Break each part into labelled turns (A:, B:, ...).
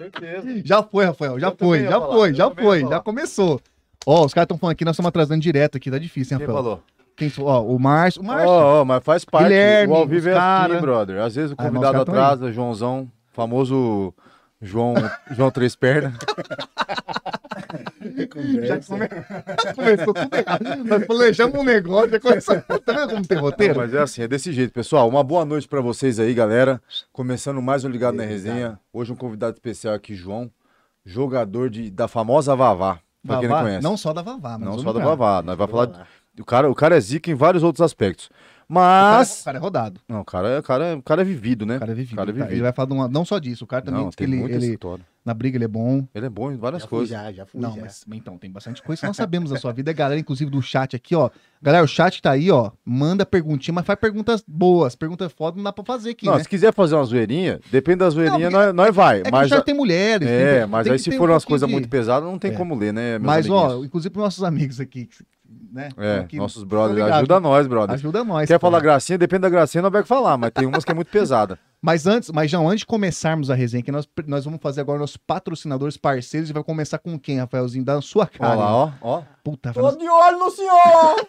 A: Certeza.
B: Já foi, Rafael, já
A: Eu
B: foi,
A: também ia
B: já
A: falar,
B: foi,
A: eu
B: já
A: também ia
B: foi,
A: falar.
B: já começou. Ó, os caras estão falando aqui, nós estamos atrasando direto aqui, tá difícil, hein,
A: Quem
B: Rafael?
A: falou?
B: Quem falou? Ó, o Márcio, o Márcio,
C: Ó, ó, mas faz parte.
B: Guilherme,
C: o ao vivo
B: os
C: é
B: cara.
C: assim, brother. Às vezes o
B: Ah, mas os
C: convidado
B: caras tão aí.
C: atrasa, Joãozão, famoso João, João Três Pernas.
B: já come... começou tudo errado. Nós planejamos um negócio, já começou. Tá vendo como tem
C: Não,
B: roteiro?
C: mas é assim, é desse jeito, pessoal. Uma boa noite pra vocês aí, galera. Começando mais um Ligado na Resenha. Hoje um convidado especial aqui, João, jogador de, da famosa Vavá. Pra quem não
B: Vavá,
C: conhece.
B: não só da Vavá, mas
C: Não
B: o
C: só da
B: cara.
C: Vavá. Nós vai falar. O cara, o cara é zica em vários outros aspectos.
B: O cara,
C: Mas.
B: o cara é rodado,
C: Não, o cara, é- o cara, é- o cara é vivido, né?
B: o cara é vivido.
C: O cara é
B: tá? Ele
C: vivido.
B: vai falar de uma- não só disso, o cara também
C: Não,
B: diz que
C: tem
B: ele,
C: muita
B: ele-
C: história.
B: na briga ele é bom.
C: Ele é bom em várias
D: Já fui,
C: coisas.
D: já, já fui.
B: Não,
C: é.
D: já.
B: mas então tem bastante coisa que nós sabemos da sua vida. É Galera, inclusive do chat aqui, ó. Galera, o chat que tá aí, ó. Manda perguntinha, mas faz perguntas boas. Pergunta foda não dá pra fazer aqui,
C: não,
B: né?
C: se quiser fazer uma zoeirinha, depende da zoeirinha,
B: porque-
C: nós, nós vai.
B: É que
C: mas
B: o chat tem mulheres.
C: é,
B: tem-
C: mas
B: tem
C: aí
B: que
C: se
B: ter um
C: for umas
B: pouquinho
C: coisas
B: de-
C: muito pesadas, não tem
B: É.
C: como ler, né? meus
B: Mas, ó,
C: amiguinhos?
B: inclusive pros nossos amigos aqui, que- né?
C: É,
B: Aqui,
C: nossos brothers,
B: Tá ligado?
C: ajuda nós, brother.
B: Ajuda nós. né?
C: Quer
B: pô.
C: falar gracinha? Depende da gracinha, nós vai falar, mas tem umas que é muito pesada.
B: Mas antes, mas João, antes de começarmos a resenha, que nós, nós vamos fazer agora nossos patrocinadores parceiros e vai começar com quem, Rafaelzinho? Da sua
C: Olha
B: cara.
C: lá, ó, ó.
B: Puta,
D: Tô
B: Rafael.
D: de olho no senhor!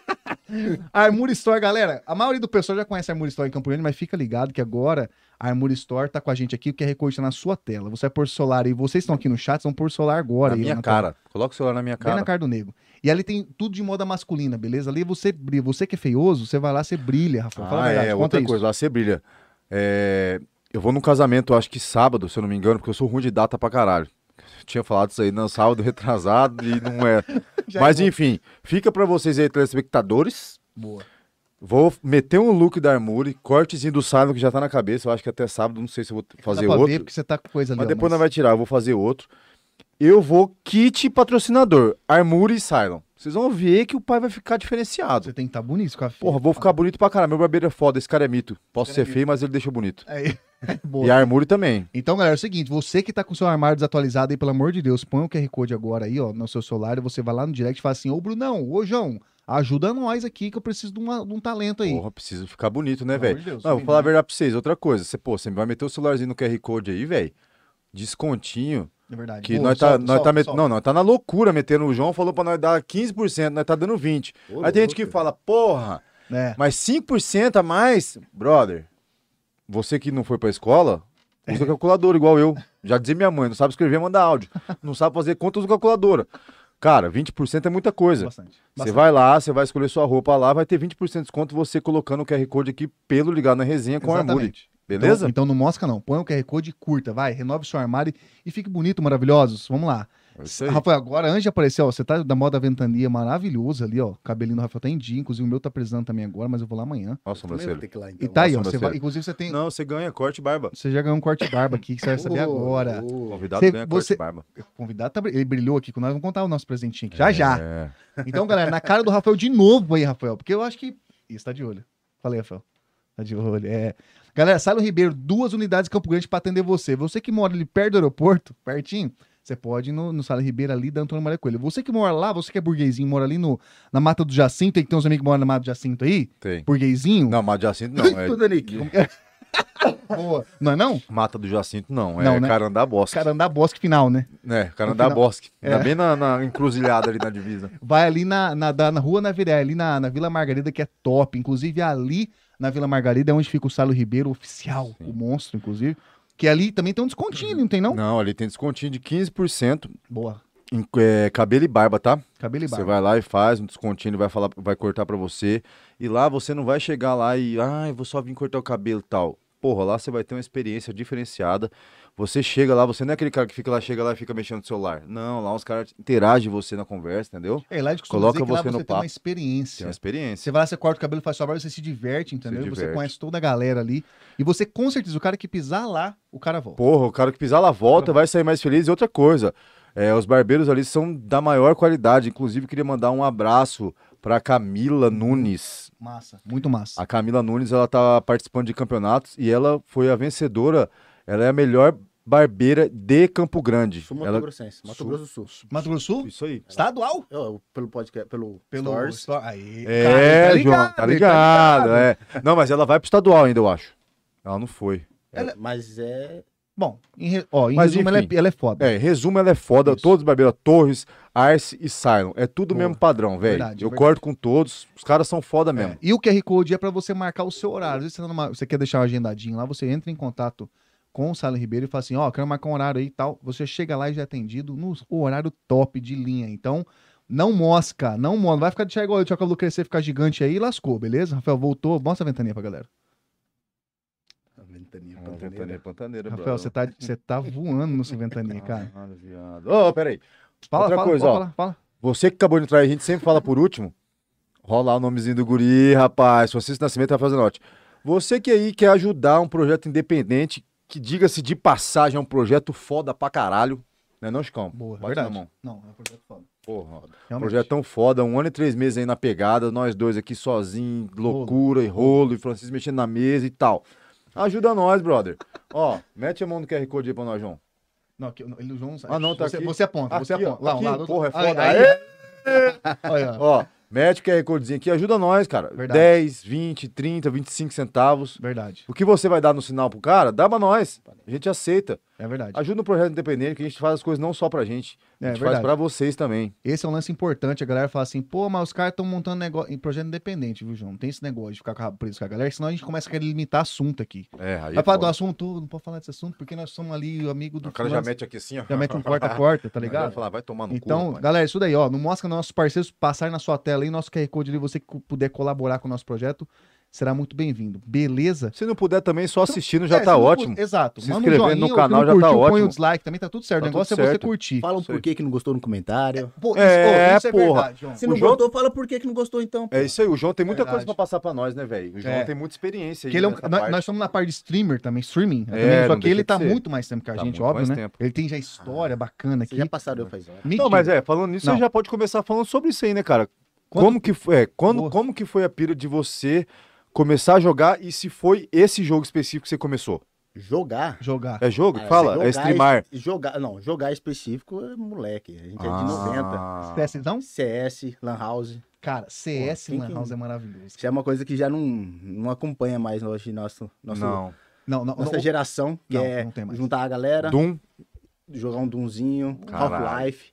B: A Armor Store, galera, a maioria do pessoal já conhece a Armor Store em Campo Grande, mas fica ligado que agora a Armor Store tá com a gente aqui, o QR Code tá na sua tela. Você vai pôr solar aí, vocês estão aqui no chat, vão pôr solar agora.
C: Na
B: aí,
C: minha
B: na
C: cara. Coloca o celular na minha
B: Bem na
C: cara.
B: cara do nego. E ali tem tudo de moda masculina, beleza? Ali você brilha. Você que é feioso, você vai lá, você brilha, Rafael. Fala a
C: Ah,
B: verdade,
C: é,
B: conta
C: outra
B: isso.
C: coisa, lá você brilha. É, eu vou num casamento, acho que sábado, se eu não me engano, porque eu sou ruim de data pra caralho. Tinha falado isso aí no sábado retrasado e não é.
B: Já
C: Mas
B: é
C: enfim, fica pra vocês aí, telespectadores.
B: boa.
C: Vou meter um look da Armure, cortezinho do Simon que já tá na cabeça. Eu acho que até sábado, não sei se eu vou fazer
B: Dá pra
C: outro.
B: ver porque você tá com coisa ali.
C: Mas
B: ó,
C: depois nós vai tirar, eu vou fazer outro. Eu vou kit patrocinador, Armure e Cylon. Vocês vão ver que o pai vai ficar diferenciado.
B: Você tem que estar bonito com a filha.
C: Porra, vou ficar bonito pra caramba. Meu barbeiro é foda, esse cara é mito. Posso ser feio, mas ele deixa bonito.
B: Aí.
C: E
B: boa.
C: a Armure também.
B: Então, galera, é o seguinte, você que tá com o seu armário desatualizado aí, pelo amor de Deus, põe o QR Code agora aí, ó, no seu celular, e você vai lá no direct e fala assim, ô Brunão, ô João, ajuda nós aqui que eu preciso de, uma- de um talento aí.
C: Porra, preciso ficar bonito, né,
B: Pelo amor
C: velho?
B: de Deus,
C: Não, eu vou
B: sim,
C: falar a
B: né?
C: verdade pra vocês. Outra coisa, você, pô, você vai meter o celularzinho no QR Code aí, velho. Descontinho.
B: É verdade.
C: Que
B: Pô,
C: nós tá,
B: solta,
C: nós
B: solta,
C: tá met-
B: solta.
C: Não, nós tá na loucura metendo. O João falou pra nós dar 15%, nós tá dando 20%.
D: Ô,
C: Aí tem gente que
D: louco.
C: fala, porra,
B: É.
C: mas 5% a mais, brother, você que não foi pra escola,
B: É.
C: usa calculadora igual eu. Já dizia minha mãe, não sabe escrever, manda áudio. Não sabe fazer conta, usa calculadora. Cara, 20% é muita coisa.
B: Bastante.
C: Você
B: Bastante.
C: vai lá, você vai escolher sua roupa lá, vai ter 20% de desconto você colocando o QR Code aqui pelo ligado na resenha com a Armuri.
B: Exatamente.
C: Beleza?
B: Então, então não mosca não. Põe o QR Code e curta, vai. Renove seu armário e fique bonito, maravilhosos. Vamos lá.
C: É isso aí.
B: Rafael, agora antes de aparecer, ó, você tá da moda ventania maravilhoso ali, ó. Cabelinho do Rafael tá em dia, inclusive o meu tá precisando também agora, mas eu vou lá amanhã.
C: Nossa,
D: Também vou
C: Marcelo.
D: ter que ir lá,
B: E
D: então.
B: tá aí, ó.
C: nossa,
B: Você
C: Marcelo.
B: vai- inclusive você tem.
C: Não, você ganha corte e barba.
B: Você já ganhou um corte de barba aqui que você vai saber
D: Ô,
B: agora.
D: ô,
C: Convidado
B: Você-
C: ganha corte
B: você-
C: e barba.
B: O convidado tá, bri- ele brilhou aqui com nós, vamos contar o nosso presentinho aqui. Já já.
C: É.
B: Então, galera, na cara do Rafael de novo aí, Rafael, porque eu acho que. Isso, tá de olho. Falei, Rafael. Tá de olho. É. Galera, Salo Ribeiro, duas unidades em Campo Grande pra atender você. Você que mora ali perto do aeroporto, pertinho, você pode ir no, no Salo Ribeiro ali da Antônio Maria Coelho. Você que mora lá, você que é burguesinho, mora ali no, na Mata do Jacinto, aí que tem uns amigos que moram na Mata do Jacinto aí,
C: Tem.
B: burguesinho.
C: Não, Mata do Jacinto não. É...
D: Tudo ali.
B: Boa. Não é não?
C: Mata do Jacinto não. É
B: Não, né?
C: Carandá Bosque.
B: Carandá Bosque final, né?
C: É, Carandá
B: No final- É.
C: Bosque. Ainda bem na, na encruzilhada ali na divisa.
B: Vai ali na, na, da- na Rua Naviré, ali na, na Vila Margarida, que é top. Inclusive, ali na Vila Margarida é onde fica o Salo Ribeiro oficial,
C: Sim.
B: o monstro, inclusive. Que ali também tem um descontinho, não tem não?
C: Não, ali tem descontinho de 15%
B: Boa.
C: em é, cabelo e barba, tá?
B: Cabelo e
C: Você
B: barba.
C: vai lá e faz um descontinho, ele vai falar, vai cortar pra você. E lá você não vai chegar lá e, ah, eu vou só vir cortar o cabelo e tal. Porra, lá você vai ter uma experiência diferenciada. Você chega lá, você não é aquele cara que fica lá, chega lá e fica mexendo no celular. Não, lá os caras interagem você na conversa, entendeu?
B: É, lá de costume
C: Coloca
B: dizer que lá
C: você no
B: tem
C: papo.
B: uma
C: Tem
B: experiência.
C: uma experiência.
B: Você vai lá, você corta o cabelo, faz sua barba, você se diverte, entendeu?
C: Se
B: E Você
C: diverte.
B: conhece toda a galera ali. E você, com certeza, o cara que pisar lá, o cara volta.
C: Porra, o cara que pisar lá volta vai sair mais feliz. E outra coisa, é, os barbeiros ali são da maior qualidade. Inclusive, queria mandar um abraço pra Camila Nunes.
B: Massa. Muito massa.
C: A Camila Nunes, ela tá participando de campeonatos e ela foi a vencedora. Ela é a melhor barbeira de Campo Grande.
D: Sou Mato
C: Ela...
D: Grossense, Mato
C: Sul.
D: Grosso do Sul.
B: Mato Grosso do Sul?
C: Isso aí.
B: Estadual?
D: Eu, eu, pelo podcast, pelo,
B: Pelo.
D: Stories.
B: Store- Aí, cara, ele
C: É, João, tá
B: ele
C: ligado, é. Não, mas ela vai pro estadual ainda, eu acho. Ela não foi.
D: É, mas é
B: Bom, em, re- ó, em
C: Mas,
B: resumo, ela é,
C: enfim.
B: ela é foda.
C: É, resumo, ela é foda.
B: Isso.
C: Todos, Barbeiro, Torres, Arce e Cylon. É tudo o
B: Boa.
C: mesmo padrão, velho. Eu
B: Verdade, verdade.
C: corto com todos. Os caras são foda mesmo.
B: E o QR Code é pra você marcar o seu horário. Às vezes você, tá numa- você quer deixar um agendadinho lá, você entra em contato com o Salo Ribeiro e fala assim: ó, quero marcar um horário aí e tal. Você chega lá e já é atendido no horário top de linha. Então, não mosca, não mosca. Vai ficar de chegar igual eu, deixa o cabelo crescer, ficar gigante aí e lascou, beleza? Rafael voltou, mostra a ventaninha pra galera.
D: É A ventania,
C: Ah,
D: pantaneira.
C: Pantaneira, Pantaneira,
B: Rafael, você tá, você tá voando no seu ventaninha, cara.
C: Caralho, Ah, viado. Ô, peraí.
B: Fala,
C: Outra
B: fala,
C: coisa,
B: pode
C: ó.
B: falar, fala.
C: Você que acabou de entrar aí, a gente sempre fala por último. Rola lá o nomezinho do guri, rapaz. Francisco Nascimento vai fazer norte. Você que aí quer ajudar um projeto independente, que diga-se de passagem, é um projeto foda pra caralho. Não é não, Chicão?
B: Boa,
C: Bate
B: verdade.
C: na mão.
B: Não, é um projeto foda.
C: Porra,
B: Realmente.
C: projeto tão foda, um ano e três meses aí na pegada, nós dois aqui sozinhos, loucura e rolo, e Francisco mexendo na mesa e tal. Ajuda nós, brother. Ó, mete a mão no QR Code aí pra nós, João.
B: Não, aqui, não, ele, o João,
C: Ah, não, tá
B: você,
C: aqui.
B: você aponta, você
C: Aqui, ó,
B: aponta. lá, um
C: aqui,
B: lá, lá,
C: porra, é
B: aí,
C: foda.
B: aí.
C: Aê!
B: Olha, ó.
C: Ó, mete o QR Codezinho aqui, ajuda nós, cara.
B: Verdade.
C: 10, 20, 30, 25 centavos.
B: verdade,
C: O que você vai dar no sinal pro cara, dá pra nós. A gente aceita.
B: é verdade.
C: Ajuda o projeto independente, que a gente faz as coisas não só pra gente, a
B: É,
C: gente faz
B: verdade.
C: pra vocês também.
B: Esse é um lance importante. A galera fala assim, pô, mas os caras estão montando negócio em projeto independente, viu, João? Não tem esse negócio de ficar com a rabo preso com a galera, senão a gente começa a querer limitar assunto aqui.
C: É, aí.
B: Vai falar do
C: foda.
B: assunto, não pode falar desse assunto, porque nós somos ali o amigo do.
C: O cara já
B: fulano,
C: mete aqui assim, ó.
B: já mete um corta-corta, tá
C: Ele Vai
B: ligado?
C: falar, vai tomar no cu.
B: Então,
C: rapaz.
B: galera, isso daí, ó. Não mostra nossos parceiros passarem na sua tela aí, nosso QR Code ali, você que puder colaborar com o nosso projeto, será muito bem-vindo. Beleza?
C: Se não puder também, só assistindo já
B: É,
C: tá
B: se não cur-
C: ótimo.
B: Exato. um
C: Se inscrever no
B: se
C: canal
B: não
C: já tá
B: curtiu, Põe o
C: ótimo.
B: dislike também, tá tudo certo.
C: Tá
B: o negócio
C: tudo
B: é você
C: certo.
B: curtir.
D: né? Fala o
C: Isso aí.
D: porquê que não gostou no comentário.
B: Pô,
C: É,
B: ô,
C: porra.
B: verdade, João.
D: É, Se não
C: o João-
D: gostou, fala por que que não gostou então.
C: É isso aí, o João tem muita
B: Verdade.
C: coisa pra passar pra nós, né, velho? O João
B: É.
C: tem muita experiência aí.
B: Que ele é um-
C: nessa
B: nós,
C: parte.
B: nós estamos na parte de streamer também,
C: É,
B: streaming. também, só
C: não
B: que
C: deixa
B: ele
C: de
B: tá
C: ser.
B: muito mais tempo que a
C: Tá
B: gente,
C: muito
B: óbvio,
C: mais
B: né?
C: tempo.
B: Ele tem já história bacana aqui.
D: Vocês já passaram eu faz hora.
B: Mentira.
C: Não, mas é, falando nisso,
B: Não.
C: você já pode começar falando sobre isso aí, né, cara?
B: Quando-
C: Como que foi, é, quando,
B: Boa.
C: como que foi a pira de você começar a jogar e se foi esse jogo específico que você começou?
D: Jogar.
B: Jogar.
C: É jogo?
D: Ah,
C: que Fala,
D: jogar
C: é streamar.
D: es- Jogar, não, jogar específico é moleque. A gente
C: Ah.
B: CS, não?
D: é de 90. CS, Lan House.
B: então, Cara, CS
D: Porra, quem
B: Lan
D: que-
B: House é maravilhoso.
D: Isso é uma coisa que já não, não acompanha mais hoje nosso, nosso,
C: Ah, Não.
B: Não, não,
D: nossa
B: não,
D: geração, que
B: Não,
D: é
B: não tem mais.
D: juntar a galera,
C: Doom.
D: jogar um Dunzinho,
C: Caralho.
D: Half-Life.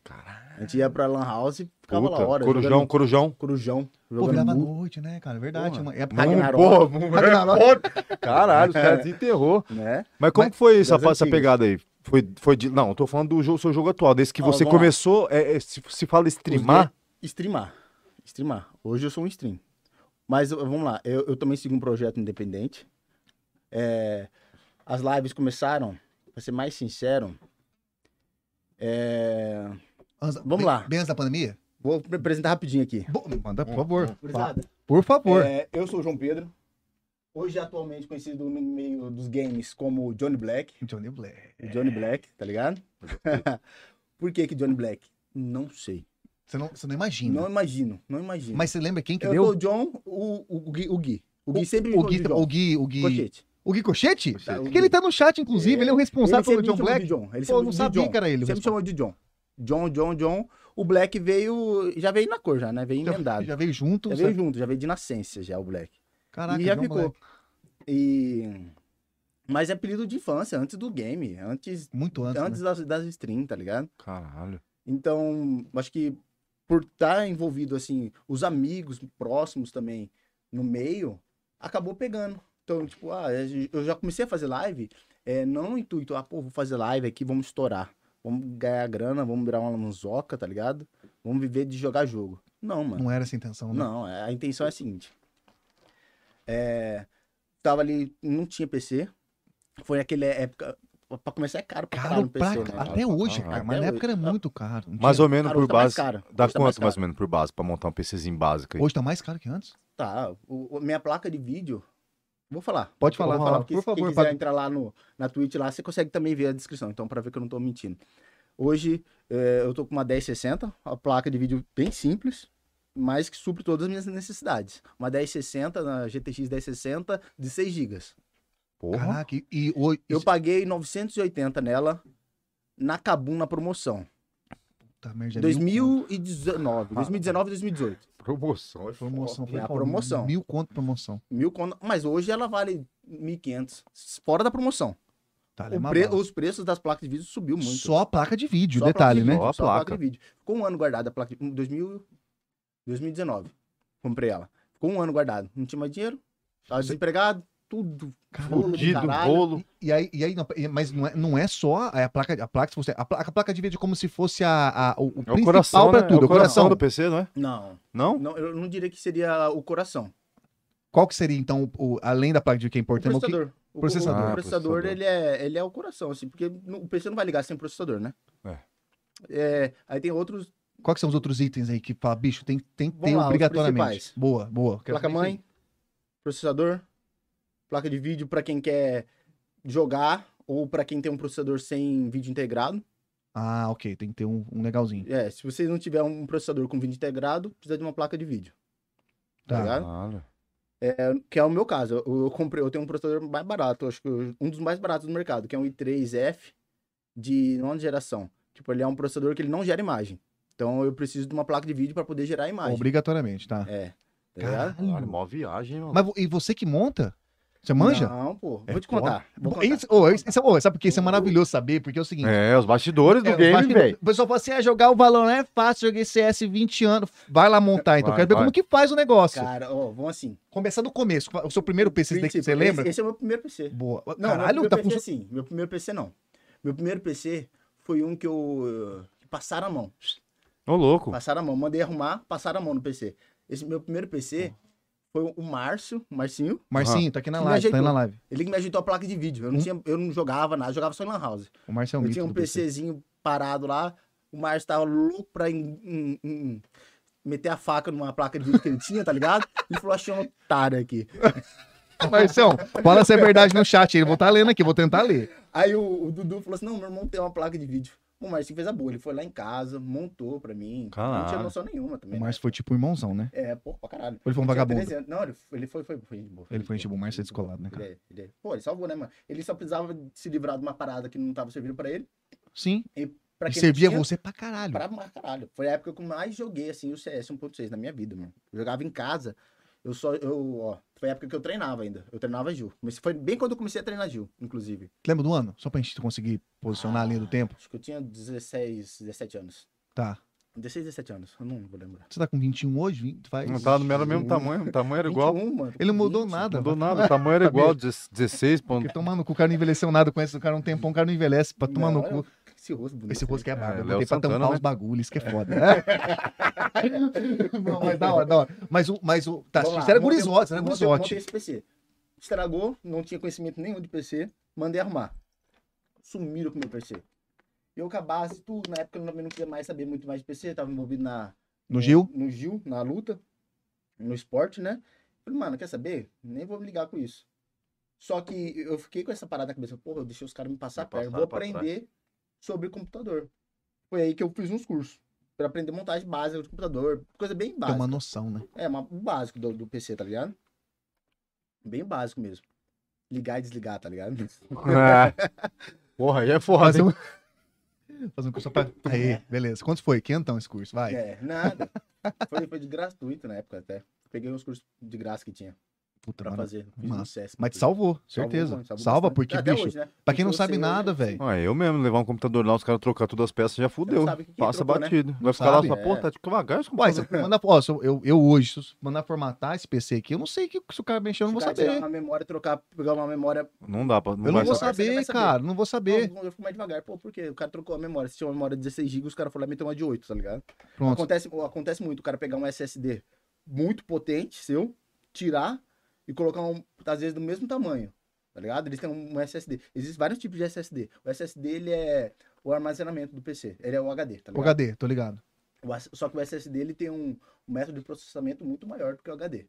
D: A gente ia pra Lan House e ficava
C: Puta,
D: lá hora.
C: corujão,
D: jogando
C: corujão.
D: Corujão.
B: Pô,
D: Jogando
B: virava à
D: mu-
B: noite, né, cara? É Verdade.
D: Porra.
B: uma- é-
D: Ragnarok.
C: Porra, mu-
B: Ragnarok.
C: foda. Caralho, os caras enterrou.
D: né?
C: Mas é como que foi essa,
D: das
C: essa
D: antigas.
C: pegada aí? Foi, foi de, não, eu tô falando do jogo- seu jogo atual, desse que
D: Ó,
C: você
D: vamos lá.
C: começou, é, é, se, se fala streamar,
D: Streamar. Streamar. Hoje eu sou um stream. Mas eu- vamos lá, eu, eu também sigo um projeto independente. É, as lives começaram, pra ser mais sincero. é,
B: Antes-
D: Vamos
B: bem-
D: lá.
B: Bem antes da pandemia?
D: vou me apresentar rapidinho aqui.
B: Bo- Manda, por favor. Fa-
D: Gurizada,
B: Por favor.
D: é, eu sou o João Pedro. Hoje atualmente conhecido no meio dos games como Johnny Black.
B: Johnny Blair.
D: O Johnny Black, tá ligado? Por que que Johnny Black? Não sei.
B: Você não, você não imagina.
D: Não imagino, não imagino.
B: né? Mas você lembra quem que
D: eu
B: deu?
D: sou o John, o, o, o Gui. O Gui, o Gui sempre me
B: o
D: chama
B: Gui, tá,
D: de John.
B: o Gui, o Gui,
D: Cochete.
B: o Gui Cochete?
D: Tá, o
B: Porque
D: Gui.
B: ele tá no chat, inclusive, ele é o responsável
D: sempre
B: pelo John
D: me chamou de
B: Black.
D: John.
B: Pô,
D: Ele sempre
B: eu não
D: me
B: sabia
D: John.
B: que era ele o
D: Sempre me chamou de John. John, John, John. O Black veio, já veio na cor já, né? Veio
B: Já-
D: emendado. É Já,
B: Já veio junto.
D: veio
B: sabe?
D: junto, já veio de nascença já o Black.
B: Caraca,
D: e já
B: John
D: ficou.
B: Black.
D: E... Mas é apelido de infância, antes do game, antes,
B: Muito antes,
D: Então, antes,
B: né?
D: das, das streams, tá ligado?
C: Caralho.
D: Então, acho que por estar envolvido, assim, os amigos próximos também no meio, acabou pegando. Então, tipo, ah, eu já comecei a fazer live, é, não no intuito, ah, pô, vou fazer live aqui, vamos estourar. Vamos ganhar grana, vamos virar uma manzoca, tá ligado? Vamos viver de jogar jogo. Não, mano.
B: Não era essa a intenção, né?
D: Não, a intenção é a seguinte. É, tava ali, não tinha PC. Foi aquela época. Pra começar é caro pra
B: Caro
D: caralho
B: pra...
D: PC, né?
B: Até hoje, cara. Mas
D: Até
B: na época
D: hoje.
B: era muito caro. não
C: Mais
B: tinha-
C: ou menos
D: Cara,
C: por
D: hoje tá mais
C: base.
D: caro.
C: Dá
D: Hoje tá mais
C: quanto mais
D: caro.
C: ou menos por base pra montar um PCzinho básico aí?
B: Hoje tá mais caro que antes.
D: Tá, o, o- minha placa de vídeo. Vou falar.
B: Pode
D: Vou
B: falar,
D: falar,
B: fala,
D: porque
B: por
D: se- quem
B: favor.
D: quiser
B: Pablo.
D: entrar lá no, na Twitch lá, você consegue também ver a descrição. Então, pra ver que eu não tô mentindo. Hoje, eh, eu tô com uma 1060, a placa de vídeo bem simples, mas que supre todas as minhas necessidades. Uma 1060, na GTX 1060, de 6 GB.
C: Porra.
B: Caraca, e- e hoje...
D: Eu
B: Eu...
D: paguei 980 nela, na Kabum, na promoção.
B: Puta merda, é mil conto. Ah.
D: 2019, 2019 2018.
C: Promoção, é
B: Promoção.
D: É a
B: pô,
D: promoção.
B: Mil conto promoção.
D: Mil conto, mas hoje ela vale 1.500, fora da promoção.
B: Itália é
D: O
B: uma
D: pre-
B: bala.
D: os preços das placas de vídeo subiu muito.
B: Só a placa de vídeo,
D: Só a placa
B: detalhe,
D: de
B: né?
D: vídeo,
C: Ó a
D: Só a placa
C: placa.
D: de vídeo. Ficou um ano guardada a placa de... em 2000... 2019, comprei ela. Ficou um ano guardado. Não tinha mais dinheiro, tava desempregado, tudo. Bolo do
C: Fudido,
D: caralho.
C: bolo.
B: E aí, e aí não, e- mas não é, não é só a a placa, a placa, se você- a placa, a placa de vídeo é como se fosse a, a-
C: É
B: o, o
C: o
B: principal
C: coração,
B: pra
C: né?
B: tudo,
C: é o coração do PC,
B: coração.
C: não é?
D: Não,
C: Não?
D: não, eu não diria que seria o coração.
B: Qual que seria então o, o- além da placa de vídeo que é
D: O
B: importante? o que-
D: processador. O,
B: processador.
D: o- o
C: Ah,
D: processador,
C: processador.
D: Ele, é, ele é o coração, assim, porque no- o PC não vai ligar sem processador, né?
C: É.
D: É, aí tem outros,
B: Qual que são os outros itens aí que fala, bicho, tem tem
D: Vamos
B: tem
D: lá, os
B: obrigatoriamente.
D: principais.
B: Boa, boa. Quero saber isso
D: placa-mãe, processador, placa de vídeo pra quem quer jogar ou pra quem tem um processador sem vídeo integrado.
B: aí. Ah, ok, tem que ter um, um legalzinho.
D: É, se você não tiver um processador com vídeo integrado, precisa de uma placa de vídeo. Tá,
B: Tá.
D: ligado?
C: Caralho.
D: Que é o meu caso. Eu, eu comprei, eu tenho um processador mais barato, acho que eu- um dos mais baratos do mercado, que é um i3F de nona geração. Tipo, ele é um processador que ele não gera imagem. Então eu preciso de uma placa de vídeo para poder gerar a imagem.
B: Obrigatoriamente, tá?
D: É. Tá ligado?
C: Caralho,
B: Caralho.
C: mó viagem, mano.
B: Mas vo- e você que monta? Você manja?
D: Não, pô.
B: É
D: Vou te contar. Vou contar.
B: Isso, ô, isso- isso- ô, sabe por que isso é maravilhoso saber? Porque é o seguinte,
C: É, os bastidores do
B: É, eu
C: game,
B: acho que
C: velho.
B: O pessoal fala assim: é, jogar o Valorant é fácil, joguei CS 20 anos. Vai lá montar, então.
C: Vai,
B: Quero ver
C: vai.
B: como que faz o negócio.
D: Cara, ó, vamos assim.
B: Começar do começo. O seu primeiro PC, você, tem-
D: Princípio,
B: você lembra?
D: Esse, esse é o meu primeiro PC.
B: Boa.
D: Não,
B: Caralho,
D: meu
B: tá funcionando.
D: primeiro PC sim. assim, Meu primeiro PC não. Meu primeiro PC foi um que eu. que passaram a mão.
C: Ô, louco.
D: Passaram a mão. Mandei arrumar, passaram a mão no PC. Esse meu primeiro PC foi o Márcio, o Marcinho.
B: Marcinho, tá aqui na
D: Me
B: live, tá aí
D: ajeitou.
B: na live.
D: Ele que me ajeitou a placa de vídeo. Eu não,
B: Hum.
D: tinha, eu não jogava nada, eu jogava só em Lan House.
B: O Márcio é um
D: eu
B: mito
D: tinha um
B: do PC.
D: PCzinho parado lá. O Márcio tava louco pra em- em- em- meter a faca numa placa de vídeo que ele tinha, tá ligado? Ele falou: achei um otário aqui.
B: Marcião, fala se é verdade no chat. Ele vou estar lendo aqui, vou tentar ler.
D: Aí o, o Dudu falou assim: não, meu irmão tem uma placa de vídeo. O Márcio fez a boa, ele foi lá em casa, montou pra mim. Não
C: Caralho.
D: tinha noção nenhuma também.
B: O
D: né?
B: Márcio foi tipo um irmãozão, né?
D: É, pô, pra caralho.
B: Ou ele foi um
D: Tinha
B: vagabundo?
D: 13 anos. Não, ele, ele foi, foi, foi de boa.
B: Ele foi
D: de
B: gente
D: boa.
B: boa, o Márcio é
D: Ele foi-
B: descolado, né, cara?
D: Ele, é- ele é- pô, ele salvou, né, mano? Ele só precisava se livrar de uma parada que não tava servindo pra ele.
B: Sim.
D: Pra
B: E
D: quem
B: servia
D: tinha,
B: você pra caralho.
D: Pra mar- caralho. Foi a época que eu mais joguei, assim, o CS 1.6 na minha vida, mano. Eu jogava em casa. Eu só, eu, ó, foi a época que eu treinava ainda. Eu treinava Gil. Comecei, foi bem quando eu comecei a treinar Gil, inclusive.
B: Lembra do ano? Só pra gente conseguir posicionar a linha do tempo.
D: Acho que eu tinha 16, 17 anos.
B: Tá.
D: 16, 17 anos. Eu não vou lembrar.
B: Você tá com 21 hoje? 20, faz. um.
C: Não tava no mesmo- mesmo tamanho, o tamanho era igual.
D: 21, mano.
B: Ele não mudou
D: 20.
B: nada.
C: Não mudou nada, o tamanho era
B: Sabia?
C: igual, 16 pontos.
B: Porque tomando cu, o cara não envelheceu nada com esse o cara um tempão, o cara não envelhece pra tomar no
D: Não, é um-
B: cu.
D: olha Esse rosto bonito.
B: Esse rosto que é
C: É,
B: barba, eu
C: Léo
B: botei pra
C: Santana,
B: tampar
C: né?
B: os bagulhos, isso que é foda. não, mas da hora, da hora. Mas o, mas o, tá,
D: Vamos lá,
B: você era
D: montei-
B: gurizote, você era
D: montei- montei
B: gurizote.
D: esse PC. Estragou, não tinha conhecimento nenhum de PC, mandei arrumar. Sumiram com o meu PC. Eu acabasse tudo, na época eu também não queria mais saber muito mais de PC, tava envolvido na,
B: No Gil?
D: É, no Gil, na luta, no esporte, né? Falei, mano, quer saber? Nem vou me ligar com isso. Só que eu fiquei com essa parada na cabeça, porra, eu deixei os caras me passar a
C: Me
D: perna,
C: passaram
D: vou
C: pra trás.
D: aprender sobre computador. Foi aí que eu fiz uns cursos, pra aprender montagem básica de computador, coisa bem
B: Tem
D: básica.
B: uma noção, né?
D: É, uma, o básico do, do PC, tá ligado? Bem básico mesmo. Ligar e desligar, tá ligado?
C: Porra, aí é foda, hein?
B: Fazer um curso só pra... Aí, beleza. Quanto foi? Quentão esse curso, vai.
D: É, nada. Foi, foi de gratuito na época até. Peguei uns cursos de graça que tinha
B: Puta,
D: pra
B: mano.
D: fazer. Fiz
B: massa.
D: no SESC.
B: Mas te salvou, certeza.
D: mano,
B: Salva,
D: bastante.
B: porque,
D: Até
B: bicho,
D: hoje, né?
B: pra quem não
D: Eu
B: sabe
D: sei hoje,
B: nada,
D: eu
B: velho.
C: Ué, eu mesmo, levar um computador lá, os caras trocar todas as peças, já fudeu.
D: sabe o que que
C: Passa
D: trocou, né?
C: batido. Vai ficar
B: sabe,
C: lá, só,
D: é.
C: pô, tá devagar esse
B: Uai,
C: computador.
B: se eu mandar, ó, se eu, eu, eu hoje, se eu mandar formatar esse PC aqui, eu não sei que, se o cara mexeu, eu não vou
D: Se o cara tirar
B: saber.
D: uma memória, trocar, pegar uma memória.
C: Não dá pra... Não
B: Eu não
C: vai
B: vou
C: saber.
D: saber. Você não
B: saber,
D: vai saber.
B: cara. Não vou saber.
D: Não, eu fico mais devagar. Pô, por quê? O cara trocou a memória. Se tinha uma memória de 16 GB, os caras foram lá e meteu uma de 8, tá ligado?
B: Pronto.
D: Acontece, acontece muito o cara pegar um SSD muito potente, seu, tirar e colocar um, às vezes, do mesmo tamanho, tá ligado? Eles têm um SSD. Existem vários tipos de SSD. O SSD, ele é o armazenamento do PC. Ele é o HD, tá
B: O
D: ligado?
B: HD, tô ligado.
D: O S- Só que o SSD, ele tem um, um método de processamento muito maior do que o HD,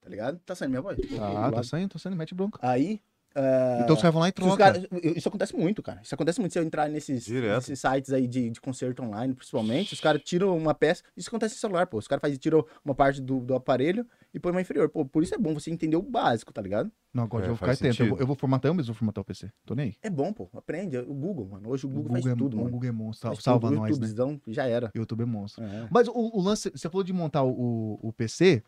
D: tá ligado? Tá saindo minha voz?
B: Tá, tô saindo, tô saindo, mete bronca.
D: Aí... ah,
B: Então os caras vão lá e
D: se os
B: troca.
D: caras- isso acontece muito, cara. Isso acontece muito se eu entrar nesses,
C: Direto.
D: nesses sites aí de, de concerto online, principalmente. Os caras tiram uma peça. Isso acontece no celular, pô. Os caras fazem- tiram uma parte do, do aparelho e põe uma inferior. Pô, por isso é bom você entender o básico, tá ligado?
B: Não,
C: É,
B: agora eu vou ficar
C: faz
B: atento. Eu vou,
C: sentido.
B: eu vou formatar eu mesmo, vou formatar o PC. Tô nem aí.
D: É bom, pô. Aprende. O Google, mano. Hoje o Google,
B: é,
D: faz tudo,
B: o
D: mano.
B: Google é monstro.
D: Faz
B: salva
D: tudo. O
B: nós, né?
D: YouTubezão já era.
B: YouTube é monstro.
D: É.
B: Mas o, o lance, você falou de montar o, o PC.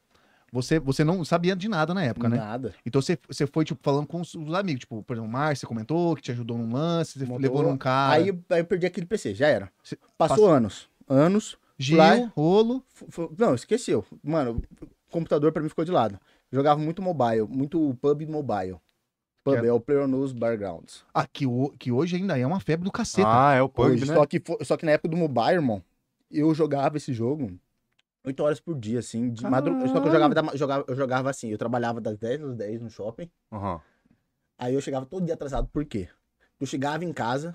B: Você, você não sabia de nada na época, né?
D: Nada.
B: Então você, você foi, tipo, falando com os os amigos. Tipo, por exemplo, o Márcio, você comentou que te ajudou num lance, você
D: Montou.
B: levou num cara.
D: Aí, aí eu perdi aquele PC, já era.
B: Cê-
D: Passou
B: passa-
D: anos. Anos.
B: Gil,
D: lá-
B: rolo.
D: F- f- Não, esqueceu. Mano, o computador pra mim ficou de lado. Jogava muito mobile, muito pub mobile. Pub
B: Que
D: é, o PlayerUnknown's Battlegrounds.
B: Ah, que, ho- que hoje ainda é uma febre do caceta.
C: Ah, é o Pug,
D: Hoje,
C: né?
D: só, que fo- só que na época do mobile, irmão, eu jogava esse jogo 8 horas por dia, assim, de madrugada. Só que eu jogava, da ma- jogava- eu jogava assim, eu trabalhava das 10 às 10 no shopping.
C: Aham.
D: Aí eu chegava todo dia atrasado, por quê? Eu chegava em casa,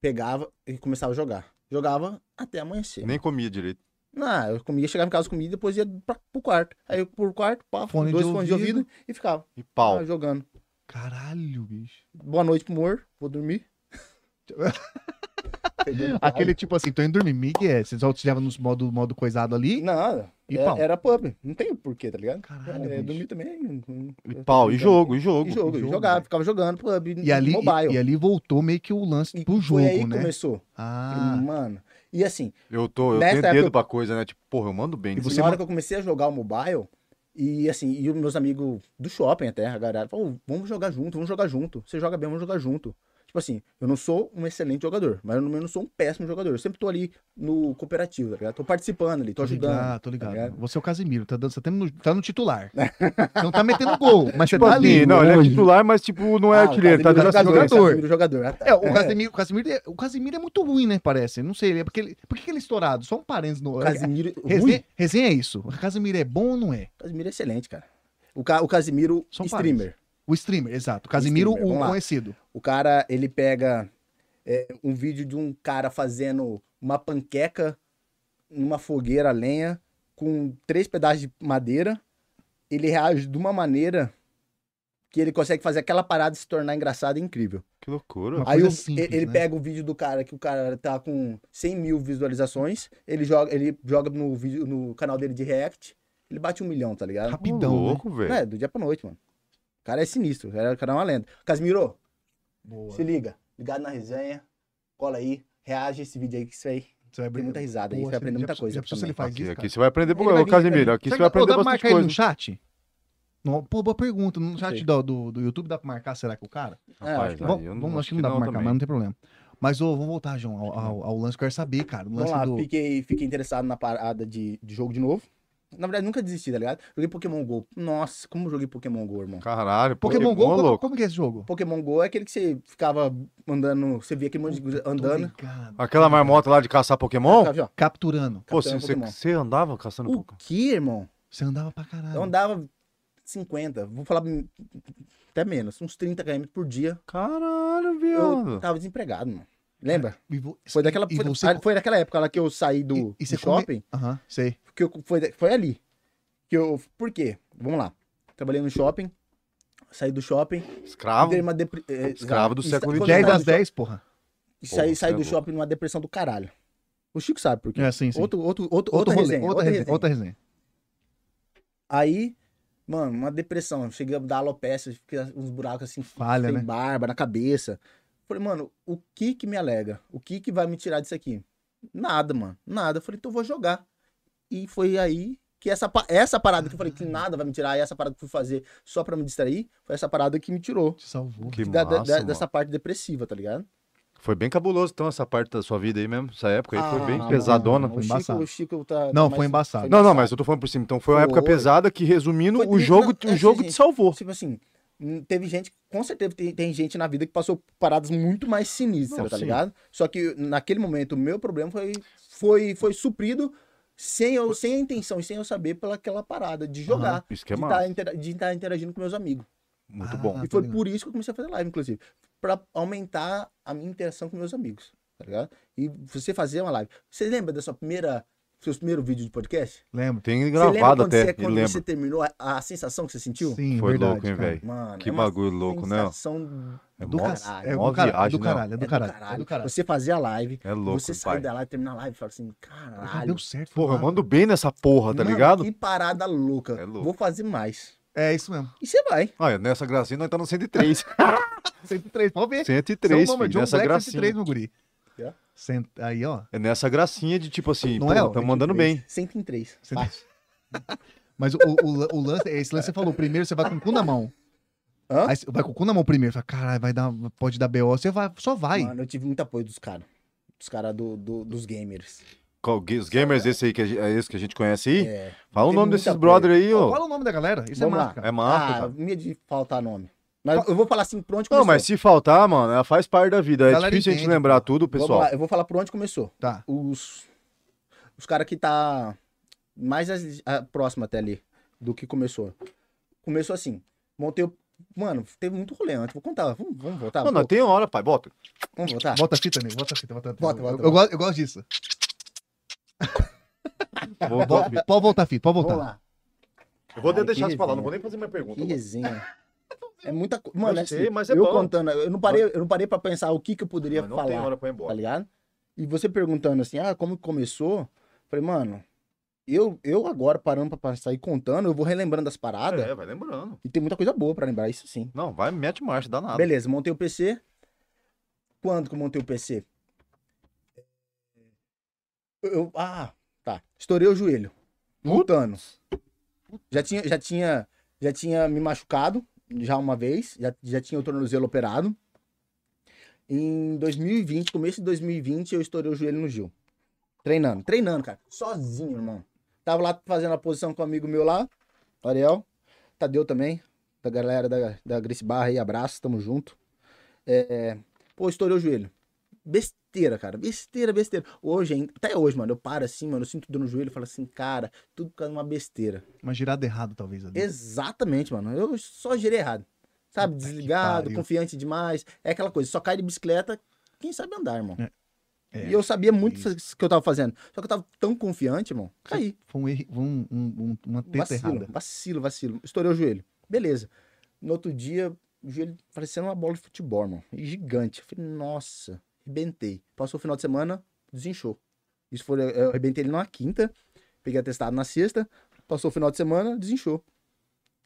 D: pegava e começava a jogar. Jogava até amanhecer.
C: Nem comia direito.
D: Ah, eu comia, chegava em casa, comia e depois ia pra, pro quarto. Aí eu pro quarto, pá,
B: Fone de
D: dois fones de ouvido e ficava
C: E pau.
D: ah, jogando.
B: Caralho, bicho.
D: Boa noite pro amor, vou dormir. Pegando
B: Aquele tipo assim, tô indo dormir. Migue é, você só tirava nos modo, modo coisado ali.
D: Não,
B: E
D: é-
B: pau.
D: era pub. Não tem o porquê, tá ligado?
B: Caralho,
D: é,
B: bicho.
D: dormir também. hum,
C: E pau. E jogo, e jogo.
D: E jogo,
B: e jogo,
D: jogava,
B: velho.
D: ficava jogando pub
B: E ali,
D: mobile.
B: e, e ali voltou meio que o lance
D: E
B: pro jogo,
D: Foi aí que
B: né?
D: começou.
B: Ah,
D: Mano, e assim,
C: Eu, tô, eu
D: Nessa
C: tenho
D: época
C: dedo
D: eu-
C: pra coisa, né? Tipo, porra, eu mando bem.
B: E
C: nisso.
B: você
D: na hora
B: ma-
D: que eu comecei a jogar o mobile, e assim, e os meus amigos do shopping até, a galera, falou, vamos jogar junto, vamos jogar junto. Você joga bem, vamos jogar junto. Tipo assim, eu não sou um excelente jogador, mas eu não eu não sou um péssimo jogador. Eu sempre tô ali no cooperativo, tá ligado? Tô participando ali, tô ajudando.
B: Ah, tô
D: tá
B: ligado.
D: ligado?
B: você é o Casimiro, tá, dando, você tá no, tá no titular. Você não tá metendo gol, mas você
C: Tipo
B: tá
C: assim,
B: ali.
C: não, ele é
B: hoje.
C: titular, mas tipo, não é
D: Ah, o
C: artilheiro, tá
D: Casemiro
C: dando
D: é
C: jogador.
B: jogador.
D: Casemiro é jogador. Ah, tá.
B: É, o Casimiro, o Casimiro, é- o Casimiro é muito ruim, né? Parece. Não sei, ele é porque ele, por que que ele é estourado? Só um parênteses no.
D: O Casemiro, ruim?
B: Resenha, resenha é isso. O Casimiro é bom ou não é?
D: O Casemiro é excelente, cara. O, Ca- o Casemiro,
B: São
D: streamer.
B: O streamer, exato. O Casimiro,
D: streamer,
B: o
D: vamos lá.
B: conhecido.
D: O cara, ele pega é, um vídeo de um cara fazendo uma panqueca numa fogueira a lenha com três pedaços de madeira. Ele reage de uma maneira que ele consegue fazer aquela parada se tornar engraçada e incrível.
C: Que loucura.
B: Uma
D: Aí
B: coisa
D: o-
B: simples,
D: ele
B: né?
D: pega o vídeo do cara que o cara tá com 100 mil visualizações, ele joga, ele joga no, vídeo, no canal dele de react, ele bate um milhão, tá ligado?
B: Rapidão.
C: Ô,
B: né?
C: louco, velho.
D: É, do dia pra noite, mano. O cara é sinistro, o cara o cara é uma lenda. Casimiro,
B: Boa.
D: se liga, ligado na resenha, cola aí, reage a esse vídeo aí que isso aí
B: Você vai
D: tem muita risada aí,
B: Pô,
D: você vai aprender
B: já
D: muita
B: precis-
D: coisa.
B: Já precisa se ele
D: também.
B: faz
C: Aqui,
B: isso.
C: aqui
B: cara.
C: você vai aprender,
D: Ele vai
C: ô
D: vir
C: Casemiro, aqui você
B: Será
C: vai
B: que dá- ô,
C: aprender
B: dá pra
C: bastante
B: marcar ele
C: coisa.
B: no chat? No, pô, boa pergunta. No chat
D: Sei.
B: do, do, do YouTube dá pra marcar, será que o cara?
D: É,
C: Rapaz,
D: acho que-
C: aí
B: Vamos,
C: eu
B: vamos- acho que não dá pra marcar,
C: também.
B: mas não tem problema. Mas ô, vamos voltar, João, ao, ao, ao lance que eu quero saber, cara. O
D: Vamos
B: lance
D: lá,
B: do.
D: fiquei, fiquei interessado na parada de, de jogo de novo. Na verdade, nunca desisti, tá ligado? Joguei Pokémon GO. Nossa, como eu joguei Pokémon GO, irmão?
C: Caralho,
B: Pokémon Go, como,
C: louco.
B: como que é esse jogo?
D: Pokémon GO é aquele que você ficava andando, você via aquele monte de coisa andando.
B: Tô ligado.
C: Aquela marmota lá de caçar Pokémon?
D: ficava assim, ó,
B: Capturando.
C: Pô,
D: capturando
C: você-
D: Pokémon. Uh.
C: você andava caçando
D: O
C: Pokémon?
D: que, irmão?
B: Você andava pra caralho.
D: Eu andava 50, vou falar hum, até menos, uns 30 km por dia.
C: Caralho,
D: Eu
C: viado.
D: tava desempregado, mano. Lembra?
B: E vo-
D: Foi daquela,
B: E
D: foi,
B: você...
D: ah, foi daquela época lá que eu saí do,
B: E- e
D: do
B: você come-
D: shopping.
B: Aham, sei.
D: Que eu, foi, da- foi ali. Que eu, por quê? Vamos lá. Trabalhei no shopping, saí do shopping.
C: Escravo?
D: dei uma depre- eh,
C: Ah, um Escravo do
D: e sa-
C: século
D: quando eu
B: 10
D: saí
B: das
D: do shop-
B: 10, porra.
D: e Saí,
C: né? Porra,
D: saí
C: você é
D: do
C: louco.
D: shopping numa depressão do caralho. O Chico sabe por quê.
B: É, sim, sim.
D: Outro, outro, outro,
B: Outro
D: outra
B: rolê,
D: resenha,
B: outra resenha, outra resenha.
D: Aí, mano, uma depressão. Cheguei a dar alopecia, fiquei uns buracos assim,
B: Falha,
D: sem
B: né?
D: barba, na cabeça. Falei, mano, o que que me alegra? O que que vai me tirar disso aqui? Nada, mano, nada. Falei, então eu vou jogar. E foi aí que essa, pa- essa parada que eu falei que nada vai me tirar, e essa parada que eu fui fazer só pra me distrair, foi essa parada que me tirou
B: Te salvou.
C: Que
D: da- da-
C: massa,
D: da-
C: mano.
D: dessa parte depressiva, tá ligado?
C: Foi bem cabuloso, então, essa parte da sua vida aí mesmo. Essa época aí foi
D: Ah,
C: bem
D: mano,
C: pesadona.
B: foi
D: O Chico,
B: embaçado.
D: o Chico tá. tá
B: Não,
D: mais-
B: foi embaçado.
C: Não, não, mas eu tô falando por cima. Então foi uma época
D: Foi.
C: pesada que, resumindo,
D: Foi
C: o
D: tri-
C: jogo,
D: não,
C: o
D: é,
C: jogo
D: sim,
C: te
D: sim.
C: salvou.
D: Tipo assim, hum, teve gente, com certeza tem, tem gente na vida que passou por paradas muito mais sinistras,
C: Não,
D: tá
C: sim.
D: ligado? Só que naquele momento o meu problema foi, foi, foi suprido sem, eu, sem a intenção e sem eu saber pela aquela parada de jogar.
C: Isso que é
D: de
C: massa.
D: tá intera- de estar interagindo com meus amigos.
C: Muito
B: Ah,
C: bom.
B: tô
D: e foi
B: ligado.
D: por isso que eu comecei a fazer live, inclusive. Pra aumentar a minha interação com meus amigos, tá ligado? E você fazer uma live. Você lembra da sua primeira. Seus primeiros vídeos de podcast?
B: Lembro.
C: Tem
D: Você lembra
C: gravado
D: quando,
C: até,
D: você, é
C: eu
D: quando você tá,
C: lembro.
D: terminou a, a sensação que você sentiu?
B: Sim,
C: Foi
B: verdade,
C: louco, hein,
B: cara.
C: velho.
D: Mano,
C: Que
D: é uma
C: bagulho louco, né?
D: sensação
C: É
B: Do,
C: mó-
B: ca...
D: caralho.
B: é,
C: Mó
B: do, caralho,
C: viagem,
B: do
C: não.
B: caralho, é do
D: do caralho.
B: caralho, é do caralho.
D: Você fazer a live,
C: É louco,
D: você sair
C: pai.
D: da live, terminar a live e falar assim,
B: Ah,
D: caralho.
B: deu certo.
C: Porra, eu
B: mano.
C: mando bem nessa porra, tá
D: mano,
C: ligado?
D: Que parada louca.
C: É louco.
D: Vou fazer mais.
B: É isso mesmo.
D: E você vai.
C: Olha, nessa gracinha nós tá no 103.
B: 103, pode ver.
C: 103,
B: São
D: um
C: filho,
B: Bomber, John
C: nessa
B: Black,
C: gracinha.
B: 103, meu guri.
D: É?
B: Cent... Aí, ó.
C: É nessa gracinha de tipo assim,
B: Não
C: pô,
B: é, ó,
C: tá mandando bem.
D: 103.
B: Cê-
D: Fácil.
B: Mas o, o- o lance, é esse lance que você falou, primeiro você vai com o cu na mão.
D: Hã?
B: Aí você vai com o cu na mão primeiro. Fala, caralho, vai dar, pode dar BO. Você vai, só vai.
D: Mano, eu tive muito apoio dos caras. Dos caras do, do- dos gamers.
C: Qual- os gamers, esse aí que a gente- é esse que a gente conhece aí?
D: É.
C: Fala o
D: tem
C: nome
D: muita
C: desses
D: coisa.
C: brother aí,
B: Pô,
C: ô.
B: Fala o nome da galera. Isso
D: Vamos
B: é
D: lá.
B: marca.
C: É massa,
D: Ah,
C: cara. Tá.
D: medo de faltar nome. Mas eu vou falar assim, por onde
C: Não,
D: começou.
C: mas se faltar, mano, ela faz parte da vida. É
B: Galera
C: difícil a gente
B: entende,
C: lembrar tudo,
D: Vamos
C: pessoal.
D: lá, eu vou falar por onde começou.
B: Tá.
D: os, os caras que tá mais as- a, próxima até ali do que começou. Começou assim, montei o. Mano, teve muito rolê antes, vou contar, vamos, vamos voltar?
C: Mano,
D: Vou-
C: tem hora, pai. Bota.
D: Vamos voltar?
B: Bota a fita, nego. Bota a fita, bota a fita.
D: Bota,
B: eu,
D: bota,
B: eu
D: bota.
B: gosto- eu gosto disso.
C: Vou- vou-
B: Bo- Pode voltar a fita, pode
D: Vamos
B: voltar.
D: lá.
C: eu vou
D: Caralho,
C: deixar
D: que
C: de falar, não
D: resenha.
C: vou nem fazer minha pergunta.
D: Que resenha. É muita coisa. Mano,
C: Eu
D: é
C: sei,
D: assim,
C: mas é
D: eu
C: bom.
D: contando, eu não parei, eu não parei pra pensar o que que eu poderia
C: Mas não tem
D: falar.
C: hora pra ir
D: tá
C: embora.
D: ligado? E você perguntando assim, ah, como que começou? Falei, mano, eu, eu agora parando pra passar e contando, eu vou relembrando das paradas.
C: É, vai lembrando.
D: E tem muita coisa boa pra lembrar, isso sim.
C: Não, vai, mete marcha, dá nada.
D: Beleza, montei o PC. Quando que eu montei o PC? Eu- Eu, ah, tá. Estourei o joelho. Lutando. Já tinha, já tinha, já tinha me machucado já uma vez, já, já tinha o tornozelo operado. Em 2020, começo de 2020, eu estourei o joelho no Gil. Treinando, treinando, cara. Sozinho, irmão. Tava lá fazendo a posição com um amigo meu lá, o Ariel. Tadeu também, da galera da, da Grace Barra aí, abraço, tamo junto. É, é, pô, estourei o joelho. Besteira, cara. Besteira, besteira. Hoje, hein, até hoje, mano, eu paro assim, mano, eu sinto dor no joelho e falo assim, cara, tudo por causa de uma besteira.
B: Uma girada errada, talvez. Ali.
D: Exatamente, mano. Eu só girei errado. Sabe,
B: Puta que
D: desligado,
B: pariu.
D: confiante demais. É aquela coisa, só cai de bicicleta, quem sabe andar, irmão.
B: É,
D: e eu sabia muito
B: isso.
D: o que eu tava fazendo. Só que eu tava tão confiante, irmão. Caí.
B: Foi um erro- um- um- um- uma teta
D: Vacilo,
B: errada.
D: vacilo, vacilo. Estourei o joelho. Beleza. No outro dia, o joelho parecendo uma bola de futebol, mano. E Gigante. Eu falei, nossa, arrebentei. Passou o final de semana, desinchou. Isso foi, eu arrebentei ele numa quinta, peguei atestado na sexta, passou o final de semana, desinchou.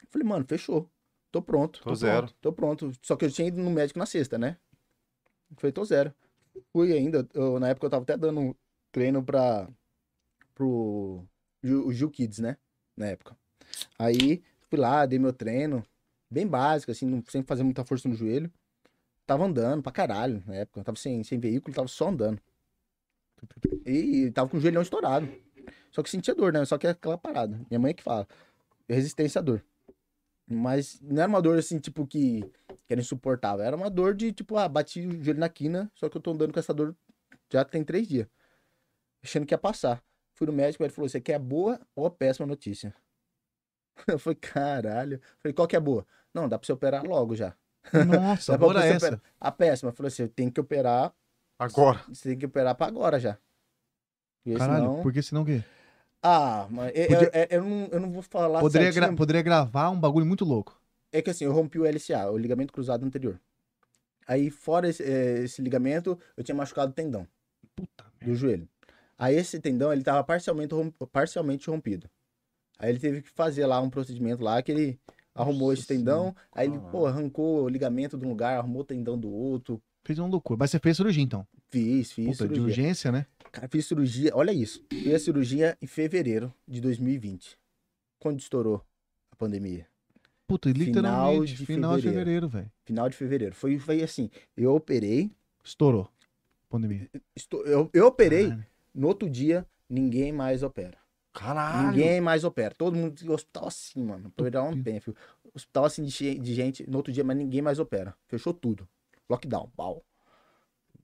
D: Eu falei, mano, fechou. Tô pronto.
C: Tô zero.
D: Tô pronto. Só que eu tinha ido no médico na sexta, né? Eu falei, tô zero. Fui ainda. eu- na época eu tava até dando treino pra. pro. Ju- O Gil Kids, né? Na época. Aí fui lá, dei meu treino. Bem básico, assim, não, sem fazer muita força no joelho. Tava andando pra caralho na época. Tava sem, sem veículo, tava só andando. E tava com o joelhão estourado. Só que sentia dor, né? Só que é aquela parada. Minha mãe que fala. Resistência à dor. Mas não era uma dor assim, tipo, que, que era insuportável. Era uma dor de, tipo, ah, bati o joelho na quina, só que eu tô andando com essa dor já tem três dias. Achando que ia passar. Fui no médico, ele falou: você quer boa ou péssima notícia? Eu falei, caralho. Falei, qual que é a boa? Não, dá pra você operar logo já.
B: Nossa,
D: Dá pra
B: agora
D: você
B: é essa.
D: operar. A péssima, falou assim: tem que operar,
C: Agora.
D: você tem que operar pra agora já. Porque
B: Caralho,
D: senão-
B: porque senão o quê?
D: Ah, mas eu,
B: Podia-
D: eu- eu não, eu não vou falar
B: Poderia, gra-
D: certinho,
B: poderia gravar um bagulho muito louco.
D: É que assim, eu rompi o LCA, o ligamento cruzado anterior. Aí, fora esse, eh, esse ligamento, eu tinha machucado o tendão
B: Puta merda.
D: do joelho. Aí, esse tendão, ele tava parcialmente, rom- parcialmente rompido. Aí, ele teve que fazer lá um procedimento lá que ele arrumou
C: Nossa
D: esse tendão. Aí, ele,
C: Caralho.
D: pô, arrancou o ligamento de um lugar, arrumou o tendão do outro.
B: Fez uma loucura. Mas você fez cirurgia, então.
D: Fiz, fiz
B: Puta, de
D: cirurgia.
B: urgência, né?
D: Cara, fiz cirurgia, olha isso. Fiz a cirurgia em fevereiro de 2020, quando estourou a pandemia.
B: Puta,
D: Final
B: literalmente,
D: de
B: final de fevereiro, velho.
D: Final de fevereiro. Foi, foi assim, eu operei,
B: Estourou. Pandemia.
D: estou- eu, eu operei,
B: Caralho.
D: No outro dia, ninguém mais opera.
C: Caralho.
D: Ninguém mais opera. Todo mundo em hospital assim, mano. Pra virar um
B: Tupido.
D: pé, filho. Hospital assim de, che- de gente. No outro dia, mas ninguém mais opera. Fechou tudo. Lockdown, pau.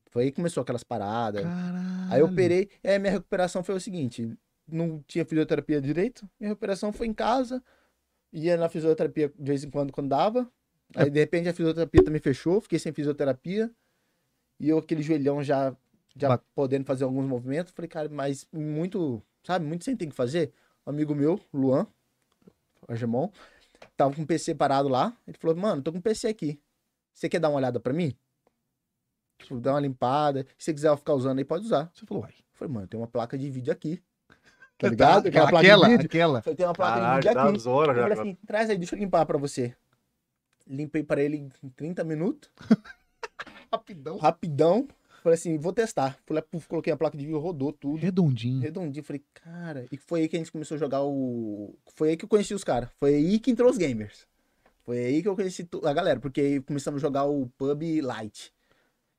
D: Foi aí que começou aquelas paradas.
B: Caralho.
D: Aí eu operei. E aí minha recuperação foi o seguinte: não tinha fisioterapia direito. Minha recuperação foi em casa. Ia na fisioterapia de vez em quando, quando dava. Aí de repente a fisioterapia também fechou. Fiquei sem fisioterapia. E eu, aquele joelhão já, já
B: Ba-
D: podendo fazer alguns movimentos. Falei, cara, mas muito, sabe, muito sem ter que fazer. Um amigo meu, Luan, Argemon, tava com o PC parado lá. Ele falou, mano, tô com o PC aqui. Você quer dar uma olhada pra mim? Tipo, Dá uma limpada. Se você quiser ficar usando aí, pode usar.
B: Você falou, uai.
D: Eu Falei, mano, tem uma placa de vídeo aqui. Tá ligado? Aquela placa
B: Aquela, tá
D: de vídeo.
B: aquela.
D: Eu Falei, tem uma placa de
C: Caralho,
D: vídeo
C: dá
D: aqui.
C: as horas
D: Eu falei
C: já.
D: assim, traz aí, deixa eu limpar pra você. Limpei pra ele em 30 minutos,
B: Rapidão.
D: rapidão. Falei assim, vou testar. Fui lá, puf, coloquei a placa de vídeo, rodou tudo.
B: Redondinho.
D: Redondinho. Falei, cara. E foi aí que a gente começou a jogar o. Foi aí que eu conheci os caras. Foi aí que entrou os gamers. Foi aí que eu conheci to- a galera, porque aí começamos a jogar o Pub Lite,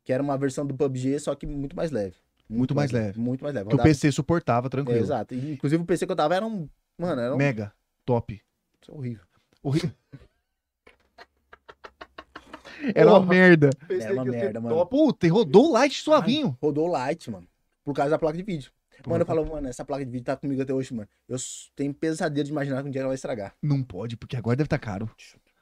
D: que era uma versão do PUBG, só que muito mais leve.
B: Muito mais leve.
D: Muito mais leve.
B: Que o
D: Rodava-
B: PC suportava,
D: É,
B: tranquilo.
D: exato. E, inclusive o PC que eu tava era um. Mano, era um.
B: Mega. Top.
D: Isso é horrível.
B: Horrível. Era uma
C: Porra.
B: merda.
C: Pensei
D: Era uma
C: que ia ser
D: merda, mano.
C: top.
B: Puta, e rodou o light suavinho.
D: Rodou o Lite, mano. Por causa da placa de vídeo. Mano, eu
B: Puta,
D: falo, mano, essa placa de vídeo tá comigo até hoje, mano. Eu s- tenho pesadelo de imaginar que um dia ela vai estragar.
B: Não pode, porque agora deve estar caro.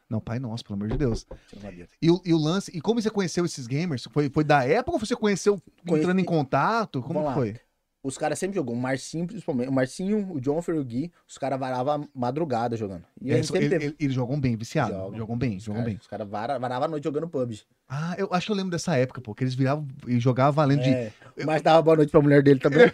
B: Não, pai nosso, pelo amor de Deus.
D: Você não sabia.
B: E o, e o lance, e como você conheceu esses gamers? Foi, foi da época ou você conheceu
D: Conheci-
B: entrando em contato? Como
D: Vamos lá.
B: foi?
D: Os caras sempre jogam. O Marcinho, principalmente. O Marcinho, o Jonfer e o Gui, os caras varavam madrugada jogando. E
B: É,
D: a gente
B: Eles,
D: sempre
B: ele-
D: teve.
B: ele- eles jogam bem, viciado.
D: Jogam.
B: Jogam, bem,
D: Os
B: jogam
D: cara-
B: bem.
D: Os caras vara, varavam a noite jogando PUBG.
B: Ah, eu acho que eu lembro dessa época, pô, que eles viravam e jogavam valendo
D: É, Mas dava boa noite pra mulher dele também.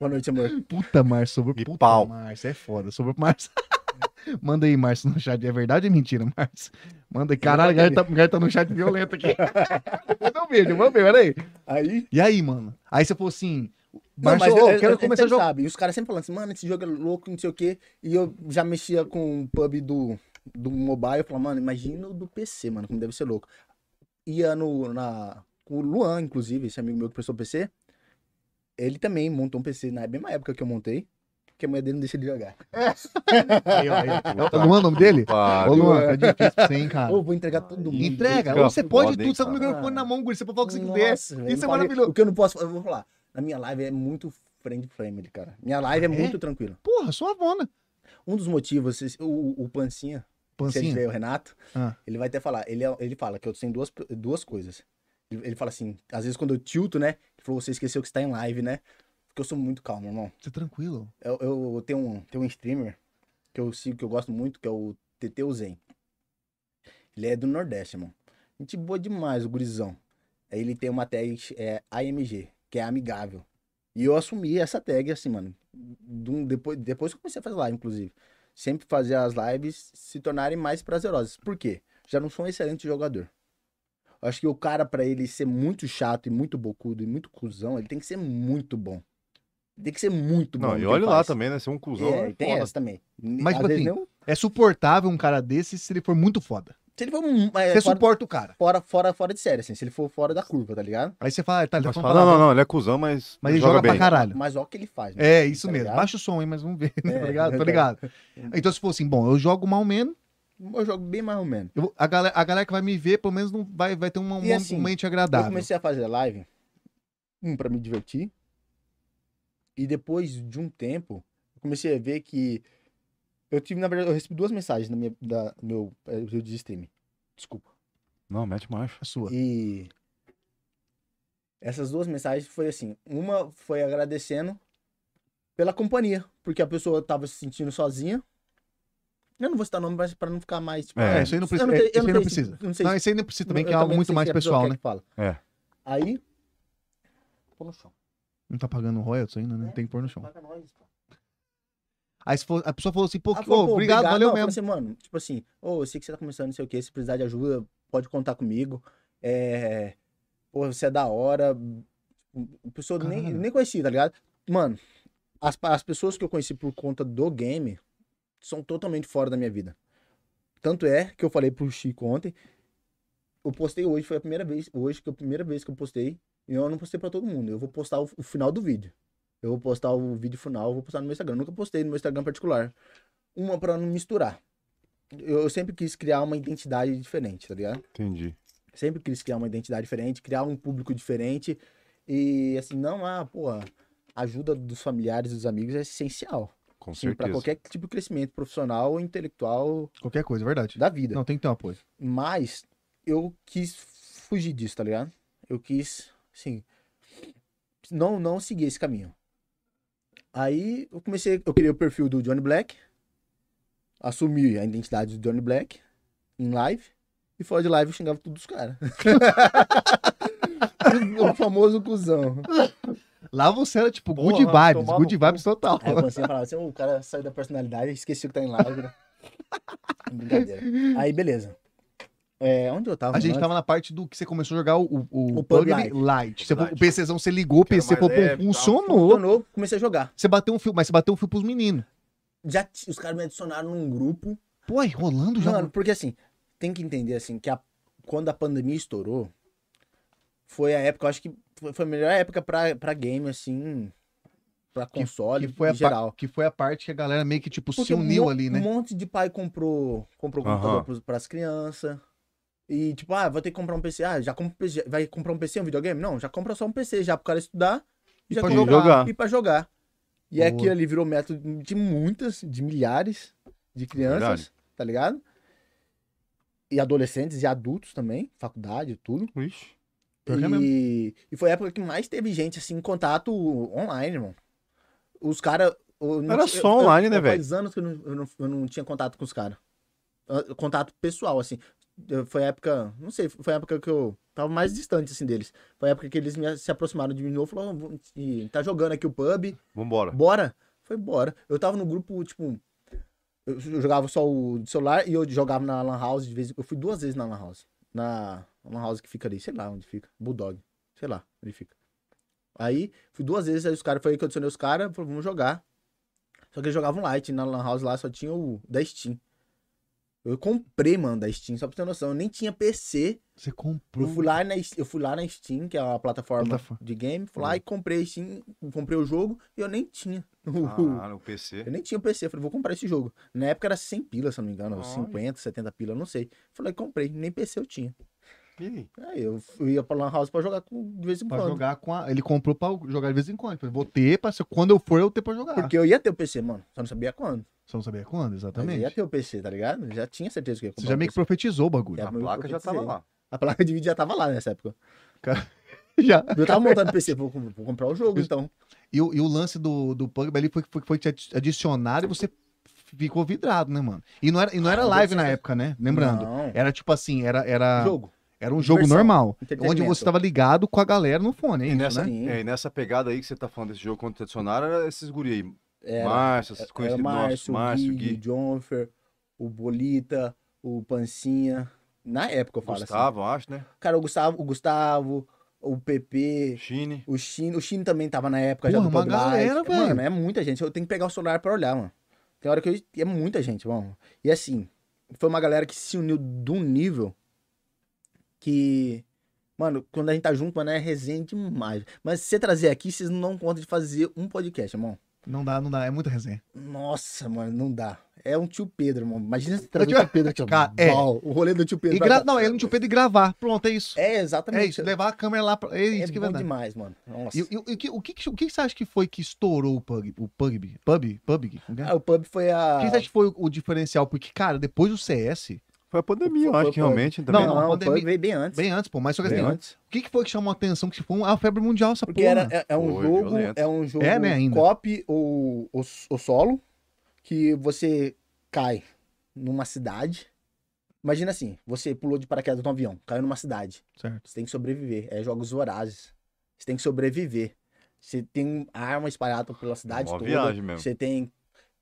D: boa noite, amor.
B: de puta, Márcio, sobrou
C: E
B: puta,
C: pau.
B: Márcio, é foda, sobrou pro Márcio. Manda aí, Márcio, no chat. É verdade ou é mentira, Márcio? Manda aí. Caralho, o cara tá, o cara tá no chat violento aqui. Manda um beijo, manda um beijo, peraí.
D: Aí.
B: E aí, mano? Aí você falou assim,
D: Não,
B: Márcio,
D: mas é,
B: ô,
D: eu-
B: eu quero
D: eu-
B: começar a
D: eles
B: jogar.
D: sabem. E os caras sempre falando assim, mano, esse jogo é louco, não sei o quê. E eu já mexia com o pub do, do mobile. Eu falava, mano, imagina o do PC, mano, como deve ser louco. Ia no, na, com o Luan, inclusive, esse amigo meu que prestou PC. Ele também montou um PC na mesma época que eu montei. Porque a mulher dele não deixa ele jogar.
B: Aí, ó, aí, ó. É o Luan, o nome dele?
C: Pá,
B: Ô,
C: viu?
B: Luan, tá difícil pra você, hein, cara.
D: Ô, vou entregar todo mundo.
B: Entrega,
C: Fica
B: você pode
C: foda, hein,
B: tudo, você tá com o
C: cara.
B: microfone na mão, guri, você pode falar o que você
D: Nossa,
B: quiser.
D: velho,
B: Isso
D: não
B: é
D: falei-
B: maravilhoso.
D: O que eu não posso... Eu vou falar. Na minha live é muito friend friendly, cara. Minha live é, muito tranquila.
B: Porra, suavona.
D: Um dos motivos, esse- o, o Pancinha, se ele
B: Pancinha.
D: tiver o Renato,
B: Ah.
D: ele vai até falar. Ele, é- ele fala que eu tenho duas, duas coisas. Ele, ele fala assim, às vezes quando eu tilto, né? Ele falou, você esqueceu que está em live, né? Porque eu sou muito calmo, irmão.
B: Você tranquilo.
D: Eu, eu tenho, um, tenho um streamer que eu sigo, que eu gosto muito, que é o TT Zen. Ele é do Nordeste, irmão. Gente boa demais, o gurizão. Aí ele tem uma tag é, AMG, que é amigável. E eu assumi essa tag, assim, mano. de um- depois, depois que eu comecei a fazer live, inclusive. Sempre fazer as lives se tornarem mais prazerosas. Por quê? Já não sou um excelente jogador. Eu Acho que o cara, pra ele ser muito chato e muito bocudo e muito cuzão, ele tem que ser muito bom. Tem que ser muito bom.
C: Não,
D: no
C: e
D: que
C: olha
D: ele
C: lá
D: faz.
C: também, né? Ser um cuzão.
D: É,
C: né?
D: tem
C: Foda.
D: essa também.
B: Mas,
D: Às
B: tipo
D: vezes
B: assim,
D: não-
B: É suportável um cara desse se ele for muito foda.
D: se ele for um, é,
B: Você
D: fora,
B: suporta o cara.
D: fora, fora, fora de série, assim, se ele for fora da curva, tá ligado?
B: Aí você fala, ah, tá, ele
C: Mas
B: tá
C: fala,
B: falando
C: não, não,
B: palavrão,
C: não, ele é cuzão, mas,
B: Mas ele joga, pra
C: bem.
B: caralho.
D: Mas olha o que ele faz, né?
B: É, isso
D: Tá
B: mesmo.
D: ligado?
B: Baixa o som aí, mas vamos ver.
D: É,
B: tá ligado? Tô
D: tá
B: ligado. Então, se for assim, bom, eu jogo mal menos,
D: Eu jogo bem mais ou menos.
B: eu vou- a, galera, a galera que vai me ver, pelo menos não vai, vai ter uma,
D: E
B: uma-
D: assim,
B: um mente
D: Eu
B: agradável.
D: comecei a fazer live, um, pra me divertir. E depois de um tempo, eu comecei a ver que. Eu tive, na verdade, eu recebi duas mensagens na minha, da, no meu eh, vídeo de streaming. Desculpa.
C: Não, mete marcha.
B: A sua.
D: E essas duas mensagens foi assim, uma foi agradecendo pela companhia, porque a pessoa tava se sentindo sozinha. Eu não vou citar nome, mas para não ficar mais tipo,
C: É,
B: É, isso aí não precisa.
D: eu não sei-
B: é, Isso
D: eu
B: aí
D: não
B: não
D: sei se-
B: precisa.
D: não sei
B: Não,
D: se-
B: isso aí não precisa também,
D: eu
B: que é algo
D: também não
B: muito
D: sei
B: mais
D: se a pessoa
B: pessoal,
D: quer
B: né?
D: que fala.
C: É.
D: Aí Pô no chão.
B: Não tá pagando royalties ainda, né?
D: É.
B: Tem que pôr no chão.
D: Paga nós, pô.
B: Aí se for- a pessoa falou assim, pô,
D: Ah,
B: que-
D: falou,
B: ô,
D: pô,
B: obrigado, valeu
D: não, falou
B: mesmo.
D: Assim, mano, tipo assim, ô, eu sei que você tá começando, não sei o que, se precisar de ajuda, pode contar comigo. É. Pô, você é da hora. A Pessoa nem,
B: Cara.
D: nem conheci, tá ligado? Mano, as, pa- as pessoas que eu conheci por conta do game são totalmente fora da minha vida. Tanto é que eu falei pro Chico ontem. Eu postei hoje, foi a primeira vez, hoje que é a primeira vez que eu postei. E eu não postei pra todo mundo. Eu vou postar o, o final do vídeo. Eu vou postar o vídeo final, eu vou postar no meu Instagram. Eu nunca postei no meu Instagram particular. Uma pra não misturar. Eu, eu sempre quis criar uma identidade diferente, tá ligado?
C: Entendi.
D: Sempre quis criar uma identidade diferente, criar um público diferente. E assim, não, ah, porra, a ajuda dos familiares e dos amigos é essencial.
C: Com
D: Sim, pra
C: certeza.
D: qualquer tipo de crescimento profissional ou intelectual
B: Qualquer coisa, é verdade.
D: da vida.
B: Não, tem que ter um apoio.
D: Mas eu quis fugir disso, tá ligado? Eu quis, assim, não, não seguir esse caminho. Aí eu comecei, eu criei o perfil do Johnny Black, assumi a identidade do Johnny Black em live, e fora de live eu xingava todos os caras. o famoso cuzão.
B: Lá você era tipo good
C: Porra, vai
B: vibes,
C: tomar
B: good
C: no cu.
B: vibes total.
D: Aí o Pancinha falava assim, "Ô, o cara saiu da personalidade, esqueceu que tá em live, né? Brincadeira. Aí, beleza. É, onde eu tava?
B: A gente
D: antes?
B: tava na parte do que você começou a jogar o, o, o
D: O
B: Pug
D: Pug
B: Light.
D: Light.
B: Você foi-
C: Light.
B: o PCzão, você ligou o
C: Que era
B: PC,
C: mais
B: falou,
D: é,
B: pô,
C: leve e tal.
B: funcionou.
D: Funcionou, comecei a jogar.
B: Você bateu um fio, mas você bateu um fio pros meninos.
D: Já t- os caras me adicionaram num grupo.
B: Pô, aí rolando já.
D: Mano, porque assim, tem que entender assim, que a- quando a pandemia estourou, foi a época, eu acho que foi- foi a melhor época pra, pra game, assim, pra
B: Que-
D: console
B: que, foi a
D: em geral.
B: par- que foi a parte que a galera meio que, tipo, se
D: um
B: uniu
D: mon-
B: ali, né?
D: Um monte de pai comprou, comprou
C: Aham.
D: computador pros- pras crianças. E tipo, ah, vou ter que comprar um PC. Ah, já compra um PC, vai comprar um PC, um videogame? Não, já compra só um PC, já pro cara estudar
B: E
D: já um
B: pra
D: compra-
C: jogar.
D: E pra jogar. E
B: Boa.
D: aquilo ali virou método de muitas, de milhares de crianças,
C: Verdade.
D: tá ligado? E adolescentes e adultos também, faculdade, tudo.
C: Ixi.
B: Pior que é
D: E, e foi a época que mais teve gente, assim, em contato online, irmão. Os caras.
C: Era só online, né, velho?
D: Faz anos que eu não, eu não- eu não tinha contato com os caras. Ah, Contato pessoal, assim. Eu- Foi a época. Não sei, foi a época que eu tava mais distante, assim, deles. Foi a época que eles me- se aproximaram de mim de novo e falaram: "Ó, vamos- e tá jogando aqui o pub,
C: Vambora.
D: bora? Foi bora. Eu tava no grupo, tipo. Eu eu jogava só o de celular e eu jogava na Lan House de vez em Eu fui duas vezes na Lan House. Na Lan House que fica ali, sei lá onde fica. Bulldog. Sei lá onde fica. Aí, fui duas vezes, aí os caras, foi aí que eu adicionei os caras, falou, vamos jogar. Só que eles jogavam light, na Lan House lá só tinha o da Steam. Eu comprei, mano, da Steam, só pra você ter noção. Eu nem tinha PC.
B: Você
D: Eu
B: comprou.
D: fui lá na, eu fui lá na Steam, que é uma plataforma
B: Uhum. Plataforma. Uhum.
D: de game, fui lá e comprei a Steam, comprei o jogo e eu nem tinha.
C: Ah, no PC.
D: Eu nem tinha o PC, falei, vou comprar esse jogo. Na época era 100 pila, se eu não me engano, ou
C: Olha.
D: 50, 70 pila, eu não sei. Falei, comprei, nem PC eu tinha.
C: Ih,
D: Aí eu fui- ia pra Lan House pra jogar com, de vez em
B: Pra
D: quando.
B: jogar com a... Ele comprou pra jogar de vez em quando. Ele falou, Vou ter, pra... se- quando eu for, eu ter pra jogar.
D: Porque eu ia ter o PC, mano, só não sabia quando.
B: Você não sabia quando,
D: Mas eu
B: exatamente.
D: ia ter o PC, tá ligado? Já tinha certeza que eu ia
B: Você
D: comprar
B: já
D: um
B: meio que
D: PC.
B: profetizou o bagulho.
D: É.
C: a placa já tava lá.
D: A placa de vídeo já tava lá nessa época.
B: Já.
D: Eu tava montando o PC, vou, com- vou comprar o jogo,
B: Isso.
D: então.
B: E, o- e o lance do, do Pugba ali foi que foi, foi te adi- adicionado e você ficou vidrado, né, mano? E não era, e não era
D: Ah,
B: live
D: você-
B: na época, né? Lembrando.
D: então. Não.
B: Era tipo assim, era, era,
D: Jogo.
B: era um jogo
D: Diversão,
B: normal. Onde
D: entretenimento.
B: você tava ligado com a galera no fone, é
C: E
B: isso,
C: nessa,
B: né?
D: Sim.
C: é, e nessa pegada aí que você tá falando desse jogo contra o dicionário, era esses guri aí.
D: Era-
C: Márcio, esses
D: Era o
C: conhecidos nossos.
D: Márcio,
C: Márcio,
D: o Gui,
C: Gui,
D: o Jonfer, o Bolita, o Pancinha. Na época eu falo assim.
C: Gustavo, acho, né?
D: Cara, o Gustavo, o Gustavo, o PP,
C: Chine.
D: o Chino. O Chino também tava na época já
B: Porra,
D: do
B: uma
D: Pub Light.
B: galera, velho.
D: Mano, é muita gente. Eu tenho que pegar o celular pra olhar, mano. Tem hora que eu... É muita gente, mano. E assim, foi uma galera que se uniu de um nível que... Mano, quando a gente tá junto, mano, é resenha demais. Mas se você trazer aqui, vocês não contam de fazer um podcast, irmão.
B: Não dá, não dá, é muita resenha.
D: Nossa, mano, não dá. É um tio Pedro, mano. Imagina se trazer o tio Pedro aqui, ó.
B: Cara, é.
D: Uau, O rolê do tio Pedro.
B: E
D: pra
B: gra-
D: cá.
B: Não, ele não tinha o pedido de gravar. Pronto, é isso.
D: É,
B: É
D: exatamente.
B: isso, levar a câmera lá pra... É
D: É
B: isso que vai
D: bom
B: dar.
D: demais, mano. Nossa.
B: E, e- e o que- o, que, que- o que você acha que foi que estourou o Pug? O Pug? Pub? Pug? Como que é?
D: Ah, o pub foi a.
B: O que você acha que foi o, o diferencial? Porque, cara, depois do CS,
C: Foi a pandemia, eu
D: Foi-
C: acho
D: foi-
C: que
D: foi.
C: realmente
B: Não,
D: Não,
C: também.
D: É,
C: né?
D: não, o
B: pandemia-
D: pub veio bem antes.
B: Bem antes, pô. Mas só que
C: Bem
B: assim,
C: antes.
B: o que, que foi que chamou a atenção? Que foi a febre mundial essa
D: Porque
B: porra.
D: era, é, é um
C: Foi
D: jogo,
C: violento.
D: é um jogo
B: É, né, ainda.
D: copy ou, ou, ou solo, que você cai numa cidade. Imagina assim, você pulou de paraquedas de um avião, caiu numa cidade.
B: Certo.
D: Você tem que sobreviver. É jogos vorazes. Você tem que sobreviver. Você tem arma espalhada pela cidade
C: É Uma
D: toda.
C: viagem mesmo.
D: Você tem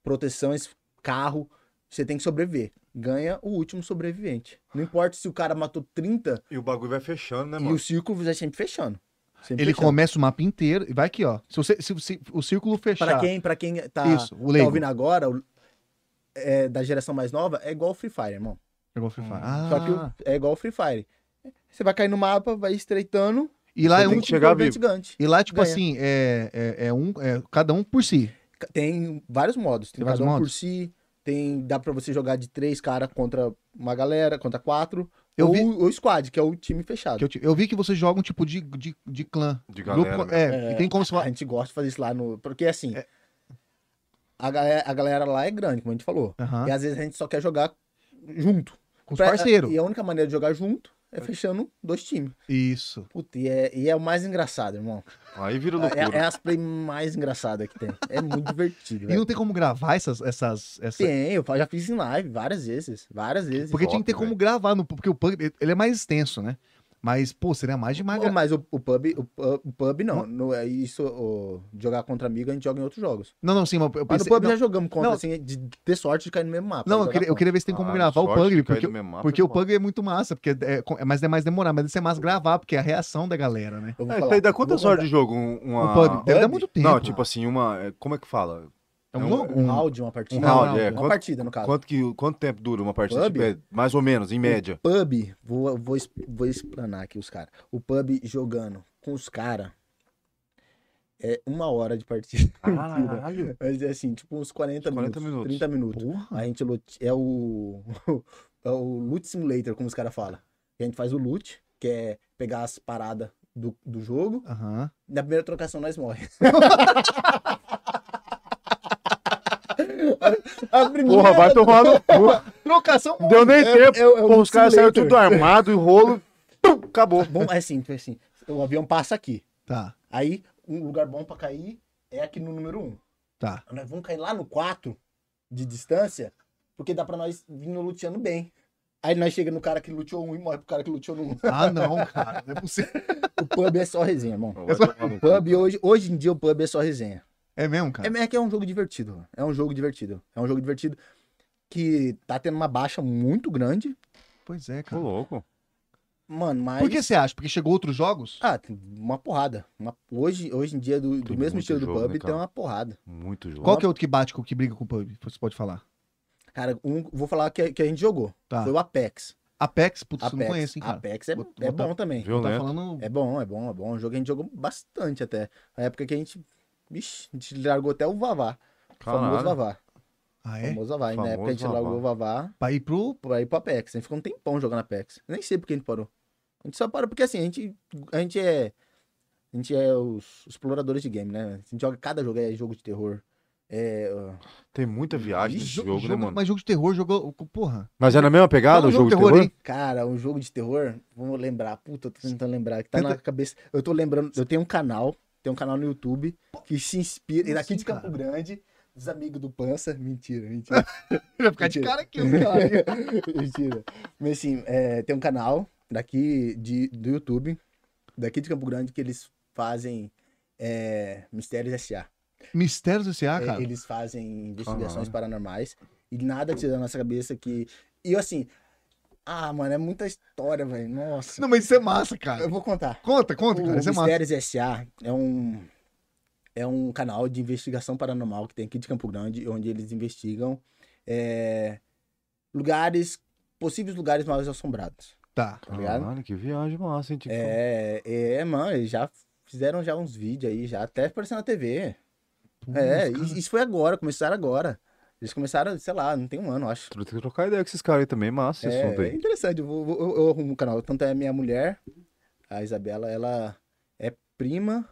D: proteções, carro. Você tem que sobreviver. Ganha o último sobrevivente. Não importa se o cara matou 30
C: E o bagulho vai fechando, né,
D: e
C: mano?
D: o círculo vai sempre fechando. Sempre
B: Ele
D: fechando.
B: começa o mapa inteiro e vai aqui, ó. Se, você, se, se o círculo fechar.
D: Pra quem, pra quem tá,
B: Isso, o
D: tá
B: leigo.
D: ouvindo agora, o- é, da geração mais nova, é igual o Free Fire, irmão.
B: Jogou Free Fire.
D: Só que
B: Ah,
D: o- é igual o Free Fire. Você vai cair no mapa, vai estreitando.
B: e lá é
C: Você tem
B: um.
C: que chegar vivo.
D: gigante.
B: E lá, tipo
D: ganha.
B: assim, é, é, é um. é cada um por si.
D: Ca- Tem vários modos. Tem,
B: Tem vários
D: cada um por
B: modos?
D: si. Tem, dá pra você jogar de três cara contra uma galera, contra quatro.
B: Eu
D: ou
B: vi-
D: o squad, que é o time fechado.
B: Que eu, ti- eu vi que vocês jogam um tipo de, de, de clã.
C: De galera né? mesmo.
B: é,
D: É,
B: e tem como se
D: A
B: falar.
D: gente gosta de fazer isso lá no... Porque, assim,
B: É.
D: a, galera, a galera lá é grande, como a gente falou.
B: Aham.
D: E, às vezes, a gente só quer jogar junto.
B: Com os
D: Pra-
B: parceiros.
D: E a única maneira de jogar junto é fechando dois times.
B: Isso.
D: Puta, e é, e é o mais engraçado, irmão.
C: Aí vira
D: É, é
C: loucura.
D: as play mais engraçadas que tem. É muito divertido,
B: E
D: velho.
B: não tem como gravar essas. essas, essa...
D: Tem, eu fa- já fiz em live várias vezes. Várias vezes.
B: Porque tinha que ter
C: Top,
B: como gravar, no, porque o punk ele é mais extenso, né? Mas, pô, seria mais de
D: Pô,
B: magra...
D: mas o, o pub, o, pu- o pub não. não é isso, o- jogar contra amigo, a gente joga em outros jogos.
B: Não, não, sim, mas eu
D: Mas no
B: pensei...
D: pub
B: não,
D: já jogamos contra,
B: não.
D: assim, de ter sorte de cair no mesmo mapa.
B: não, eu,
D: jogar
B: queria, eu
D: contra.
B: queria ver se tem como
C: Ah,
B: gravar o
C: sorte
B: Pug,
C: de cair
B: porque,
C: no mesmo mapa,
B: porque o
C: irmão.
B: Pug é muito massa, porque é, com- é- mas é mais demorado, mas isso é mais gravar, porque é a reação da galera, né?
D: Eu vou
C: É,
D: falar,
C: tá aí, dá quantas
D: vou
C: horas de jogo? Um, uma...
B: O Pug deve dar
D: Pug?
B: muito tempo. né?
C: Não, tipo assim, uma. é, Como é que fala?
B: é um,
C: é um-
B: longo-
D: Um
B: um-
D: round, uma partida.
C: Um round,
D: Não,
C: é.
D: Uma
C: Quanto-
D: partida, no caso.
C: Quanto, que, quanto tempo dura uma partida?
D: Pub?
C: Tipo, é, mais ou menos, em média.
D: pub, vou, vou, es- vou explanar aqui os caras. O pub jogando com os caras é uma hora de partida.
C: Caralho.
D: Mas é assim, tipo uns 40,
C: Uns 40
D: minutos,
C: minutos.
D: 30 minutos.
B: Porra.
D: A gente lute- é o é o loot simulator, como os caras falam. A gente faz o loot, que é pegar as paradas do, do jogo.
B: Aham.
D: Na primeira trocação nós morre. a, a primeira
C: Porra, vai tomar no cu.
B: Trocação
C: Não Deu nem tempo.
D: é o- é o
C: Pô, os caras saíram
D: simulator.
C: tudo armado, enrolo. pum, Acabou.
D: Bom, é assim, tipo assim, o avião passa aqui.
B: Tá,
D: Aí, um lugar bom pra cair é aqui no número 1.
B: tá.
D: Nós vamos cair lá no 4 de distância, porque dá pra nós vir no luteando bem. Aí nós chega no cara que luteou um e morre pro cara que luteou no 1.
B: Ah, não, cara, não é possível.
D: O pub é só resenha, irmão.
C: Vai tomar no
D: O
C: cu.
D: pub hoje, hoje em dia o pub é só resenha.
B: então. É mesmo, cara?
D: É, é que é um jogo divertido. mano. É um jogo divertido. É um jogo divertido que tá tendo uma baixa muito grande.
B: Pois é,
C: Tô
B: cara.
C: louco.
D: Mano, mas.
B: Por que você acha? Porque chegou outros jogos?
D: Ah, tem uma porrada. Uma- Hoje, hoje em dia, do, do
C: Tem
D: mesmo
C: muito
D: estilo do
C: jogo,
D: pub,
C: né,
D: tem
C: cara?
D: uma porrada.
C: Muito jogo.
B: Qual que é outro que bate, com- que briga com o pub? Você pode falar.
D: Cara, um, vou falar que, que a gente jogou.
B: Tá.
D: Foi o Apex.
B: Apex, putz, eu
D: Apex,
B: não conheço, hein, cara.
D: Apex é,
B: Vou-
D: é
B: vou tá-
D: bom também.
B: Tá
C: Violento.
B: falando...
D: É bom, é bom, é bom. Um jogo que a gente jogou bastante até. A época que a gente. Vixe, a gente largou até o Vavá. O Famoso
C: Caralho.
D: Vavá.
B: Ah,
D: O
B: é?
D: Famoso Vavá. E na
C: Famoso
D: época a gente
C: Vavá.
D: largou o Vavá
B: Pra ir pro...
D: pra ir pro Apex. A gente ficou um tempão jogando Apex. Eu nem sei por que a gente parou. A gente só parou porque assim, a gente, a gente é. A gente é os exploradores de game, né? A gente joga cada jogo, é jogo de terror. É. ó,
C: Tem muita viagem
B: Ih,
C: nesse
B: jo-
C: jogo, né, mano?
B: Mas jogo de terror, jogou... Porra.
C: Mas é na mesma pegada
B: Fala
C: o
B: um
C: jogo de
B: jogo de
C: terror?
B: terror,
D: Cara, um jogo de terror, vamos lembrar. Puta, eu tô tentando lembrar, que tá
B: Tenta-
D: na cabeça. Eu tô lembrando, eu tenho um canal, tem um canal no YouTube que se inspira, e daqui
B: Sim,
D: de Campo
B: cara.
D: Grande, dos amigos do Pança. Mentira, mentira,
B: Vai ficar de
D: Mentira.
B: cara aqui, os caras.
D: mentira. Mas assim, é, tem um canal daqui de, do YouTube, daqui de Campo Grande, que eles fazem é, Mistérios S.A.
B: Mistérios do CA,
D: É,
B: Ah, cara.
D: Eles fazem investigações
C: Caralho.
D: paranormais e nada tira da nossa cabeça que. E eu assim, ah, mano, é muita história, velho. Nossa.
B: Não, mas isso é massa, cara.
D: Eu vou contar.
B: Conta, conta,
D: O
B: cara. Isso é massa.
D: Mistérios S.A. é um é um canal de investigação paranormal que tem aqui de Campo Grande, onde eles investigam é, lugares, possíveis lugares mal assombrados.
B: Tá.
D: tá ligado?
C: Caralho, que viagem massa, hein, tipo.
D: É, é, mano, eles já fizeram já uns vídeos aí, já até apareceu na TV.
B: Putz,
D: é,
B: cara.
D: isso foi agora, começaram agora. Eles começaram, sei lá, não tem um ano, eu acho.
C: Tem que trocar ideia com esses caras aí também, massa esse assunto
D: É, é
C: aí.
D: interessante, eu, vou- vou- eu- eu arrumo o canal. Tanto é a minha mulher, a Isabela, ela é prima.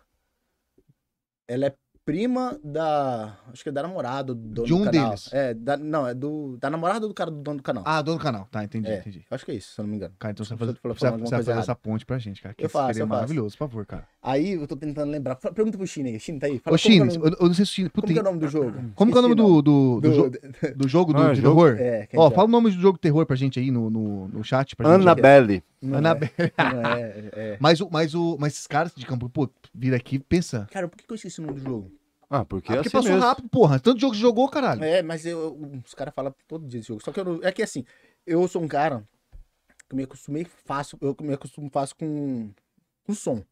D: Ela é prima da. Acho que é da namorada do dono
B: De um
D: do canal.
B: deles.
D: É, da, não, é do, da namorada do cara do dono do canal.
B: Ah, dono do canal. Tá, entendi,
D: É.
B: entendi.
D: Acho que é isso, se eu não me engano.
B: Cara, então você vai fazer,
D: Deixa eu falar
B: precisa-
D: alguma
B: precisa
D: coisa
B: fazer
D: errada.
B: essa ponte pra gente, cara. Que
D: Eu faço,
B: seria
D: eu faço.
B: maravilhoso, por favor, cara.
D: Aí eu tô tentando lembrar. Fala- Pergunta pro China aí. China tá aí. Fala
B: Ô,
D: como que é o
B: Chines,
D: nome-
B: eu, eu não sei se o Chines...
D: Como
B: Puta,
D: que é o nome do jogo?
B: como que é o nome
D: Esqueci
B: do, do, do, jo- do jogo do,
C: Ah,
B: de
C: jogo-
B: terror?
D: É, que a
B: Ó,
D: gente-
B: fala o nome do jogo de terror pra gente aí no, no, no chat. Pra gente.
C: Annabelle.
D: Não é,
B: Annabelle.
D: não é, é.
B: Mas, o, mas, o, mas esses caras de campo, pô, vira aqui e pensa.
D: Cara, por que que eu esqueci o nome do jogo?
C: Ah, porque
B: Ah,
C: é
B: porque
C: assim
B: passou
C: mesmo.
B: rápido, porra. Tanto jogo que jogou, caralho.
D: É, mas eu- eu- os caras falam todo dia desse jogo. Só que eu não- é que assim, eu sou um cara que me acostumei fácil, eu me acostumo fácil com, com som.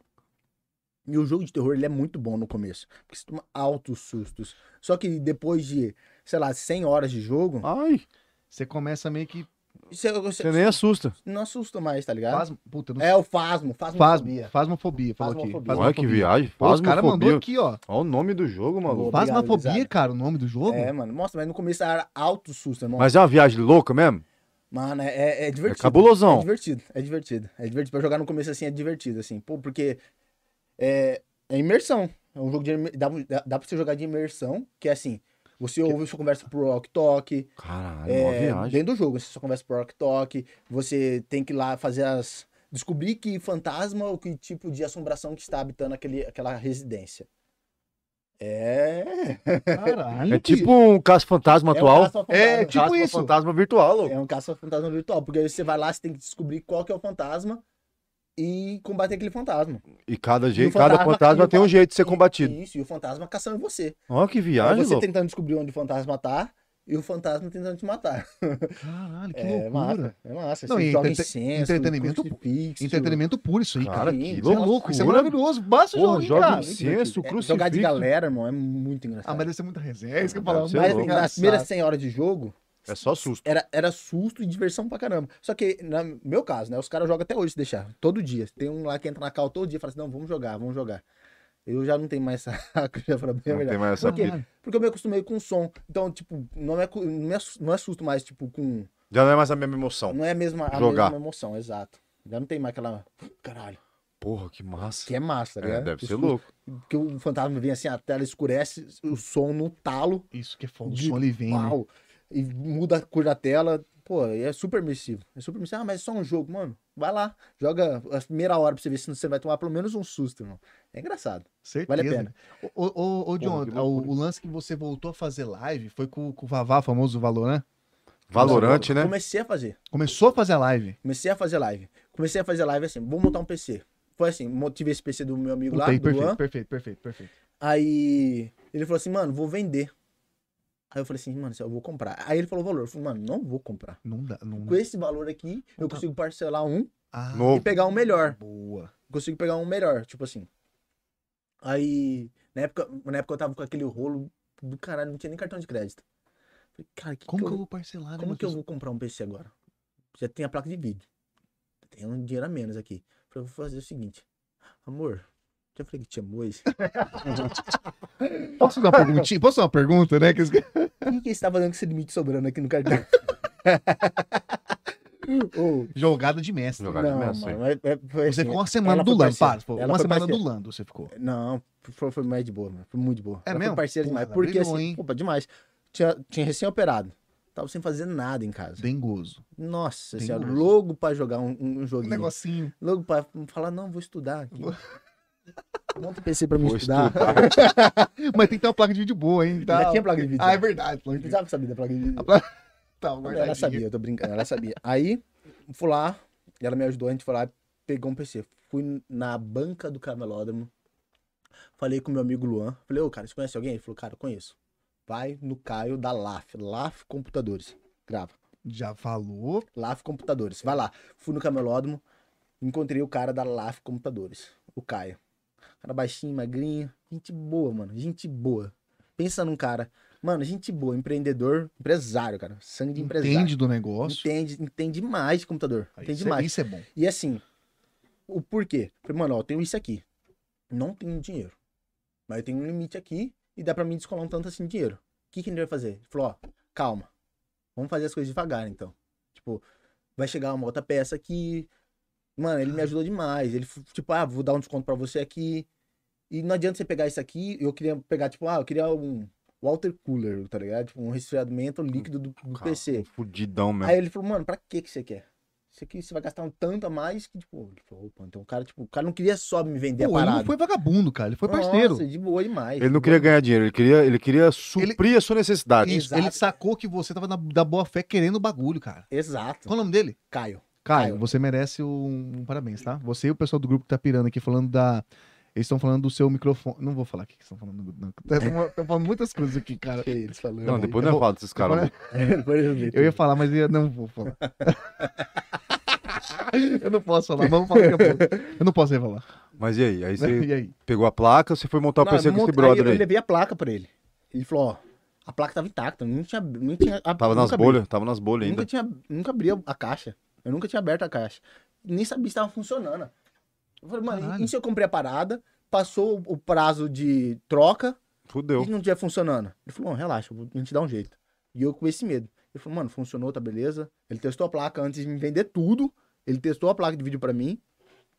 D: E o jogo de terror, ele é muito bom no começo. Porque você toma altos sustos. Só que depois de, sei lá, 100 horas de jogo,
C: Ai,
B: Você começa meio que
D: você, você-
C: Ah, você nem assusta.
D: não assusta mais, tá ligado?
B: faz. Puta, não sei.
D: É o fasmo, fasmo.
B: Fasmo- Fasmofobia, falou aqui.
D: Fasmofobia.
B: Fasmofobia.
C: Olha que viagem.
B: Pô, os
C: Faz
B: caras mandou
C: Olha
B: aqui, ó.
C: o nome do jogo, maluco.
D: Obrigado,
B: Fasmafobia,
D: Lizardo.
B: cara, o nome do jogo?
D: É, mano. Nossa, mas no começo era alto susto, irmão.
C: Mas é uma viagem louca mesmo?
D: Mano, é- é, é
C: É
D: divertido. É
C: cabulosão.
D: divertido, é divertido. É divertido. Pra jogar no começo assim é divertido, assim. Pô, porque é, é imersão. É um jogo de. imer- Dá, dá, dá pra você jogar de imersão, que é assim. Você ouve sua conversa pro Rock Talk.
C: Caralho, uma
D: É,
C: viagem.
D: dentro do jogo, você só conversa pro Rock Talk. Você tem que ir lá fazer as. Descobrir que fantasma ou que tipo de assombração que está habitando aquele, aquela residência. É.
B: Caralho.
C: É tipo um caça-fantasma
D: É um
C: atual.
D: caça ao
B: É,
D: fantasma.
B: tipo isso.
C: fantasma virtual, louco.
D: É um caça fantasma virtual, porque aí você vai lá, você tem que descobrir qual que é o fantasma e combater aquele fantasma.
C: É. E cada,
D: E
C: jeito,
D: o
C: cada fantasma
D: e o
C: tem
D: fa-
C: um jeito de ser
D: e-
C: combatido.
D: Isso, e o fantasma caçando você.
C: Olha que
D: Aí
C: viagem,
D: você
C: louco.
D: tentando descobrir onde o fantasma tá e o fantasma tentando te matar.
B: Caralho, que
D: É
B: loucura.
D: massa, é massa.
B: Não,
D: você
B: e
D: joga
B: entrete-
D: incenso,
B: entretenimento-
D: crucifixo,
B: Entretenimento puro isso aí, cara.
C: Cara,
D: Sim,
C: que
D: isso
B: Isso é
C: loucura.
B: louco, isso é maravilhoso. Basta
C: Porra,
B: jogar,
C: joga
B: cara.
C: incenso,
D: é, jogar de
C: crucifixo.
D: galera, irmão, é muito engraçado.
B: Ah, mas deve ser muita resenha, é isso que eu
C: Deve
B: falava.
C: ser
D: Mas
B: Mas,
C: louco.
B: cara,
D: nas primeiras 100 horas de jogo,
C: É só susto.
D: era, era susto e diversão pra caramba. Só que, no meu caso, né? Os caras jogam até hoje, se deixar. Todo dia. Tem um lá que entra na cal todo dia e fala assim, não, vamos jogar, vamos jogar. Eu já não tenho mais saco, já pra bem a
C: Não tem
D: verdade.
C: mais essa
D: Por quê?
C: pira.
D: Porque eu me acostumei com o som. Então, tipo, não é, cu- não é, su- não é susto mais, tipo, com...
C: Já não é mais a mesma emoção.
D: Não é a mesma, a
C: Jogar.
D: mesma emoção, exato. Já não tem mais aquela... Caralho,
C: Porra, que massa.
D: que é massa, tá
C: É,
D: ligado?
C: deve
D: O
C: ser
D: susto-
C: louco.
D: Porque o fantasma vem assim, a tela escurece, o som no talo.
B: Isso que é foda. O
D: De-
B: som ali vem. né?
D: Uau! E muda a cor da tela. Pô, e é super imersivo. É super imersivo. Ah, mas é só um jogo, mano. Vai lá. Joga a primeira hora pra você ver se você vai tomar pelo menos um susto, irmão. É engraçado.
B: Certeza.
D: Vale a pena.
B: Ô, ô, ô, ô, John,
C: que
B: o,
C: loucura.
B: o lance que você voltou a fazer live foi com, com o Vavá, famoso Valorant. né?
C: Valorante, né?
D: Comecei a fazer.
B: Começou a fazer a live.
D: Comecei a fazer live. Comecei a fazer live assim, vou montar um PC. Foi assim, mo- tive esse PC do meu amigo
B: Puta
D: lá,
B: aí,
D: do Luan.
B: perfeito, perfeito, perfeito, perfeito.
D: Aí ele falou assim, mano, vou vender. Aí eu falei assim, mano, eu vou comprar. Aí ele falou o valor. Eu falei, mano, não vou comprar.
B: Não dá. Não...
D: Com esse valor aqui, eu
B: Tá.
D: consigo parcelar um
B: Ah,
C: Novo.
D: e pegar um melhor.
B: Boa.
D: consigo pegar um melhor, tipo assim. Aí, na época, na época eu tava com aquele rolo do caralho, não tinha nem cartão de crédito. Falei, cara, que
B: Como
D: que
B: que eu
D: eu,
B: vou parcelar? né,
D: como
B: meu
D: que eu
B: filho?
D: vou comprar um PC agora? Já tem a placa de vídeo. Tem um dinheiro a menos aqui. Falei, eu vou fazer o seguinte. Amor, já falei que te amo hoje?
B: Posso dar uma perguntinha? Posso dar uma pergunta, né? Que esse-
D: O que que você tá fazendo com esse limite sobrando aqui no cartão? Ô,
B: Jogada de mestre.
C: Jogada. Cara,
D: não,
C: começa aí.
D: mano, mas- mas foi
B: Você
D: assim,
B: ficou uma semana
D: ela
B: do
D: foi
B: Lando.
D: parceira.
B: Para, pô,
D: Ela
B: uma
D: foi
B: semana do
D: parceira.
B: Lando você ficou.
D: Não, foi, foi mais de boa, mano. Foi muito de boa.
B: É
D: Ela
B: mesmo?
D: Foi parceira
B: Porra,
D: demais.
B: ela
D: Porque
B: brilhou,
D: assim,
B: hein?
D: opa, demais. Tinha, tinha recém-operado. Tava sem fazer nada em casa. Um
B: Dengoso.
D: Nossa
B: Tem
D: senhora,
B: gosto.
D: logo pra jogar um, um um joguinho.
B: negocinho.
D: Logo pra falar, não, vou estudar aqui.
B: Vou-
D: Monta o PC pra me
C: Vou
D: estudar.
C: é
B: Mas tem que ter uma placa de vídeo boa, hein?
D: Já
B: Tá.
D: tinha placa de vídeo.
B: Ah, é
D: né?
B: verdade. Placa de vídeo.
D: Precisava saber da placa de vídeo.
B: Tá,
D: Ela
B: guardadinha.
D: sabia, eu tô brincando, ela sabia. Aí, fui lá, ela me ajudou, a gente foi lá, pegou um PC. Fui na banca do camelódromo, falei com meu amigo Luan. Falei, ô, cara, você conhece alguém? Ele falou, cara, eu conheço. Vai no Caio da LAF, LAF Computadores. Grava,
B: Já falou.
D: LAF Computadores, vai lá. Fui no camelódromo, encontrei o cara da LAF Computadores, o Caio. Cara baixinho, magrinho, gente boa, mano, gente boa. Pensa num cara, mano, gente boa, empreendedor, empresário, cara, sangue de empresário.
B: Entende do negócio.
D: Entende, entende mais de computador.
B: Aí
D: entende
B: isso é-
D: mais.
B: Isso é bom.
D: E assim, o porquê? Falei, mano, ó, eu tenho isso aqui. Não tenho dinheiro. Mas eu tenho um limite aqui e dá pra mim descolar um tanto assim de dinheiro. O que, que a gente vai fazer? Ele falou, ó, calma. Vamos fazer as coisas devagar, então. Tipo, vai chegar uma outra peça aqui. Mano,
B: Ah.
D: ele me ajudou demais. Ele, tipo, ah, vou dar um desconto pra você aqui. E não adianta você pegar isso aqui. Eu queria pegar, tipo, ah, eu queria um water cooler, tá ligado? Tipo, um resfriamento líquido do, do
C: Cara,
D: PC.
C: um Fudidão mesmo.
D: Aí ele falou, mano, pra que que você quer? Isso aqui você vai gastar um tanto a mais que, tipo, ele falou, opa, então o cara, tipo, o cara não queria só me vender
B: Pô,
D: a
B: ele
D: parada.
B: não foi vagabundo, cara. Ele foi parceiro.
D: Nossa, de boa demais.
C: Ele não queria ganhar dinheiro, ele queria, ele queria suprir a sua necessidade.
B: Isso,
D: Exato.
B: ele sacou que você tava na- da boa fé querendo o bagulho, cara.
D: Exato.
B: Qual o nome dele?
D: Caio.
B: Caio,
D: Caio.
B: você merece um, um parabéns, tá? Você e o pessoal do grupo que tá pirando aqui falando da. Eles estão falando do seu microfone. Não vou falar o que que estão falando. não. Estão falando muitas coisas aqui, cara.
D: Eles falando. né?
C: Não, depois
B: eu
C: não
B: vou-
C: falo desses caras.
B: depois-
C: louco.
B: Eu ia falar, mas eu ia- não vou falar. eu não posso falar. Vamos falar daqui a pouco. Eu não posso nem falar.
C: Mas e aí? Aí você
B: E aí?
C: pegou a placa, você foi montar o PC com esse brother
D: eu
C: aí.
D: levei a placa pra ele. Ele falou, ó, a placa tava intacta, não tinha. Não tinha a-
C: Tava nas
D: nunca abri-
C: bolhas, tava nas bolhas ainda.
D: Nunca, tinha, nunca abri a caixa. Eu nunca tinha aberto a caixa. Nem sabia se tava funcionando. Eu falei, mano,
B: Caralho.
D: e, e se eu comprei a parada? Passou o prazo de troca,
C: Fudeu.
D: E não tiver funcionando? Ele falou, não, relaxa, eu vou- a gente dá um jeito. E eu com esse medo. Ele falou, mano, funcionou, tá beleza. Ele testou a placa antes de me vender tudo. Ele testou a placa de vídeo pra mim.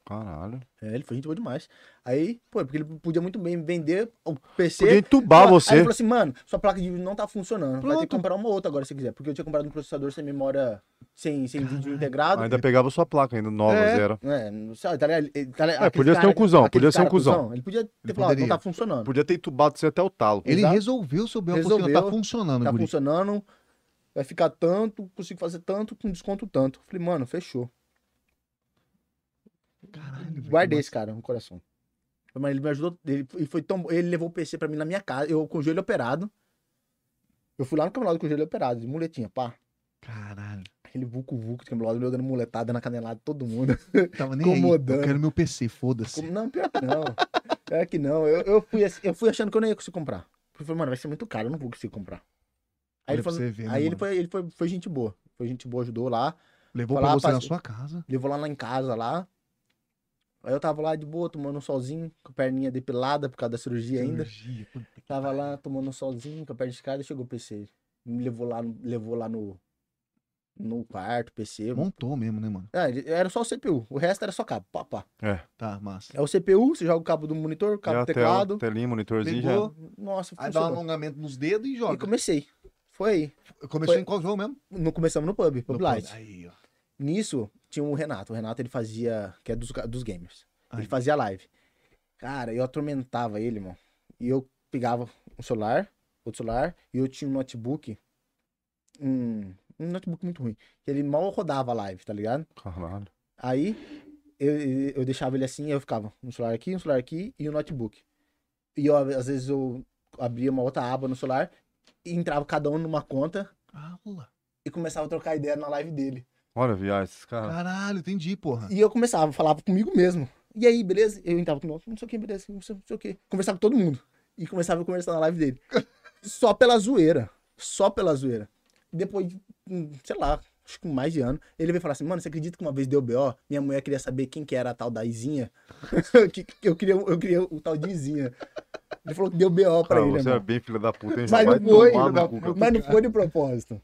C: Caralho.
D: É, ele foi gente boa demais. Aí, pô, porque ele podia muito bem me vender o PC.
C: Podia entubar
D: Aí ele
C: você.
D: falou assim, mano, sua placa de vídeo não tá funcionando. Vai ter
B: Pronto.
D: que comprar uma outra agora se quiser. Porque eu tinha comprado um processador sem memória, sem, sem vídeo integrado.
C: Ah, Ainda pegava sua placa, ainda nova,
B: É.
C: zero.
D: É, não sei, tá ligado? Ele- tá ligado?
C: É,
D: Aquele
C: podia ser um cuzão,
D: aquele
C: podia ser um
D: cara
C: cuzão.
D: Ele podia ter
B: Ele
D: falado, não
B: poderia.
D: tá funcionando.
C: Podia ter entubado você até o talo.
B: Ele
D: Exato.
B: resolveu o seu BO
D: Resolveu.
B: funcionando. Tá funcionando,
D: tá
B: guri.
D: funcionando, vai ficar tanto, consigo fazer tanto, com desconto tanto. Falei, mano, fechou.
B: Caralho, velho,
D: Guarda
B: que
D: esse cara no coração. Mas ele me ajudou. Ele, e foi tão, bom- ele levou o PC pra mim na minha casa. Eu com o joelho operado. Eu fui lá no camelado com o joelho operado, de muletinha, pá.
B: massa. Caralho.
D: Aquele vucu-vucu de camelado, eu dando muletada na canelada de todo mundo.
B: Tava nem aí. Eu
D: Incomodando.
B: quero meu PC, foda-se.
D: Como- Não, pior que não. Pior que não. Eu, eu, fui, assim- eu fui achando que eu não ia conseguir comprar. Eu falei, mano, vai ser muito caro, eu não vou conseguir comprar.
B: Olha
D: Aí ele,
B: pra
D: falou,
B: você ver, né,
D: aí ele,
B: mano?
D: foi, ele foi, foi gente boa. Foi gente boa, ajudou lá.
B: Levou
D: Falar,
B: pra você na
D: rapaz,
B: sua casa.
D: Levou lá, lá em casa, lá. Aí eu tava lá de boa, tomando um solzinho, com a perninha depilada por causa da cirurgia ainda.
B: Cirurgia, puta que tá?
D: Tava
B: pariu.
D: lá tomando um solzinho com a perna escada e chegou o PC. Me levou lá, no- levou lá no, no quarto, PC.
B: Montou mesmo, né, mano?
D: Ah, ele- era só o CPU, o resto era só cabo. Pá, pá.
B: Tá, massa.
D: É o CPU, você joga o cabo do monitor, o cabo
C: Já
D: do teclado.
C: telinha, monitorzinho já.
B: Pegou,
D: Nossa,
B: aí dá um
D: funcionou.
B: alongamento nos dedos e
D: E
B: joga.
D: comecei. Foi aí.
B: Começou
D: foi-
B: em qual jogo mesmo?
D: No, começamos no pub, pub
B: No
D: light.
B: Play. Aí, ó.
D: Nisso, tinha o Renato. O Renato, ele fazia... Que é dos, ga- dos gamers.
B: Ai.
D: Ele fazia live. Cara, eu atormentava ele, irmão. E eu pegava um celular, outro celular, e eu tinha um notebook. Um, um notebook muito ruim. Que ele mal rodava a live, tá ligado?
C: Caralho.
D: Aí eu, eu deixava ele assim, eu ficava um celular aqui, um celular aqui e o notebook. E eu, às vezes eu abria uma outra aba no celular e entrava cada um numa conta
B: Aula.
D: e começava a trocar ideia na live dele.
C: Olha, viagem, esses caras.
B: Caralho, entendi, porra.
D: E eu começava, falava comigo mesmo. E aí, beleza? Eu entrava com o outro, não sei o que, beleza, não sei, não sei o que. Conversava com todo mundo. E começava a conversar na live dele. Só pela zoeira. Só pela zoeira. Depois, de, hum, sei lá, acho que mais de ano, ele veio falar assim, mano, você acredita que uma vez deu B.O.? Minha mulher queria saber quem que era a tal da Izinha. Que- que eu, queria, eu queria o tal de Izinha. Ele falou que deu B.O. pra
C: Cara,
D: ele,
C: você é
D: irmão.
C: bem filho da puta, hein? Vai
D: Mas não foi,
C: tomar
D: filho
C: no
B: da
C: cu,
B: puta.
C: cara.
D: Mas não foi de propósito.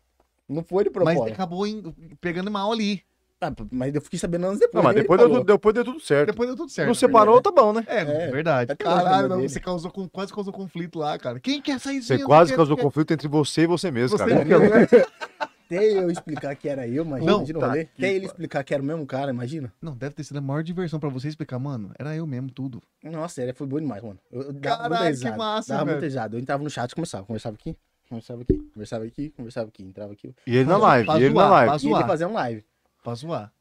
D: Não foi de
B: Mas
D: propósito.
B: acabou em- pegando mal ali.
D: Ah, Mas, eu fiquei sabendo anos depois.
C: Não, mas
D: ele
C: depois deu,
D: falou.
C: tudo- depois deu tudo certo.
B: Depois deu tudo certo.
C: não separou, tá bom, né?
B: É,
D: É,
B: verdade.
D: até hoje
B: Caralho,
D: lembro
B: mas
D: dele.
B: você causou, com- quase causou conflito lá, cara. Quem quer sair é
C: Você quase causou conflito entre você e você mesmo, cara. Qual que é a-
D: Até eu explicar que era eu, imagina,
B: Não,
D: de
C: tá
D: novo. Até
C: aqui,
D: ele
C: pô.
D: explicar que era o mesmo cara, imagina.
B: Não, deve ter sido a maior diversão pra você explicar, mano. Era eu mesmo, tudo.
D: Nossa, era, foi bom demais, mano. Eu, eu dava
B: Caralho,
D: muita
B: que
D: risada,
B: massa,
D: Dava muita
B: velho.
D: risada. Eu entrava no chat e começava. Conversava aqui, conversava aqui, conversava aqui, conversava aqui, entrava aqui.
C: E ele na
B: Faz-
C: live,
B: faz
C: e ele na
B: zoar,
C: live.
B: faz- Pra
D: E ele
B: zoar.
D: fazia um live.
B: Pra zoar.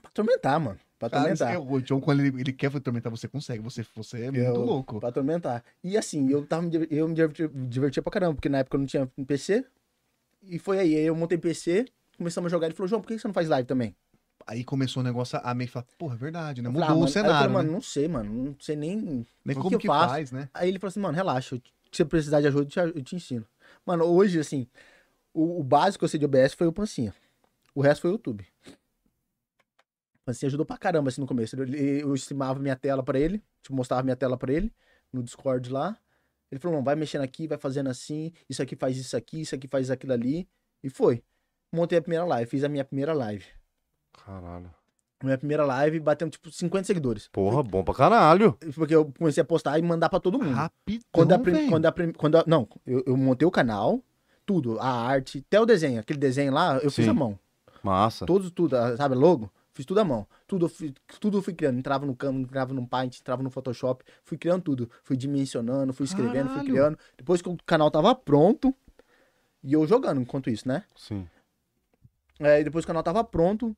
D: Pra atormentar, mano. Pra
B: Cara, isso que
D: atormentar.
B: é, o John, quando ele, ele quer atormentar, você consegue. Você, você é muito
D: Eu-
B: louco.
D: Pra atormentar. E assim, eu, tava, me diver- eu me diverti- divertia pra caramba, porque na época eu não tinha um PC. E foi aí, aí eu montei PC, começamos a jogar. Ele falou, João, por que você não faz live também?
B: Aí começou o negócio a meio falar, porra, é verdade, né?
D: Eu
B: Mudou
D: falei,
B: o
D: ah, mano. Aí eu falei,
B: cenário,
D: mano,
B: né?
D: não sei, mano. Não sei nem
B: Nem
D: o que
B: como
D: eu
B: que
D: faço.
B: faz, né?
D: Aí ele falou assim, mano, relaxa, eu te- se você precisar de ajuda, eu te, aj- eu te ensino. Mano, hoje, assim, o, o básico que eu sei de OBS foi o Pancinha. O resto foi o YouTube. O Pancinha ajudou pra caramba, assim, no começo. Eu, eu streamava minha tela pra ele, tipo, mostrava minha tela pra ele, no Discord lá. Ele falou, não, vai mexendo aqui, vai fazendo assim, isso aqui faz isso aqui, isso aqui faz aquilo ali. E foi. Montei a primeira live, fiz a minha primeira live.
C: Caralho.
D: Minha primeira live, batemos, tipo, 50 seguidores.
C: Porra, bom pra caralho.
D: Porque eu comecei a postar e mandar pra todo
C: Hum.
D: mundo.
B: Rapidão,
D: Quando a, prim-
B: velho.
D: quando a prim- quando a- não, eu, eu montei o canal, tudo, a arte, até o desenho, aquele desenho lá, eu fiz
C: Sim. Tá.
D: à mão.
C: Massa.
D: Todos, tudo, a- sabe, logo, fiz tudo à mão. Tudo, eu fui- tudo eu fui criando, entrava no Canva, entrava no Paint, entrava no Photoshop, fui criando tudo, fui dimensionando, fui escrevendo, fui
B: Caralho.
D: criando. Depois que o canal tava pronto, e eu jogando enquanto isso, né?
C: Sim.
D: Aí depois que o canal tava pronto,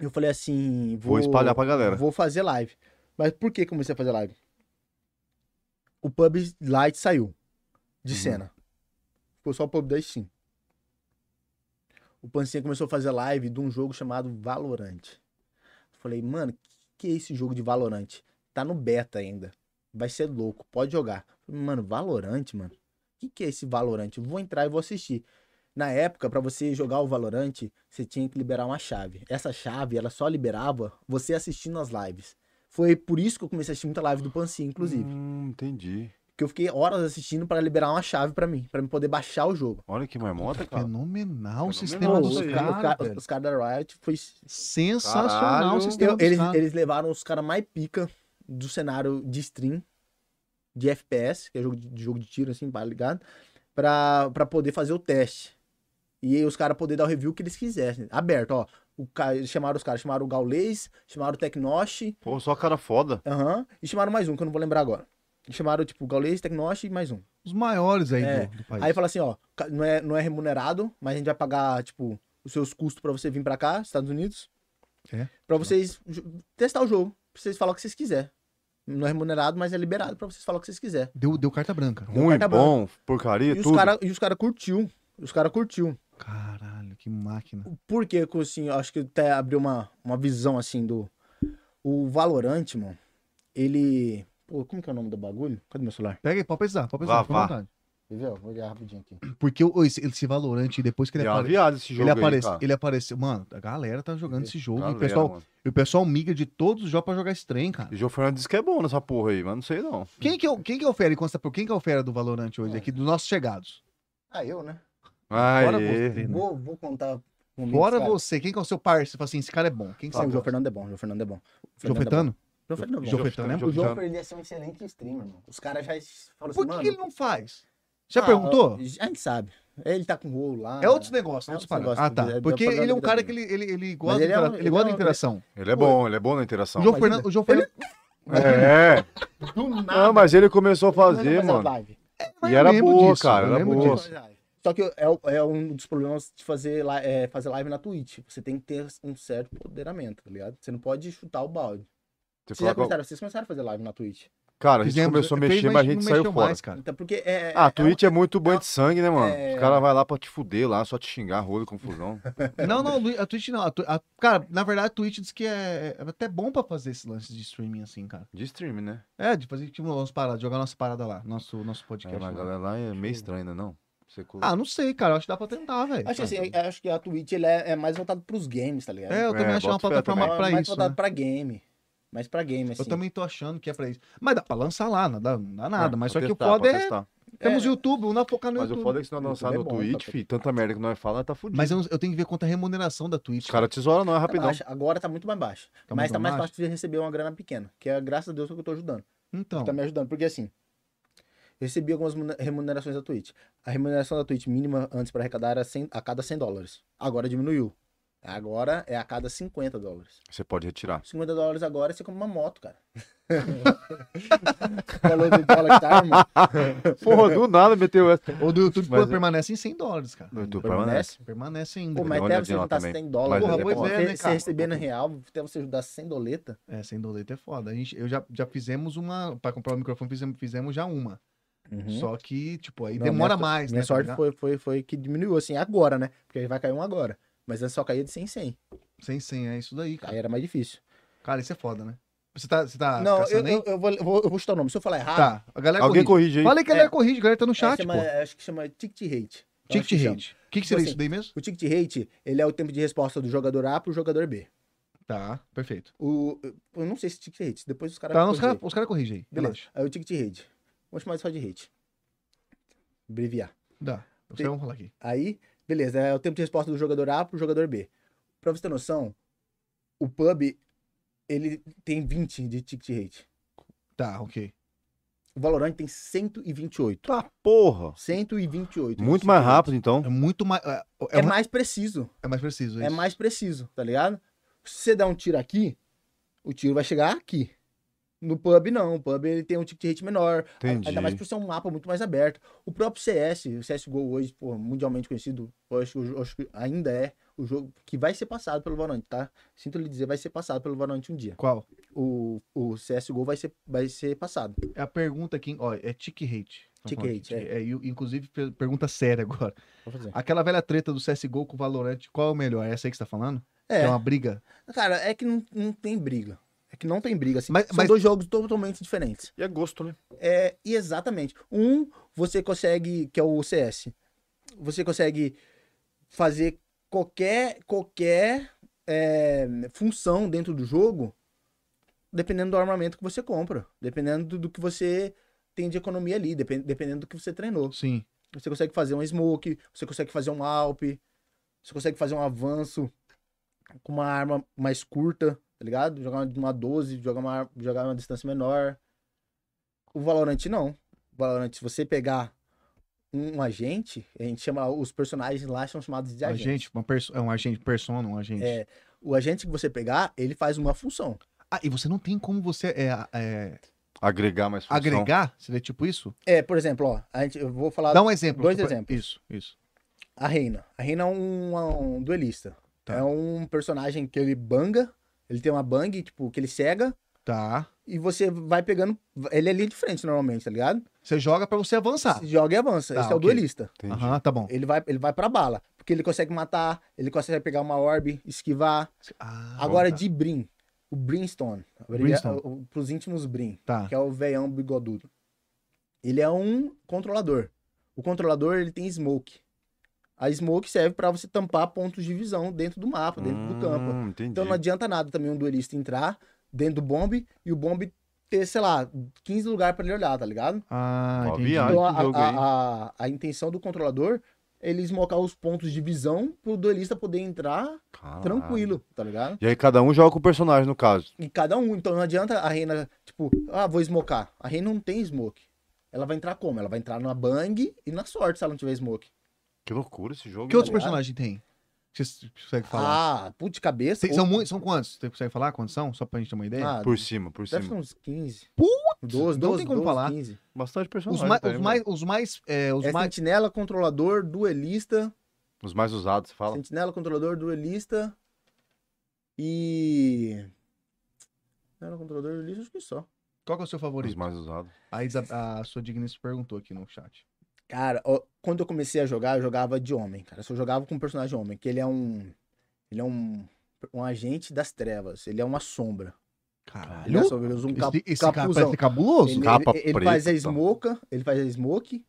D: eu falei assim, vou,
C: Vou espalhar pra galera.
D: Vou fazer live. Mas por que comecei a fazer live? O Pub Light saiu de
C: Uhum.
D: cena. Ficou só o Pub da Steam. O Pancinha começou a fazer live de um jogo chamado Valorant. Falei, mano, que, que é esse jogo de Valorant? Tá no beta ainda. Vai ser louco, pode jogar. Falei, mano, Valorant, mano? O que, que é esse Valorant? Vou entrar e vou assistir. Na época, pra você jogar o Valorant, você tinha que liberar uma chave. Essa chave, ela só liberava você assistindo as lives. Foi por isso que eu comecei a assistir muita live do Pancinha, inclusive.
C: Hum, entendi.
D: Porque eu fiquei horas assistindo pra liberar uma chave pra mim, pra eu poder baixar o jogo.
C: Olha que marmota, cara.
B: Fenomenal
C: Fenomenal
B: o sistema dos
C: isso
D: Pô,
C: aí.
D: os caras
B: caras,
D: cara,
B: velho.
D: os cara da Riot foi.
B: Sensacional o
C: Caralho.
B: sistema
D: Eu-
B: dos
D: eles,
B: caras.
D: eles levaram os caras mais pica do cenário de stream, de FPS, que é jogo de, de jogo de tiro, assim, tá ligado? Pra, pra poder fazer o teste. E aí os caras poder dar o review que eles quisessem. Aberto, ó. O, ca- eles chamaram os caras, chamaram o Gaulês, chamaram o Tecnosh,
C: Pô, só cara foda.
D: aham, e chamaram mais um, que eu não vou lembrar agora. E Chamaram, tipo, o Gaulês, Tecnosh e mais um.
B: Os maiores aí
D: É.
B: do, do país.
D: Aí fala assim, ó, ca- não é, não é remunerado, mas a gente vai pagar, tipo, os seus custos pra você vir pra cá, Estados Unidos.
B: É.
D: Pra vocês ju- testar o jogo. pra vocês falar o que vocês quiserem. Não é remunerado, mas é liberado pra vocês falar o que vocês quiserem.
B: Deu, deu carta branca.
C: Ruim,
D: tá
C: bom,
D: bom.
C: porcaria,
D: E os
C: tudo.
D: caras cara curtiu. Os caras curtiu.
B: Caralho, que máquina.
D: Por que, que, assim, eu acho que até abriu uma, uma visão, assim, do... O Valorant, mano, ele... Pô, como que é o nome do bagulho? Cadê meu celular?
B: Pega aí, pode precisar, pode precisar.
C: Vá,
B: fica à
C: vá.
B: vontade.
D: Quer ver? Eu Vou olhar rapidinho aqui.
B: Porque o- esse, esse valorante, depois que
C: É
B: ele,
C: uma
B: apare...
C: viada esse jogo
B: ele,
C: aí,
B: aparece-
C: cara.
B: ele apareceu. Mano, a galera tá jogando esse jogo. e, o
C: Galera,
B: pessoal,
C: mano.
B: e o pessoal migra de todos os jogos pra jogar esse trem, cara.
C: E o João Fernando disse que é bom nessa porra aí, mas não sei não.
B: Quem que, é o- quem que é o fera? Enquanto você tá- Quem que é o fera do valorante hoje aqui, dos nossos chegados?
D: Ah, eu, né?
C: Ai,
B: Fora você, né?
D: Vou, vou contar... comigo,
B: Fora
D: cara.
B: você. Quem que é o seu parceiro? Você fala assim, esse cara é bom. Quem que você
D: Sim, o João
B: gosta?
D: Fernando é bom, o João Fernando é bom. O Fernando é bom.
B: Jofetano?
D: O João Fernando é bom.
B: Jofetano. Jofetano, né?
D: O João Fernando é um excelente streamer, mano. Os caras já falaram
B: Por
D: assim,
B: que,
D: mano...
B: que ele não faz? Já
D: Ah,
B: perguntou?
D: A gente sabe. Ele tá com rolo lá.
B: É outros negócios,
D: é
B: outros paradas.
D: outros negócios,
B: Ah, tá.
D: é- é
B: Porque
D: propaganda
B: ele é um cara que ele,
D: dele.
B: ele, ele gosta,
D: Mas
B: de,
D: ele é um-
B: intera- ele
D: ele
B: gosta
D: é
B: de
D: um-
B: interação.
C: Ele é bom, ele é bom na interação.
B: O João
D: mas
B: Fernan-
D: ele-
B: o João Fernando.
C: É,
D: Do nada.
C: não, mas ele começou a
D: começou é a é
C: fazer,
D: fazer
C: mano.
D: live.
B: Mas
C: E
B: eu
C: era
B: lembro
C: boa,
B: um disso,
C: cara,
B: eu
C: era
B: lembro
C: boa.
B: disso.
D: Só que é, o- é um dos problemas de fazer, li- é, fazer live na Twitch. Você tem que ter um certo empoderamento, tá ligado? Você não pode chutar o balde.
C: Você
D: Vocês, já
C: fala qual-
D: começaram, vocês começaram a fazer live na Twitch.
C: Cara, a gente
B: Fizemos-
C: começou a
B: fez,
C: mexer, mas a gente
B: não
C: saiu
B: mexeu
C: fora.
B: mais, cara.
D: Então, porque é.
C: Ah,
D: é
C: a Twitch é, muito banho de sangue, né, mano?
D: É.
C: Os caras vão lá pra te fuder lá, só te xingar, rolo e confusão.
B: Não, não, Lu- a Twitch não. a Twi- a- cara, na verdade, a Twitch diz que é, é até bom pra fazer esse lance de streaming assim, cara.
C: De stream, né?
B: É, de fazer tipo umas paradas, jogar nossa parada lá, nosso, nosso
C: É,
B: podcast.
C: mas a
B: lá.
C: galera lá é meio estranha, né, não? Você colo-
B: Ah, não sei, cara. eu Acho que dá pra tentar, velho.
D: Acho, que assim, é- acho que a Twitch ela é, é mais voltada pros games, tá ligado?
B: É, eu também
C: É,
B: acho uma
C: boto fé
B: plataforma
C: também.
B: pra
D: mais
B: isso.
D: voltado
B: né?
D: pra game. Mais pra game, assim.
B: Eu também tô achando que é pra isso. Mas dá pra lançar lá, não dá, não dá nada.
C: É,
B: mas só
C: pra
B: que o
C: testar, pra
B: foda é.
C: testar.
B: Temos YouTube, vamos focar no
C: Mas o
B: YouTube.
C: foda é que se nós
D: YouTube
C: lançar
D: é
C: no
D: bom,
C: Twitch,
D: tá?
C: fi, tanta merda que nós fala, tá fudido.
B: Mas eu, não- eu tenho que ver quanto é a remuneração da Twitch.
C: Os caras tesoura não, é
D: Tá
C: rapidão.
D: baixa, Agora tá muito mais baixo.
B: Tá
D: mas
B: muito
D: tá mais
B: baixo?
D: fácil de receber uma grana pequena. Que é graças a Deus que eu tô ajudando.
B: Então,
D: Tá me ajudando. Porque assim, eu recebi algumas mune- remunerações da Twitch. A remuneração da Twitch mínima antes pra arrecadar era 100 a cada 100 dólares. Agora diminuiu. Agora é a cada 50 dólares.
C: Você pode retirar.
D: 50 dólares agora você compra uma moto, cara. o valor do dólar que tá, irmão.
C: Porra, do nada meteu essa.
B: ou do YouTube
C: Mas
B: quando
C: é-
B: permanece em 100 dólares, cara.
C: No YouTube
B: né?
C: permanece.
D: Permanece.
B: Permanece
D: Pô,
B: ainda.
D: mas
C: uma
D: até você
C: olhadinha lá
D: juntar
C: também.
D: 100
C: Mas
D: dólares.
B: é
D: Porra,
B: pois
D: pois
B: é, né,
D: Você
B: cara?
D: recebendo real, até você ajudar 100 doleta.
B: É, sem doleta é foda. A gente, eu já, já fizemos uma. Pra comprar o microfone, fizemos, fizemos já uma. Só que, tipo, aí
D: Uhum. Não,
B: demora
D: minha-
B: mais,
D: Minha
B: né? tá
D: sorte
B: ligado?
D: foi, foi, foi que diminuiu, assim, agora, né? Porque aí vai cair um agora. Mas antes só caía de 100 em 100.
B: Sem, sem, é isso daí,
D: Aí
B: cara.
D: era mais difícil.
B: Cara, isso é foda, né? Você tá. Você tá
D: não, eu,
B: caçando aí?
D: eu, Ah, eu vou, eu vou- eu vou chutar o nome. Se eu falar errado,
B: Tá, a galera
C: Alguém
B: corrige.
C: corrige aí.
B: Fala aí que a galera
D: É.
B: corrige, a galera tá no
D: é,
B: chat, pô.
D: chama- acho que chama ticket rate. Eu acho que
B: Ticket
D: chama.
B: rate. O que, que seria
D: Tipo
B: isso daí mesmo?
D: O ticket rate, ele é o tempo de resposta do jogador A pro jogador B.
B: Tá, perfeito.
D: O, eu não sei se é ticket rate, depois Então os caras...
B: Tá,
D: vão
B: os caras
D: corrigir.
B: os cara corrigem aí.
D: Beleza,
B: Relaxa.
D: aí o ticket rate. Vamos chamar só de rate. Abreviar.
B: Dá. Você
D: Tem-
B: vamos falar aqui.
D: Aí, beleza, é o tempo de resposta do jogador A pro jogador B. Pra você ter noção, o pub, ele tem 20 de ticket rate.
B: Tá, ok.
D: O Valorant tem 128.
C: Tá, porra.
D: 128.
C: Muito
D: de
C: mais
D: ticket
C: rápido, então.
B: É muito mais. É,
D: rate.
B: é
D: É
B: um-
D: mais preciso.
B: é mais preciso.
D: É
B: isso.
D: mais preciso, tá ligado? Se você der um tiro aqui, o tiro vai chegar aqui. No pub, não. O pub ele tem um ticket rate menor. A-
C: Entendi.
D: Ainda mais por ser um mapa muito mais aberto. O próprio CS, o CSGO hoje, pô, mundialmente conhecido, eu acho, que- eu acho que ainda é o jogo que vai ser passado pelo Valorant, tá? Sinto lhe dizer, vai ser passado pelo Valorant um dia.
B: Qual?
D: O, o CSGO vai ser, vai ser passado.
B: É a pergunta aqui, ó, é tick rate. Vamos
D: Tick
B: falar
D: rate,
B: aqui. É, e o- inclusive, per- pergunta séria agora.
D: Vou fazer.
B: Aquela velha treta do CSGO com o Valorant, qual é o melhor? É essa aí que você tá falando?
D: É,
B: É uma briga?
D: cara, é que não, não tem briga. É que não tem briga, assim.
B: Mas-
D: São
B: mas-
D: dois jogos totalmente diferentes.
C: E é gosto, né?
D: É, e exatamente. Um, você consegue, que é o CS, você consegue fazer qualquer, qualquer é, função dentro do jogo, dependendo do armamento que você compra, dependendo do, do que você tem de economia ali, depen- dependendo do que você treinou.
B: Sim.
D: Você consegue fazer um smoke, você consegue fazer um alp, você consegue fazer um avanço com uma arma mais curta, tá ligado? Jogar uma- uma 12, jogar uma, ar- jogar uma distância menor. O Valorant não. O Valorant, se você pegar um, um agente, a gente chama, os personagens lá são chamados de agentes.
B: agente, uma perso... é um agente, persona, um agente.
D: É, o agente que você pegar, ele faz uma função.
B: Ah, e você não tem como você é, é,
C: Agregar mais função.
B: agregar? Seria tipo isso?
D: É, por exemplo, ó, a gente, eu vou falar
B: Dá um exemplo.
D: Ah, dois
B: tipo,
D: exemplos.
B: Isso, isso.
D: A Reina. A Reina é um, um duelista.
B: Tá.
D: É um personagem que ele banga, ele tem uma bang, tipo, que ele cega,
B: Tá.
D: E você vai pegando. Ele é linha de frente normalmente, tá ligado?
B: Você joga pra você avançar.
D: Se Joga e avança.
B: Tá,
D: Esse é o
B: ok.
D: duelista.
C: Entendi.
B: Aham, tá bom.
D: Ele vai, ele vai pra bala. Porque ele consegue matar, ele consegue pegar uma orbe, esquivar.
B: Ah,
D: Agora
B: tá.
D: de Brim. O Brimstone.
B: Brimstone.
D: O- o- Pros íntimos Brim.
B: Tá.
D: que é o veião bigodudo. Ele é um controlador. O controlador ele tem smoke. A smoke serve pra você tampar pontos de visão dentro do mapa, dentro do
B: Ah,
D: campo.
C: Hum, Entendi.
D: Então não adianta nada também um duelista entrar dentro do bombe e o bombe ter, sei lá, 15 lugares pra ele olhar, tá ligado?
B: Ah,
C: Ó,
B: entendi.
C: viagem.
D: Então
C: que
D: a,
C: jogo,
D: a-
C: hein?
D: a- a intenção do controlador é ele esmocar os pontos de visão pro duelista poder entrar
B: Ah.
C: Caralho.
D: tranquilo, tá ligado?
C: E aí cada um joga com o personagem, no caso.
D: E cada um, então não adianta a Reina, tipo, ah, vou smocar. A Reina não tem smoke. Ela vai entrar como? Ela vai entrar na bang e na sorte se ela não tiver smoke.
C: Que loucura esse jogo. né?
B: Que outros
D: Tá ligado?
B: personagens tem? Que Vocês conseguem falar?
D: Ah, putz, de cabeça.
B: Tem- são, muitos, são quantos? Você consegue falar quantos são? Só pra gente ter uma ideia?
D: Ah,
C: Por cima, por
D: deve ser um
C: cima.
D: uns 15.
B: Putz,
D: 12, 12,
B: não tem como
D: 12,
B: falar.
D: 15.
C: Bastante
B: os,
C: personagens.
B: mais,
C: tá
B: os
C: ligado?
B: mais. Os mais. É, os
D: É
B: mais...
D: sentinela, controlador, duelista.
C: Os mais usados, fala.
D: Sentinela, controlador, duelista. E. Sentinela, controlador, duelista, acho que só.
B: Qual que é o seu
C: Os
B: favorito?
C: mais usados.
B: A, Isa- a sua digníssima perguntou aqui no chat.
D: Cara, ó, quando eu comecei a jogar, eu jogava de homem, cara. Eu só jogava com um personagem homem, que ele é um. Ele é um. Um agente das trevas. Ele é uma sombra. Ele é
B: Caralho.
D: uma sombra, ele usa um cap,
B: Esse, esse cara
D: capuzão.
B: parece cabuloso.
D: ele,
C: capa
D: ele- ele faz a
C: preta.
B: então.
D: smoke, ele faz a smoke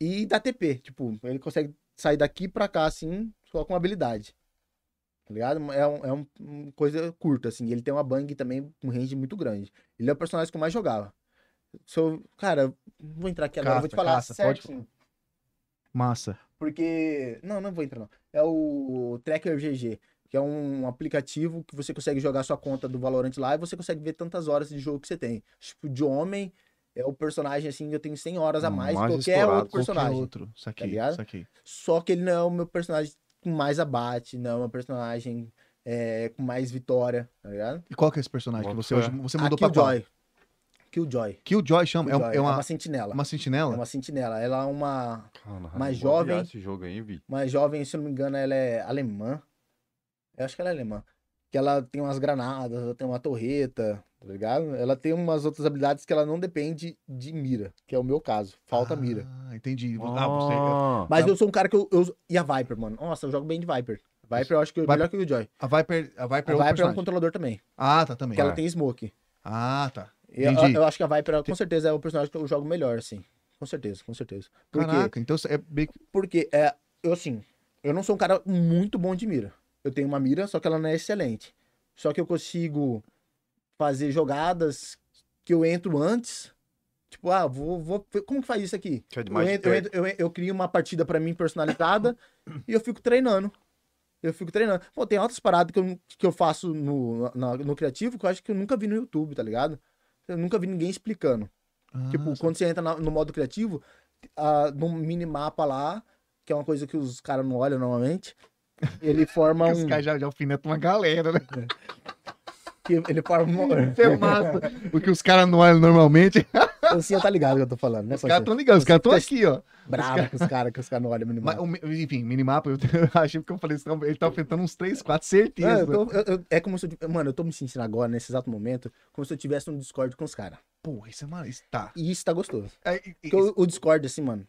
D: e dá TP. Tipo, ele consegue sair daqui pra cá, assim, só com habilidade. Tá ligado? É, um- é um- uma coisa curta, assim. Ele tem uma bang também com range muito grande. Ele é o personagem que eu mais jogava. Se eu, cara, vou entrar aqui agora, eu vou te
B: Caça,
D: falar
B: caça, pode-
D: certinho.
B: Massa.
D: Porque. Não, não vou entrar, não. É o Tracker GG, que é um aplicativo que você consegue jogar sua conta do Valorant lá e você consegue ver tantas horas de jogo que você tem. Tipo, de homem, é o personagem assim, eu tenho 100 horas a mais, que
C: Mais
D: qualquer
C: estourado.
D: outro personagem. tá
B: Qualquer outro. Saquei,
D: ligado?
B: saquei.
D: Só que ele não é o meu personagem com mais abate, não é o meu personagem é, com mais vitória, tá ligado?
B: E qual que é esse personagem que
C: Bota
B: você
C: fé.
B: hoje você mudou
D: Aqui
B: pra
D: o
B: qual?
D: Joy. Killjoy.
B: Killjoy chama. É, um-
D: Ah, Killjoy.
B: é uma,
D: sentinela.
B: uma sentinela?
D: É uma sentinela. Ela é uma.
C: Caralho,
D: Mais
C: vou
D: jovem.
C: olhar Esse jogo aí, Vi.
D: uma jovem, se eu não me engano, ela é alemã. Eu acho que ela é alemã. Que ela tem umas granadas, ela tem uma torreta, tá ligado? Ela tem umas outras habilidades que ela não depende de mira, que é o meu caso. Falta mira.
B: Ah, entendi. Ah, você-
C: Ah,
D: Mas eu sou um cara que eu, eu- E a Viper, mano. Nossa, eu jogo bem de Viper. Viper eu acho que é
B: Viper-
D: melhor que o Joy.
B: A Viper, a Viper é
D: A
B: outro
D: Viper é um
B: personagem.
D: controlador também.
B: Ah, tá, também.
D: Porque ela tem smoke.
B: Ah, tá.
D: E Eu,
B: Entendi.
D: eu acho que a Viper, com certeza, é o personagem que eu jogo melhor, assim. Com certeza, com certeza. Por quê?
B: Caraca, então é bem...
D: Porque é, eu assim, eu não sou um cara muito bom de mira. Eu tenho uma mira, só que ela não é excelente. Só que eu consigo fazer jogadas que eu entro antes. Tipo, ah, vou, vou como que faz isso aqui?
C: que é
D: Eu,
C: demais de
D: entro, eu,
C: perto.
D: entro- eu, eu crio uma partida pra mim personalizada e eu fico treinando. Eu fico treinando. Pô, tem outras paradas que eu, que eu faço no, na- no criativo que eu acho que eu nunca vi no YouTube, tá ligado? Eu nunca vi ninguém explicando.
B: Ah,
D: Tipo, quando você entra na- no modo criativo, ah, no minimapa lá, que é uma coisa que os caras não olham normalmente, ele forma
B: Os
D: um.
B: caras já, já alfinetam uma galera, né?
D: que- Ele forma um.
B: Isso é massa. Porque os caras não olham normalmente.
D: Você tá ligado que eu tô falando, né?
B: Os caras tão ligados, os caras tão aqui, ó.
D: Bravo com os caras, que os caras não olham o
B: Mas,
D: minimapa.
B: o mi- enfim, minimapa, eu eu achei porque eu falei, esse cara- ele tá alfinetando uns 3, 4, certeza.
D: Não, eu tô- eu- eu- é como se eu. tivesse- Mano, eu tô me sentindo agora, nesse exato momento, como se eu tivesse um Discord com os caras.
B: Porra, isso é mano, isso tá.
D: E isso tá gostoso.
B: É, e- e-
D: Porque o, o Discord, assim, mano.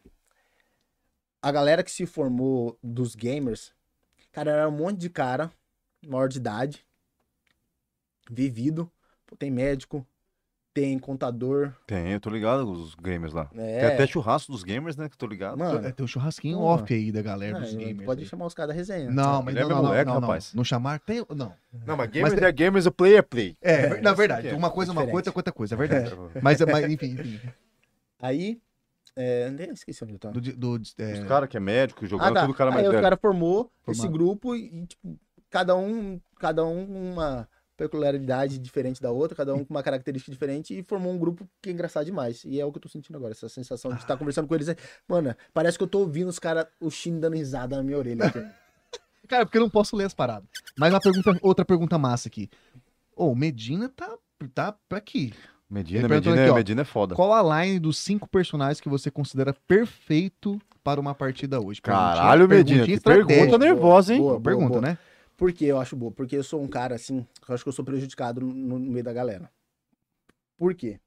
D: A galera que se formou dos gamers, cara, era um monte de cara, maior de idade, vivido. Pô, tem médico, tem contador.
C: Tem, eu tô ligado, os gamers lá. Tem
D: É,
C: até churrasco dos gamers, né? Que eu tô ligado.
B: é,
D: mano.
B: tem um churrasquinho
D: Porra.
B: off aí da galera
D: não,
B: dos gamers.
D: pode
B: aí.
D: chamar né? os caras da resenha. tá?
B: Não, mas
C: Ele é
B: não,
C: meu
B: não, não,
C: moleque,
B: não, não.
C: rapaz.
B: Não chamar, tem, não.
C: Não, mas
B: gamers
C: é gamers, é play é play.
B: É, na verdade,
C: isso que é.
B: uma coisa é uma
D: Diferente.
B: coisa, outra coisa, é verdade. Mas, mas enfim, enfim.
D: Aí, é, nem esqueci onde eu tava.
B: Do, di- do, di- é,
C: Os caras que é médico, jogando tudo o cara é mais
D: Ah, tá. Aí o
C: velho.
D: cara formou esse
B: Formado.
D: grupo e, tipo, cada um, cada um com uma peculiaridade diferente da outra, cada um com uma característica diferente e formou um grupo que é engraçado demais. E é o que eu tô sentindo agora, essa sensação de estar conversando com eles. é- Mano, parece que eu tô ouvindo os caras, o Shin dando risada na minha orelha. aqui.
B: Cara, porque eu não posso ler as paradas. Mas uma pergunta, outra pergunta massa aqui. Ô, o Medina tá, tá pra aqui.
C: Medina,
B: Ele perguntou
C: Medina, é-
B: aqui, ó.
C: Medina é foda.
B: Qual a line dos cinco personagens que você considera perfeito para uma partida hoje? Perguntinha-
C: Caralho, Medina,
B: perguntinha
C: que pergunta né?
B: estratégica.
C: nervosa, hein? Ah,
D: Boa,
B: Boa pergunta,
D: boa.
B: né?
D: Por que eu acho boa? Porque eu sou um cara assim, eu acho que eu sou prejudicado no, no meio da galera. Por quê?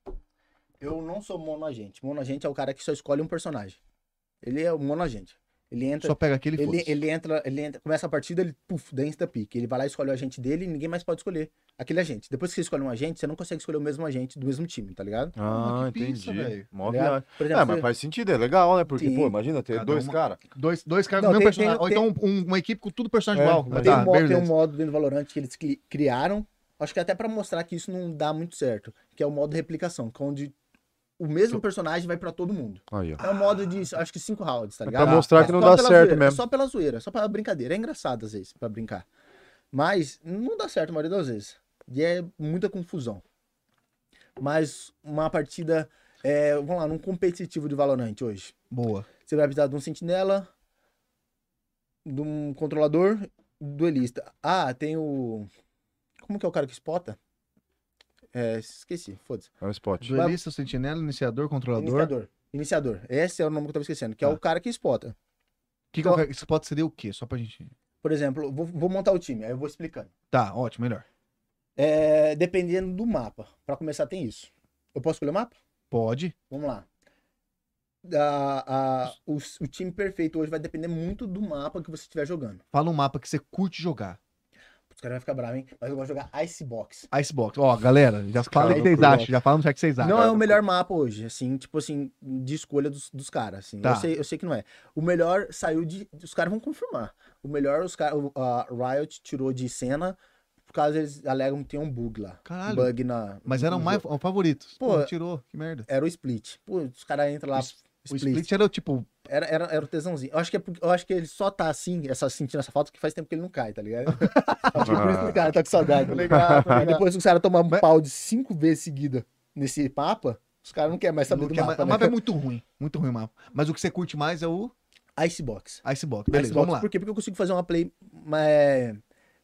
D: Eu não sou monoagente. Monoagente é o cara que só escolhe um personagem. Ele é o monoagente. Ele entra.
B: Só pega aquele e
D: Ele,
B: foda-se.
D: ele entra, ele entra, começa a partida, ele puf, dá insta pick. Ele vai lá e escolhe o agente dele e ninguém mais pode escolher aquele agente. Depois que você escolhe um agente, você não consegue escolher o mesmo agente do mesmo time, tá ligado?
C: Ah,
B: que
C: entendi.
B: pizza, velho.
C: Mó
D: Tá ligado?
C: viagem.
D: Por
B: Ah,
C: É,
D: exemplo,
C: mas
D: você-
C: faz sentido, é legal, né? Porque,
D: Sim.
C: pô, imagina ter
B: Cada
C: dois
B: uma-
C: caras.
B: Dois, dois caras com
D: Não,
B: o mesmo
D: tem-
B: personagem.
D: tem-
B: Ou então um- uma equipe com tudo personagem
C: É,
B: igual.
C: mas
D: tem,
B: Tá,
D: um modo, tem um
B: beleza.
D: modo dentro do Valorant que eles cri- criaram, acho que é até pra mostrar que isso não dá muito certo, que é o modo replicação, que é onde o mesmo personagem vai pra todo mundo.
C: Aí, ó.
D: É um modo de, acho que cinco rounds, tá
C: Pra
D: ligado?
C: mostrar
D: É
C: que não
D: só
C: dá
D: pela
C: certo
D: zoeira,
C: mesmo.
D: Só pela zoeira, só pela brincadeira. É engraçado às vezes, pra brincar. Mas não dá certo a maioria das vezes. E é muita confusão. Mas uma partida, é, vamos lá, num competitivo de Valorant hoje.
B: Boa.
D: Você vai precisar de um sentinela, de um controlador, um duelista. Ah, tem o. Como que é o cara que spota? É, esqueci, foda-se.
C: É um spot.
B: Duelista, sentinela, iniciador, controlador.
D: Iniciador. Iniciador. Esse é o nome que eu tava esquecendo, que é
B: Tá.
D: o cara que spota.
B: Que que eu- Isso pode ser o quê? Só pra gente.
D: Por exemplo, eu vou, vou montar o time, aí eu vou explicando.
B: Tá, ótimo, melhor.
D: É, dependendo do mapa. Pra começar, tem isso. Eu posso escolher o mapa?
B: Pode.
D: Vamos lá. A- a- o, o time perfeito hoje vai depender muito do mapa que você estiver jogando.
B: Fala um mapa que você curte jogar.
D: Os caras vão ficar bravos, hein? Mas eu gosto de jogar Icebox.
B: Icebox. Ó, galera, já fala o
C: Cara,
B: que vocês
D: loucura.
B: acham. Já falamos já que vocês acham.
D: Não é o
C: tá
D: melhor mapa hoje, assim, tipo assim, de escolha dos, dos caras, assim.
B: Tá.
D: Eu, sei, eu sei que não é. O melhor saiu de. Os caras vão confirmar. O melhor, os caras. A Riot tirou de cena por causa eles alegam que tem um bug lá.
B: Caralho.
D: Bug na.
B: Mas
D: no
B: eram mais
D: jogo.
B: favoritos. Pô,
D: Pô,
B: tirou. Que merda.
D: Era o split. Pô, os caras entram lá.
B: O
D: Split.
B: O split era tipo.
D: Era, era, era o tesãozinho. Eu acho, que é porque- eu acho que ele só tá assim, essa, sentindo essa falta, que faz tempo que ele não cai, tá ligado? acho que por isso que o cara tá com saudade.
B: Legal,
D: Aí depois que os caras tomam um pau de cinco vezes seguida nesse mapa, os caras não querem mais saber
B: Não
D: do
B: quer
D: mapa,
B: mais- O
D: né?
B: mapa é muito ruim. Muito ruim o mapa. Mas o que você curte mais é o
D: Icebox.
B: Icebox. Beleza,
D: Xbox,
B: vamos lá.
D: Por quê? Porque eu consigo fazer uma play mais,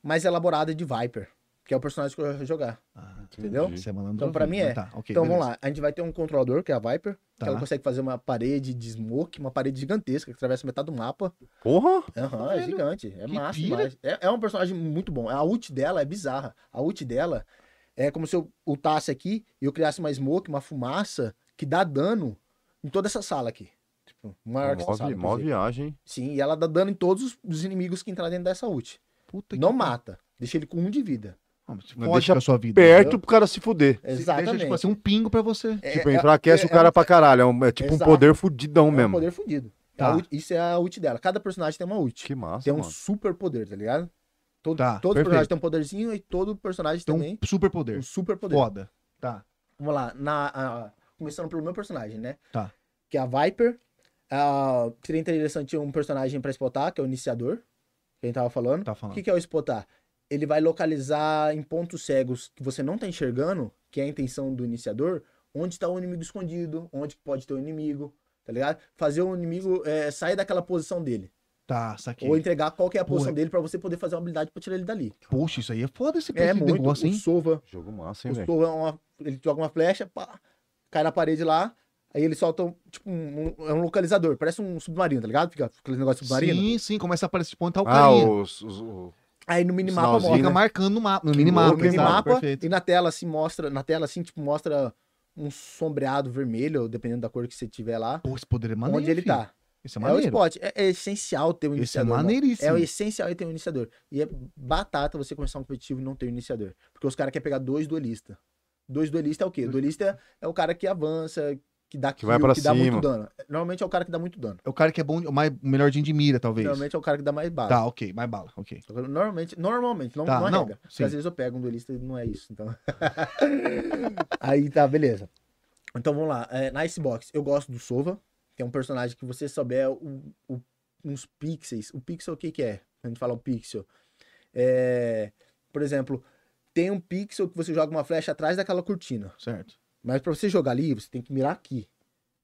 D: mais elaborada de Viper, que é o personagem que eu vou jogar.
B: Ah,
D: Entendeu?
C: Entendi.
B: você é malandro.
D: Então, pra mim
B: mas
D: é.
B: Tá, ok,
D: então vamos
B: beleza.
D: lá. A gente vai ter um controlador, que é a Viper,
B: Tá.
D: que ela consegue fazer uma parede de smoke, uma parede gigantesca que atravessa metade do mapa.
C: Porra!
D: Aham, é
B: Velho,
D: gigante. É
B: que
D: massa
B: pira.
D: demais. É, é um personagem muito bom. A ult dela é bizarra. A ult dela é como se eu ultasse aqui e eu criasse uma smoke, uma fumaça que dá dano em toda essa sala aqui. Tipo, maior que essa
C: Mó,
D: sala.
C: vi-
D: quer
C: mó
D: dizer.
C: viagem, hein?
D: Sim, e ela dá dano em todos os- os inimigos que entrar dentro dessa ult.
B: Puta
D: não
B: que-
D: mata. Deixa ele com um de vida.
B: Não, mas
C: Não,
B: Fode
C: deixa
B: com a sua vida.
C: Perto pro cara se fuder.
D: Exatamente.
B: Deixa, tipo assim, um pingo pra você.
D: É-
C: Tipo,
D: é-
C: enfraquece
D: é-
C: o cara pra caralho. É, um- é tipo
D: Exato.
C: um poder fudidão
D: é um
C: mesmo.
D: poder fudido.
B: Tá.
D: A ult- isso é a ult dela. Cada personagem tem uma ult.
C: Que massa,
D: tem um
C: mano.
D: super poder, tá ligado? Todo,
B: Tá,
D: todo
B: perfeito.
D: personagem tem um poderzinho e todo personagem
B: Tem
D: também
B: um super poder.
D: um super poder.
B: Foda. Tá.
D: Vamos lá. Na, a- começando pelo meu personagem, né?
B: Tá.
D: Que é a Viper. Ah, seria interessante um personagem pra spotar, que é o iniciador. Que a gente tava falando.
B: Tá
D: O
B: falando.
D: que, que é o spotar? Ele vai localizar em pontos cegos que você não tá enxergando, que é a intenção do iniciador, onde está o inimigo escondido, onde pode ter o inimigo, tá ligado? Fazer o inimigo é, sair daquela posição dele.
B: Tá, saquei.
D: Ou entregar qual que é a
B: Porra.
D: posição dele pra você poder fazer uma habilidade pra tirar ele dali.
B: Poxa, isso aí é foda esse
D: É
B: de
D: muito.
B: negócio,
D: o
B: hein?
D: Sova,
C: Jogo massa, hein,
D: o
C: velho?
D: Sova é uma- ele joga uma flecha, pá, cai na parede lá, aí ele solta um, tipo um, um- é um localizador, parece um submarino, tá ligado? Fica aquele negócio de submarino.
B: Sim, sim, começa a aparecer tipo, onde tá o
C: Ah,
B: carinha.
C: os, os- o-
D: Aí no minimapa
C: Sinalzinho,
D: mostra.
B: Fica
C: né?
B: marcando no mapa, no
C: Que
B: minimapa.
C: louco, hein,
D: no
B: exato,
D: mapa
B: Perfeito.
D: e na tela assim mostra, na tela assim tipo mostra um sombreado vermelho, dependendo da cor que você tiver lá,
B: Pô, esse poder é maneiro.
D: onde ele
B: filho.
D: tá.
B: Esse
D: É,
B: é
D: o
B: maneiro.
D: spot, é, é essencial ter um
B: Esse é
D: iniciador. irmão.
B: maneiríssimo.
D: É o essencial é ter um iniciador. E é batata você começar um competitivo e não ter um iniciador, porque os caras querem pegar dois duelistas. Dois duelistas é o quê? Duelista é o cara que avança, que dá
C: vai pra
D: que dá muito
C: cima.
D: dano. Normalmente é o cara que dá muito dano.
B: É o cara que é bom, o mais, o melhorzinho de mira, talvez.
D: Normalmente é o cara que dá mais bala.
B: Tá, ok, mais bala, ok.
D: Normalmente, normalmente, não,
B: Tá,
D: não é
B: não,
D: regra. Porque
B: sim.
D: às vezes eu pego um duelista e não é isso. Então... Aí tá, beleza. Então vamos lá. É, na Icebox, eu gosto do Sova. Que é um personagem que você souber o- o- uns pixels. O pixel o que, que é? A gente fala o pixel. É, por exemplo, tem um pixel que você joga uma flecha atrás daquela cortina.
B: Certo.
D: Mas pra você jogar ali, você tem que mirar aqui.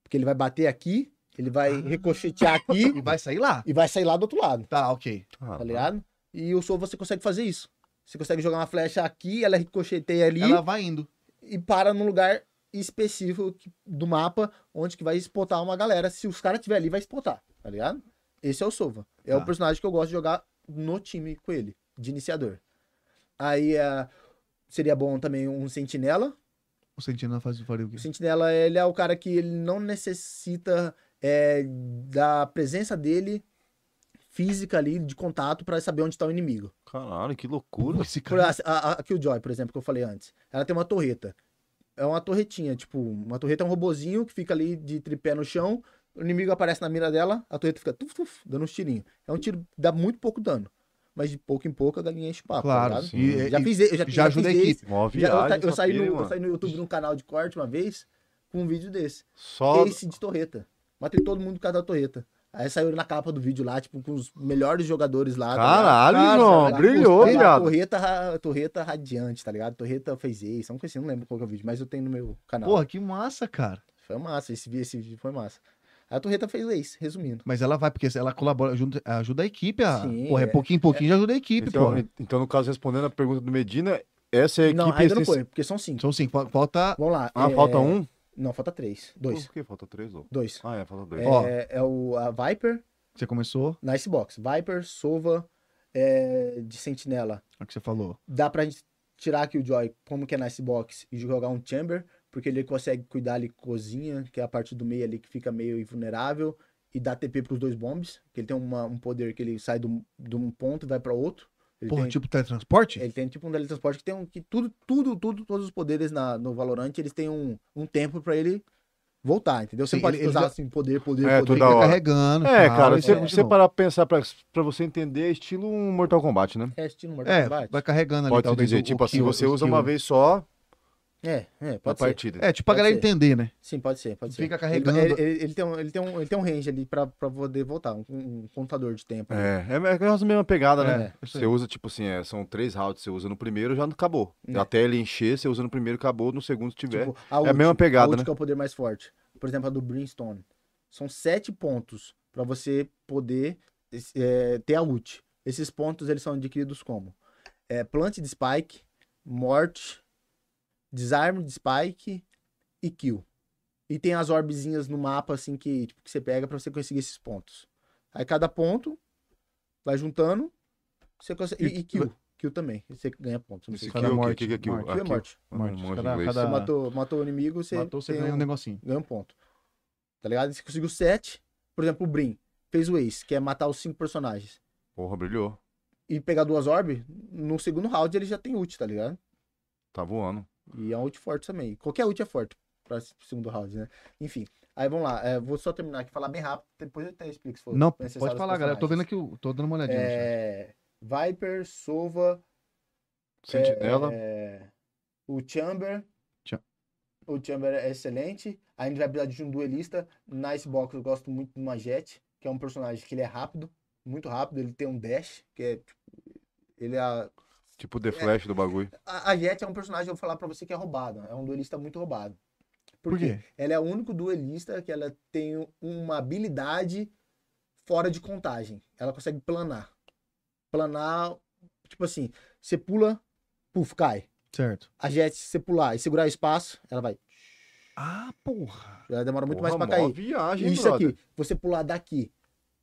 D: Porque ele vai bater aqui, ele vai
B: Ah.
D: ricochetear
B: E
D: aqui
B: vai sair lá.
D: e vai sair lá do outro lado
B: Tá, ok.
C: Ah,
D: tá ligado? E o Soul você consegue fazer isso. Você consegue jogar uma flecha aqui, ela ricocheteia ali
B: Ela vai indo.
D: e para num lugar específico que- do mapa onde que vai espotar uma galera. Se os caras tiver ali, vai espotar, tá ligado? Esse é o Sova. É
B: Tá.
D: o personagem que eu gosto de jogar no time com ele, é, de iniciador. Aí ah, seria bom também um sentinela,
B: O sentinela faz, faria o quê?
D: O sentinela, ele é o cara que ele não necessita é, da presença dele física ali, de contato, pra saber onde tá o inimigo.
C: Caralho, que
B: Pô,
C: loucura.
B: Esse
D: Por,
B: cara.
D: a, a, a Killjoy, por exemplo, que eu falei antes, ela tem uma torreta. É uma torretinha, tipo, uma torreta é um robozinho que fica ali de tripé no chão, o inimigo aparece na mira dela, a torreta fica tuf, tuf, dando uns tirinhos. É um tiro que dá muito pouco dano. Mas de pouco em pouco a galinha enche o papo,
B: Claro,
D: tá ligado?
B: sim. E-
D: já
B: e-
D: fiz, eu já,
B: já ajuda a
D: fiz esse.
B: equipe.
C: Mó
D: Já- eu,
C: viagem.
D: ta- eu
C: essa
D: saí no,
C: pira,
D: eu
C: mano.
D: saí no YouTube num canal de corte uma vez com um vídeo desse.
C: Só.
D: Ace de torreta. Matei todo mundo por causa da torreta. Aí saiu na capa do vídeo lá, tipo, com os melhores jogadores lá. tá ligado?
C: Caralho,
B: Cara,
C: irmão.
D: Ela
C: Brilhou,
D: postava lá,
C: viado.
D: Torreta, ra- torreta radiante, tá ligado? Torreta fez isso, não conheci, não lembro qual que é o vídeo, mas eu tenho no meu canal.
B: Porra, que massa, cara.
D: Foi massa, esse, vi- esse vídeo foi massa. A Torreta fez isso, resumindo.
B: Mas ela vai, porque ela colabora, ajuda, ajuda a equipe. A...
D: Sim,
B: porra, é
D: é.
B: pouquinho em pouquinho já ajuda a equipe,
D: tipo,
C: Então,
B: porra.
C: en- então, no caso, respondendo a pergunta do Medina, essa é a equipe.
D: não, ainda não
C: essencial-
D: foi, porque são cinco.
B: Então, sim, fa- falta.
D: Vamos lá.
C: Ah,
D: é-
C: falta um?
D: Não, falta três. Dois.
C: Por que falta três, louco?
D: Dois.
C: Ah, é, falta dois.
D: É,
B: Ó.
D: é o, a Viper,
B: Você começou,
D: na Icebox. Viper, Sova, é, de Sentinela.
B: é o que você falou.
D: dá pra gente tirar aqui o Joy como que é na Icebox e jogar um Chamber, porque ele consegue cuidar ali cozinha, que é a parte do meio ali que fica meio invulnerável, e dá TP pros dois bombs, que ele tem uma- um poder que ele sai de um- de um ponto e vai pra outro. Ele
B: Porra,
D: tem,
B: tipo teletransporte?
D: ele tem tipo um teletransporte que tem um, que tudo, tudo, tudo, todos os poderes na, no Valorant, eles têm um, um tempo pra ele voltar, entendeu? Você
B: Sim,
D: pode
B: ele- ele
D: usar
B: dá-
D: assim, poder, poder,
C: É,
D: poder.
C: toda
B: Fica
C: hora.
B: carregando.
C: É,
D: Ah,
B: tal,
C: cara,
B: isso
C: você,
B: é muito
C: você
B: bom.
C: parar pra pensar, pra, pra você entender, é estilo um Mortal Kombat, né?
D: É, estilo Mortal
B: É,
D: Kombat.
B: vai carregando ali.
C: Pode se
B: talvez,
C: dizer,
B: o-
C: tipo
B: o
C: assim,
B: kill,
C: você
B: o
C: usa
B: skill.
C: uma vez só
D: É, é,
C: na
D: pode ser.
C: partida.
B: É, tipo pra
D: Pode
B: galera
D: ser.
B: entender, né?
D: Sim, pode ser, pode ser.
B: Fica
D: Ele-
B: carregando.
D: Ele, ele- ele tem um, ele, tem um, ele tem um range ali pra, pra poder voltar, um, um contador de tempo. ali.
C: É, é, é a mesma pegada, né?
B: É, isso aí.
C: Você usa, tipo assim, é, são três rounds, você usa no primeiro, já não acabou.
D: É.
C: Até ele encher, você usa no primeiro, acabou, no segundo se tiver.
D: Tipo,
C: é a mesma pegada,
D: a ult
C: né?
D: que é o poder mais forte. Por exemplo, a do Brimstone. São sete pontos pra você poder es- é, ter a ult. Esses pontos, eles são adquiridos como? É, plant de Spike, Morte, Desarme de Spike e Kill. E tem as orbezinhas no mapa, assim, que, tipo, que você pega pra você conseguir esses pontos. Aí cada ponto, vai juntando, você consegue... E, e Kill. Kill também. Você ganha pontos. Não
C: Esse
D: sei
C: kill,
D: se-
B: cada
C: o
B: morte,
C: que, que, que, que,
B: morte.
D: Kill é morte.
B: Morte,
C: Um monte de
B: cada-
C: inglês.
B: cada-
D: Você
B: Tá.
D: matou, matou o inimigo, você,
B: Matou, você
D: tem
B: ganha um
D: um-
B: negocinho.
D: ganha um ponto. Tá ligado? E Você conseguiu 7. Por exemplo, o Brim fez o Ace, que é matar os cinco personagens.
C: Porra, brilhou.
D: E pegar duas orb, no segundo round ele já tem ult, tá ligado?
C: Tá voando.
D: E é um ult forte também. Qualquer ult é forte pra esse segundo round, né? Enfim. Aí vamos lá. É, vou só terminar aqui, falar bem rápido, depois eu até explico se for
B: Não,
D: necessário
B: pode
D: os
B: falar, galera. eu Tô vendo
D: personagens.
B: aqui, tá, o- tô dando uma olhadinha. no chat.
D: É, Viper, Sova,
C: Sentinela.
D: é, o Chamber.
B: Cha-
D: O Chamber é excelente. A gente vai precisar de um duelista. Na Icebox eu gosto muito do Majete, que é um personagem que ele é rápido, muito rápido. Ele tem um dash, que é. tipo, Ele é. A,
C: Tipo The Flash do bagulho.
D: a a Jet é um personagem, eu vou falar pra você, que é roubado. É um duelista muito roubado.
B: Por quê?
D: Ela é o único duelista que ela tem uma habilidade fora de contagem. Ela consegue planar. Planar, tipo assim, você pula, puf, cai.
B: Certo.
D: A Jet, se você pular e segurar o espaço, ela vai.
B: Ah, porra.
D: Ela demora É muito
C: Porra,
D: mais pra
C: mó
D: cair.
C: viagem,
D: Isso
C: brother.
D: aqui, você pular daqui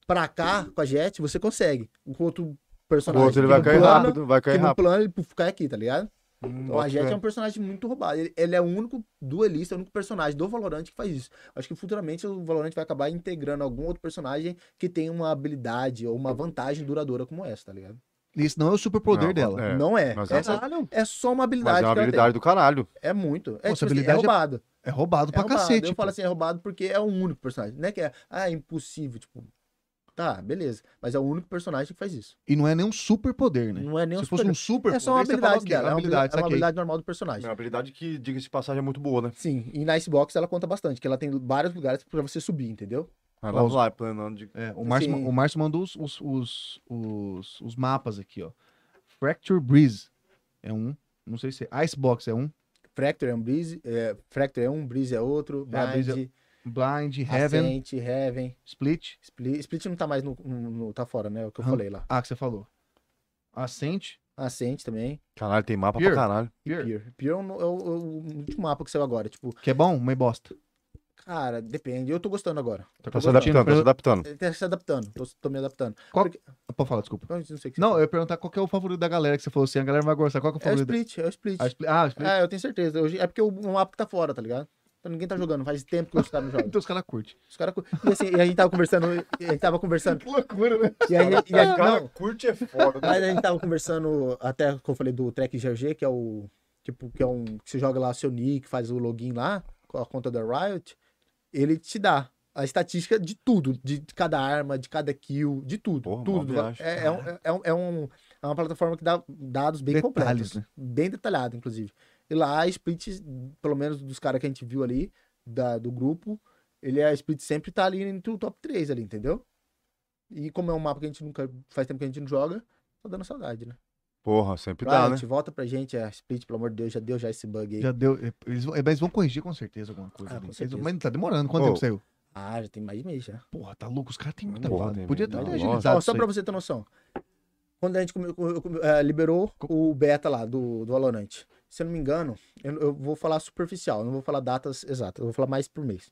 D: pra cá com a Jet, você consegue. Com outro
C: O
D: personagem.
C: outro ele
D: que
C: vai
D: não
C: cair
D: plana,
C: rápido, vai
D: Que
C: cair
D: não
C: rápido. Hum,
D: plana, ele puf, cai aqui, tá ligado? Então, a
C: Bota
D: Jet
C: fé.
D: é um personagem muito roubado. Ele, ele é o único duelista, o único personagem do Valorant que faz isso. Acho que futuramente o Valorant vai acabar integrando algum outro personagem que tem uma habilidade ou uma vantagem duradoura como essa, tá ligado?
B: Isso não é o superpoder
C: Não,
B: dela.
C: É,
D: não é.
C: mas
D: Essa
B: Caralho.
D: é só uma habilidade.
C: Mas é uma
D: que ela tem.
C: habilidade do caralho.
D: É muito. É,
B: Nossa,
D: tipo assim, é
B: habilidade é
D: roubado.
B: É roubado
D: É
B: pra
D: roubado.
B: cacete. tipo,
D: Eu
B: pô.
D: falo assim, é roubado porque é o único personagem. Não é que é, ah, é impossível, tipo. Tá, beleza. Mas é o único personagem que faz isso.
B: E não é nenhum superpoder, né?
D: assim. Não é nem um
B: Se fosse um
D: super-
B: superpoder,
D: É só uma
B: você fala,
D: habilidade
B: ok,
D: dela. É
B: habilidade,
D: uma habilidade, é uma
B: saquei.
D: habilidade normal do personagem.
C: É uma habilidade que, diga-se de passagem, é muito boa, né?
D: Sim, e na Icebox ela conta bastante, que ela tem vários lugares pra você subir, entendeu?
C: Ela
B: Ó, os-
C: vai planando de.
B: É, o, Márcio,
D: Sim.
B: o Márcio mandou os, os, os, os, os mapas aqui, ó. Fracture Breeze é um. Não sei se é. Icebox é um.
D: Fracture é um Breeze, é, Fracture é um, Breeze é outro,
B: É, a Breeze é-
D: Bind,
B: Blind,
D: Ah,
B: Heaven,
D: Ascent, Heaven,
B: Split.
D: Split, Split não tá mais no, no- no- tá fora, né? É o que eu
B: Aham.
D: falei lá.
B: Ah, que você falou. Ascent.
D: Ascent também,
C: Caralho, tem mapa
B: Here.
C: pra caralho.
B: Pier.
D: um, Pier. Pier é o, é o- é o último mapa que saiu agora, tipo,
B: Que é bom? Uma bosta.
D: Cara, depende. Eu tô gostando agora.
C: Tá,
B: Tá
C: se adaptando, tá
B: pelo-
C: se adaptando.
D: Ele tá se adaptando. Tô, tô me adaptando.
B: Qual-
D: Porque-
B: Pode falar, desculpa.
D: Não sei o que você
B: Não, eu
D: falou.
B: ia perguntar qual que é o favorito da galera que você falou assim. A galera vai gostar. Qual que é o
D: é o
B: favorito?
D: split, é o split.
B: Ah, Split. Ah, Split.
D: É, eu tenho certeza. Hoje, é porque o, o mapa tá fora, tá ligado? Então ninguém tá jogando. Faz tempo que os caras não jogam.
B: Então os caras curtem.
D: Os caras. E assim, e a gente tava conversando. e A gente tava conversando.
B: Que loucura, né?
D: E aí, e aí, não,
C: curte é foda.
D: Mas a gente tava conversando, até que eu falei do Track GG, que é o. Tipo, que é um. Que você joga lá seu nick, faz o login lá, com a conta da Riot. Ele te dá a estatística de tudo, de cada arma, de cada kill, de tudo.
C: Porra, mó
D: tudo.
C: viagem,
D: É, é, um, é, um- é um- é uma plataforma que dá dados bem
B: Detalhes,
D: completos. Bem detalhado, inclusive. E lá, a split, pelo menos dos caras que a gente viu ali, da, do grupo, ele é a split sempre tá ali entre o top 3 ali, entendeu? E como é um mapa que a gente nunca. Faz tempo que a gente não joga, tá dando saudade, né?
C: Porra, sempre dá, né?
D: Riot, volta pra gente, é split, pelo amor de Deus, já deu já esse bug aí.
B: Já deu. é, Eles vão, eles vão corrigir com certeza alguma coisa.
D: Ah,
B: ali.
D: com
B: Eles-
D: certeza.
B: Mas não tá demorando. Quanto
C: Ô.
B: tempo saiu?
D: Ah, já tem mais de mês já.
B: Porra, tá louco. Os caras têm muito
C: Porra,
B: trabalho.
C: tem
B: Podia ter
C: muito
B: até
C: trabalho.
B: agilizado.
D: Ó, né, só
B: isso
D: pra
B: aí.
D: você ter noção. Quando a gente come- eu- eu- eh, liberou o beta lá do, do Valorant, se eu não me engano, eu, eu vou falar superficial, eu não vou falar datas exatas, eu vou falar mais por mês.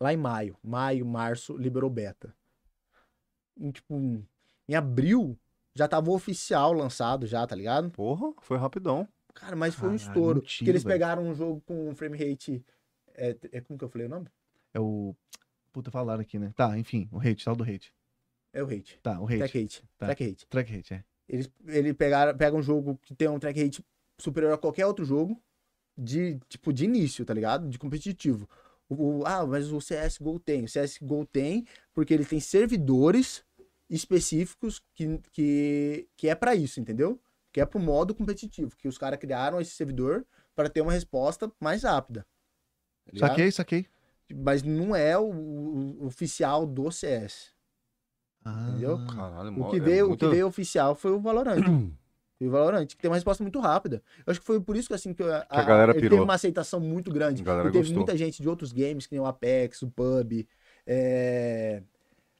D: Lá em maio, maio, março, liberou beta. Em, tipo, em abril, já tava oficial lançado já, tá ligado?
C: Porra, foi rapidão.
D: Cara, mas foi um
B: Caralho,
D: estouro.
B: não
D: Porque
B: tinha,
D: eles
B: velho.
D: pegaram um jogo com um frame rate. É, é como que eu falei o nome?
B: É o. Puta, falaram aqui, né? Tá, enfim. O hate. Tal do hate.
D: É o hate.
B: Tá, o
D: Track
B: hate.
D: rate.
B: Tá.
D: Track rate.
B: Track hate, é.
D: Eles, ele pegaram, pega um jogo que tem um track rate superior a qualquer outro jogo. De, tipo, de início, tá ligado? De competitivo. O, o- ah, mas o CSGO tem. O CSGO tem porque ele tem servidores específicos que, que, que é pra isso, entendeu? Que é pro modo competitivo. Que os caras criaram esse servidor para ter uma resposta mais rápida. tá ligado?
B: Saquei, saquei.
D: mas não é o, o- o oficial do CS.
B: Ah,
D: Entendeu?
C: Caralho,
D: O
C: mó-
D: que,
C: é
D: veio, o
C: muita-
D: que veio oficial foi o Valorant. Foi o Valorant, que tem uma resposta muito rápida. Eu acho que foi por isso que, assim, que a,
C: a galera
D: ele
C: pirou.
D: teve uma aceitação muito grande.
C: A galera
D: e teve
C: gostou.
D: muita gente de outros games, que nem o Apex, o PUB, é...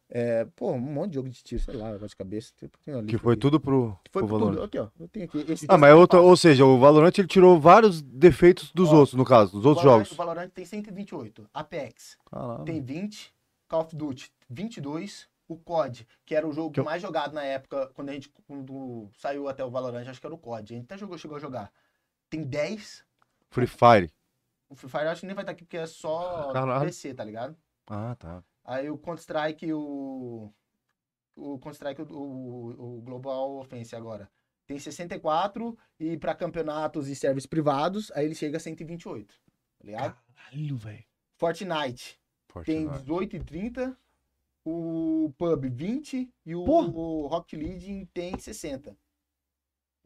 D: é, pô, um monte de jogo de tiro, sei lá, um negócio de cabeça. tem- tem ali
C: Que foi
D: aqui.
C: tudo pro,
D: Foi
C: pro
D: pro
C: Valorant.
D: tudo. Aqui, ó. Eu tenho aqui. Esse
C: Ah, mas é outra, ou seja, o Valorant ele tirou vários defeitos dos
D: Ó,
C: outros, no caso, dos
D: O
C: outros
D: Valorant- O
C: jogos.
D: Valorant tem 128. Apex
C: Caralho.
D: tem 20, Call of Duty 22, o COD, que era o jogo
B: Que eu-
D: mais jogado na época, quando a gente quando saiu até o Valorant, acho que era o COD, a gente até jogou, chegou a jogar. Tem 10,
C: Free Fire.
D: o Free Fire eu acho que nem vai estar aqui porque é só
C: Caralho.
D: PC, tá ligado?
C: Ah, tá.
D: Aí o Counter-Strike, o o Counter-Strike, o, o- o Global Offense agora. Tem 64 e pra campeonatos e servers privados, aí ele chega a 128. Tá
B: Ah,
D: ligado?
B: Caralho, velho.
D: Fortnite tem
C: Fortnite.
D: 18 e 30, o Pub 20 e o,
B: Porra.
D: o Rocket League tem 60. Tá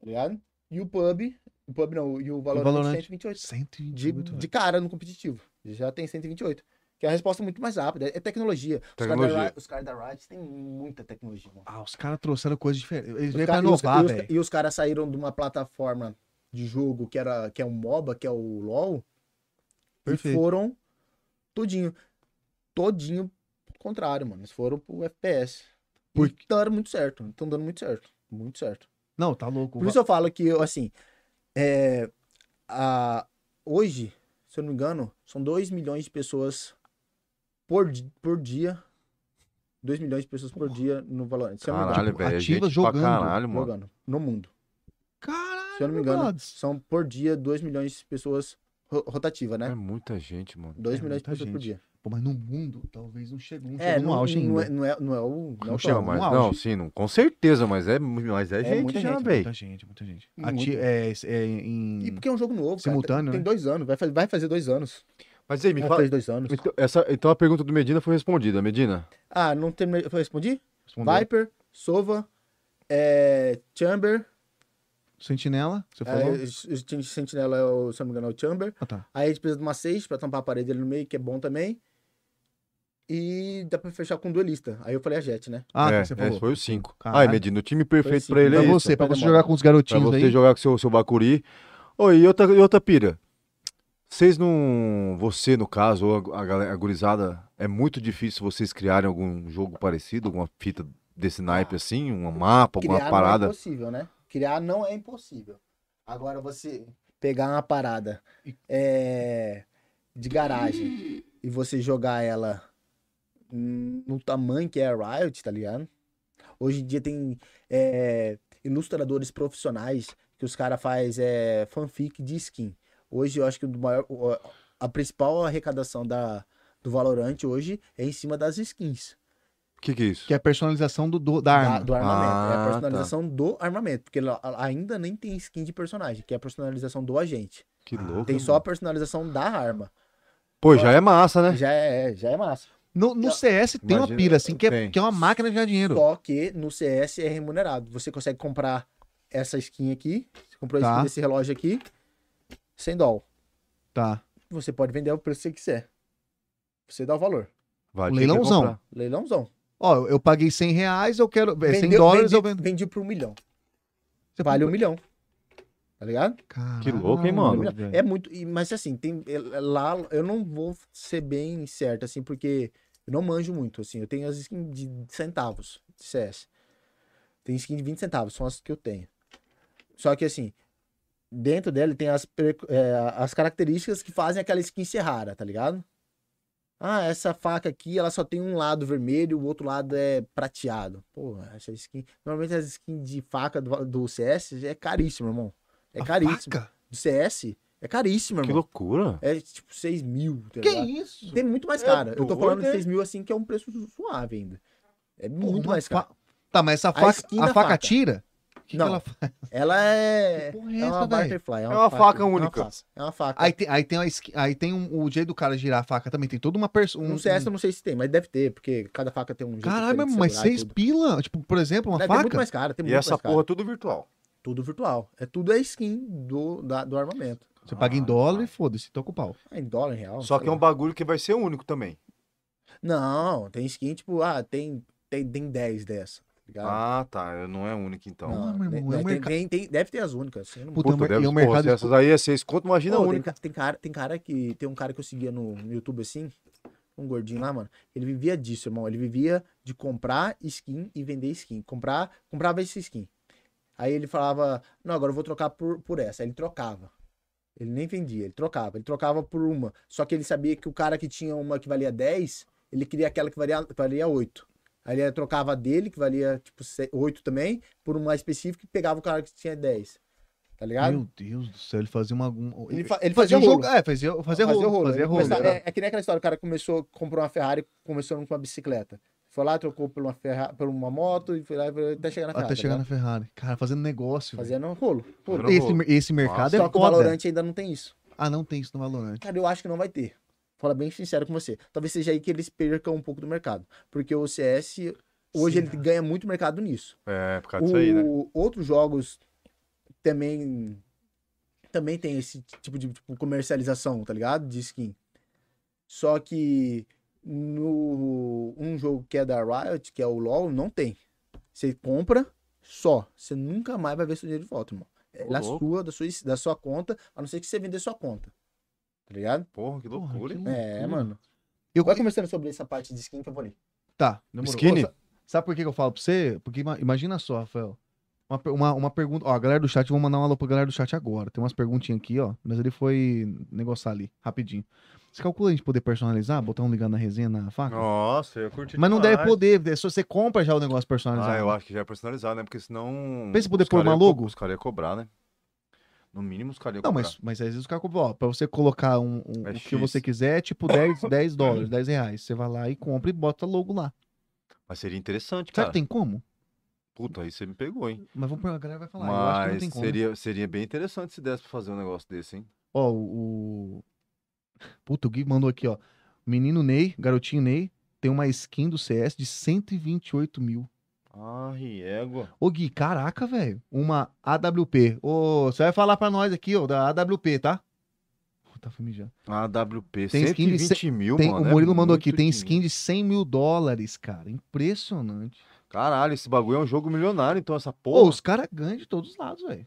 D: ligado? E o Pub, o Pub não, e o Valorant,
B: Valorant.
D: 128. De,
B: 128, velho.
D: de cara no competitivo. Já tem 128. Que é a resposta muito mais rápida. É tecnologia. Os caras da,
C: Tecnologia.
D: Riot- os caras da Riot têm muita tecnologia. mano.
B: Ah, os caras trouxeram coisas diferentes. Eles
D: Os
B: vêm
D: ca-
B: pra
D: e os ca-
B: inovar,
D: e os ca-
B: velho.
D: E os caras saíram de uma plataforma de jogo que, era, que é um MOBA, que é o LoL.
B: Perfeito.
D: E foram todinho. Todinho pro contrário, mano. Eles foram pro FPS.
B: Por-
D: Porque tá dando muito certo. Estão dando muito certo. Muito certo.
B: Não, tá louco.
D: Por isso eu falo que, assim, é, a, hoje, se eu não me engano, são 2 milhões de pessoas por, di- por dia. 2 milhões de pessoas por dia no Valorant. Se eu não me engano,
C: Caralho,
B: tipo,
C: velho. é
B: ativa
C: gente
B: jogando,
C: Pra caralho, mano.
D: jogando no mundo.
B: Caralho,
D: Se eu não me engano,
B: brothers.
D: são por dia 2 milhões de pessoas ro- rotativa,
C: É
D: né?
C: muita gente, mano.
D: 2
B: É
D: milhões de
B: muita
D: pessoas por
B: gente.
D: dia.
B: Pô, mas no mundo, talvez não chegou, não
D: É,
B: chegou
D: não,
B: no auge
D: não,
B: ainda.
D: é, não, é, não é o.
C: Não,
D: é o
C: chega
D: top.
C: mais.
B: um
C: Não,
B: auge.
C: sim, não. com certeza, mas é, mas é, gente
D: muita
C: já,
D: gente,
C: velho.
B: Muita gente, muita gente.
D: Muito.
B: Ati- é, é, em...
D: E porque é um jogo novo.
B: Simultâneo,
D: cara. Tem
B: né?
D: dois anos, vai, fa- vai fazer dois anos.
C: Mas aí, me
D: Já
C: fala.
D: fez dois anos.
C: Então, essa, então a pergunta do Medina foi respondida, Medina.
D: Ah, não tem. Eu respondi?
B: Respondeu.
D: Viper, Sova, é, Chamber.
B: Sentinela, você falou?
D: É, s- s- tem sentinela, é o, se eu não me engano, é o Chamber.
B: Ah, tá.
D: Aí a gente precisa de uma 6 pra tampar a parede ali no meio, que é bom também. E dá pra fechar com duelista. Aí eu falei a Jet, né?
B: Ah,
C: é,
B: tá, você
C: é,
B: falou.
C: foi o 5. Ai,
B: Caralho.
C: Medina, o time perfeito
D: cinco.
C: pra ele é
B: Pra
D: Beleza,
C: esse.
B: você, pra
D: pode
B: você
D: demorar.
B: jogar com os
C: Pra
B: garotinhos
C: você
B: aí.
C: jogar com seu, seu Bacuri. Oi, e outra, e outra pira. Vocês não. Você, no caso, ou a, a, galera- a gurizada, é muito difícil vocês criarem algum jogo parecido, alguma fita desse
B: Ah.
C: naipe assim, um mapa, alguma
D: Criar não é
C: parada.
D: impossível, né? Criar não é impossível. Agora você pegar uma parada
B: E-
D: é, de garagem e você jogar ela hum, no tamanho que é a Riot, tá ligado? Hoje em dia tem é, ilustradores profissionais que os caras fazem é, fanfic de skin. Hoje eu acho que o maior, o- a principal arrecadação da, do Valorant hoje é em cima das skins.
C: O que, que é isso?
B: Que é a personalização do, do- da
D: Da-
B: arma.
D: do armamento. é
C: Ah,
D: a
C: tá.
D: personalização do armamento. Porque ela- ainda nem tem skin de personagem, que é a personalização do agente.
C: Que
B: Uhum.
C: louco.
D: Tem
C: hein,
D: só a
C: mano?
D: personalização da arma.
C: Pô, já é massa, né?
D: Já é, já é massa.
B: No, no CS tem uma
C: Imagina,
B: pira, assim, que é,
C: tem.
B: que é uma máquina de ganhar dinheiro.
D: Só que no CS é remunerado. Você consegue comprar essa skin aqui. Você comprou a
B: Tá.
D: skin desse relógio aqui. 100 dólar.
B: Tá.
D: Você pode vender ao preço que você quiser. Você dá o valor.
C: Vai,
B: Um
C: tem que
B: leilãozão.
C: comprar.
D: Leilãozão.
B: Ó, eu- eu paguei 100 reais, eu quero. É, 100
D: Vendeu-
B: dólares eu
D: vendi-
B: vendo.
D: Vendi por um milhão.
B: Você
D: Vale um milhão. Tá ligado?
B: Caralho,
C: Que louco, hein, mano?
B: velho.
D: É muito. e- Mas assim, tem. é- é Lá eu não vou ser bem certo, assim, porque eu não manjo muito, assim. Eu tenho as skins de centavos de CS. Tem skin de 20 centavos, são as que eu tenho. Só que assim, dentro dela tem as, pre- é, as características que fazem aquela skin ser rara, tá ligado? Ah, essa faca aqui, ela só tem um lado vermelho e o outro lado é prateado. Pô, essa skin. Normalmente as skins de faca do, do CS é caríssimo, irmão. É
B: A
D: caríssimo
B: faca?
D: do CS é caríssimo,
C: Que
D: irmão.
C: loucura.
D: É tipo 6 mil, tá
B: Que
D: ligado?
B: isso?
D: Tem muito mais
C: É
D: cara. Eu tô
C: doido,
D: falando de
C: hein?
D: 6 mil assim, que é um preço suave ainda. É muito
B: Uma
D: mais caro.
B: fa- Tá, mas essa faca.
D: skin
B: A
D: da
B: faca
D: faca.
B: tira? O que que
D: Não.
B: ela faz?
D: Ela é.
B: Que porra é
D: É
B: essa,
D: uma
B: velho?
D: butterfly.
C: É uma faca
D: é uma
C: única.
D: faca, É uma faca.
B: Aí tem, aí tem, uma skin- aí tem um- o jeito do cara girar a faca também. Tem toda uma pessoa.
D: no CS eu não sei se tem, mas deve ter, porque cada faca tem um jeito.
B: um- Caralho,
D: diferente
B: mas,
D: de
B: mas
D: segurar e
B: seis
D: tudo.
B: pila? Tipo, por exemplo, uma
D: Não, é, Tem muito
B: faca?
D: mais cara, tem
C: E
D: muito
C: essa
D: mais
C: porra é
D: cara.
C: tudo virtual.
D: Tudo virtual. É tudo é skin do, da- do armamento.
B: Você paga em
C: Ah,
B: dólar
C: tá.
B: e foda-se, toca o pau.
D: É em dólar, em real.
C: Só
D: sei
C: que é
D: lá.
C: um bagulho que vai ser único também.
D: Não, tem skin, tipo, ah, tem, tem, tem 10 dessa. tá ligado?
C: Ah, tá. Não é único, então.
B: Não,
D: Não,
B: meu irmão, é
D: né,
B: um
D: tem-
B: merca-
D: tem- tem- deve ter as únicas. assim, eu não
B: Puta,
C: Puta,
B: é um mer-
C: deve,
B: é um
C: porra, se
B: mercado-
C: essas aí é seis conto, imagina
D: Pô, tem,
C: única.
D: ca- tem cara, tem cara que. Tem um cara que eu seguia no, no YouTube assim, um gordinho lá, mano. Ele vivia disso, irmão. Ele vivia de comprar skin e vender skin. Comprar, comprava esse skin. Aí ele falava, não, agora eu vou trocar por, por essa. Aí ele trocava. Ele nem vendia, ele trocava. Ele trocava por uma. Só que ele sabia que o cara que tinha uma que valia 10, ele queria aquela que valia, valia 8. Aí ele trocava a dele, que valia tipo 8 também, por uma específica e pegava o cara que tinha 10. Tá ligado?
B: Meu Deus do céu, ele fazia uma. Um...
D: Ele, fa- ele
B: fazia
D: fazia
B: um
D: rolo.
B: jogo. É, fazia, fazia rolo. Fazia
D: Ele
B: rolo. né?
D: começava-
B: era-
D: é, é que nem aquela história, o cara começou, comprou uma Ferrari, começou com uma bicicleta. Foi lá, trocou por uma, Ferra... por uma moto e foi lá e foi- até chegar na Ferrari.
B: Até
D: tá
B: chegar na
D: ligado?
B: Ferrari. Cara, fazendo negócio. velho.
D: Fazendo um rolo. rolo.
C: Virou
B: Esse,
C: rolo.
B: mer- esse mercado
D: Só
B: é
D: que o
B: foda.
D: Valorant ainda não tem isso.
B: Ah, não tem isso no Valorant.
D: Cara, eu acho que não vai ter. Fala bem sincero com você. Talvez seja aí que eles percam um pouco do mercado. Porque o CS, hoje,
B: Será?
D: ele ganha muito mercado nisso.
C: É, por causa disso aí, né?
D: O- Outros jogos também também tem esse tipo de tipo, comercialização, tá ligado? De skin. Só que no um jogo que é da Riot, que é o LoL, não tem. Você compra só, você nunca mais vai ver seu dinheiro de volta, irmão. É
C: Ô,
D: da
C: louco.
D: sua, da sua, da sua conta, a não ser que você vender sua conta. Tá ligado?
C: Porra, que
B: Porra,
C: loucura.
B: que
C: hein?
D: É,
B: loucura.
D: mano.
B: Eu-
D: Vai conversando sobre essa parte de skin que eu vou ler.
B: Tá. demorou.
C: Skinny?
B: Ô, sa- Sabe por que que eu falo pra você? Porque ima- imagina só, Rafael. Uma, per- uma, uma pergunta. Ó, a galera do chat, vou mandar um alô pra galera do chat agora. Tem umas perguntinhas aqui, ó. Mas ele foi negociar ali, rapidinho. Você calcula a gente poder personalizar? Botar um ligado na resenha, na faca?
C: Nossa, eu curti
B: Mas não
C: demais.
B: deve poder. É só você compra já o negócio personalizado.
C: Ah, eu acho que já é personalizado, né? Porque senão.
B: Pensa em poder
C: os
B: pôr
C: cara
B: uma
C: ia co-
B: logo?
C: Os caras iam cobrar, né? No mínimo, os caras iam
B: Não,
C: cobrar.
B: mas, mas às vezes os caras compram, ó, pra você colocar um, um-
C: É
B: o que
C: X.
B: você quiser, é tipo 10, 10 dólares, 10 reais. Você vai lá e compra e bota logo lá.
C: Mas seria interessante,
B: Será
C: cara.
B: que tem como?
C: Puta, aí você me pegou, hein?
B: Mas vamos, a galera vai falar, eu acho que não
C: mas
B: tem como.
C: seria, seria bem interessante se desse pra fazer um negócio desse, hein?
B: Ó, o. o- Puta, o Gui mandou aqui, ó. Menino Ney, garotinho Ney, tem uma skin do CS de 128 mil.
C: Ah, riego.
B: Ô, Gui, caraca, velho. Uma AWP. Ô, você vai falar pra nós aqui, ó, da AWP, tá? Puta, fui mijar.
C: AWP,
B: Tem skin de
C: 120 mil,
B: Tem,
C: mano.
B: o
C: é
B: Murilo mandou aqui,
C: muito
B: tem
C: dinheiro.
B: skin de 100 mil dólares, cara. Impressionante.
C: Caralho, esse bagulho é um jogo milionário, então essa
B: Pô,
C: porra.
B: os caras ganham de todos os lados, velho.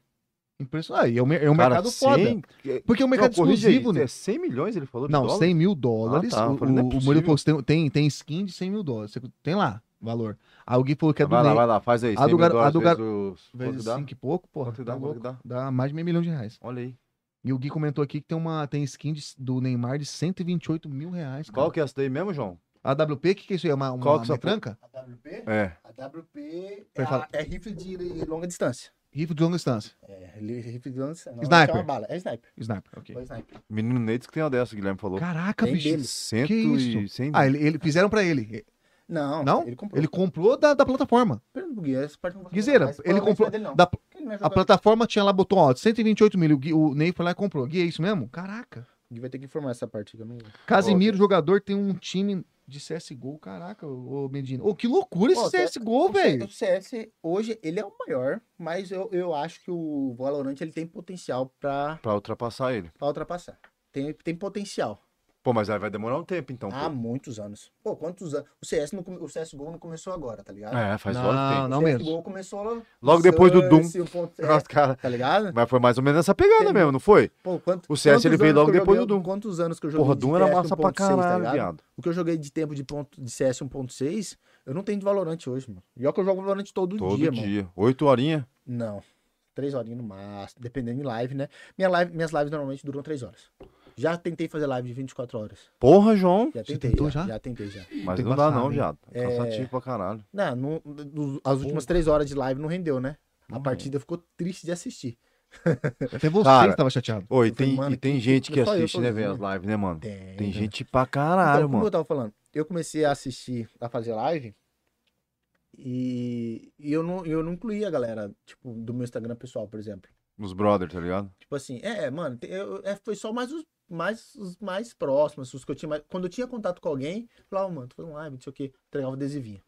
B: Impressionante. Aí é um, mer- é um
C: Cara,
B: mercado foda.
C: 100 É,
B: Porque é um mercado
C: não, corrige aí,
B: exclusivo, né?
C: É 100 milhões ele falou de
B: Não,
C: dólar?
B: 100 mil dólares.
C: Ah, tá.
B: o,
C: Eu falei, não é
B: o- o Murilo
C: possível.
B: falou: "Você tem, tem, tem skin de 100 mil dólares. Você tem lá, valor. Aí o Gui falou que é do
C: Vai lá,
B: Ney.
C: vai lá, faz aí.
B: A
C: 100 mil
B: do gar- a
C: dólares
B: do gar-
C: vezes os- quanto
B: Vezes
C: dá?
B: 5 e pouco, porra.
C: Quanto
B: tá
C: dá, quanto
B: louco.
C: dá?
B: Dá mais de meio milhão de reais.
C: Olha aí.
B: E o Gui comentou aqui que tem uma tem skin de- do Neymar de 128 mil reais. Cara.
C: Qual que é essa daí mesmo, João?
B: A WP, o que, que é isso aí? É uma, uma
C: Qual que é essa
B: metranca?
D: A WP?
C: É.
D: A WP é,
B: Vai falar.
D: a, é rifle de longa distância.
B: Rifle de longa distância.
D: É, li- rifle de longa distância. Não,
B: Sniper.
D: É uma bala. É sniper.
B: Sniper. ok.
D: Foi sniper.
C: Menino Neitz que tem uma dessa, Guilherme falou.
B: Caraca,
D: Tem
B: bicho.
D: dele.
C: Cento
B: que isso?
C: e cem.
B: Ah, ele, ele- fizeram pra ele.
D: Não,
B: Não?
D: ele comprou.
B: Ele comprou da, da plataforma.
D: Pera, Gui, essa parte eu não vou falar,
B: Guiseira,
D: mas
B: ele
D: provavelmente não
B: comprou.
D: é dele, não.
B: da-
D: Ele não é
B: a
D: jogador.
B: plataforma tinha lá, botou, ó, 128 mil. O, Gui- o Ney foi lá e comprou. Gui, é isso mesmo? Caraca.
D: O Gui vai ter que informar essa parte. que eu não-
B: Casimiro, jogador, tem um time de CSGO. Caraca, ô ô, Medina. Ô, que loucura esse
D: Pô, tá-
B: CSGO,
D: O
B: velho.
D: CS hoje, ele é o maior, mas eu, eu acho que o Valorant ele tem potencial pra,
C: Pra ultrapassar ele.
D: pra ultrapassar. Tem, tem potencial.
C: Pô, mas aí vai demorar um tempo, então.
D: Há
C: pô.
D: muitos anos. Pô, quantos anos? O CS não, come- o CSGO não começou agora, tá ligado?
C: É, faz logo
B: Não,
C: tempo.
B: não
D: o CSGO
B: mesmo.
D: começou lá-
C: Logo depois do Doom.
D: Esse ponto- é,
C: Nossa, cara.
D: tá ligado?
C: Mas foi mais ou menos essa pegada
D: Tem-
C: mesmo, não foi?
D: Pô, quanto,
C: O CS ele
D: quantos
C: veio
D: anos
C: logo
D: que eu
C: depois
D: joguei- um-
C: do Doom.
D: Quantos anos que eu joguei
C: Porra,
D: de
C: Doom era
D: CS
C: massa pra
D: 1.6, tá
C: caralho,
D: ligado?
C: viado.
D: O que eu joguei de tempo de, ponto, de CS 1.6, eu não tenho de Valorant hoje, mano. E olha que eu jogo Valorant todo,
C: Todo
D: Um dia,
C: dia.
D: mano.
C: Oito horinhas.
D: Não. Três horinhas no máximo, dependendo de live, né? Minha live, minhas lives normalmente duram três horas. Já tentei fazer live de 24 horas.
C: Porra, João.
D: Já
B: Você
D: tentei.
B: tentou
D: já,
B: já?
D: tentei já.
C: Mas
B: Tem
C: não dá,
B: passado,
C: não,
B: hein?
C: viado. É
D: É.
C: cansativo pra caralho.
D: Não, não- do- as últimas três horas de live não rendeu, né? A partida ficou triste de assistir. é
B: Até você
C: Cara,
B: estava chateado.
C: Ô, e
D: Eu falei,
C: tem,
D: mano,
C: e tem
D: que-
C: gente
D: que-
C: que
D: só eu
C: assiste, né,
D: sozinho.
C: velho, as lives, né, mano?
D: Tem,
C: Tem
D: né?
C: gente pra
D: Então,
C: caralho,
D: como
C: mano.
D: eu tava falando, eu comecei a assistir, a fazer live, e, e eu, não, eu não incluía a galera, tipo, do meu Instagram pessoal, por exemplo.
C: Nos brothers, tá ligado?
D: Tipo assim, é, é, mano, te- eu, é, foi só mais os mais, os mais próximos, os que eu tinha mais. Quando eu tinha contato com alguém, falava, "Ô, mano, tô fazendo live, não sei o quê, entregava adesivinho.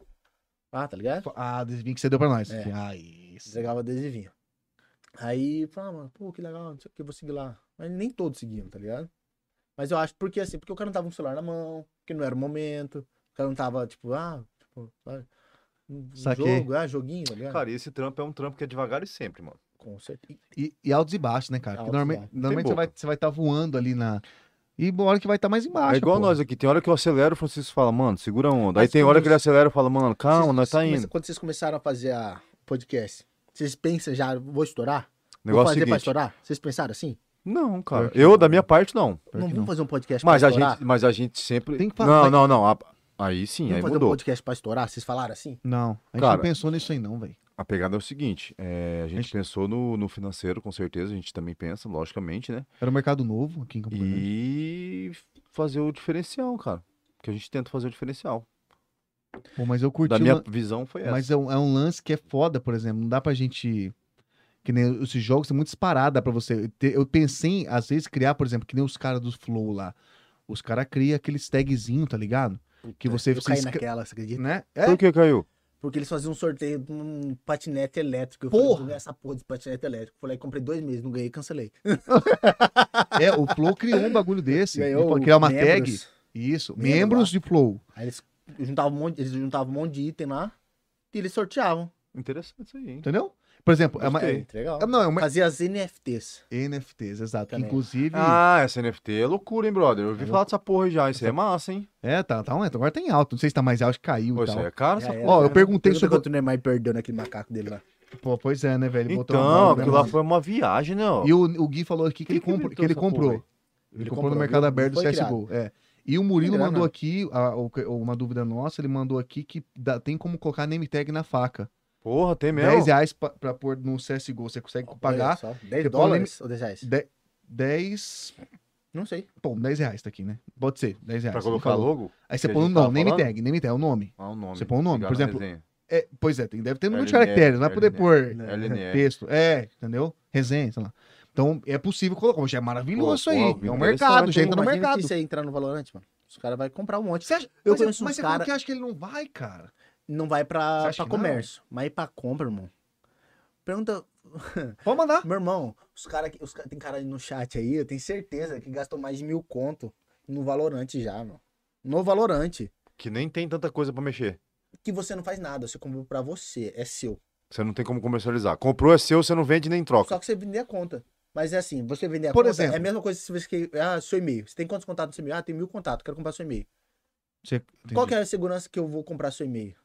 D: Ah, tá ligado?
B: Ah, desvio que você deu pra nós.
D: É.
B: Ah, isso.
D: Entregava adesivinho. Aí, falava, "Ah, mano, pô, que legal, não sei o que, vou seguir lá. Mas nem todos seguiam, tá ligado? Mas eu acho, porque assim, porque o cara não tava com o celular na mão, porque não era o momento, o cara não tava, tipo, ah, tipo, vai, um um
B: Saquei.
D: jogo, ah, joguinho, tá ligado?
C: Cara, e esse trampo é um trampo que é devagar e sempre, mano.
D: Com certeza.
B: E, e altos e baixos, né, cara? Porque
D: Altos e
B: normalme-
D: baixos.
B: normalmente
C: Tem
B: você vai
C: boca.
B: estar vai tá voando ali na. E uma hora que vai estar mais embaixo.
C: é igual
B: pô.
C: nós aqui. Tem hora que eu acelero, o Francisco fala, mano, segura a onda. Aí
D: Mas
C: tem
D: quando
C: hora que ele
D: você-
C: acelera e fala, mano, calma,
D: Vocês-
C: nós tá
D: vocês
C: indo.
D: come- Quando vocês começaram a fazer a podcast, vocês pensam já, vou estourar?
C: O negócio
D: vou
C: é o
D: fazer pra
C: seguinte.
D: estourar? Vocês pensaram assim?
C: Não, cara.
B: Pior que
C: Eu,
B: não,
C: da
B: né?
C: minha parte, não.
B: Pior
D: não
B: que
D: vamos fazer um podcast
C: Mas
D: pra
C: a,
D: estourar?
C: gente, mas a gente sempre.
B: Tem que
C: Não,
B: falar-
C: não, não. a- Aí sim,
D: vamos
C: aí
D: fazer
C: mudou.
D: um podcast pra estourar? Vocês falaram assim?
B: Não, a gente
C: Cara.
B: não pensou nisso aí, não, velho.
C: A pegada é o seguinte: é, a gente pensou no, no financeiro, com certeza. A gente também pensa, logicamente, né?
B: Era um mercado novo aqui em Campo Grande.
C: E fazer o diferencial, cara. Porque a gente tenta fazer o diferencial.
B: Pô, mas eu curti.
C: da
B: o
C: minha
B: lan-
C: visão foi essa.
B: Mas é um, é um lance que é foda, por exemplo. Não dá pra gente. Que nem esses jogos tem muito disparada pra você. Te- Eu pensei, em, às vezes, criar, por exemplo, que nem os caras do Flow lá. Os caras criam aqueles tagzinho, tá ligado? Que você
D: eu
B: você
D: caí
B: escre-
D: naquela, você acredita?
B: Né?
C: Por que caiu?
D: Porque eles faziam um sorteio de um patinete elétrico. Eu
B: Porra!
D: falei, vou ganhar essa porra de patinete elétrico. Falei, comprei dois meses, não ganhei, cancelei.
B: É, o Flow criou um bagulho desse.
D: Ganhou
B: Ele falou, criar uma tag.
D: membros.
B: Isso.
D: Membro
B: membros de Flow.
D: Aí eles juntavam um monte, eles juntavam um monte de item lá e eles sorteavam.
C: Interessante isso aí, hein?
B: Entendeu? Por exemplo, é uma.
C: Gostei.
D: Muito legal.
B: é- não, é uma.
D: Fazia as NFTs.
B: NFTs, exato. Que
D: Também.
B: inclusive.
C: Ah, essa NFT é loucura, hein, brother? Eu ouvi
B: É
C: falar dessa porra já. Isso aí é massa, hein?
B: É, tá, tá um, agora tem alto. Não sei se tá mais alto, acho que caiu
C: Pô,
B: e
C: isso aí
B: tal.
C: é caro,
D: Já
C: essa
D: era.
C: porra.
B: Ó, eu perguntei
D: Pergunta
B: sobre.
D: quanto o Neymar perdeu naquele macaco dele lá.
B: Pô, pois é, né, velho? Botou uma
C: Então,
B: bola, né,
C: aquilo lá
B: mano?
C: foi uma viagem, né? ó?
B: E o, o Gui falou aqui que,
C: Quem
B: ele,
C: que
B: compro-
C: inventou
B: que ele
C: essa porra,
B: comprou.
C: velho?
B: Ele,
D: Ele
B: comprou,
D: comprou,
B: no mercado
D: não
B: aberto do
D: foi
B: CSGO. É. E o Murilo
D: Grana.
B: mandou aqui, a- o que- uma dúvida nossa, ele mandou aqui que dá- tem como colocar name tag na faca.
C: Porra, tem
B: 10
C: mesmo.
B: reais pra, pra pôr no CSGO. Você consegue
D: Olha
B: pagar
D: só, 10
B: Depois
D: dólares ou 10 reais?
B: de- 10.
D: Não sei.
B: Bom, 10 reais tá aqui, né? Pode ser, 10 reais.
C: Pra
B: ele
C: colocar
B: falou.
C: logo?
B: Aí você
C: que a
B: põe o
C: gente tava
B: nome, name
C: falando?
B: tag, name tag, é o nome.
C: Ah, o nome.
B: Você põe o nome,
C: Ligar
B: por
C: na
B: exemplo,
C: resenha.
B: É, pois é, tem, deve ter um número de
C: LNR,
B: caracteres, não vai poder pôr
C: LNR.
B: texto. É, entendeu? Resenha, sei lá. Então é possível colocar, já é maravilhoso
C: Pô,
B: isso aí.
C: pô,
B: é um
C: interessante,
B: mercado, já
C: hein?
B: entra no
D: Imagina que
B: mercado.
D: Se você entrar no Valorant, mano, os caras vão comprar um monte.
B: Você acha-
D: Eu
B: mas, é-
D: conheço
B: mas
D: uns
B: você falou
D: cara-
B: que acha que ele não vai, cara.
D: Não vai
B: Você
D: pra,
B: acha
D: pra
B: que não?
D: comércio, mas pra compra, irmão. Pergunta,
B: Pode mandar.
D: meu irmão, os cara, que- os cara, tem cara aí no chat aí, eu tenho certeza que gastou mais de mil conto no Valorant já, mano. No Valorant,
C: Que nem tem tanta coisa pra mexer.
D: que você não faz nada, você comprou pra você, é seu.
C: Você não tem como comercializar. Comprou é seu, você não vende nem troca.
D: Só que você vender a conta. Mas é assim, você vender a
B: Por
D: conta
B: exemplo.
D: é a mesma coisa se você que ah, seu e-mail. Você tem quantos contatos no seu e-mail? Ah, tem mil contatos, quero comprar seu e-mail.
B: Você-
D: Qual que é a segurança que eu vou comprar seu e-mail?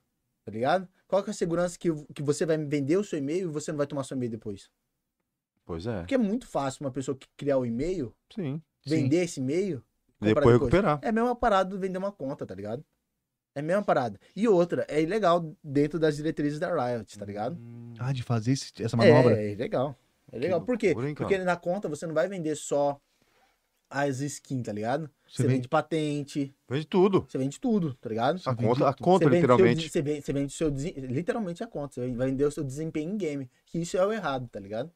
D: Tá ligado? Qual que é a segurança que, que você vai me vender o seu e-mail e você não vai tomar seu e-mail depois?
C: Pois é.
D: Porque é muito fácil uma pessoa que criar o e-mail,
C: Sim.
B: Sim.
D: vender esse e-mail. comprar
C: Depois recuperar.
D: É a mesma parada de vender uma conta, tá ligado? É a mesma parada. E outra, é ilegal dentro das diretrizes da Riot, tá ligado?
C: Hum,
B: Ah, de fazer esse- essa
D: É,
B: manobra.
D: É, legal. É legal. Por quê?
C: loucura, hein, cara?
D: Porque na conta você não vai vender só as skins, tá ligado?
B: Você
D: Você,
B: vende-
D: vende... patente,
C: Vende tudo.
D: você vende tudo, tá ligado?
C: A
B: vende
C: conta, a
B: tudo.
C: conta
D: Você vende seu
C: literalmente.
D: des- Você vende, você vende seu desen- Literalmente a conta. Você vai vender o seu desempenho em game. Que isso é o errado, tá ligado?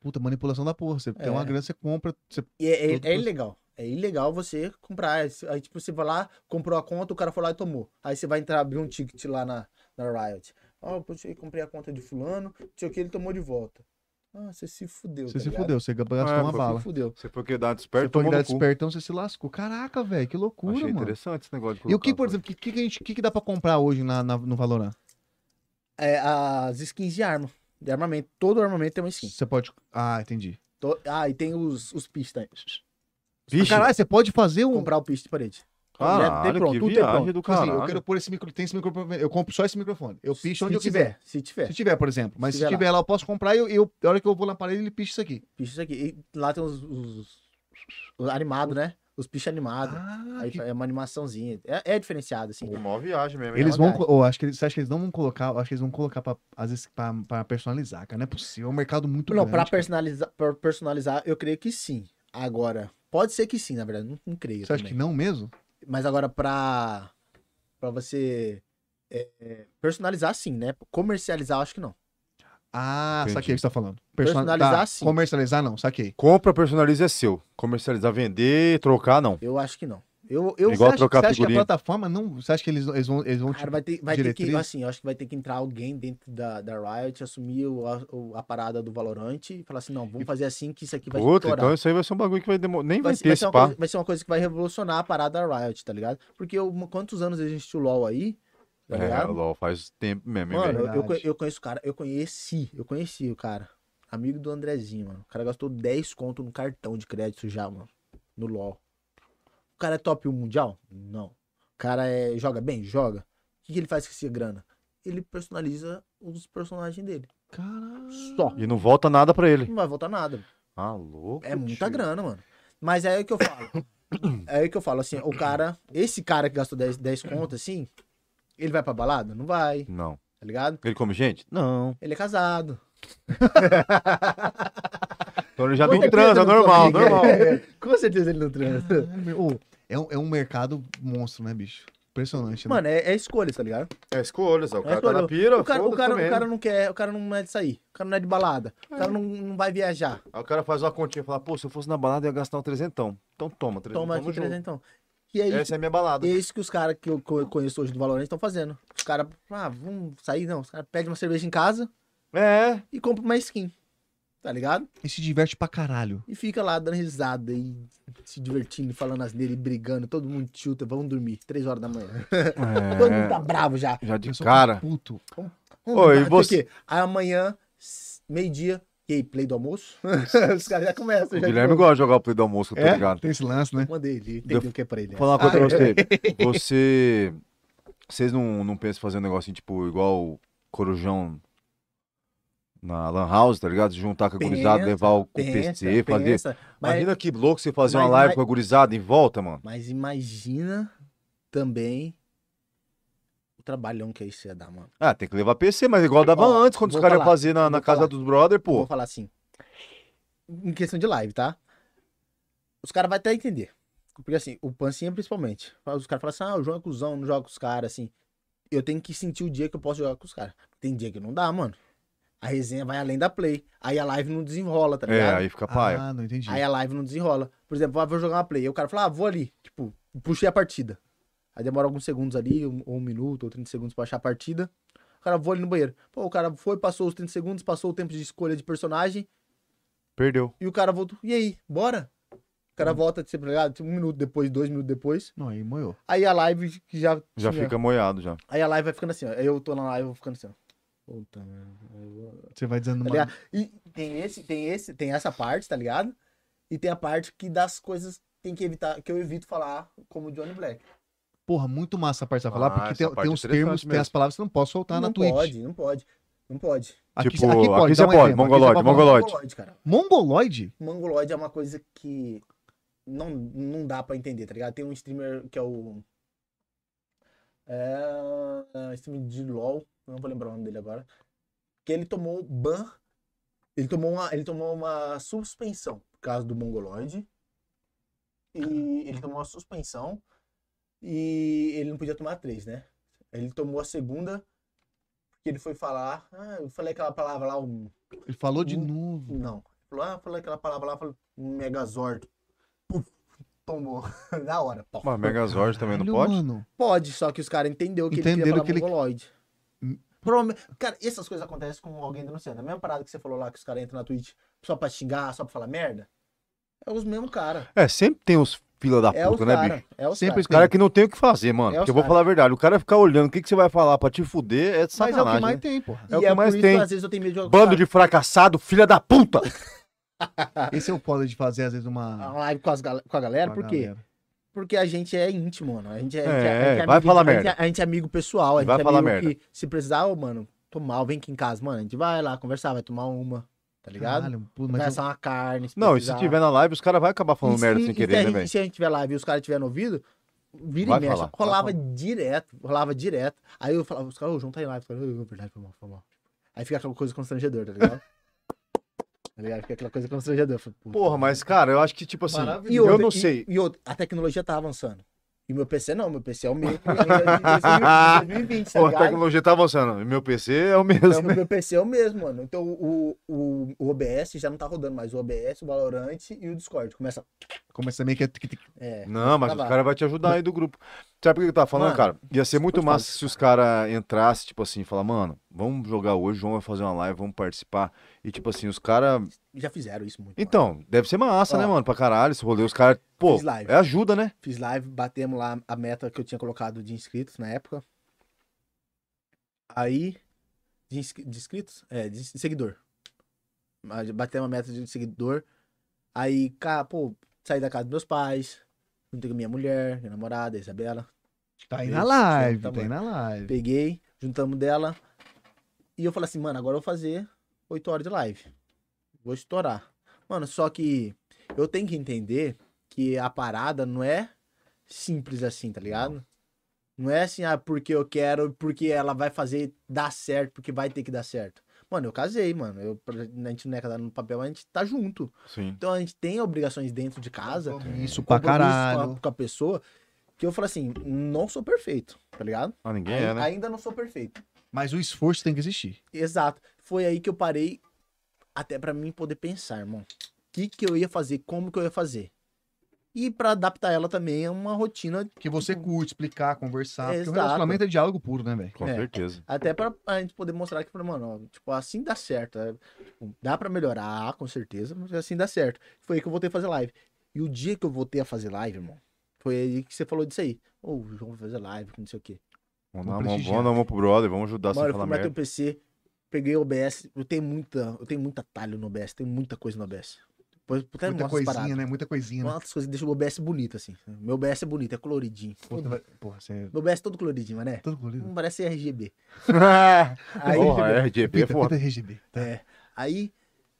B: Puta, manipulação da porra. Você tem uma
D: É.
B: grana, você compra. Você...
D: E é, é-
B: Todo
D: é
B: processo.
D: ilegal. É ilegal você comprar. Aí, tipo, você vai lá, comprou a conta, o cara foi lá e tomou. Aí você vai entrar, abrir um ticket lá na, na Riot. Ó, poxa, eu comprei a conta de fulano, não sei o que, ele tomou de volta. Ah, você se fudeu,
B: Você
D: tá
B: se
D: ligado?
B: fudeu, você gastou
C: É,
B: uma
C: foi-
B: bala.
D: Se fudeu.
C: Você foi criado
B: Você
C: esperto,
B: foi
C: tomou no
B: virar
C: cu.
B: espertão, você se lascou. Caraca, velho, que loucura,
C: Achei
B: mano.
C: interessante esse negócio de
B: E o que,
C: colocar
B: por
C: as coisas.
B: exemplo, o que, que, a gente- que que dá pra comprar hoje na, na- no Valorant?
D: É, as skins de arma. De armamento. Todo armamento tem uma skin.
B: Você pode. Ah, entendi.
D: To- Ah, e tem os, os pis também.
C: Vixe,
B: Ah, caralho, você pode fazer um.
D: Comprar o pis de parede.
C: caralho,
D: tem pronto,
C: que
D: tudo tem
C: viagem
D: pronto.
C: do
B: Tipo assim,
C: caralho.
B: eu quero pôr esse micro. Tem esse microfone. Eu compro só esse microfone. Eu picho onde
D: se
B: eu quiser.
D: Se tiver.
B: Se tiver, por exemplo. Mas se
D: Se
B: tiver,
D: tiver
B: lá, eu posso comprar e eu, eu- a hora que eu vou na parede, ele picha isso aqui.
D: Picha isso aqui. E lá tem os, os, os animados, né? Os pichos animados.
B: Ah,
D: Aí
B: que-
D: é uma animaçãozinha. É, é diferenciado, assim.
C: Pô, maior viagem mesmo. hein?
B: Eles
D: é
B: vão.
D: verdade.
B: co- Oh, acho que eles, você acha que eles não vão colocar? eu Acho que eles vão colocar pra, às vezes pra, pra personalizar, cara. Não é possível. É um mercado muito
D: Não,
B: grande.
D: pra
C: né?
B: cara.
D: personalizar, pra personalizar, eu creio que sim. Agora, pode ser que sim, na verdade. Não, não creio.
B: Você acha que
D: também.
B: não mesmo?
D: Mas agora, pra, pra você é, é, personalizar, sim, né? Comercializar, eu acho que não.
B: Ah,
C: Entendi.
B: saquei o que você tá falando.
D: Personalizar,
B: tá,
D: sim.
B: Comercializar, não, saquei.
C: Compra, personaliza é seu. Comercializar, vender, trocar, não.
D: Eu acho que não. Eu, eu
C: Igual
B: você acha-
C: trocar
B: você acha que a
C: figurinha.
B: plataforma não. Você acha que eles, eles vão. Eles vão
C: tipo
D: Cara, vai ter, vai ter que,
B: diretriz?
D: assim, eu acho que vai ter que entrar alguém dentro da, da Riot, assumir o, a, o- a parada do Valorant e falar assim, não, vamos fazer assim que isso aqui vai
C: Puta,
D: estourar.
C: então isso aí vai ser um bagulho que vai demorar. Nem vai,
D: vai, ser-
C: ter
D: vai
C: esse
D: ser uma
C: pá.
D: coisa, vai ser uma coisa que vai revolucionar a parada da Riot, tá ligado? Porque eu, quantos anos existe o LoL aí, tá
C: É,
D: ligado?
C: LOL, faz tempo mesmo, hein,
D: Mano,
C: velho?
D: eu- eu,
B: Verdade.
D: eu conheço o cara, eu conheci, eu conheci o cara. Amigo do Andrezinho, mano. O cara gastou 10 conto no cartão de crédito já, mano. No LOL. O cara é top 1 mundial? Não. O cara é, joga bem? Joga. O que, que ele faz com essa grana? Ele personaliza os personagens dele.
B: Caralho.
D: Só.
C: E não volta nada pra ele.
D: Não vai voltar nada.
C: Ah, louco.
D: É muita
C: tio.
D: grana, mano. Mas é aí que eu falo. É aí que eu falo, assim, o cara, esse cara que gastou 10, 10 conto, assim, ele vai pra balada? Não vai,
C: Não.
D: tá ligado?
C: Ele come gente? Não.
D: Ele é casado.
C: Então ele já
D: Com
C: não
D: certeza
C: transa,
D: não
C: normal,
D: come
C: normal.
D: Com certeza ele não transa.
B: Caralho, ô, é, um, é um mercado monstro, né, bicho? Impressionante, né?
D: Mano, é, é escolha, tá ligado?
C: É escolha, só. O
D: É
C: cara tá na
D: escolha.
C: pira,
D: o, cara, o,
C: foda-se
D: cara,
C: também.
D: o cara não quer, o cara não é de sair, o cara não é de balada, o cara não, não vai viajar.
C: Aí o cara faz uma continha e fala, pô, se eu fosse na balada, eu ia gastar um trezentão. Então toma, trezentão Toma
D: Toma aqui
C: no jogo.
D: trezentão. E é isso,
C: Essa é a minha balada.
D: é isso que os caras que eu co- conheço hoje do Valorant estão fazendo. Os caras, ah, vamos sair, não. Os caras pedem uma cerveja em casa
C: É.
D: e compram uma skin. Tá ligado?
B: E se diverte pra caralho.
D: E fica lá dando risada e se divertindo, falando as dele, brigando, todo mundo tilta, vamos dormir, três horas da manhã.
C: É.
D: Todo mundo tá bravo já.
C: Já de
B: Eu sou
C: cara.
B: Puto.
D: Hum,
C: Ô, e
D: não sei o
C: você-
D: quê. Aí amanhã, s- meio-dia, e aí, play do almoço? Os caras já É? começam.
C: O
D: já
C: Guilherme
D: tipo,
C: gosta de jogar o play do almoço, tá ligado?
B: É? Tem esse lance, né?
D: Mandei ele, entendeu o que é pra ele.
C: Vou falar uma coisa pra
D: Ah, é.
C: você. Você. Vocês não, não pensam em fazer um negócio assim, tipo, igual o Corujão na Lan House, tá ligado? Juntar com a gurizada,
D: Pensa,
C: levar o, o
D: Pensa,
C: PC, fazer.
D: pensa, mas,
C: Imagina que louco você fazer
D: mas-
C: uma live
D: mas-
C: com a gurizada em volta, mano.
D: mas imagina também o trabalhão que isso ia dar, mano.
C: Ah, tem que levar PC, mas igual dava
D: Ó,
C: antes, quando os
D: vou
C: caras iam
D: falar,
C: fazer na,
D: vou
C: na casa
D: falar.
C: dos brother, pô.
D: Vou falar assim. Em questão de live, tá? Os caras vão até entender. Porque assim, o Pancinha principalmente. Os caras falam assim, ah, o João é cuzão, não joga com os caras, assim. Eu tenho que sentir o dia que eu posso jogar com os caras. Tem dia que não dá, mano. A resenha vai além da play. Aí a live não desenrola, tá
C: é,
D: ligado?
C: aí fica paia.
B: Ah, não entendi.
D: Aí a live não desenrola. Por exemplo, ah, vou jogar uma play. Aí o cara fala, ah, vou ali. Tipo, puxei a partida. Aí demora alguns segundos ali, um, ou um minuto, ou 30 segundos pra achar a partida. O cara vou ali no banheiro. Pô, o cara foi, passou os 30 segundos, passou o tempo de escolha de personagem.
C: Perdeu.
D: E o cara voltou. E aí, bora? O cara volta de ser pregado um minuto depois, dois minutos depois.
B: Não, aí moeu.
D: Aí a live que já.
C: Já
D: tinha-
C: fica moiado já.
D: Aí a live vai ficando assim, ó. Aí eu tô na live, eu vou ficando assim, ó. Puta merda. eu vou-
B: Você vai dizendo
D: Tá
B: uma...
D: ligado? E tem esse, tem esse, tem essa parte, tá ligado? E tem a parte que das coisas tem que evitar, que eu evito falar como Johnny Black.
B: Porra, muito massa a parte que você vai falar,
C: Ah,
B: porque tem,
C: essa parte
B: tem
C: é
B: uns termos,
C: interessante
B: tem as
C: mesmo.
B: palavras que você não pode soltar
D: não
B: na Tá Twitch.
D: pode, não pode. Não pode.
B: Aqui,
C: tipo,
B: aqui pode,
C: aqui
B: dá
C: você
B: um
C: pode,
B: exemplo, aqui
C: mongoloide,
B: você pode falar.
C: Mongoloide.
D: cara.
B: Mongoloide?
D: Mongoloide é uma coisa que não, não dá pra entender, tá ligado? Tem um streamer que é o. É. é, streamer de LOL, não vou lembrar o nome dele agora. Que ele tomou ban. Ele tomou uma, ele tomou uma suspensão por causa do mongoloide. E ele tomou uma suspensão. E ele não podia tomar três, né? Ele tomou a segunda. Porque ele foi falar. Ah, eu falei aquela palavra lá, um.
B: Ele falou de
D: Hum.
B: novo.
D: Não. Falou, ah, falou aquela palavra lá, falou Megazord. Puf, tomou. Na hora. pau.
C: Mas Megazord também não
B: Caralho,
C: pode?
B: mano.
D: Pode, só que os caras entenderam que
B: Entenderam
D: ele
B: que
D: queria
B: ele-
D: falar mongoloide.
B: Hum.
D: Provavelmente- Cara, essas coisas acontecem com alguém denunciando. A mesma parada que você falou lá, que os caras entram na Twitch só pra xingar, só pra falar merda. É os mesmos caras.
C: É, sempre tem os fila da
D: É os
C: puta, né, bicho?
D: caras. É os
B: Sempre
D: caras.
C: Os caras que não tem o que fazer, mano.
D: É
C: porque
D: os
C: eu vou
D: cara.
C: falar a verdade. O cara ficar olhando o que, que você vai falar pra te fuder é
B: Mas é
C: sacanagem.
B: o que mais
C: né?
B: tem, porra.
D: E
C: é o que mais
D: por
C: tem.
D: Isso, às vezes eu tenho medo de
C: Bando de fracassado, filha da puta!
B: Esse é o foda de fazer, às vezes,
D: Uma
B: uma.
D: live com, as gal- com a galera, por quê?
B: Tá
D: Porque a gente é íntimo, mano. A gente é, a gente
C: É,
D: a gente
C: vai
D: amigo-
C: falar
D: a gente é-
C: merda.
D: a gente é amigo pessoal. A gente
C: Vai
D: é
C: falar
D: amigo
C: merda.
D: que, se precisar, ô, mano, tô mal, vem aqui em casa, mano. A gente vai lá conversar, vai tomar uma, tá ligado?
B: Caralho, pô,
D: vai
B: mas eu-
D: assar uma carne. se
C: Não, e se
D: precisar.
C: tiver na live, os caras vão acabar falando
D: E
C: merda
D: se-
C: sem
D: e se,
C: querer,
D: a
C: né,
D: gente-
C: velho?
D: se a gente tiver lá e os caras tiver no ouvido, vira
C: Vai
D: e mexe.
C: falar, vai
D: rolava direto, rolava direto. Aí eu falava, os caras, ô, o João tá em live. Eu falava, ô, verdade, foi mal, foi mal. Aí fica aquela coisa constrangedora, tá ligado? tá ligado? Fica aquela coisa constrangedora. Eu falei, puta,
C: Porra, mas, cara, eu acho que, tipo assim,
B: Maravilhoso.
D: e
C: eu
D: outra,
C: não
D: e-
C: sei.
D: E outra, a tecnologia tá avançando. E meu PC não, meu PC é o mesmo ainda de 2020, tá
C: Porra, a
D: ligado?
C: tecnologia tá avançando. E Meu PC é o mesmo.
D: Então, meu PC é o mesmo, mano. Então, o, o, o OBS já não tá rodando mais. O OBS, o Valorant e o Discord. Começa...
B: Começa meio que.
D: É,
C: Não, mas
D: Tá
C: os
D: lá.
C: caras vão te ajudar aí do grupo. Sabe por que eu tava falando,
D: Mano,
C: cara? Ia ser muito
D: pode falar
C: massa se os caras entrassem, tipo assim, falar, mano, vamos jogar hoje, João vai fazer uma live, vamos participar. E, tipo assim, os caras.
D: já fizeram isso muito. mano.
C: Então, deve ser massa,
D: Ó.
C: né, mano? Pra caralho, esse rolê. Os caras. Pô,
D: Fiz live.
C: é ajuda, né?
D: Fiz live, batemos lá a meta que eu tinha colocado de inscritos na época. Aí, de, inscri- de inscritos? É, de seguidor. Mas Batemos a meta de seguidor. Aí, cara, pô, saí da casa dos meus pais, juntei com minha mulher, minha namorada, a Isabela.
B: Tá aí
D: Esse
B: na live,
D: tá
B: tá aí
D: bom.
B: na live.
D: Peguei, juntamos dela. E eu falei assim, mano, agora eu vou fazer 8 horas de live. Vou estourar. Mano, só que eu tenho que entender que a parada não é simples assim, tá ligado? Não é assim, ah, porque eu quero, porque ela vai fazer dar certo, porque vai ter que dar certo. Mano, eu casei, mano. Eu, a gente não é casado no papel, mas a gente tá junto.
C: Sim.
D: Então a gente tem obrigações dentro de casa
B: Isso pra
D: compromisso Com
B: caralho.
D: a, com a pessoa. Que eu falo assim, não sou perfeito, tá ligado?
C: Ah, ninguém
D: Ai-
C: é, né?
D: Ainda não sou perfeito.
B: Mas o esforço tem que existir.
D: Exato. Foi aí que eu parei até pra mim poder pensar, irmão. O que que eu ia fazer? Como que eu ia fazer? E pra adaptar ela também a uma rotina,
B: Que você curte, explicar, conversar. Porque o
D: Exato.
B: relacionamento é diálogo puro, né, velho?
C: Com
D: É.
C: certeza.
D: até pra a gente poder mostrar que, mano, ó, tipo, assim dá certo. né? Dá pra melhorar, com certeza, mas assim dá certo. Foi aí que eu voltei a fazer live. E o dia que eu voltei a fazer live, irmão, foi aí que você falou disso aí. Ô, o João vai fazer live, que não sei o quê.
C: Vamos
B: Vamos
C: dar, uma,
B: prestigiar.
C: vamos dar uma pro brother, vamos ajudar
D: Mano,
C: sem
D: eu
C: falar
D: fui bater o
C: merda.
D: PC, peguei o OBS. Eu tenho muita, eu tenho muito atalho no OBS, tenho muita coisa no OBS. Depois eu até
B: Muita
D: mostro as paradas.
B: coisinha, né? Muita coisinha, né?
D: Mostra as coisas que deixam o OBS bonito, assim. Meu OBS é bonito, é coloridinho.
B: Pô, você vai- Porra, você é
D: Meu OBS é todo coloridinho, mas né?
B: todo colorido.
D: Não parece RGB. Aí,
C: Porra, RGB é
B: Fita,
C: foda.
B: fita RGB. Tá.
D: é, aí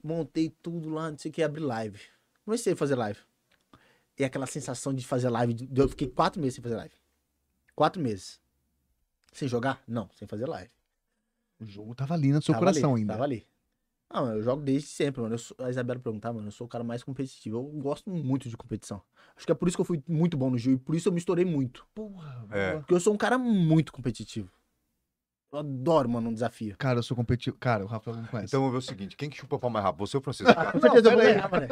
D: montei tudo lá, não sei o que, abri live. Comecei a fazer live. E aquela sensação de fazer live, de- eu fiquei quatro meses sem fazer live. Quatro meses. Sem jogar? Não, sem fazer live.
B: O jogo tava ali no seu
D: Tava
B: coração
D: ali,
B: ainda.
D: Tava ali. Ah, mano, eu jogo desde sempre, mano. Eu sou- a Isabela perguntava, mano, eu sou o cara mais competitivo. Eu gosto muito de competição. Acho que é por isso que eu fui muito bom no Gil e por isso eu me estourei muito.
B: Porra,
C: É.
B: boa.
D: Porque eu sou um cara muito competitivo. Eu adoro, mano, um desafio.
B: Cara, eu sou competitivo. Cara, o Rafael não conhece.
C: Então vamos ver o seguinte: quem que chupa pra mais rápido? Você ou o Francisco?
D: Com
B: Não,
D: certeza eu vou
B: pera aí.
D: ganhar, mané.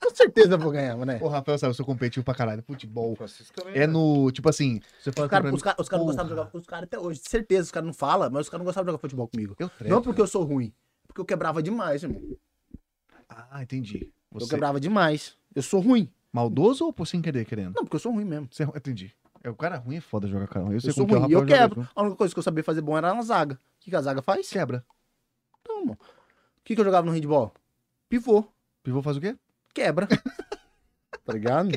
D: Com certeza eu vou ganhar, mané.
B: O Rafael sabe, eu sou competitivo pra caralho. Futebol.
C: Francisco também, né?
B: É no. Tipo assim, você fala
D: Os
B: assim pra
D: caras
B: mim.
D: os cara, os cara não gostavam de
B: Porra.
D: jogar com os caras até hoje. Certeza, os caras não falam, mas os caras não gostavam de jogar futebol comigo.
B: Eu trevo.
D: Não porque eu sou ruim, porque eu quebrava demais, irmão.
B: Ah, entendi.
D: Eu
B: Você
D: quebrava demais. Eu sou ruim.
B: maldoso ou por sem querer, querendo?
D: Não, porque eu sou ruim mesmo.
B: Você... Entendi. É, o cara ruim é foda jogar cara. Eu, sei
D: Eu sou
B: como
D: ruim. E
B: que é, o
D: eu
B: Rafael joga
D: quebro.
B: junto.
D: A única coisa que eu sabia fazer bom era na zaga. O que, que a zaga faz?
B: Quebra.
D: Então, mano. O que, que eu jogava no handball? Pivô.
B: Pivô faz o quê?
D: Quebra. tá ligado?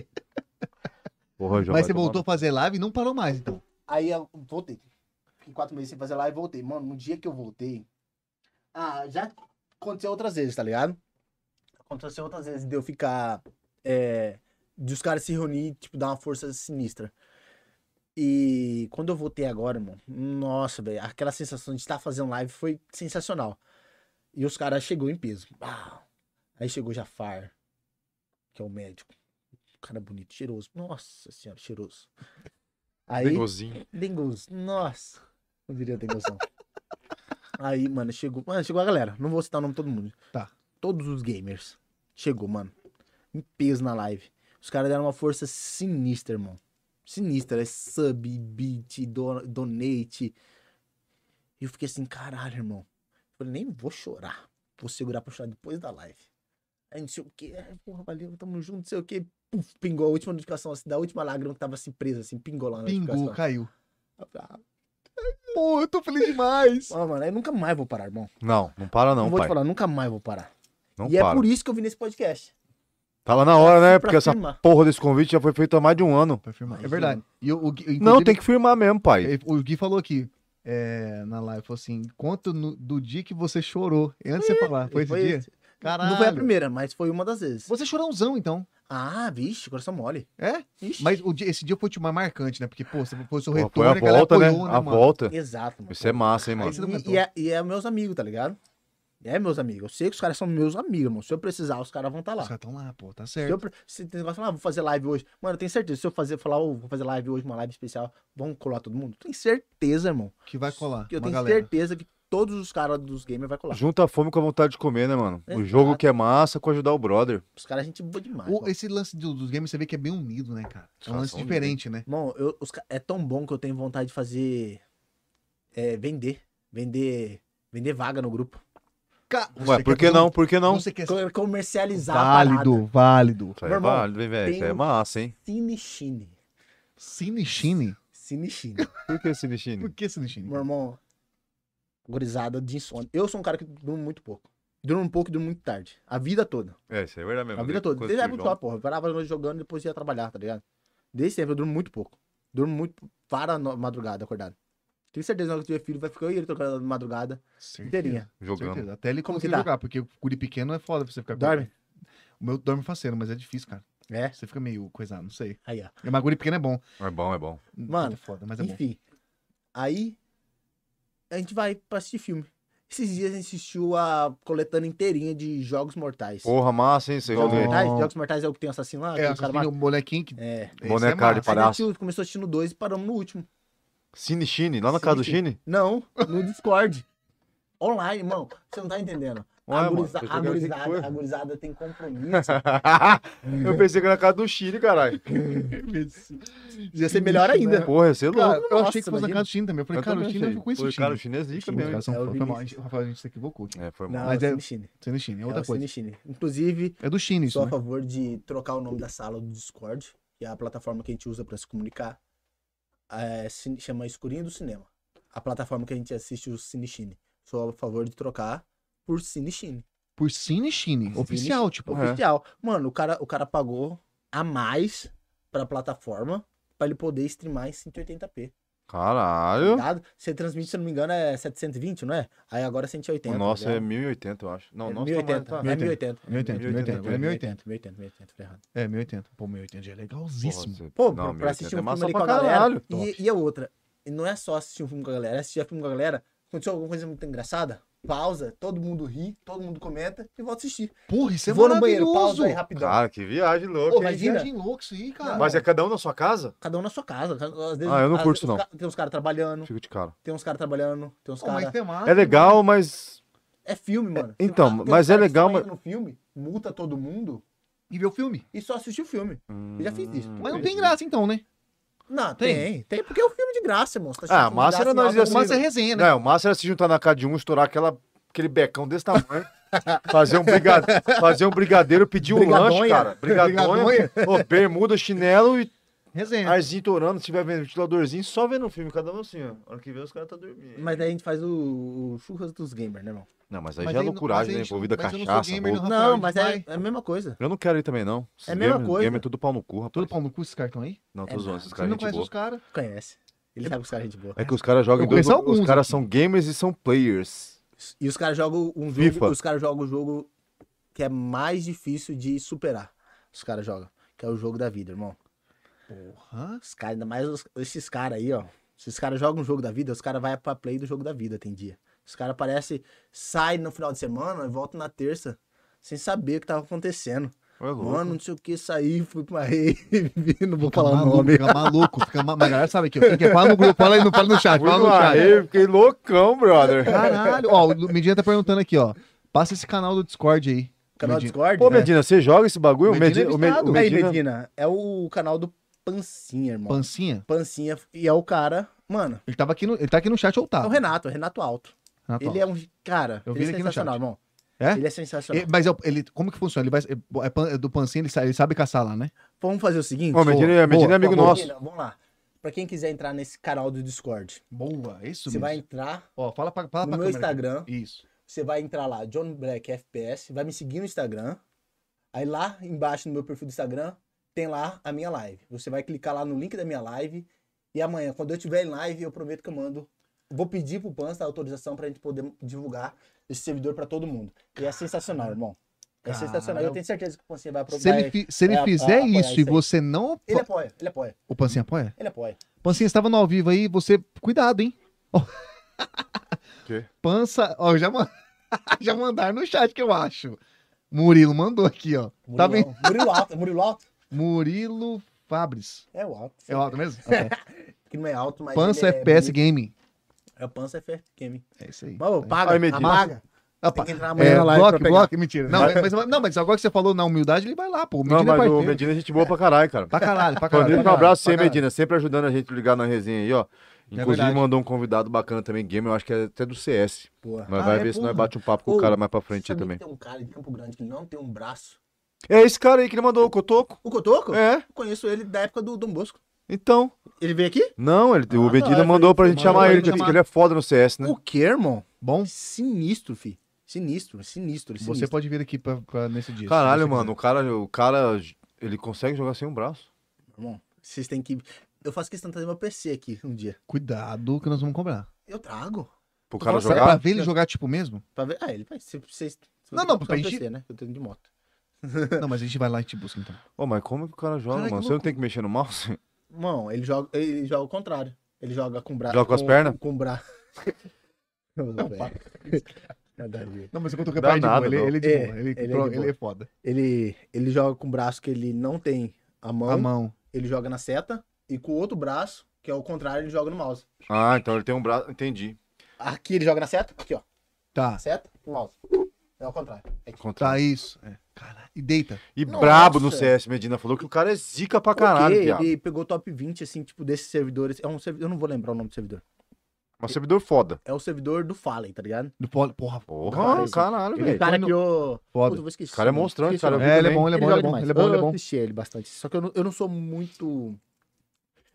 C: Porra, João, vai
B: Mas você
C: tomar
B: voltou a fazer live e não parou mais, então.
D: Aí eu voltei. Fiquei quatro meses sem fazer live e voltei. Mano, no dia que eu voltei, Ah, já aconteceu outras vezes, tá ligado? Aconteceu outras vezes de eu ficar. É, de os caras se reunir, tipo, dar uma força sinistra. E quando eu voltei agora, mano, nossa, velho, aquela sensação de estar fazendo live foi sensacional. E os caras chegou em peso. Ah, aí chegou Jafar, que é o médico. Cara bonito, cheiroso. Nossa senhora, cheiroso. Aí,
A: Negozinho.
D: Dengus, nossa. Não diria Dengusão. Aí, mano, chegou. Mano, chegou a galera. Não vou citar o nome de todo mundo.
B: Tá.
D: Todos os gamers. Chegou, mano. Em peso na live. Os caras deram uma força sinistra, irmão. Sinistra. É sub, beat, do- donate. E eu fiquei assim, caralho, irmão. Eu falei, nem vou chorar. Vou segurar pra chorar depois da live. Aí não sei o que. Porra, valeu, tamo junto, não sei o que. Puf, pingou a última notificação, assim, da última lágrima que tava assim presa, assim, pingou lá na
B: Pingou,
D: notificação.
B: caiu.
D: Eu falei, ah,
B: Pô, eu tô feliz demais.
D: Ó, mano, eu nunca mais vou parar, irmão.
C: Não, não para
D: Não,
C: não,
D: vou
C: pai.
D: te falar, nunca mais vou parar.
C: Não
D: e
C: para.
D: é por isso que eu vim nesse podcast.
C: Tá lá na hora, né?
B: É
D: Pra
C: Porque essa
D: firmar.
C: porra desse convite já foi feita há mais de um ano.
B: Pra firmar. É
D: Imagina.
B: verdade. E o, o Gui- inclusive,
C: Não, tem que firmar mesmo, pai.
B: eh, O Gui falou aqui eh, na live, falou assim, quanto no- do dia que você chorou. Antes de você falar, foi esse
D: Foi
B: dia?
D: esse.
B: Caralho.
D: Não foi a primeira, mas foi uma das vezes.
B: Você chorãozão, então.
D: Ah, vixe, coração mole.
B: É?
D: Ixi.
B: Mas o dia- esse dia foi o mais marcante, né? Porque, pô, você foi o seu
C: Pô,
B: retorno,
C: Foi a
B: galera
C: volta, né?
B: apoiou,
C: A
B: mano?
C: volta.
D: Exato, mano.
C: Isso é massa, hein, mano.
B: Você não
D: E-
B: cantou.
D: e, é, e é meus amigos, tá ligado? É meus amigos. Eu sei que os caras são meus amigos, mano. Se eu precisar, os caras vão estar
B: Os
D: lá.
B: caras estão lá, pô, tá
D: Se
B: certo.
D: eu, pre- se tem negócio, ah, vou fazer live hoje. Mano, eu tenho certeza. Se eu fazer, falar, ô, vou fazer live hoje, uma live especial, vão colar todo mundo? Tenho certeza, irmão.
B: Que vai colar.
D: Que eu
B: Ah, uma
D: tenho
B: galera.
D: certeza que todos os caras dos gamers vai colar.
C: Junta a fome com a vontade de comer, né, mano? O
D: Exato.
C: jogo que é massa com ajudar o brother.
D: Os caras a gente boa demais.
B: O-
D: mano.
B: esse lance do- dos games, você vê que é bem unido, né, cara? É um
C: Nossa,
B: lance
C: unido,
B: diferente, né?
D: Bom, eu- os ca- é tão bom que eu tenho vontade de fazer. É, vender. Vender. Vender vaga no grupo.
B: Ca-
C: Ué,
B: você
C: por
B: quer
C: que
B: fazer um-
C: não? Por que não? Isso
B: Você quer
D: Co- Comercializar a
B: Válido, válido.
C: aí
D: Meu
C: é
D: irmão,
C: válido, hein, velho? Isso aí é
D: tem-
C: massa, hein?
D: parada. Cinechine.
B: Cinechine?
D: Cinechine.
C: Por que esse bichinho?
B: Por que Cinechine?
D: Meu irmão. Gurizada de insônia. Eu sou um cara que durmo muito pouco. Durmo um pouco e durmo muito tarde. A vida toda.
C: É, isso aí é verdade mesmo.
D: A vida toda.
C: Coisa
D: Desde a
C: do
D: época do
C: João.
D: porra. Eu parava à noite jogando e depois ia trabalhar, tá ligado? Desde sempre eu durmo muito pouco. Durmo muito para a no- madrugada acordado. Tenho certeza que eu tiver filho, vai ficar eu e ele trocando madrugada.
B: Certeza,
D: Inteirinha.
C: Jogando.
B: certeza. Até ele
D: Como
B: conseguir
D: que tá?
B: jogar, porque o guri pequeno é foda pra você ficar... com-
D: Dorme?
B: O meu dorme faceiro, mas é difícil, cara.
D: É.
B: Você fica meio coisado, não sei.
D: Aí, ó.
B: Mas guri pequeno é bom.
C: É bom, é bom.
D: Mano,
B: é foda, mas é bom.
D: Enfim. Aí a gente vai pra assistir filme. Esses dias a gente assistiu a coletânea inteirinha de Jogos Mortais.
C: Porra, massa, hein? Você
D: Jogos
C: joga aí.
D: Mortais?
B: Não.
D: Jogos Mortais é o que tem assassino lá?
B: É,
D: que o cara mata.
B: o molequinho que...
D: É.
B: Esse
C: Boneca
B: massa.
C: de
D: Aí a
C: palhaço.
D: gente começou assistindo dois e paramos no último.
C: Cine Chine, lá na casa do
D: Cine
C: Chine?
D: Não, no Discord. Online, irmão. Você não tá entendendo.
C: Ué,
D: a,
C: mano,
D: guriza-
C: eu
D: a,
C: joguei aqui,
D: gurizada,
C: foi.
D: a gurizada tem compromisso.
C: eu pensei que era na casa do Chile, caralho.
D: Ia ser melhor ainda.
C: Porra, você é
B: Cara,
C: louco.
B: eu
D: Nossa,
B: achei que fosse na
D: imagina.
B: casa do Chino também. Eu falei,
C: Eu
B: cara, o
C: também
B: Chino,
C: achei.
B: eu conheço
C: Pô,
B: o
C: Cara,
B: Chino.
C: o chinês é zica
B: Os
C: mesmo.
B: caras são
D: É o
B: foda. Foi mal, a
D: Vinícius.
B: gente- Rafael, a gente se equivocou aqui.
C: hein? É, foi
D: Não,
C: mal.
B: Mas
D: é
B: é-
D: o Cinechine.
B: Sendo Chino, é
D: É
B: outra
D: o
B: coisa.
D: Cinechine. Inclusive,
B: É do Chino
D: Sou
B: isso,
D: a
B: né?
D: favor de trocar o nome da sala do Discord, que é a plataforma que a gente usa para se comunicar. É, se chama Escurinho do Cinema. A plataforma que a gente assiste o Cinechine. Sou a favor de trocar por Cinechine.
B: Por Cine Chine,
D: Cine
B: oficial, tipo.
C: Uhum.
D: Oficial. Mano, o cara, o cara pagou a mais pra plataforma para ele poder streamar em 180p. tá
C: Caralho.
D: ligado? Você transmite, se eu não me engano, é 720, não é? Aí agora é 180.
C: O nosso
D: tá
C: é
D: ligado?
C: 1080, eu acho. Não, tá o
D: É
C: nosso
D: 1080.
C: tamanho
D: É
B: 1080.
D: 1080.
B: 1080, 1080,
C: 1080,
B: é 1080.
D: 1080, 1080, foi errado.
B: É, 1080. Pô, 1080 já é legalzíssimo.
C: Porra, você-
D: Pô,
C: Não,
D: pra, pra
C: 1080 é
D: assistir um filme
C: massa
D: ali com
C: pra
D: a galera.
C: caralho.
D: E, e a outra, e não é só assistir um filme com a galera, é assistir a filme com a galera. Aconteceu alguma coisa muito engraçada? Pausa, todo mundo ri, todo mundo comenta e volta a assistir.
B: Porra, isso é
D: Vou no banheiro,
B: maravilhoso.
D: pausa aí rapidão.
C: Cara, que viagem
B: Pô,
C: louca.
D: Mas
B: mas
D: vira-
B: viagem louca isso aí, cara.
C: Mas é cada um na sua casa?
D: Cada um na sua casa. ca- Às vezes,
C: Ah, eu não
D: às-
C: curto
D: os
C: não.
D: ca- Tem uns caras trabalhando,
C: Fico de cara.
D: tem uns caras trabalhando, tem uns
B: Pô, mas
D: caras.
B: tem massa.
C: É legal, mas.
D: É filme, mano. Tem
C: então,
D: uns cara- tem
C: mas
D: uns
C: é
D: cara que
C: legal,
D: só
C: mas-
D: entra no filme, multa todo mundo
B: E ver o filme.
D: e só assiste o filme. Eu já fiz isso.
B: Mas não
C: entendi.
B: tem graça então, né?
D: Não, tem.
B: Tem.
D: Tem, porque é um filme de graça, irmão. Você tá assistindo
C: Ah,
D: um filme de
C: massa era
D: graça,
C: nós
D: em alta-
C: assim-
B: Mas é resenha, né?
C: Não, o massa era se juntar na casa de um, estourar aquela, aquele becão desse tamanho. Fazer um, brigade... Fazer um brigadeiro, pedir um lanche,
D: Brigadonha.
C: cara. Brigadonha. Ô, bermuda, chinelo e
B: Resenha.
C: arzinho torando. Se tiver vendo ventiladorzinho, só vendo o filme. Cada um assim, ó. Hora que vê, os caras tá dormindo.
D: Mas daí a gente faz o, o churras dos gamers, né, irmão?
C: Não, mas aí
B: Mas
C: já é
B: aí não- mas
C: loucuragem, né?
B: aí a gente não-
C: Envolvida
B: mas eu não
C: cachaça.
B: sou gamer,
C: louco.
B: Rafael,
D: Não, mas
B: vai-
D: é, é a mesma coisa.
C: Eu não quero ir também, não. Esses
D: É a mesma
C: game-
D: coisa.
C: Game é tudo pau no cu, rapaz.
B: Tudo pau no cu esses cartão aí?
C: Não, tô
D: É
C: zoando,
D: nada.
C: esses
B: Você
C: caras
B: não
C: gente
B: conhece
C: boa.
B: os caras?
D: Conhece. Ele sabe que os caras é gente boa.
C: É que os caras jogam
B: Eu
C: em dois.
B: conheço alguns,
C: Os caras são gamers e são players.
D: E os caras jogam um jogo.
C: FIFA.
D: Os caras jogam o jogo que é mais difícil de superar. Os caras jogam. Que é o jogo da vida, irmão.
B: Porra.
D: Os caras, ainda mais os- esses caras aí, ó. Se os caras jogam um jogo da vida, os caras vai pra play do jogo da vida, tem dia. Os caras parece sai no final de semana e volta na terça, sem saber o que tava acontecendo.
C: É louco.
D: Mano, não sei o que, saí, fui pra rave, não vou
B: Fica
D: falar o
B: maluco,
D: nome.
B: fica maluco, fica ma... Mas a galera sabe aqui, ó, quem quer fala no grupo, fala aí, não fala no chat,
C: Fui
B: fala no
C: numa
B: chat.
C: rave, né? fiquei loucão, brother.
B: Caralho, ó, o Medina tá perguntando aqui, ó. Passa esse canal do Discord aí.
D: Canal
B: Medina.
D: Discord? né?
C: Pô, Medina, você joga esse bagulho? O
B: Medina
C: Medina, o
B: é
C: Me-
B: viciado.
C: o
D: Aí,
C: Medina-
D: Medina, é o canal do Pancinha, irmão.
B: Pancinha.
D: Pancinha, e é o cara, mano,
B: Ele, tava aqui no, ele tá aqui no chat ou tá? Ah,
D: é o Renato, é o Renato Alto.
B: Renato
D: ele é um, cara,
B: Eu vi
D: ele é
B: ele aqui no
D: sensacional, irmão.
B: É?
D: Ele é sensacional.
B: E- mas é o- ele, como que funciona? Ele vai, é, é pan- é do Pancinha, ele, sa- ele sabe caçar lá, né?
D: Vamos fazer o seguinte?
C: Ô, Medina,
B: Boa,
C: Medina
B: boa,
C: é amigo
B: boa.
C: nosso.
D: Medina, vamos lá. Pra quem quiser entrar nesse canal do Discord,
B: Boa, é isso
D: você vai entrar
B: Ó, fala pra, fala
D: no
B: pra
D: meu
B: câmera aqui.
D: Instagram,
B: Isso.
D: você vai entrar lá, John Black FPS, vai me seguir no Instagram. Aí lá embaixo no meu perfil do Instagram tem lá a minha live. Você vai clicar lá no link da minha live e amanhã, quando eu tiver em live, eu prometo que eu mando. Vou pedir pro Pança a autorização pra gente poder divulgar esse servidor pra todo mundo. E é sensacional, irmão. É
B: Cara,
D: sensacional. Eu
B: eu-
D: tenho certeza que o Pancinha vai aprovar.
B: Se ele, fi- se ele
D: é, a-
B: fizer
D: apoiar
B: isso
D: isso
B: e
D: aí.
B: você não.
D: Ele é- apoia, ele apoia,
B: O Pancinha apoia?
D: ele apoia.
B: Pancinha, estava no ao vivo aí, você. Cuidado, hein? Ó.
C: Quê?
B: Pança. Ó, já, man- já mandaram no chat que eu acho. Murilo mandou aqui, ó. Tá bem.
D: Murilão. Murilo Alto, é Murilo Alto?
B: Murilo Fabris.
D: É o Alto.
B: É o alto mesmo?
D: Que não é alto, mas.
B: Pança
D: ele é
B: FPS
D: bonito.
B: Gaming.
D: É o Pança FPS Game.
B: É isso aí.
D: Vamos, paga,
C: Aí, Medina.
D: apaga.
B: Opa.
D: Tem que entrar amanhã
B: É,
D: na live
B: bloco,
D: pra pegar.
B: bloco, mentira. Não mas, não, mas agora que você falou na humildade, ele vai lá, pô. O
C: Não,
B: Medina é
C: mas o
B: parceiro.
C: Medina é gente boa pra caralho, cara.
B: Pra caralho, pra caralho.
C: Inclusive,
B: pra
C: um abraço pra você,
B: caralho, pra
C: Medina, sempre ajudando a gente ligar na resenha aí, ó. Inclusive,
B: verdade.
C: mandou um convidado bacana também, game, eu acho que é até do CS.
D: Porra.
C: Nós
B: Ah,
C: vai
B: é,
C: ver se nós
B: porra.
C: bate um papo com
D: Ô,
C: o cara mais pra frente aí
D: Sabia
C: também.
D: que Tem um cara de Campo Grande que não tem um braço.
C: É esse cara aí que ele mandou, o Cotoco.
D: O Cotoco?
C: É,
D: Eu conheço ele da época do Dom Bosco.
C: então.
D: Ele veio aqui?
C: Não, ele, o
D: Ah,
C: Medina
D: tá, eu
C: mandou pra
D: falei,
C: gente
B: mandou
C: chamar
B: pra
C: ele,
B: gente
C: porque
B: chamar.
C: ele é foda no CS, né?
D: O que, irmão?
B: caralho. Bom,
D: Sinistro, fi. Sinistro, sinistro, sinistro.
B: você pode vir aqui pra, pra- nesse dia. se
C: Caralho,
B: você
C: mano, o cara, o cara, ele consegue jogar sem um braço.
D: Irmão, vocês têm que... Eu faço questão de trazer meu PC aqui um dia.
B: quiser. Cuidado que nós vamos cobrar.
D: Eu trago.
C: Pro
D: é
C: cara
B: Será pra
C: jogar.
B: ver ele jogar tipo mesmo?
D: Pra ver... Ah, ele vai... Se vocês... se
B: Não,
D: você
B: não,
D: comprar
B: pra
D: um
B: gente-
D: PC, né? Eu tenho de moto.
B: Não, mas a gente vai lá e te busca então.
C: Ô, mas como que o cara joga,
B: Caralho, que
C: mano? Você não
B: loucura.
C: tem que mexer no mouse?
D: Irmão, ele joga, ele joga o contrário. Ele joga com o braço...
C: Joga com as pernas?
D: Com o braço. Não, velho. Nada a ver.
B: Não, mas eu tô
C: Dá nada,
B: ele,
C: não.
B: ele é de
D: É,
B: boa. Ele,
D: ele é de
B: pro-
D: boa.
B: ele é foda.
D: ele, ele joga com o braço que ele não tem a mão,
B: A mão.
D: ele joga na seta, e com o outro braço, que é o contrário, ele joga no mouse.
C: Ah, então ele tem um braço, entendi.
D: Aqui ele joga na seta, aqui ó,
B: Tá.
D: seta, mouse. É o contrário. É aqui.
B: Tá isso. É. Caralho. E deita.
C: E
D: Nossa.
C: brabo no CS, Medina falou que o cara é zica pra caralho,
D: Porque
C: viado.
D: ele pegou o top 20, assim, tipo, desses servidores. É um servidor, eu não vou lembrar o nome do servidor.
C: Mas servidor foda.
D: É o servidor do Fallen, tá ligado?
B: Do pole. Porra,
C: Porra,
D: Cara,
C: caralho,
D: Ele é o
C: velho.
D: cara
B: no-
D: que eu... Puta, eu
B: foda.
D: vou esquecer.
C: O cara é
D: nome.
C: monstrão,
D: Esqueci
C: esse cara
D: o nome.
C: eu vi
B: É, ele é
C: também.
B: bom, ele é
D: Ele
B: bom, ele
D: joga
B: é bom.
D: demais.
B: Ele é bom, ele é
D: Eu
B: bom.
D: assisti ele bastante. Só que eu não, eu não sou muito...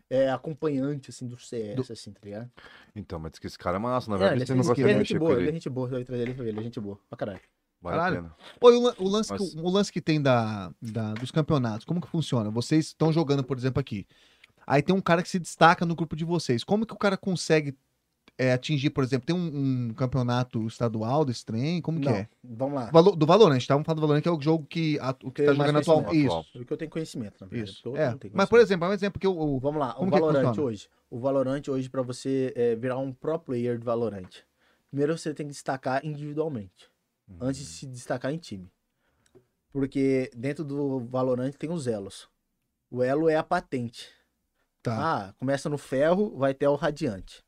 D: é, acompanhante, assim, do CS, assim, tá ligado?
C: Então, mas diz que esse cara é massa, na
D: Não, ele
C: verdade.
D: é
C: Você não gosta
D: gente- ele
C: de
D: é gente
C: mexer com
D: boa, ele é
C: ele.
D: gente boa, eu trazer ele pra ver, ele é gente boa, pra caralho.
C: Vale a
B: Caralho.
C: pena.
B: Pô, e o, lan- o lance que,
C: Mas-
B: o lance que tem da, da- dos campeonatos, como que funciona? Vocês estão jogando, por exemplo, aqui. Aí tem um cara que se destaca no grupo de vocês. Como que o cara consegue é, atingir, por exemplo, tem um, um campeonato estadual desse trem? Como que
D: Não,
B: é?
D: Vamos lá.
B: Valo, do Valorant, estávamos falando do Valorant, que é o jogo que, a, o que
D: Tem
B: tá
D: É mais
B: jogando
D: conhecimento.
B: atualmente. Isso,
D: Porque eu tenho conhecimento, na verdade.
B: isso.
D: porque eu
B: é.
D: não tenho
B: Mas, por
D: conhecimento.
B: exemplo, é um exemplo que o, o-
D: Vamos lá,
B: como
D: o
B: que é que
D: Valorant
B: funciona?
D: hoje. O Valorant hoje, pra você é, virar um pro player de Valorant, primeiro você tem que destacar individualmente,
C: Hum.
D: antes de se destacar em time. Porque dentro do Valorant tem os elos. O elo é a patente.
B: Tá.
D: Ah, começa no ferro, vai até o radiante.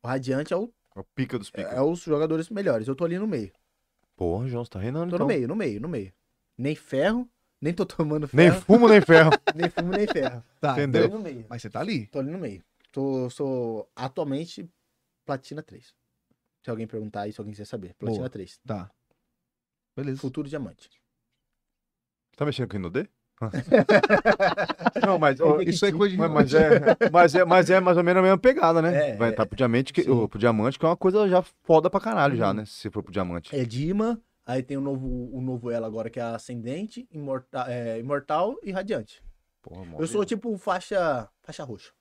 D: O radiante é, o,
C: É o pica dos picas.
D: é os jogadores melhores. Eu tô ali no meio.
C: Porra, João, você tá reinando,
D: Tô
C: então.
D: no meio, no meio, no meio. Nem ferro, nem tô tomando
C: Nem
D: ferro,
C: fumo, nem ferro.
D: nem, fumo, nem ferro.
B: Tá,
C: Entendeu?
D: Tô ali
C: Deu.
D: no meio.
B: Mas você tá ali.
D: Tô ali no meio. Tô, sou atualmente platina 3. Se alguém perguntar aí, se alguém quiser saber. Platina
B: Boa.
D: 3.
B: Tá. Beleza.
D: Futuro diamante.
C: Tá mexendo com o Inodê? Não, mas... ó,
B: Isso é coisa de.
C: Mas, mas
D: tá
C: é, mas, é, mas é mais ou menos a mesma pegada, né?
D: É,
C: Vai
D: é,
C: tá pro diamante, que,
D: sim. Uhum.
C: ô, pro diamante, que é uma coisa já foda pra caralho, já, né? Se for pro diamante.
D: É Dima, aí tem o novo, o novo elo agora que é ascendente, imortal, é, imortal e radiante.
C: Porra, mó
D: Eu sou
C: vida.
D: tipo faixa, faixa roxa.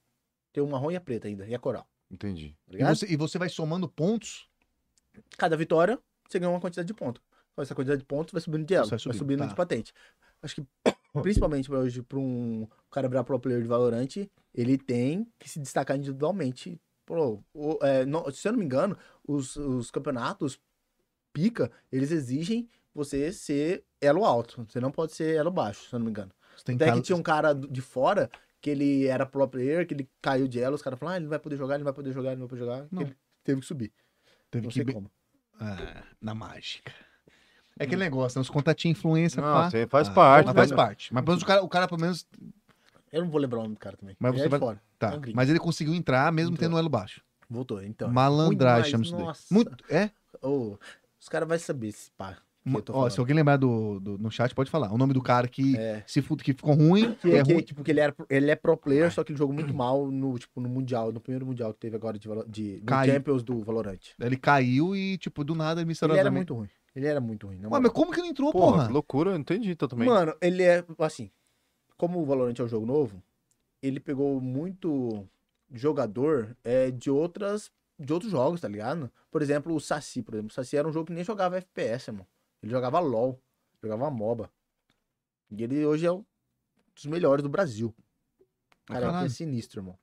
D: Tem o marrom e a preta ainda, e a coral.
C: Entendi.
B: E
D: tá ligado?
B: você, e você vai somando pontos?
D: Cada vitória, você ganhou uma quantidade de ponto. Então, essa quantidade de pontos vai subindo de elo,
B: Isso
D: vai
B: vai
D: subindo,
B: subindo, tá.
D: de patente. Acho que, principalmente pra hoje, pra um cara virar pro player de Valorant, ele tem que se destacar individualmente. Pô, o- é, não- se eu não me engano, os, os campeonatos pica, eles exigem você ser elo alto. Você não pode ser elo baixo, se eu não me engano.
B: Você tem tá
D: Até que
B: tal-
D: tinha um cara do- de fora que ele era pro player, que ele caiu de elo, os caras falaram, ah, ele não vai poder jogar, ele não vai poder jogar, ele não vai poder jogar. que
B: Não.
D: Ele teve que subir.
B: Teve
D: Não
B: que
D: sei
B: be-
D: como.
B: Ah, na mágica. É
D: Hum.
B: aquele negócio, né? Os contatinhos
D: é
B: influência.
C: Não,
B: pá.
C: você faz
B: Ah,
C: parte. né? Faz
B: Mas faz
D: né?
C: parte.
B: parte. Mas pelo menos o cara, o cara pelo menos.
D: Eu não vou lembrar o nome do cara também.
B: Mas
D: Ele
B: você
D: é de
B: vai-
D: fora.
B: Tá.
D: É um gringo.
B: Mas ele conseguiu entrar mesmo
D: Entrou.
B: tendo elo baixo.
D: Voltou, então.
B: Malandragem chama
D: Ruim
B: isso daí.
D: demais, nossa.
B: Muito, é?
D: Ô, os caras vão saber esse pá. que
B: Mo-
D: eu tô
B: Ó,
D: falando.
B: se alguém lembrar do, do- no chat, pode falar. O nome do cara que,
D: É.
B: se fu- que ficou ruim,
D: Que,
B: é
D: que-
B: ruim.
D: tipo, que ele, era, pro- ele é pro
B: Ah.
D: player, só que ele jogou muito mal no, tipo, no Mundial, no primeiro Mundial que teve agora de, Valo- de no
B: Caiu.
D: Champions do Valorant.
B: Ele caiu e, tipo, do nada ele
D: Ele era
B: misteriosamente.
D: muito ruim. Ele era muito ruim. na
B: Ué, mas como que não entrou,
C: Porra,
B: porra?
C: que loucura, eu não entendi totalmente.
D: Mano, ele é assim. Como o Valorant é um jogo novo, ele pegou muito jogador é, de outras de outros jogos, tá ligado? Por exemplo, o Saci, por exemplo. O Saci era um jogo que nem jogava FPS, mano. Ele jogava LoL, jogava MOBA. E ele hoje é um dos melhores do Brasil. Cara, ele é
B: Caralho.
D: sinistro, irmão.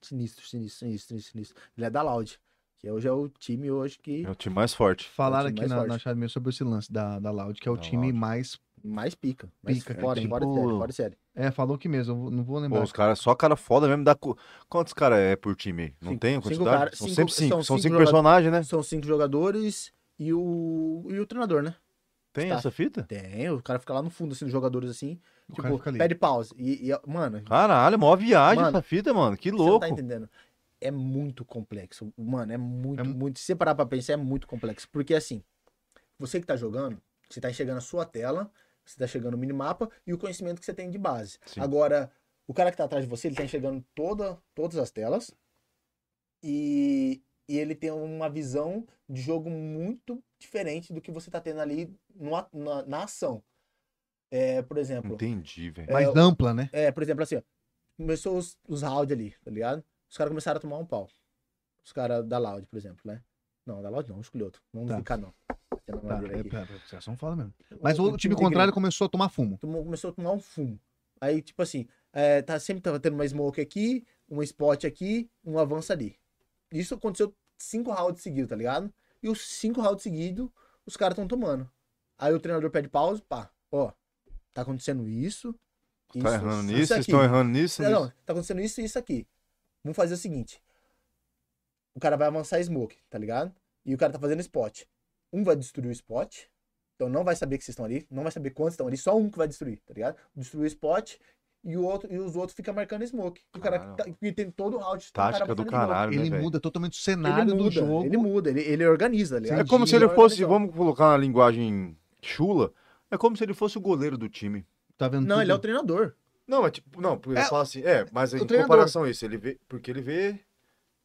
D: Sinistro, sinistro, sinistro, sinistro. Ele é da Loud, que hoje é o time hoje que
C: É o time mais forte.
B: Falaram
D: É o time
B: aqui
D: mais
B: na, na
D: forte.
B: chat mesmo sobre esse lance da, da Loud, que é o
C: Da
B: time
C: Loud.
B: mais.
D: mais pica. Mais
B: Pica, é tipo
D: pica,
B: que
D: fora,
B: tem.
D: fora, de
C: Pô.
D: série, fora de série.
B: É, falou aqui mesmo, eu vou- não
D: É
B: vou lembrar.
C: Pô, os caras, só cara foda mesmo. Dá co- Quantos caras é por time aí? Não
D: Cinco.
C: tem a
D: Cinco
C: quantidade?
D: cara-
C: são
D: cinco-
C: sempre cinco.
D: são
C: São
D: cinco
C: cinco
D: jogadores.
C: personagens, né?
D: São cinco jogadores e o, e o treinador, né?
C: Tem
D: Staff.
C: essa fita?
D: Tem, o cara fica lá no fundo, assim, dos jogadores, assim.
B: O cara
D: tipo,
B: fica ali.
D: pede pause. E, e, mano,
C: Caralho, mó viagem
D: Mano,
C: essa fita, mano. Que
D: você não
C: louco.
D: tá entendendo. É muito complexo. Mano, é muito,
B: É mu-
D: muito. Se você parar pra pensar, é muito complexo. Porque, assim, você que tá jogando, você tá enxergando a sua tela, você tá enxergando o minimapa e o conhecimento que você tem de base.
C: Sim.
D: Agora, o cara que tá atrás de você, ele tá enxergando toda, todas as telas e, e ele tem uma visão de jogo muito diferente do que você tá tendo ali no a- na, na ação. É, por exemplo,
C: Entendi, velho. Tá
B: Mais
D: é,
B: ampla, né?
D: é, por exemplo, assim, ó, começou os, os round ali, tá ligado? Os caras começaram a tomar um pau. Os caras da Loud, por exemplo, né? Não, da Loud não, escolhi outro. Vamos
B: Tá.
D: ficar não. Tem na
B: Tá,
D: madeira
B: é,
D: aqui.
B: pera, pera, vocês não falam mesmo. Mas o,
D: Um
B: time
D: de gringo.
B: contrário começou a tomar fumo.
D: tomou- começou a tomar um fumo. Aí, tipo assim, é, tá, sempre tava tendo uma smoke aqui, um spot aqui, um avanço ali. Isso aconteceu cinco rounds seguidos, tá ligado? E os cinco rounds seguidos, os caras estão tomando. Aí o treinador pede pausa, pá, ó, tá acontecendo isso. isso
C: Tá errando
D: isso,
C: nisso?
D: isso
C: Vocês
D: aqui.
C: estão errando nisso?
D: Não,
C: nisso?
D: não, tá acontecendo isso e isso aqui. Vamos fazer o seguinte. O cara vai avançar smoke, tá ligado? E o cara tá fazendo spot. Um vai destruir o spot. Então não vai saber que vocês estão ali, não vai saber quantos estão ali, só um que vai destruir, tá ligado? Destruir o spot e o outro e os outros ficam marcando smoke. E o cara
C: Caralho.
D: tá- e tem todo o round o cara
C: Tática do
D: marcando smoke.
C: caralho, né,
B: Ele
C: velho?
B: muda totalmente o
D: Ele
B: cenário
D: muda,
B: do jogo.
D: ele muda, ele, ele organiza, tá ligado?
C: É como se
B: Entendi.
C: ele fosse,
D: organiza.
C: vamos colocar na linguagem chula, é como se ele fosse o goleiro do time.
B: Tá vendo
D: Não,
B: tudo?
D: ele é o treinador.
C: Não, é tipo, não, porque
B: É,
C: eu falo assim, é, mas em
B: treinador.
C: comparação a isso, ele vê, porque ele vê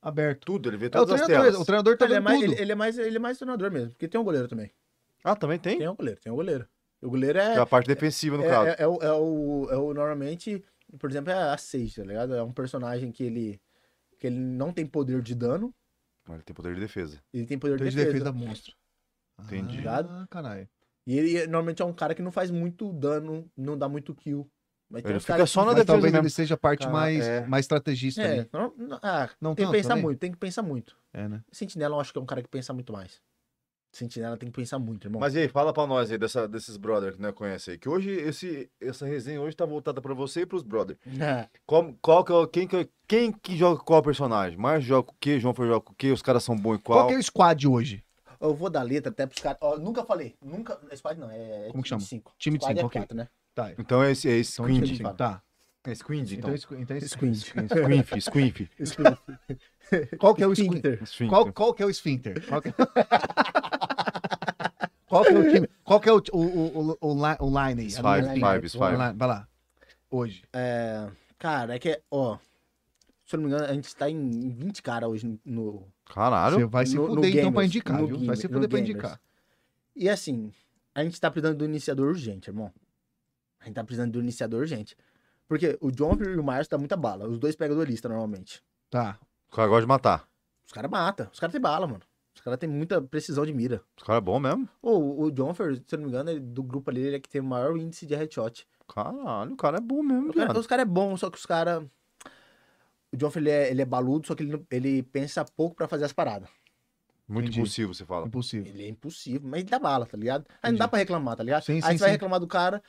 B: aberto.
C: tudo, ele vê
B: É o
C: todas as telas.
B: treinador, o treinador tá
D: Ele é,
B: vendo
D: mais,
B: tudo.
D: ele, ele é mais, ele é mais treinador mesmo, porque tem um goleiro também.
C: Ah, também tem?
B: É.
D: Tem um goleiro, tem um goleiro. O goleiro
C: Que
D: é
C: é a parte defensiva, no
D: é,
C: caso.
D: é- é o, é, o, é o- normalmente, por exemplo, é a Sage, tá ligado? É um personagem que ele, que ele não tem poder de dano,
C: Mas ele tem poder de defesa.
D: ele tem poder de
B: Então,
D: é defesa.
B: de defesa monstro.
C: Entendi.
B: Ah, caralho.
D: E ele normalmente é um cara que não faz muito dano, não dá muito kill. Mas tem
C: Ele
D: uns
C: fica
D: caras que
C: só na
D: faz-
B: Mas
C: defesa
B: talvez
C: mesmo.
B: ele seja a parte
D: Ah,
B: mais,
C: é.
B: mais estrategista.
D: É,
B: ali.
D: não, não- ah,
B: Não
D: tem
B: tanto né?
D: que pensar
B: também?
D: muito, tem que pensar muito.
B: É, né?
D: Sentinela eu acho que é um cara que pensa muito mais. Sentinela tem que pensar muito, irmão.
C: Mas e aí, fala pra nós aí dessa- desses brothers que nós conhece aí. Que hoje, esse, essa resenha hoje tá voltada pra você e pros brothers. Qual, qual que é, o- quem, que, quem que joga qual personagem? Marcio joga o quê? João Fer joga o quê? Os caras são bons em
B: Qual
C: qual?
B: que é o squad hoje?
D: eu vou dar letra até pros caras. ó, nunca falei, nunca. Squad não, é. é
B: Como que chama?
D: 25.
B: Time de
D: Squad
B: 5,
D: é
B: ok.
D: 4, né?
B: Tá.
C: Então é esse, é esse
B: Então,
C: Squid.
B: time cinco, tá.
C: É Squid, então.
B: Então, squ- então,
D: Squid.
C: Squinf, Squinf.
B: qual que é o squad?
D: Splinter.
B: Qual, qual que é o esfíncter? Qual que, Qual que é o time? Qual que é o, o, o, o, o, li- o line aí?
C: Five,
B: A linha do
C: five,
B: time.
C: five.
B: Vai lá, vai lá. Hoje.
D: É, cara, é que, ó. Se eu não me engano, a gente tá em 20 caras hoje no- no.
C: Caralho.
B: Você vai se
D: Ah, No- no
B: fuder então pra
D: gamers,
B: indicar,
D: no
B: viu? vai
D: gamer-
B: se
D: no
B: fuder pra
D: gamers.
B: indicar.
D: E assim, a gente tá precisando do iniciador urgente, irmão. A gente tá precisando do iniciador urgente. Porque o John e o Márcio dá muita bala. Os dois pegam duelista normalmente.
B: Tá.
C: O cara gosta de matar.
D: Os caras matam. Os caras têm bala, mano. Os caras têm muita precisão de mira.
C: Os caras é bom mesmo.
D: Ou o Jonfer, se eu não me engano, ele- do grupo ali, ele é que tem o maior índice de headshot.
C: Caralho, o cara é bom mesmo,
D: O cara,
C: viado.
D: os caras é bom, só que os caras. O Jonfer, ele é, ele é baludo, só que ele, não- ele pensa pouco pra fazer as paradas.
C: Muito
B: Entendi.
C: impulsivo, você fala.
B: Impossível.
D: Ele é impossível, mas dá bala, tá ligado? Aí
B: Entendi.
D: não dá pra reclamar, tá ligado?
B: Sim,
D: Aí
B: sim,
D: você vai
B: sim.
D: reclamar do cara,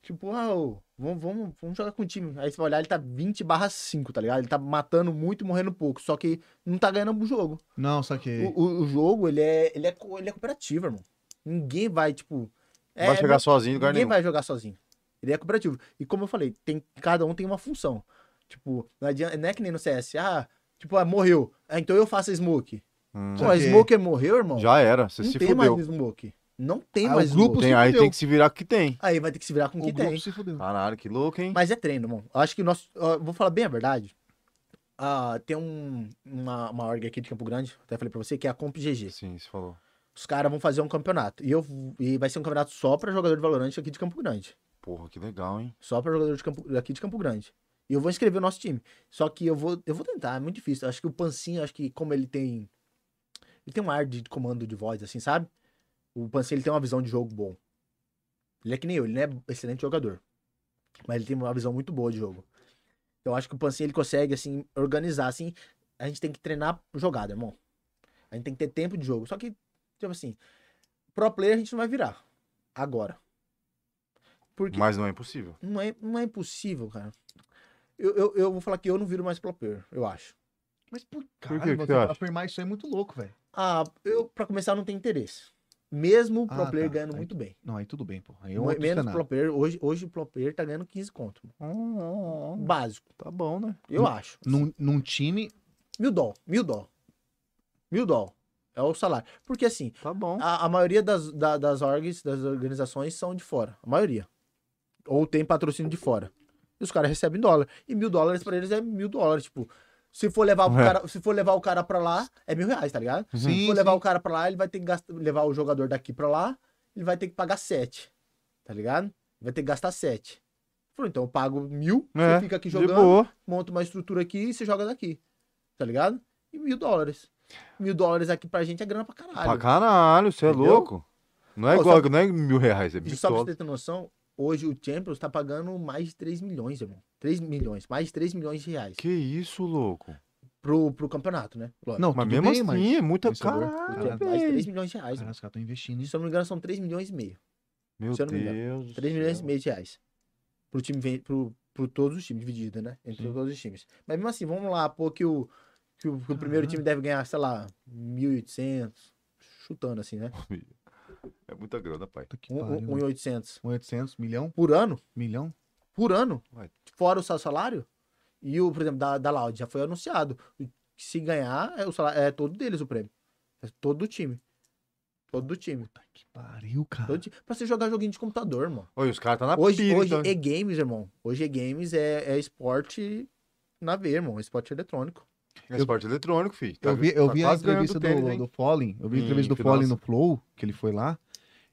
D: tipo, ah, ô, vamos, vamos, vamos jogar com o time. Aí você vai olhar, ele tá 20 barra 5, tá ligado? Ele tá matando muito e morrendo pouco, só que não tá ganhando o jogo.
B: Não, saquei.
D: O, o- o jogo, ele é, ele, é, co- ele é cooperativo, irmão. Ninguém vai, tipo... é-
C: vai
D: é
C: chegar sozinho em lugar
D: Ninguém
C: nenhum.
D: vai jogar sozinho. Ele é cooperativo. E como eu falei, tem, cada um tem uma função. Tipo, não, adianta, não é que nem no CS. Ah, tipo, ah, morreu. Ah, então eu faço a smoke.
C: Hum.
D: Pô, a
B: Saquei.
D: smoker morreu, irmão.
C: Já era, você
D: não
C: se
D: tem mais
C: fudeu.
D: smoke. Não tem
B: Ah, o
D: mais
B: grupo
D: smoke.
B: se
C: Tem, aí
B: fudeu.
C: tem que se virar com o que tem.
D: Aí vai ter que se virar com o que
B: O grupo
D: tem.
B: se fudeu.
C: Caralho, que louco, hein?
D: Mas é treino, irmão. Eu acho que o nosso... ó, vou falar bem a verdade. Ah, tem um, uma, uma org aqui de Campo Grande, até falei pra você, que é a Comp GG.
C: Sim, você falou.
D: Os caras vão fazer um campeonato. E, eu, e vai ser um campeonato só pra jogador de Valorant aqui de Campo Grande.
C: Porra, que legal, hein?
D: Só para jogador de campo, aqui de Campo Grande. E eu vou inscrever o nosso time. Só que eu vou, eu vou tentar, é muito difícil. Eu acho que o Pancinho, acho que como ele tem. Ele tem um ar de comando de voz, assim, sabe? O Pancinho ele tem uma visão de jogo bom. Ele é que nem eu, ele não é excelente jogador. Mas ele tem uma visão muito boa de jogo. Eu acho que o Pancinho ele consegue, assim, organizar, assim. A gente tem que treinar jogada, irmão. A gente tem que ter tempo de jogo. Só que, tipo assim, pro player a gente não vai virar. Agora. Porque
C: Mas não é impossível.
D: não é, não é impossível, cara. Eu, eu, eu vou falar que eu não viro mais pro player, eu acho.
B: Mas por,
C: que
B: caralho,
C: que
B: você
C: você acha?
B: afirmar isso aí é muito louco, velho.
D: Ah, eu, pra começar, não tenho interesse. Mesmo o pro
B: Ah,
D: player
B: tá.
D: ganhando
B: Aí-
D: muito bem.
B: Não, aí tudo bem, pô. Aí é um
D: Mo-
B: outro
D: Menos pro
B: cenário.
D: player, hoje, hoje o pro player tá ganhando 15 conto. mano. ah, Básico,
C: Tá bom, né?
D: eu
B: Hum.
D: acho.
B: Num, num time.
D: Mil dó, mil dó. Mil dó. É o salário. Porque assim,
C: Tá bom.
D: a, a maioria das, da- das orgs, das organizações, são de fora. A maioria. Ou tem patrocínio de fora. E os caras recebem em dólar. E mil dólares pra eles é mil dólares. Tipo, se for levar o
C: É.
D: cara, se for levar o cara pra lá, é mil reais, tá ligado?
C: Uhum.
B: Sim,
D: se for levar
B: sim.
D: o cara pra lá, ele vai ter que gastar, levar o jogador daqui pra lá, ele vai ter que pagar sete. Tá ligado? Vai ter que gastar sete. Falou, então eu pago mil,
C: É,
D: você fica aqui
C: De
D: jogando,
C: boa.
D: monta uma estrutura aqui e você joga daqui. Tá ligado? E mil dólares. Mil dólares aqui pra gente é grana pra caralho.
C: Pra caralho, você é
D: Entendeu?
C: louco. Não é
D: Pô,
C: igual,
D: só-
C: não é mil reais, é
D: E só pra você
C: pistola.
D: ter noção, hoje o Champions tá pagando mais de 3 milhões, irmão. 3 milhões, mais de 3 milhões de reais
C: Que isso, louco.
D: pro, pro campeonato, né? Lógico.
B: Não,
C: Mas
B: tudo
C: mesmo
B: bem, mas-
C: assim, é muita
B: vencedor.
D: O
C: caralho,
D: Champions, mais de
C: velho.
D: 3 milhões de reais.
B: Caralho,
D: mano.
B: os caras estão investindo, hein?
D: Se eu não me engano, são 3 milhões e meio.
C: Meu
D: se eu não me
C: Deus.
D: 3 milhões e
C: é
D: meio de reais. Pro time, ven- pro, pro todos os times, dividido, né? Entre
B: Sim.
D: todos os times. Mas mesmo assim, vamos lá, pô, que o, que o, que o
B: Caralho.
D: primeiro time deve ganhar, sei lá, 1.800, chutando assim, né?
C: É muita grana, pai.
B: Puta que
D: Um-
B: pariu,
D: um-
B: velho.
D: 1.800
B: 1.800, milhão?
D: por ano.
B: Milhão?
D: por ano,
C: Ué.
D: fora o seu salário. E o, por exemplo, da, da Loud já foi anunciado. O- Se ganhar, é, o salário, é todo deles o prêmio. É todo do time. Todo do time.
B: Puta Tá que pariu, cara.
D: Todo ti- Pra você jogar joguinho de computador, irmão.
C: Olha, os caras tá na
D: Hoje,
C: pira,
D: hoje
B: é
C: então.
D: e-games, irmão. Hoje e-games é, é esporte na V, irmão. Esporte eletrônico.
C: É esporte eletrônico, filho. Tá-
B: eu vi, eu
C: tá
B: vi a
C: quase ganhando
B: entrevista do,
C: tênis, hein? Hum,
B: do Fallen. Eu vi a
C: Em
B: entrevista do
C: final.
B: Fallen no Flow, que ele foi lá.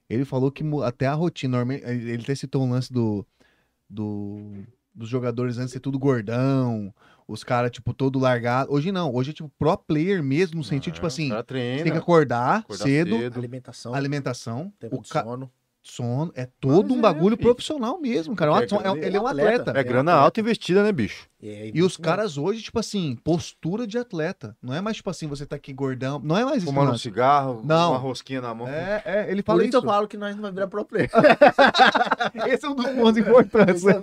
B: Ele falou que mu- até a rotina. norme- Ele ele até citou um lance do, do- dos jogadores antes ser tudo gordão. Os caras, tipo, todo largado. Hoje não. Hoje é tipo pro player mesmo, no sentido,
C: Ah,
B: tipo
C: os
B: assim,
C: cara treina,
B: tem que acordar,
C: acordar
B: cedo,
D: Alimentação,
B: alimentação,
D: tempo
B: É o
D: de
B: ca-
D: sono.
B: sono. É todo
C: Mas
B: um
C: é,
B: bagulho
C: filho.
B: profissional mesmo, cara. É um
C: É
B: ato- é-
C: grana-
B: ele é um
D: atleta.
B: atleta.
C: É grana alta investida, né, bicho?
D: é
B: E os
D: investimento.
B: caras hoje, tipo assim, postura de atleta. Não é mais, tipo assim, você tá aqui gordão. Não é mais isso.
C: Fumando um
B: mano.
C: cigarro,
B: Não.
C: uma rosquinha na mão.
B: É, é, ele
D: Por
B: fala
D: isso,
B: isso.
D: eu falo que nós não vamos virar pro player.
B: Esse é um dos pontos importantes. né?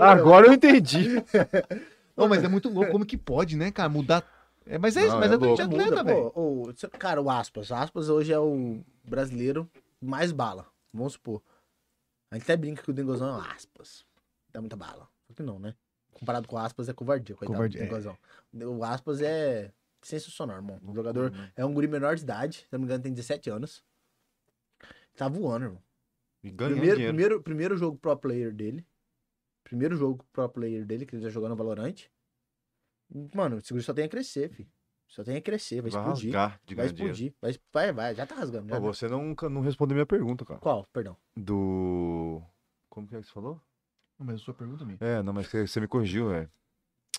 C: Agora eu entendi.
B: Não, mas é muito louco. Como que pode, né, cara? Mudar. É, mas é isso,
C: Não,
B: mas
C: é
B: é, tudo de
C: louco.
B: atleta, velho.
D: Muda, pô. Ô, cê- cara, o Aspas. Aspas hoje é o brasileiro mais bala. Vamos supor. A gente até brinca que o Dengozão é o Aspas. Dá muita bala. Só que não, né? Comparado com o Aspas é covardia, coitado
B: Covardia,
D: do Dengozão. O Aspas é sensacional, irmão. Um jogador... É um guri menor de idade. Se eu não me engano, tem 17 anos. Tá voando, irmão.
C: E ganha
D: Primeiro,
C: um dinheiro.
D: primeiro, primeiro jogo pro player dele. Primeiro jogo pro player dele, que ele já jogou no Valorant. Mano, o seguro só tem a crescer, filho. Só tem a crescer, vai,
C: Vai
D: explodir.
C: rasgar de
D: Vai
C: ganhar dinheiro.
D: explodir. Vai, vai, vai, já tá rasgando.
B: né,
D: já
C: Pô,
D: tá.
C: você nunca não respondeu minha pergunta, cara.
D: Qual? Perdão.
C: Do. Como que é que você falou?
B: Não, Mas a sua pergunta é minha.
C: É, não, mas você você me corrigiu, velho.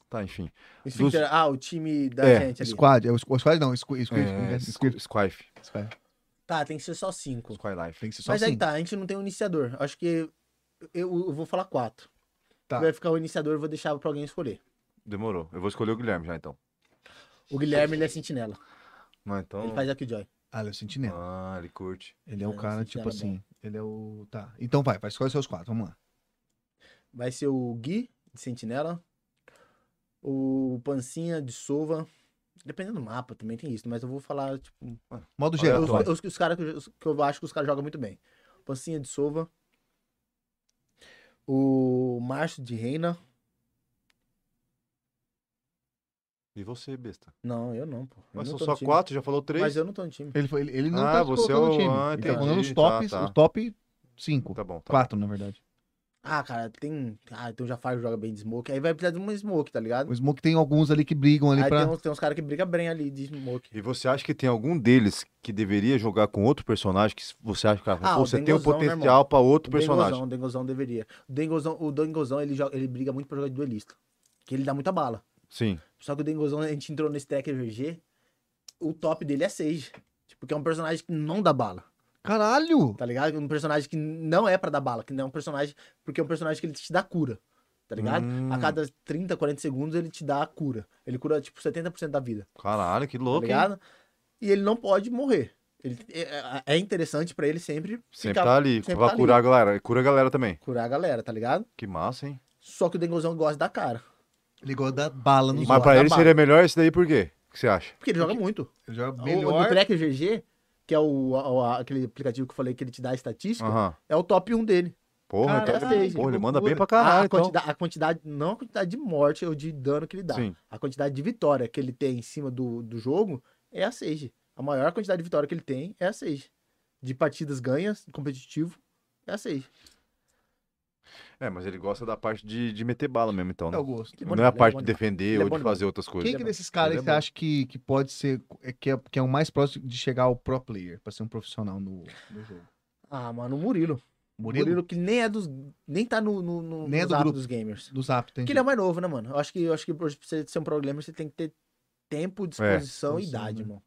C: Tá, enfim.
D: Isso
C: Dos-
D: fica- Ah, o time da
C: É,
D: gente ali.
B: Squad, é o squ- o squad não, squ- squ-
C: É,
B: é, squ-
C: Squife.
B: squad.
D: Tá, tem que ser só cinco.
C: Squilife.
B: Tem que ser só
D: Mas aí
B: assim.
D: tá, a gente não tem um iniciador. Acho que eu, eu vou falar quatro.
B: Tá.
D: Vai ficar o iniciador, eu vou deixar pra alguém escolher.
C: Demorou. Eu vou escolher o Guilherme já, então.
D: O Guilherme, ele é sentinela.
C: Não, então...
D: Ele faz a Killjoy.
B: Ah, ele é o sentinela.
C: Ah, ele curte.
B: Ele é o
D: É,
B: cara,
D: esse
B: tipo
D: cara é
B: assim. Ele é o. Tá. Então vai, vai, escolhe seus quatro, vamos lá.
D: Vai ser o Gui, de sentinela. O Pancinha, de sova. Dependendo do mapa também tem isso, mas eu vou falar, tipo,
B: Modo
C: Olha,
B: geral.
C: eu-
B: vai.
D: os, os, os caras que, eu- os- que eu acho que os caras jogam muito bem. Pancinha de Sova. O Márcio de Reina.
C: E você, besta?
D: Não, eu não, pô. Eu
C: Mas
D: não
C: são
D: tô
C: só
D: no time.
C: quatro, já falou três?
D: Mas eu não tô no time.
B: Ele, foi- ele, ele não
C: Ah,
B: tá
C: você é
B: colocando
C: o-
B: o time.
C: ah,
B: ele tá falando os
C: entendi,
B: tops,
C: tá, tá.
B: os top cinco.
C: Tá bom, tá
B: quatro, na verdade.
D: Ah, cara, tem. Ah, então o Jafar joga bem de smoke. Aí vai precisar de uma smoke, tá ligado?
B: O Smoke tem alguns ali que brigam ali
D: Aí
B: pra.
D: tem, um- uns, tem uns caras que brigam bem ali de smoke.
C: E você acha que tem algum deles que deveria jogar com outro personagem que você acha que
D: Ah,
C: você
D: o
C: tem o
D: Dengozão, né,
C: potencial pra
D: O
C: outro personagem?
D: Dengozão, o Dengozão deveria. O Dengozão, o Dengozão ele, joga, ele briga muito pra jogar de duelista. Que ele dá muita bala.
C: Sim.
D: Só que o Dengozão, a gente entrou nesse track VG, o top dele é Sage. Tipo, que é um personagem que não dá bala.
B: Caralho!
D: tá ligado? Um personagem que não é pra dar bala, que não é um personagem. Porque é um personagem que ele te dá cura, tá ligado?
C: Hum.
D: A cada 30, 40 segundos ele te dá a cura. Ele cura, tipo, 70% da vida,
C: Caralho, que
D: tá
C: louco, hein?
D: ligado? E ele não pode morrer. Ele, é, é interessante pra ele sempre,
C: Sempre
D: ficar-
C: tá ali.
D: sempre
C: vai
D: tá ali.
C: curar a galera. Cura a galera também.
D: curar a galera, tá ligado?
C: Que massa, hein?
D: Só que o Dengozão gosta da cara.
B: Ele gosta da bala nos
C: Mas
D: Ele gosta
C: pra
D: da
C: ele
D: bala.
C: seria melhor esse daí por quê? O que você acha?
D: Porque ele joga muito.
B: olhos. Ele joga
D: O, no Tracker GG, que é o, o- a- aquele aplicativo que eu falei que ele te dá a estatística,
C: Aham.
D: é o top 1 dele.
C: Porra,
B: Caralho,
C: então-
D: que
C: porra, ele manda bem
B: loucura.
C: pra
D: a,
C: caralho,
D: Ah, a
C: então.
D: quantidade, a quantidade- não a quantidade de morte ou de dano que ele dá.
C: Sim.
D: A quantidade de vitória que ele tem em cima do, do jogo é a Sage. A maior quantidade de vitória que ele tem é a Sage. De partidas ganhas, competitivo, é a Sage.
C: É, mas ele gosta da parte de, de meter bala mesmo, então.
B: É
C: Né?
B: o gosto.
D: Ele é bom
C: Não é a
D: demais,
C: parte de
D: ele é bom
C: defender
D: Ele é
C: ou
D: bom
C: de fazer outras coisas.
B: Quem que desses caras
C: Ele é
B: que você
C: bom.
B: acha que, que pode ser. é, Que é, que é o mais próximo de chegar ao pro player, pra ser um profissional no, no jogo?
D: Ah, mano, o Murilo.
B: Murilo?
D: Murilo que nem é dos. Nem tá no, no, no,
B: Nem é
D: nos
B: do
D: apps
B: grupo.
D: dos gamers.
B: Do Zap, tem.
D: Porque ele é mais novo, né, mano? Eu acho que, eu acho que pra você ser um problema, você tem que ter tempo, disposição e
B: disposição,
D: idade,
B: né?
D: mano.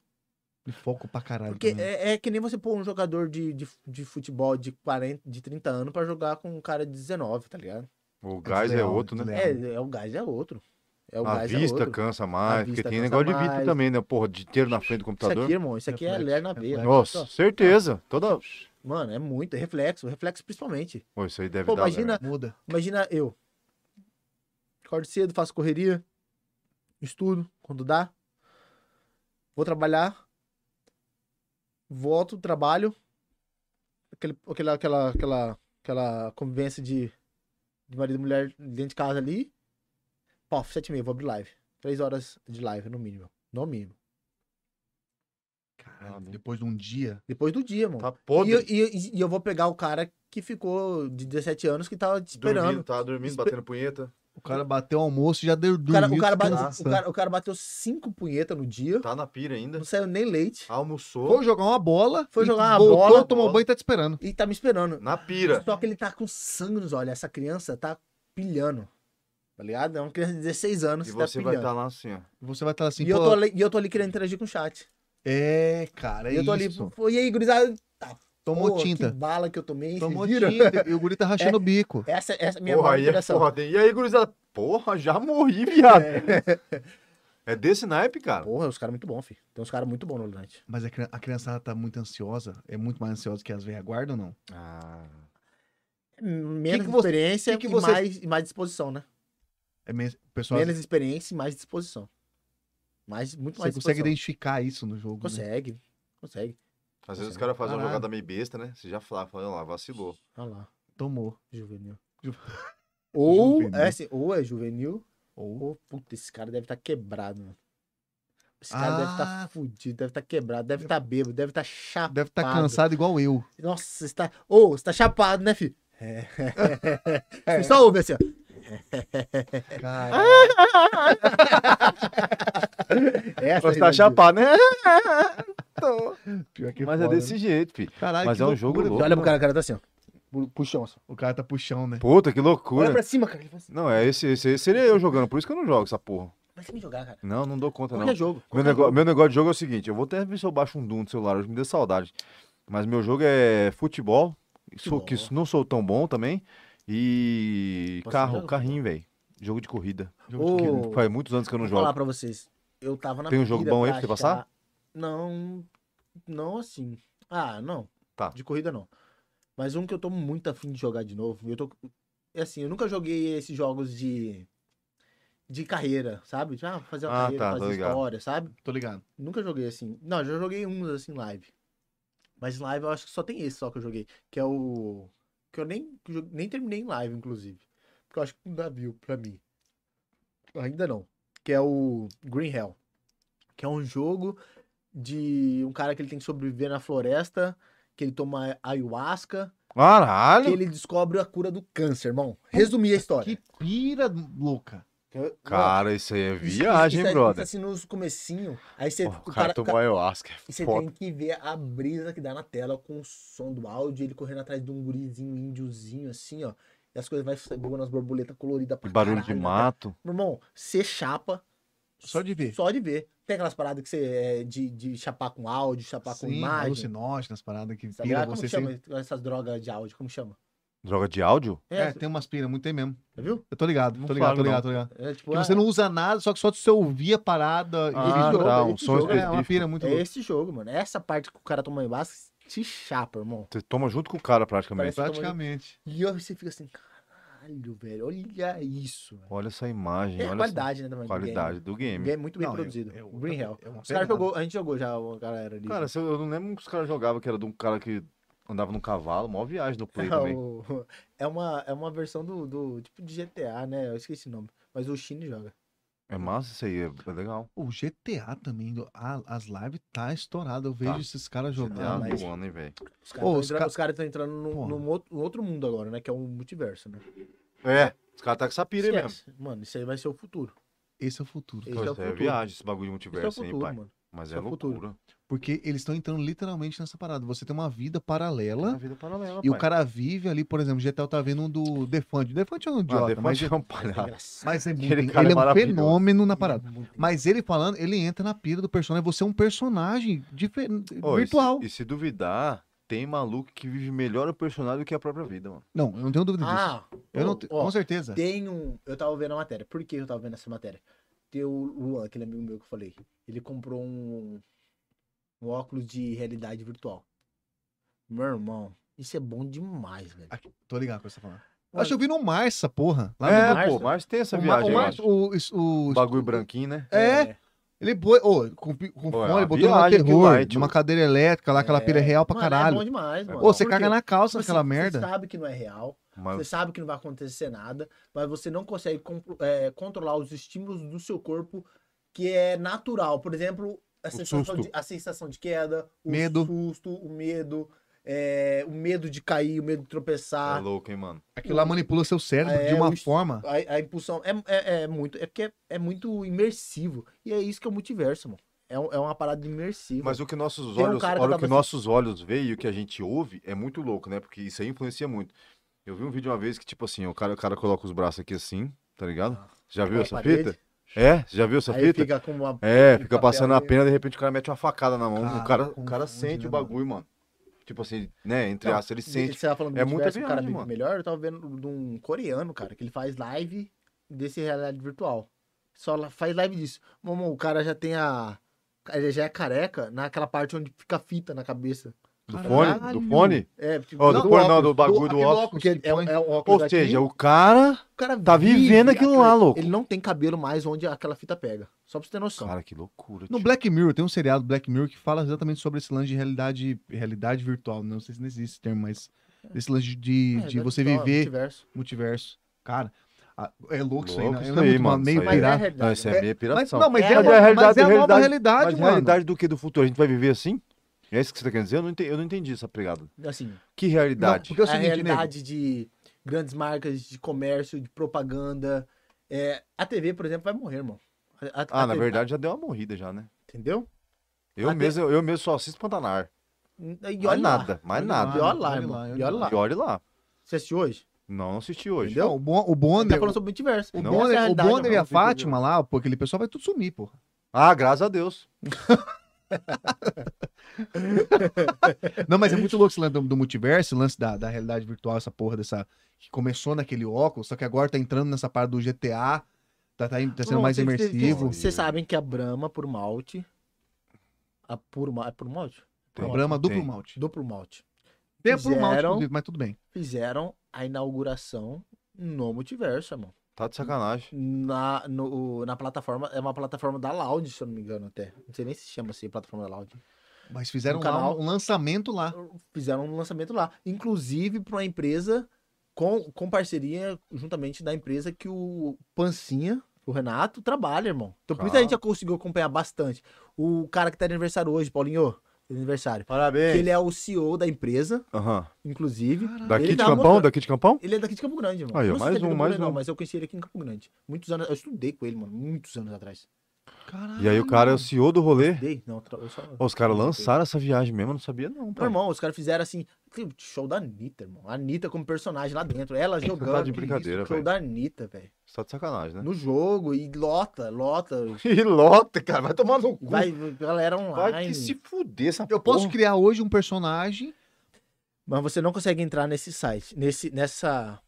B: foco pra caralho.
D: é Porque
B: também.
D: é, é que nem você pôr um jogador de, de, de futebol de 40, de 30 anos pra jogar com um cara de 19, tá ligado?
C: O gás é
B: desleal,
C: outro, né?
B: desleal.
D: É, é o gás é outro. É o
C: A
D: gás é
C: vista
D: outro.
C: cansa mais, porque
D: vista
C: tem
D: cansa
C: negócio de vista
D: mais.
C: também, né? Porra, de inteiro na frente do
D: Isso aqui,
C: computador.
D: irmão, isso aqui
B: Reflexo,
D: é ler na veia.
B: reflexo.
C: Nossa, certeza. Toda.
D: Mano, é muito, é reflexo, reflexo principalmente.
C: Pô, isso aí deve
D: Pô,
C: dar. né?
D: imagina,
B: Muda.
D: imagina eu. Acordo cedo, faço correria, estudo quando dá. Vou trabalhar. Volto, trabalho. Aquele, aquela, aquela, aquela, aquela convivência de, de marido e mulher dentro de casa ali. Pô, sete e meia, vou abrir live. Três horas de live, no mínimo. No mínimo.
C: Ah,
B: Caralho,
C: né?
B: depois de um dia.
D: Depois do dia, mano.
C: Tá
D: E,
C: podre.
D: eu- e eu- e eu vou pegar o cara que ficou de 17 anos que tava te
C: Dormindo,
D: esperando.
C: tá dormindo, batendo punheta.
B: O cara bateu o almoço e já deu
D: O cara,
B: dormiu.
D: o, cara bateu,
B: descansando.
D: o cara- o cara bateu cinco punhetas no dia,
C: Tá na pira ainda.
D: não saiu nem leite
C: Almoçou
B: Foi jogar uma bola.
D: Foi
B: e
D: jogar uma
B: voltou,
D: bola.
B: tomou banho e tá te esperando.
D: e tá me esperando.
C: na pira.
D: Só que ele tá com sangue nos olhos. Essa criança tá pilhando. Tá ligado? É uma criança de 16 anos
C: E
D: que tá
C: você vai
D: pilhando.
C: estar lá assim, ó.
B: E você vai estar assim,
D: e, eu
B: pô,
D: tô ali, e eu tô ali querendo interagir com o chat.
B: É, cara, é
D: e eu tô
B: isso.
D: ali, pô, e aí, gurizada?
B: Tomou
D: Pô,
B: tinta.
D: Que É. bala que eu tomei.
B: Tomou
D: vocês viram?
B: tinta. E o guri tá rachando o bico.
D: Essa, essa é a minha
C: porra,
D: maior
C: aí é
D: interação.
C: porra, tem- E aí, gurizada? Porra, já morri, viado. É desse naipe, cara.
D: É, Porra, os caras muito bons, filho. Tem uns caras muito bons no Lunch.
B: Mas a, cri- a criançada tá muito ansiosa. É muito mais ansiosa que as velhas guardam, não?
C: Ah.
D: Menos
B: que você-
D: experiência
B: que que
D: e
B: você-
D: mais- e mais disposição, né?
B: É mes- o pessoal
D: Menos experiência e mais disposição. Mais, muito
B: você consegue
D: mais disposição.
B: identificar isso no jogo. Né?
D: Consegue, consegue.
C: Às vezes
B: Nossa,
C: os caras fazem uma
B: caralho.
C: jogada meio besta, né? Você já fala, fala, lá, vacilou.
D: Olha lá,
B: né? Tomou.
D: juvenil.
B: Ju-
D: Ou,
B: Juvenil.
D: É assim, ou é juvenil,
B: Ou.
D: ou puta, esse cara deve estar quebrado, mano. Esse cara deve estar
B: Ah.
D: fudido, deve estar quebrado, deve estar bêbado, deve estar chapado.
B: Deve estar cansado igual eu.
D: Nossa, você tá. Ô, você tá chapado, né, filho? É. Você só ouve assim, ó. É.
B: Cara,
D: Ah!
B: É
D: Essa
C: Você
D: é
C: tá
D: risadinha.
C: chapado, né?
B: pior que
C: Mas é
B: foda,
C: desse jeito, filho.
B: né? Caralho,
C: Mas
B: que
C: é um jogo
B: loucura.
C: louco.
D: Olha pro cara, o cara tá assim, ó. pu- puxão. Assim.
B: O cara tá puxão, né?
C: Puta, que
D: Olha
C: loucura.
D: pra cima, cara. Ele fala assim,
C: Não, é esse, esse, esse seria eu jogando, por isso que eu não jogo essa porra.
D: vai me jogar, cara.
C: Não, não dou conta, não.
D: Qualquer jogo.
C: Meu,
D: qualquer
C: nego-
D: jogo.
C: meu negócio de jogo é o seguinte: eu vou até ver se eu baixo um Doom do celular, hoje me deu saudade. Mas meu jogo é futebol, sou, que
D: Futebol.
C: não sou tão bom também. E
D: Nossa,
C: carro,
D: joga
C: carrinho, velho. Jogo de corrida.
D: Ô,
C: Que Faz muitos anos que eu não
D: Vou falar
C: um jogo.
D: pra vocês. Eu tava na
C: Tem um jogo
D: pira
C: bom aí pra
D: pra
C: você passar?
D: achar- Não. Não assim. Ah, não.
C: Tá.
D: De corrida não. Mas um que eu tô muito afim de jogar de novo. Eu tô. É assim, eu nunca joguei esses jogos de. De carreira, sabe? Já fazer uma
C: Ah,
D: carreira,
C: tá, tô
D: fazer
C: ligado.
D: história, sabe?
B: Tô ligado.
D: Nunca joguei assim. Não, já joguei uns assim live. Mas live eu acho que só tem esse só que eu joguei. Que é o. Que eu nem, que eu nem terminei em live, inclusive. Porque eu acho que não dá view pra mim. Ainda não. Que é o Green Hell. Que é um jogo de um cara que ele tem que sobreviver na floresta. Que ele toma ayahuasca. Que
C: Caralho!
D: ele descobre a cura do câncer, irmão. Resumir a história.
B: Que pira louca.
D: Eu-
C: Cara, isso aí é
D: Isso-
C: viagem,
D: isso, aí fica
C: brother.
D: assim nos comecinho. Aí você.
C: Pô, o cara tomou ayahuasca. é
D: E você
C: foda.
D: tem que ver a brisa que dá na tela com o som do áudio, ele correndo atrás de um gurizinho, índiozinho, assim, ó. E as coisas vai voando as borboletas coloridas pra
C: Barulho de
D: caralho, né?
C: mato.
D: Meu irmão, você chapa
B: Só de ver.
D: só de ver. Tem aquelas paradas que você é de, de chapar com áudio, chapar com
B: Sim,
D: imagem.
B: alucinógenas, paradas que
D: Sabe? Ah,
B: pira
D: como
B: você.
D: que
B: Sem...
D: chama essas drogas de áudio? Como chama?
C: Droga de áudio?
D: É,
B: É, tem umas piras, muito tem mesmo.
D: tá viu?
B: Eu tô ligado,
C: Não
B: tô
C: falo,
B: ligado, tô ligado, tô ligado.
D: É tipo,
B: Que
D: ah,
B: você não usa nada, só que só de você ouvir a parada.
C: Ah,
D: jogo,
C: tá,
D: esse
C: um som
D: jogo
B: é, é uma
C: específico.
B: pira muito
D: é
B: louca.
D: esse jogo, mano. Essa parte que o cara toma em base, te chapa, irmão.
C: Você toma junto com o cara praticamente.
D: Parece-
B: Praticamente.
D: E aí você fica assim, caralho, velho, olha isso. velho.
C: Olha essa imagem,
D: É
C: olha
D: qualidade, né, também.
C: essa
D: do game.
C: qualidade do game.
D: É muito bem
B: Não,
D: produzido.
B: é- é outra-
D: Green Hell.
B: é uma
D: Os caras
B: pegada.
D: jogou, a gente jogou já a galera ali.
C: Cara, se eu, eu não lembro que os caras jogavam, que era de um cara que andava num cavalo, maior viagem do Play
D: é,
C: também.
D: o- é uma, é uma versão do, do tipo de GTA, né? Eu esqueci o nome. Mas o Shin joga.
C: É massa isso aí, é é legal.
B: O GTA também, do- a- as lives tá estourado. Eu vejo
C: Tá.
B: esses caras
C: GTA
B: jogando.
D: mas-
C: do ano, hein, né, velho.
D: Os caras
B: Ô,
D: estão
B: os
D: entrando,
B: ca-
D: os caras tão entrando num,
B: Porra.
D: num outro, num outro mundo agora, né? Que é um multiverso, né?
C: É, os caras tá com essa pira aí mesmo.
D: Esquece. Mano, isso aí vai ser o futuro.
B: Esse é o futuro.
D: Esse é o
C: Isso é,
D: futuro.
C: viagem, esse bagulho de
D: Isso é o
C: multiverso aí,
D: futuro,
C: pai.
D: mano.
C: Mas é,
D: Esse é o futuro.
C: loucura.
B: Porque eles estão entrando literalmente nessa parada. Você tem uma vida
C: É uma
B: paralela
C: vida paralela,
B: e o
C: pai.
B: cara vive ali, por exemplo, o GTA tá vendo um do Defante. O Defante é um
C: Ah,
B: idiota,
C: depois
B: mas,
C: é um
D: Mas é
C: palhaço.
D: engraçado.
B: mas é muito,
C: Aquele
B: ele
C: cara é
B: é um
C: maravilhoso.
B: fenômeno na parada.
D: Muito
B: Mas ele falando, ele entra na pira do personagem. Você é um personagem diferente,
C: Ô, e se-
B: virtual.
C: E, se, duvidar, tem maluco que vive melhor o personagem do que a própria vida, mano.
B: Não, eu não tenho dúvida disso.
D: Ah,
B: eu não,
D: ó,
B: te-
D: ó,
B: com certeza.
D: Tem um. Eu tava vendo a matéria. Por que eu tava vendo essa matéria? Tem o Luan, aquele amigo meu que eu falei. Ele comprou um, um óculos de realidade virtual. Meu irmão, isso é bom demais, velho.
B: Aqui, tô ligado com o que você tá falando.
D: Mano.
B: Acho que eu vi no Mars essa porra. Lá
C: é,
B: no...
D: Mars,
C: pô,
D: né?
C: mas tem essa
B: o Ma-
C: viagem,
B: o
C: eu
B: Mars-
C: acho.
B: o- isso- o-
C: O bagulho branquinho, né?
B: É, ele boi. Ô, com, pi- com
C: Pô, é
B: fone,
C: uma
B: botou no
C: viagem que
B: terror,
C: vai, tio.
B: numa cadeira elétrica lá, aquela pira é real pra
D: Mano,
B: caralho.
D: É bom demais, mano.
B: Ô, você
D: Por
B: caga
D: quê?
B: na calça
D: Tipo assim,
B: naquela merda.
D: Você sabe que não é real,
C: Mas-
D: você sabe que não vai acontecer nada, mas você não consegue compro- é, controlar os estímulos do seu corpo que é natural. Por exemplo, a, sensação
C: susto.
D: de, a sensação de queda, o
B: Medo.
D: susto, o medo, é, o medo de cair, o medo de
C: É
D: tropeçar,
C: louco, hein, mano.
B: Aquilo lá manipula seu cérebro
D: É,
B: de uma
D: o-
B: forma.
D: a, a impulsão. É, é, é muito. É porque é, é muito imersivo. E é isso que é o multiverso, mano. É, um- é uma parada imersiva.
C: Mas o que nossos
D: Tem um
C: olhos,
D: cara que
C: olha o
D: tava
C: que
D: assim-
C: nossos olhos veem e o que a gente ouve é muito louco, né? Porque isso aí influencia muito. Eu vi um vídeo uma vez que, tipo assim, o cara, o cara coloca os braços aqui assim, tá ligado?
D: Ah.
C: Já viu
D: Na
C: essa
D: parede.
C: fita? É? Já viu essa
D: Aí
C: fita?
D: fica com uma.
C: É,
D: um
C: fica
D: papel
C: passando a
D: ali.
C: pena, de repente o cara mete uma facada na mão. o
B: Cara,
C: cara, o
B: confunde,
C: cara sente
B: né,
C: o bagulho, mano. Tipo assim, né? Entre
D: Não,
C: aspas, ele sente.
D: Você tá falando do
C: É muita
D: multiverso, o cara
C: viagem,
D: vive
C: mano.
D: melhor? Eu tava vendo de um coreano, cara, que ele faz live desse realidade virtual. Só lá- faz live disso. Mamão, o cara já tem a. Ele já é careca naquela parte onde fica a fita na cabeça.
C: Do
B: Caralho.
C: fone? Do fone?
D: É, tipo,
C: Ó, do
B: do
C: fone não,
B: óculos,
C: do bagulho do
B: aquele
C: óculos.
B: óculos um-
D: porque
B: que
D: é,
B: põe.
D: é o óculos
C: Ou
D: aqui,
C: seja, o cara.
D: o cara
C: tá
D: vive
C: vivendo aquilo lá,
D: aquela-
C: louco.
D: Ele não tem cabelo mais onde aquela fita pega. Só pra você ter noção.
C: Cara, que loucura.
B: No
C: tio.
B: Black Mirror, tem um seriado Black Mirror que fala exatamente sobre esse lance de realidade, realidade virtual. Não sei se não existe esse termo, mas esse lance de,
D: É,
B: de
D: já
B: você
D: tá,
B: viver
D: multiverso.
B: multiverso. Cara, a- é louco isso aí,
C: Louco
B: né?
C: isso
B: Não é
C: aí,
B: muito
C: mano,
B: mal- meio
C: isso aí.
B: pirata.
D: Mas é
C: Não, isso é
D: realidade.
C: meia
B: Mas,
C: piração.
B: não, mas é,
D: É,
B: a-
D: mas é a
B: mas
C: realidade-
B: é a nova
C: realidade-
B: realidade,
C: Mas
B: mano.
C: realidade do que do futuro? A gente vai viver assim? É isso que você tá querendo dizer? Eu não entendi, eu não entendi essa pegada.
D: Assim,
C: Que
B: Não,
C: realidade?
B: porque é o
D: a
B: seguinte, nego,
D: realidade de grandes marcas de comércio, de propaganda. É, a TV, por exemplo, vai morrer, irmão. A- a-
C: Ah,
D: a
C: na
D: TV
C: verdade já deu uma morrida já, né?
D: Entendeu?
C: Eu
D: Até-
C: mesmo, eu mesmo só assisto Pantanar.
D: E
C: Mais
D: olha lá.
C: nada, mais
B: olha
C: nada.
D: E olha lá,
B: Olha
D: irmão.
B: lá,
D: E olha lá.
C: E olha lá.
D: Você assistiu hoje?
C: Não, não assisti hoje. é
D: Entendeu?
B: Não, o, Bon- o Bonner,
D: Tá falando sobre o multiverso.
B: o
D: Essa
C: Não,
D: é a
B: Bonner, o
D: realidade,
B: Bonner e
D: mano.
B: a Fátima lá, pô, aquele pessoal vai tudo sumir, pô.
C: Ah, graças a Deus.
B: Não, mas é muito louco esse lance do, do multiverso, o lance da, da realidade virtual, essa porra dessa. Que começou naquele óculos, só que agora tá entrando nessa parte do GTA, tá, tá, tá sendo
D: Não,
B: mais
D: vocês- vocês-
B: imersivo.
D: Vocês sabem que a Brahma por malte. A por, ma- é por malte?
B: O Brahma duplo
C: Tem.
B: malte.
D: Duplo malte.
B: Duplo malte,
D: Fizeram-
B: inclusive, mas tudo bem.
D: Fizeram a inauguração no multiverso, irmão.
C: Tá de sacanagem.
D: Na, no- o- na plataforma. É uma plataforma da Loud, se eu não me engano, até. Não sei nem se chama assim, plataforma da Loud.
B: Mas fizeram
D: No
B: lá
D: canal.
B: um lançamento lá.
D: Fizeram um lançamento lá. Inclusive para uma empresa com, com parceria juntamente da empresa que o Pancinha, o Renato, trabalha, irmão. Então por isso a
C: Claro.
D: gente já conseguiu acompanhar bastante. O cara que tá de aniversário hoje, Paulinho, feliz aniversário.
C: Parabéns.
D: Ele é o CEO da empresa,
B: é-
C: Aham.
D: inclusive.
C: Daqui
D: Ele
C: de
D: tá
C: Campão?
D: mostrando.
C: Daqui de Campão?
D: Ele é daqui de Campo Grande, irmão.
C: Aí, ó,
D: Eu não sei
C: mais
D: se ele é de
C: um,
D: Campo
C: mais
D: Grande, não,
C: um.
D: mas eu conheci ele aqui em Campo Grande. Muitos anos, eu estudei com ele, mano, muitos anos atrás.
B: Caralho.
C: E aí o cara é o CEO do rolê.
D: Estudei? Não, tra- eu só...
C: Ó, os caras lançaram essa viagem mesmo, eu não sabia não,
D: Meu
C: pai.
D: irmão, os caras fizeram assim, show da Anitta, irmão. A Anitta como personagem lá dentro, ela jogando.
C: tá de
D: que
C: brincadeira,
D: isso, Show
C: velho.
D: da Anitta, velho.
C: Você tá de sacanagem, né?
D: No jogo, e lota, lota.
C: E lota, cara, vai tomar no cu.
D: Vai, galera online.
C: Vai que se fuder essa
B: Eu posso
C: porra.
B: criar hoje um personagem.
D: Mas você não consegue entrar nesse site, nesse, nessa...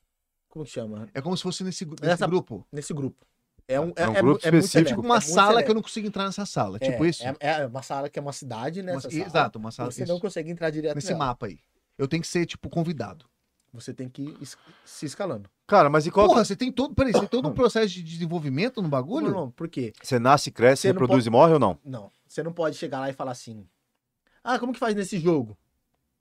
D: Como que chama?
B: É como se fosse nesse, nesse
D: Essa-
B: grupo.
D: Nesse grupo. É um, é,
C: É um
D: é
C: grupo
D: mu- é muito
C: específico.
D: seleto,
B: Tipo uma
D: é muito
B: sala que eu
D: seleto.
B: não consigo entrar nessa sala.
D: É,
B: tipo isso?
D: É, é uma sala que é uma cidade, né?
B: Uma-
D: essa sala.
B: exato, uma sala.
D: Você
B: isso.
D: não consegue entrar direto
B: nesse
D: nela.
B: mapa aí. Eu tenho que ser, tipo, convidado.
D: Você tem que ir es- se escalando.
C: Cara, mas e qual...
D: é?
B: Porra, você tem todo. Peraí, você tem todo um processo de desenvolvimento no
D: Meu
B: bagulho?
D: irmão, por quê?
C: Você nasce, cresce,
D: Você não
C: reproduz e morre ou não?
D: Não, você não pode chegar lá e falar assim. Ah, como que faz nesse jogo?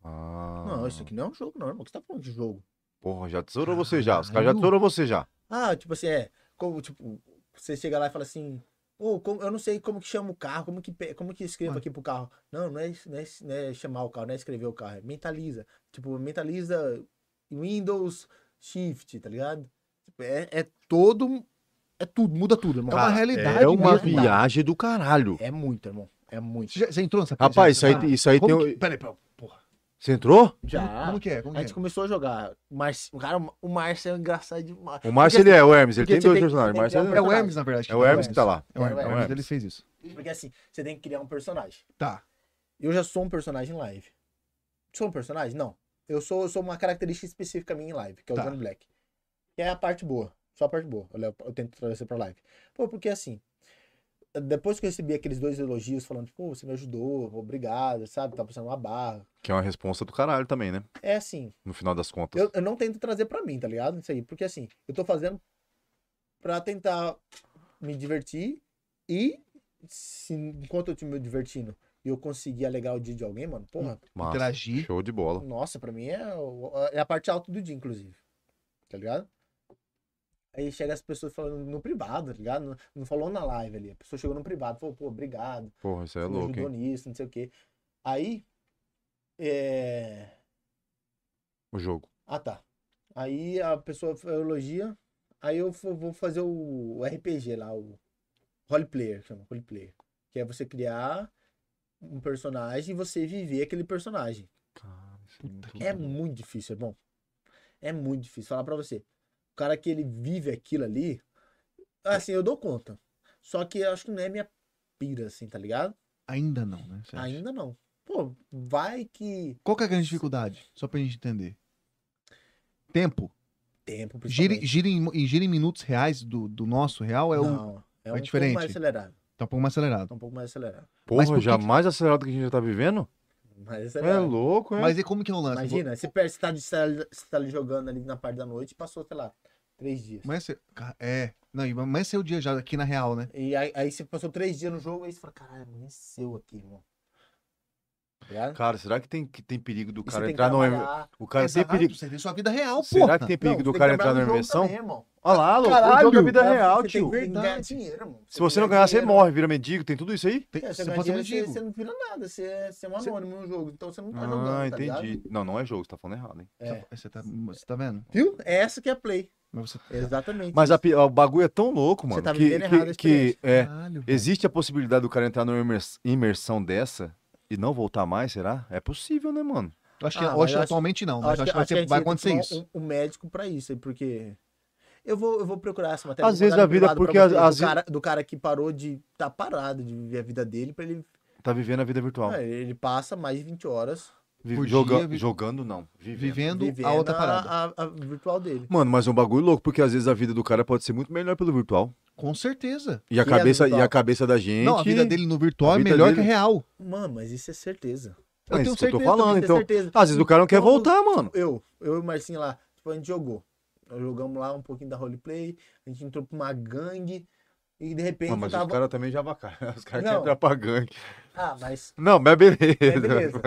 C: Ah,
D: Não, isso aqui não é um jogo, não, irmão. O que você tá falando de jogo?
C: Porra, já tesourou você já. Os caras já
B: Caralho.
C: tesourou você já.
D: Ah, tipo assim, é. Como, tipo, você chega lá e fala assim. Ô, como- eu não sei como que chama o carro, como que, pe- como que escrevo
B: Mano.
D: aqui pro carro. Não, não é, es- não, é, es- não é chamar o carro, não é escrever o carro. É mentaliza. Tipo, mentaliza Windows Shift, tá ligado? Tipo, É, é todo. É tudo, muda tudo, irmão.
B: É uma
C: Cara,
B: realidade
C: É uma
B: mesmo, cara.
C: viagem do caralho.
D: É muito, irmão. É muito.
B: Você, já- você entrou nessa
C: Rapaz, isso
B: já-
C: aí,
B: já-
C: isso aí tem...
B: Como
C: um-
B: que- Peraí, peraí, porra.
C: Você entrou?
B: Como, como que é? Como
D: A
B: que
D: gente
B: é?
D: começou a jogar. O Márcio- o cara, o Márcio é engraçado demais.
C: O Márcio,
D: Porque
C: ele é o Hermes. Ele
D: porque
C: tem
D: você
C: dois
D: tem-
C: personagens.
D: você tem
C: Márcio
D: que
C: é-
B: É o Hermes, na verdade.
C: É o Hermes que tá lá.
B: É o Hermes,
D: É o
B: é o Hermes, ele
C: Hermes.
B: fez isso.
D: Porque assim, você tem que criar um personagem.
B: Tá.
D: Eu já sou um personagem em live. Sou um personagem? Não. Eu sou, eu sou uma característica específica minha em live, que é o
B: Tá.
D: Johnny Black. Que é a parte boa. Só a parte boa. Eu, levo- eu tento trazer pra live. Pô, porque assim. Depois que eu recebi aqueles dois elogios falando, pô, você me ajudou, obrigado, sabe? Tá passando uma barra.
C: Que é uma responsa do caralho também, né?
D: É assim.
C: No final das contas.
D: Eu, eu não tento trazer pra mim, tá ligado? Isso aí. Porque assim, eu tô fazendo pra tentar me divertir e se, enquanto eu tô me divertindo e eu conseguir alegar o dia de alguém, mano, porra,
C: Massa.
B: interagir.
C: Show de bola.
D: nossa, pra mim é, o- é a parte alta do dia, inclusive. Tá ligado? Aí chega as pessoas falando no privado, tá ligado? Não, não falou na live ali. A pessoa chegou no privado, falou, pô, obrigado.
C: Porra, isso aí é
D: Você me
C: louco,
D: ajudou
C: hein?
D: nisso, não sei o quê. Aí. É.
C: O jogo.
D: Ah, tá. Aí a pessoa elogia. Aí eu fo- vou fazer o o RPG lá, o roleplayer, que chama roleplayer. Que é você criar um personagem e você viver aquele personagem.
C: Cara, isso é muito
D: É
C: louco.
D: muito difícil, irmão. É muito difícil. Falar pra você. O cara que ele vive aquilo ali, assim, eu dou conta. Só que eu acho que não é minha pira, assim, tá ligado?
B: Ainda não, né? Você acha?
D: Ainda não. Pô, vai que.
B: Qual que é a grande dificuldade? Só pra gente entender. Tempo.
D: Tempo,
B: Gira,
D: principalmente.
B: gira, em, e gira em minutos reais do, do nosso real é um.
D: Não, é
B: é
D: um pouco
B: diferente.
D: mais acelerado.
B: Tá um pouco mais acelerado.
D: É um pouco mais acelerado.
B: Mas por
C: Porra,
B: que
C: já mais acelerado que a gente já tá vivendo?
D: Mais
C: É
D: acelerado.
C: louco, hein?
B: Mas e como que é o lance?
D: Imagina, você, perde, você, tá, você, tá, você tá ali jogando ali na parte da noite e passou, sei lá, três dias.
B: Amanhã você- Ca- É. Não, e amanhã é o dia já aqui na real, né?
D: E aí, aí você passou três dias no jogo aí você fala, caralho, amanheceu aqui, irmão. Tá ligado?
C: Cara, será que tem, que tem perigo do
D: E
C: cara
D: você tem que
C: entrar no...
D: trabalhar.
C: O cara tem
B: Exato,
C: perigo...
B: Você tem sua vida real,
C: Será
B: porra.
C: que tem perigo
D: Não,
C: do
D: você tem que
C: cara entrar
D: trabalhar
C: na
D: no
C: imersão?
D: jogo também, irmão.
C: Olha lá, louco. O
D: Caralho,
C: jogo é vida
D: cara,
C: real,
D: você tem
C: tio.
D: que ganhar
B: Verdade.
D: dinheiro, irmão.
C: Se você não
D: ganhar
C: ganhar, você
D: dinheiro-
C: morre, vira mendigo, tem tudo isso aí?
B: Tem-
D: É,
B: Você
D: Você, ganha
B: pode ser
D: dinheiro, você,
B: mendigo.
D: você não vira nada, você, é- você é um
B: Você-
D: anônimo no jogo, então você não tá jogando,
C: Ah,
D: tá ligado?
C: entendi. Não, não é jogo, você tá falando errado, hein?
D: É.
B: Você tá, você tá vendo?
D: Viu? É essa que é a play.
B: Mas você... tá
D: Exatamente.
C: Mas a pi- o bagulho é tão louco, mano,
D: tá
C: que,
D: vivendo errado a
C: que, que é,
B: Caralho, velho.
C: existe a possibilidade do cara entrar numa imers- imersão dessa e não voltar mais, será? É possível, né, mano?
B: Eu acho que,
D: Ah,
B: eu
D: mas
B: acho
D: eu
B: que
D: acho-
B: atualmente não, mas
D: Acho
B: acho que
D: acho
B: vai,
D: a
B: ser,
D: gente
B: vai
D: tem que
B: acontecer
D: tomar
B: isso.
D: Um, um médico pra isso, aí, porque. Eu vou, eu vou procurar essa matéria.
C: Às
D: vou
C: vezes
D: mandar
C: a
D: no
C: vida-
D: privado pra
C: porque
D: vocês,
C: às- às
D: do, cara, do cara que parou de tá parado, de viver a vida dele, pra ele.
C: Tá vivendo a vida virtual.
D: Ah, ele passa mais de 20 horas
C: Vi-
B: Por
C: joga-
B: dia, vi-
C: Jogando não, vivendo.
B: Vivendo,
D: vivendo
B: a outra parada.
D: a, a virtual dele.
C: Mano, mas é um bagulho louco, porque às vezes a vida do cara pode ser muito melhor pelo virtual.
B: Com certeza.
C: E a,
D: Que é
C: cabeça, e
D: virtual.
C: a cabeça da gente.
B: Não, a vida dele no virtual
C: a
B: é
C: vida
B: melhor
C: dele-
B: que a real.
D: Mano, mas isso é certeza.
B: Eu
C: É
B: tenho
C: isso que eu tô
B: certeza.
C: falando,
D: também, tenho
C: então.
D: certeza.
C: Às vezes o cara não quer
D: Então,
C: voltar, mano.
D: Eu, eu e o Marcinho lá, tipo, a gente jogou. Nós jogamos lá um pouquinho da roleplay, a gente entrou pra uma gangue, e de repente
C: Ah,
D: eu
C: mas os
D: tava.
C: caras também já vacaram. Os caras
D: tá Não.
C: querem entrar pra gangue.
D: Ah, mas.
C: Não, mas beleza.
D: É, beleza.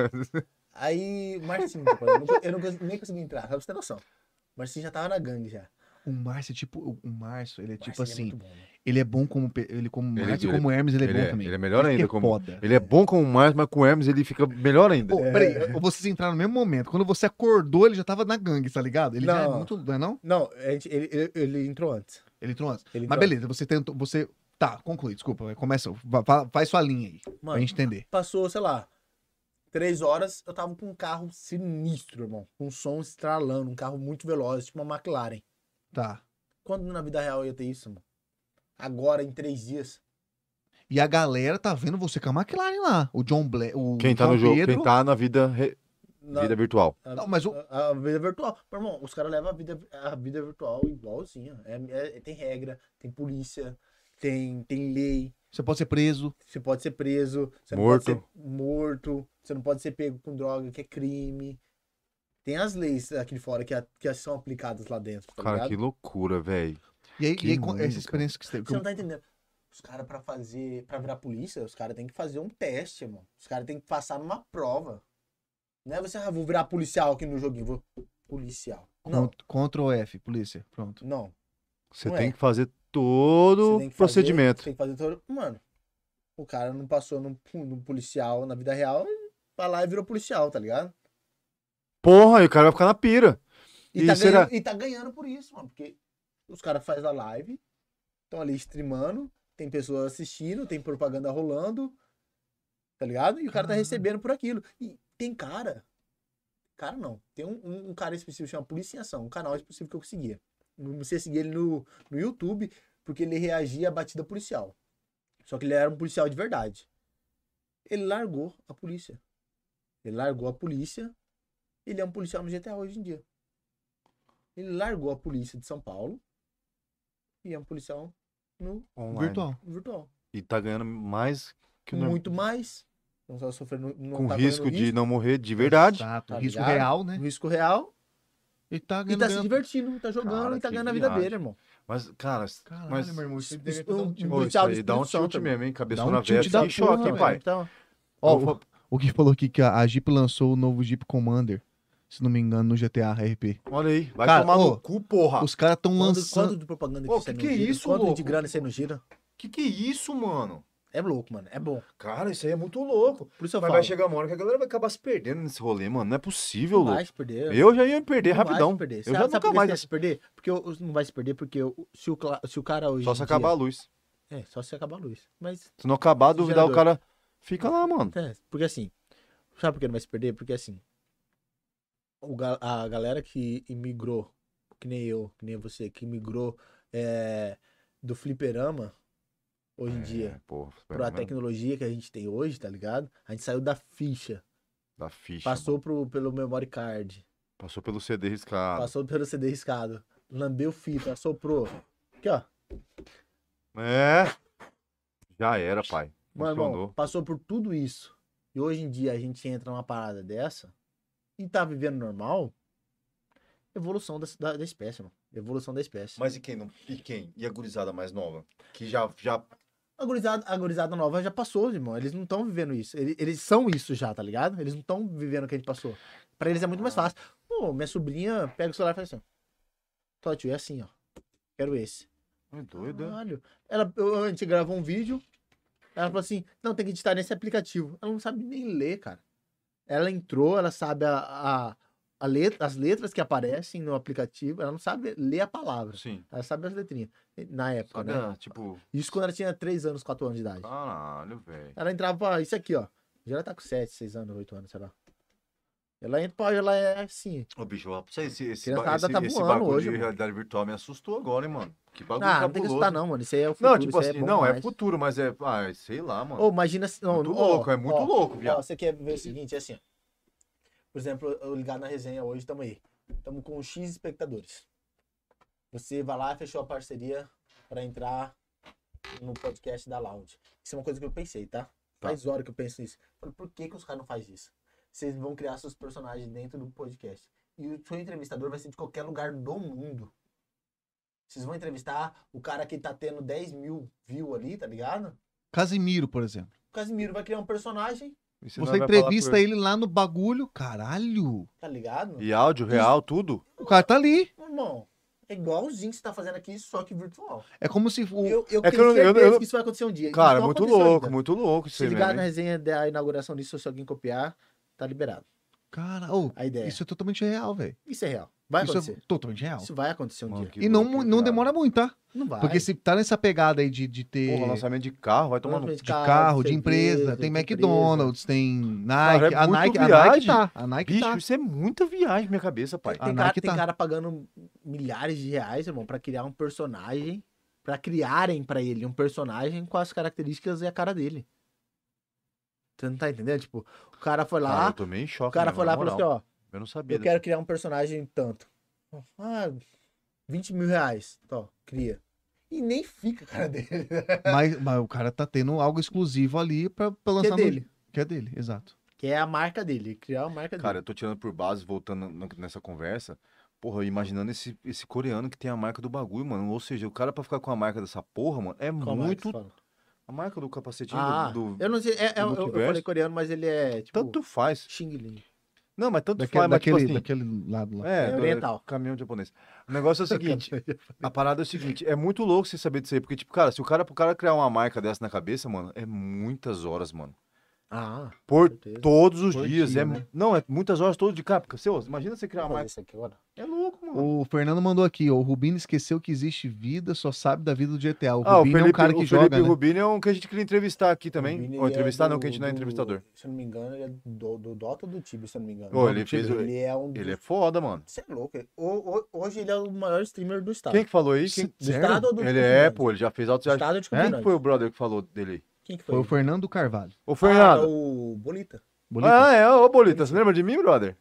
D: Aí, o Marcinho, tipo, eu, não, eu não cons- nem consegui entrar, só pra você ter noção. O Marcinho já tava na gangue já.
B: O Márcio, tipo, o- o Márcio, ele é
D: O
B: tipo
D: Marcinho é
B: assim,
D: muito bom, né?
B: ele é bom como pe- ele como
C: Ele-
B: Márcio,
C: ele-
B: como Hermes, ele é
C: Ele
B: bom
C: é,
B: também.
C: ele é melhor
B: Isso que
C: ainda.
B: é
C: como-
B: foda.
C: Ele é bom com o Mars, mas com o Hermes ele fica melhor ainda.
B: Pô, peraí, eu- vocês entraram no mesmo momento. Quando você acordou, ele já tava na gangue, tá ligado? Ele já é
D: Não.
B: muito, não é não?
D: Não, a gente- ele, ele, ele entrou antes.
B: Ele entrou antes.
D: Ele
B: Mas
D: entrou
B: beleza, você tentou, você tá, conclui, desculpa, começa, fa- fa- faz sua linha aí,
D: antes.
B: pra
D: Mano,
B: gente entender.
D: passou, sei lá, três horas, eu tava com um carro sinistro, irmão. Com um som estralando, um carro muito veloz, tipo uma McLaren.
B: Tá.
D: Quando na vida real eu ia ter isso, mano? Agora, em três dias.
B: E a galera tá vendo você com a McLaren lá, o John Blair, o
C: Quem tá
B: João
C: no jogo,
B: Pedro.
C: quem tá na vida, re-
D: na-
C: vida virtual.
D: a,
B: Não, mas o-
D: a, a vida virtual. Meu irmão, os caras levam a vida, a vida virtual igualzinha. É, é- tem regra, tem polícia, tem, tem lei.
B: Você pode ser preso.
D: Você pode ser preso, você não
C: Morto.
D: pode ser morto, você não pode ser pego com droga, que é crime. Tem as leis aqui de fora que, a- que são aplicadas lá dentro, tá
C: Cara,
D: ligado?
C: que loucura, velho.
B: E aí,
C: Que
B: e aí com-
C: mundo,
B: essa experiência que você teve.
D: Você não tá entendendo. Os caras pra fazer, pra virar polícia, os caras tem que fazer um teste, mano. Os caras tem que passar numa prova. Não é você, ah, vou virar policial aqui no joguinho, vou policial. Não,
B: Cont- Ctrl F, polícia. Pronto.
D: não.
C: Você
D: Não
C: tem
D: é.
C: que fazer
D: Você
C: todo
D: tem
C: o
D: que fazer-
C: procedimento.
D: tem que fazer todo, mano. O cara não passou num, num policial na vida real, vai lá e virou policial, tá ligado?
C: Porra, e o cara vai ficar na pira.
D: E,
C: E
D: tá
C: será-
D: ganhando, e tá ganhando por isso, mano. Porque os caras fazem a live, estão ali streamando, tem pessoas assistindo, tem propaganda rolando, tá ligado? E o cara tá
B: Caralho.
D: recebendo por aquilo. E tem cara. Cara não. Tem um, um- um cara específico chama Polícia em Ação, um canal específico que eu seguia. Eu comecei a seguir ele no, no YouTube, porque ele reagia à batida policial. Só que ele era um policial de verdade. Ele largou a polícia. Ele largou a polícia. Ele é um policial no GTA hoje em dia. Ele largou a polícia de São Paulo e é um policial no
C: Online.
B: Virtual.
D: virtual.
C: E tá ganhando mais que o normal.
D: Muito mais. Não tá sofrendo. Não
C: Com
D: tá
C: risco
D: correndo
C: de não morrer de verdade.
B: Exato.
D: Tá
B: risco
D: ligado?
B: real, né?
D: risco real.
B: E tá
D: E
B: ganhando.
D: tá se
B: ganhando-
D: divertindo, tá jogando
C: Cara,
D: e tá
C: que
D: ganhando a vida
C: viagem.
D: dele, irmão.
C: Mas, cara,
B: Caralho,
C: mas...
B: meu irmão, isso
D: isso-
B: deve ter dado um
D: um-
C: Ô,
B: tiro.
C: isso
D: policial do
C: aí dá um
D: Espírito Santo
C: tilt
D: também.
C: mesmo, hein? Cabeça
B: Dá um
C: na
B: tilt
C: veste.
B: da
C: Que choque,
B: porra,
C: hein, pai?
D: Então,
B: Ó,
C: Eu
B: o, o que falou aqui que a, a Jeep lançou o novo Jeep Commander, se não me engano, no GTA RP.
C: Olha aí, vai
B: Cara,
C: tomar
B: ô,
C: no cu, porra.
B: Os caras tão
D: quando,
B: lançando.
D: quanto de propaganda que
C: Ô,
D: você
C: que
D: não
C: que é
D: gira?
C: isso,
D: Quanto
C: louco?
D: de grana você não gira?
C: Que que é isso, mano?
D: É louco, mano. É bom.
C: Cara, isso aí é muito louco.
D: Por isso eu
C: Mas
D: falo.
C: vai chegar uma hora que a galera vai acabar se perdendo nesse rolê, mano. Não é possível,
D: não
C: louco.
D: vai se perder.
C: Eu já ia me perder
D: Não vai
C: rapidão.
D: se perder.
C: Eu
D: Sabe-
C: já
D: sabe por
C: nunca
D: que
C: mais.
D: você vai se perder? Porque o- não vai se perder, porque o- se, o, cla- se o cara hoje.
C: Só se
D: em dia-
C: acabar a luz.
D: É, só se acabar a luz. Mas,
C: Se não acabar,
D: Esse
C: duvidar, o
D: gerador.
C: cara fica lá, mano.
D: é, porque assim. Sabe por que não vai se perder? Porque assim. o ga- a galera que imigrou, que nem eu, que nem você, que imigrou é, do fliperama, hoje em dia,
C: É, porra,
D: pra
C: pelo menos
D: tecnologia que a gente tem hoje, tá ligado? A gente saiu da ficha,
C: Da ficha. mano.
D: passou pro, pelo memory card,
C: Passou pelo CD riscado.
D: passou pelo CD riscado, lambeu fita, soprou. Aqui, ó.
C: É. Já era, pai.
D: Mano,
C: Funcionou.
D: irmão, passou por tudo isso. E hoje em dia a gente entra numa parada dessa e tá vivendo normal. Evolução da, da, da espécie, mano. Evolução da espécie.
C: Mas e quem? não- E quem? E a gurizada mais nova? Que já. já...
D: A gurizada, a gurizada nova já passou, irmão. Eles não estão vivendo isso. Ele- Eles, são isso já, tá ligado? Eles não estão vivendo o que a gente passou. Pra eles é muito mais
C: Ah.
D: fácil. Pô, minha sobrinha pega o celular e faz assim. Tó, tio, é assim, ó. Quero esse.
C: É doido, né?
D: Caralho. Ela, eu- a gente gravou um vídeo. Ela falou assim: não, tem que editar nesse aplicativo. Ela não sabe nem ler, cara. Ela entrou, ela sabe a, a, a letra, as letras que aparecem no aplicativo. Ela não sabe ler a palavra.
C: Sim.
D: Ela sabe as letrinhas. Na época,
C: Sabe,
D: Ah, né?
C: ah, tipo,
D: Isso quando ela tinha 3 anos, 4 anos de idade.
C: caralho, velho.
D: Ela entrava, isso aqui, ó. Já ela tá com 7, 6 anos, 8 anos, sei lá. Ela entra, pra- ela é assim.
C: Ô, bicho, ó, pra você, esse, esse,
D: Criançada
C: esse,
D: tá
C: esse
D: voando
C: bagulho
D: hoje,
C: de
D: mano.
C: realidade virtual me assustou agora, hein, mano? Que bagulho
D: Ah, não tem que
C: cabuloso.
D: assustar, não, mano. Isso aí é o futuro.
C: Não, tipo
D: isso aí
C: assim,
D: é bom
C: não, é
D: demais.
C: futuro, mas é. Ah, sei lá, mano.
D: Ô, imagina se. Não,
C: muito
D: ó,
C: louco, é muito
D: ó,
C: louco,
D: ó,
C: viado.
D: você quer ver o seguinte, é assim. ó. Por exemplo, eu ligar na resenha hoje, tamo aí. Tamo com X espectadores. Você vai lá e fechou a parceria pra entrar no podcast da Lounge. Isso é uma coisa que eu pensei, tá?
C: Tá.
D: Faz hora que eu penso nisso. Falei, por que, que os caras não fazem isso? Vocês vão criar seus personagens dentro do podcast. E o seu entrevistador vai ser de qualquer lugar do mundo. Vocês vão entrevistar o cara que tá tendo 10 mil views ali, tá ligado?
B: Casimiro, por exemplo.
D: O Casimiro vai criar um personagem,
C: E senão
B: Você
C: vai falar
B: entrevista
C: por-
B: ele lá no bagulho, caralho.
D: tá ligado?
C: E áudio real, tudo?
B: O cara tá ali.
D: Irmão, é igualzinho que você tá fazendo aqui, só que virtual.
B: É como se o
D: Eu, eu
C: É que
D: tenho
C: eu não- eu
D: certeza
C: não-
D: que isso vai acontecer um dia.
C: Cara,
D: Isso não
C: muito
D: aconteceu Tá
C: louco,
D: ainda.
C: muito louco isso
D: Se
C: aí
D: ligar
C: mesmo.
D: na
C: hein?
D: resenha da inauguração disso, se alguém copiar, tá liberado.
B: cara, ô,
D: A ideia. Isso,
B: isso é totalmente real, velho.
D: é real. Vai
B: Isso
D: acontecer.
B: é totalmente real.
D: Isso vai acontecer um
C: Mano,
D: dia.
C: que
B: E não,
C: louco,
B: não
C: viado.
B: demora muito, tá?
D: Não vai.
B: Porque se tá nessa pegada aí de, de ter
C: Porra, lançamento de carro, vai tomar no.
D: Lançamento
B: de carro, de
D: cerveja,
B: empresa, tem
D: de
B: McDonald's, tem Nike,
C: Cara, é
B: a
C: muito
B: Nike, a
C: viagem.
B: Nike tá, a Nike
C: Bicho,
B: tá.
C: isso é muita viagem na minha cabeça, pai. Ah,
D: Tem, tem
B: A
D: cara,
B: Nike
D: tem
B: tá.
D: cara pagando milhares de reais, irmão, pra criar um personagem, pra criarem pra ele um personagem com as características e a cara dele. Você não tá entendendo? Tipo, o cara foi lá,
C: Cara, eu tomei em
D: o
C: choque.
D: cara
C: mesmo,
D: foi
C: na
D: lá e falou assim,
C: moral.
D: ó,
C: Eu não sabia.
D: eu quero criar um personagem tanto. Ah, 20 mil reais, ó, cria. E nem fica a cara dele. né?
B: Mas, mas o cara tá tendo algo exclusivo ali pra, pra
D: Que é
B: lançar
D: dele.
B: no. Que é dele, exato.
D: Que é a marca dele, criar a marca
C: Cara,
D: dele.
C: eu tô tirando por base, voltando no- nessa conversa. Porra, eu imaginando esse, esse coreano que tem a marca do bagulho, mano. Ou seja, o cara pra ficar com a marca dessa porra, mano, é
D: Qual marca
C: muito.
D: você fala?
C: A marca do capacetinho
D: Ah,
C: do. do-
D: eu não sei, é- é-
C: do
D: eu, eu
C: multiverso.
D: falei coreano, mas ele é, tipo,
C: Tanto faz.
D: Xing Ling.
C: Não, mas tanto
B: Daquele,
C: faz, mas tipo
B: daquele,
C: assim.
B: daquele lado lá.
C: É,
D: É
C: do-
D: oriental.
C: Caminhão japonês. O negócio é o seguinte, a parada é o seguinte, é muito louco você saber disso aí, porque, tipo, cara, se o cara, pro cara criar uma marca dessa na cabeça, mano, é muitas horas, mano.
D: Ah,
C: Por
D: certeza.
C: todos os
B: Por
C: dias.
B: dia,
C: é,
B: né?
C: Não, é muitas horas todo de cara. Porque, seu, imagina você criar
D: Vou
C: uma
D: fazer
C: marca.
D: isso aqui agora.
C: É louco, mano.
B: O Fernando mandou aqui, ó, o Rubino esqueceu que existe vida, só sabe da vida do GTA. O
C: ah, o
B: Rubino
C: Felipe,
B: é um cara que
C: o
B: joga,
C: Felipe
B: né?
C: Rubini é um que a gente queria entrevistar aqui
D: O
C: também.
D: Vini,
C: Ou
D: ele é
C: entrevistar, não,
D: do-
C: que a gente não é
D: do-
C: entrevistador.
D: Se eu não me engano, ele é do, do Dota ou do Tibia, se eu não me engano.
C: Ô,
D: Não,
C: ele
D: do Tibia.
C: fez o-
D: Ele é um.
C: Ele é
D: dos-
C: foda, mano.
D: Você é louco. ele- o- o- Hoje ele é o maior streamer do
B: Tá.
D: estado.
C: Quem que falou aí? Quem-
B: Sério?
D: Do estado ou do
C: Ele é,
D: Campinas?
C: pô, ele já fez alto.
D: Do estado ou de
C: Quem
D: Campinas?
C: que foi o brother que falou dele aí?
D: Quem que foi?
B: Foi o
D: ele?
B: Fernando Carvalho.
C: Ô,
D: Ah,
C: Ah, Fernando.
D: o Bolita.
B: Bonito.
C: Ah, é, ô, Bolita, você lembra de mim, brother?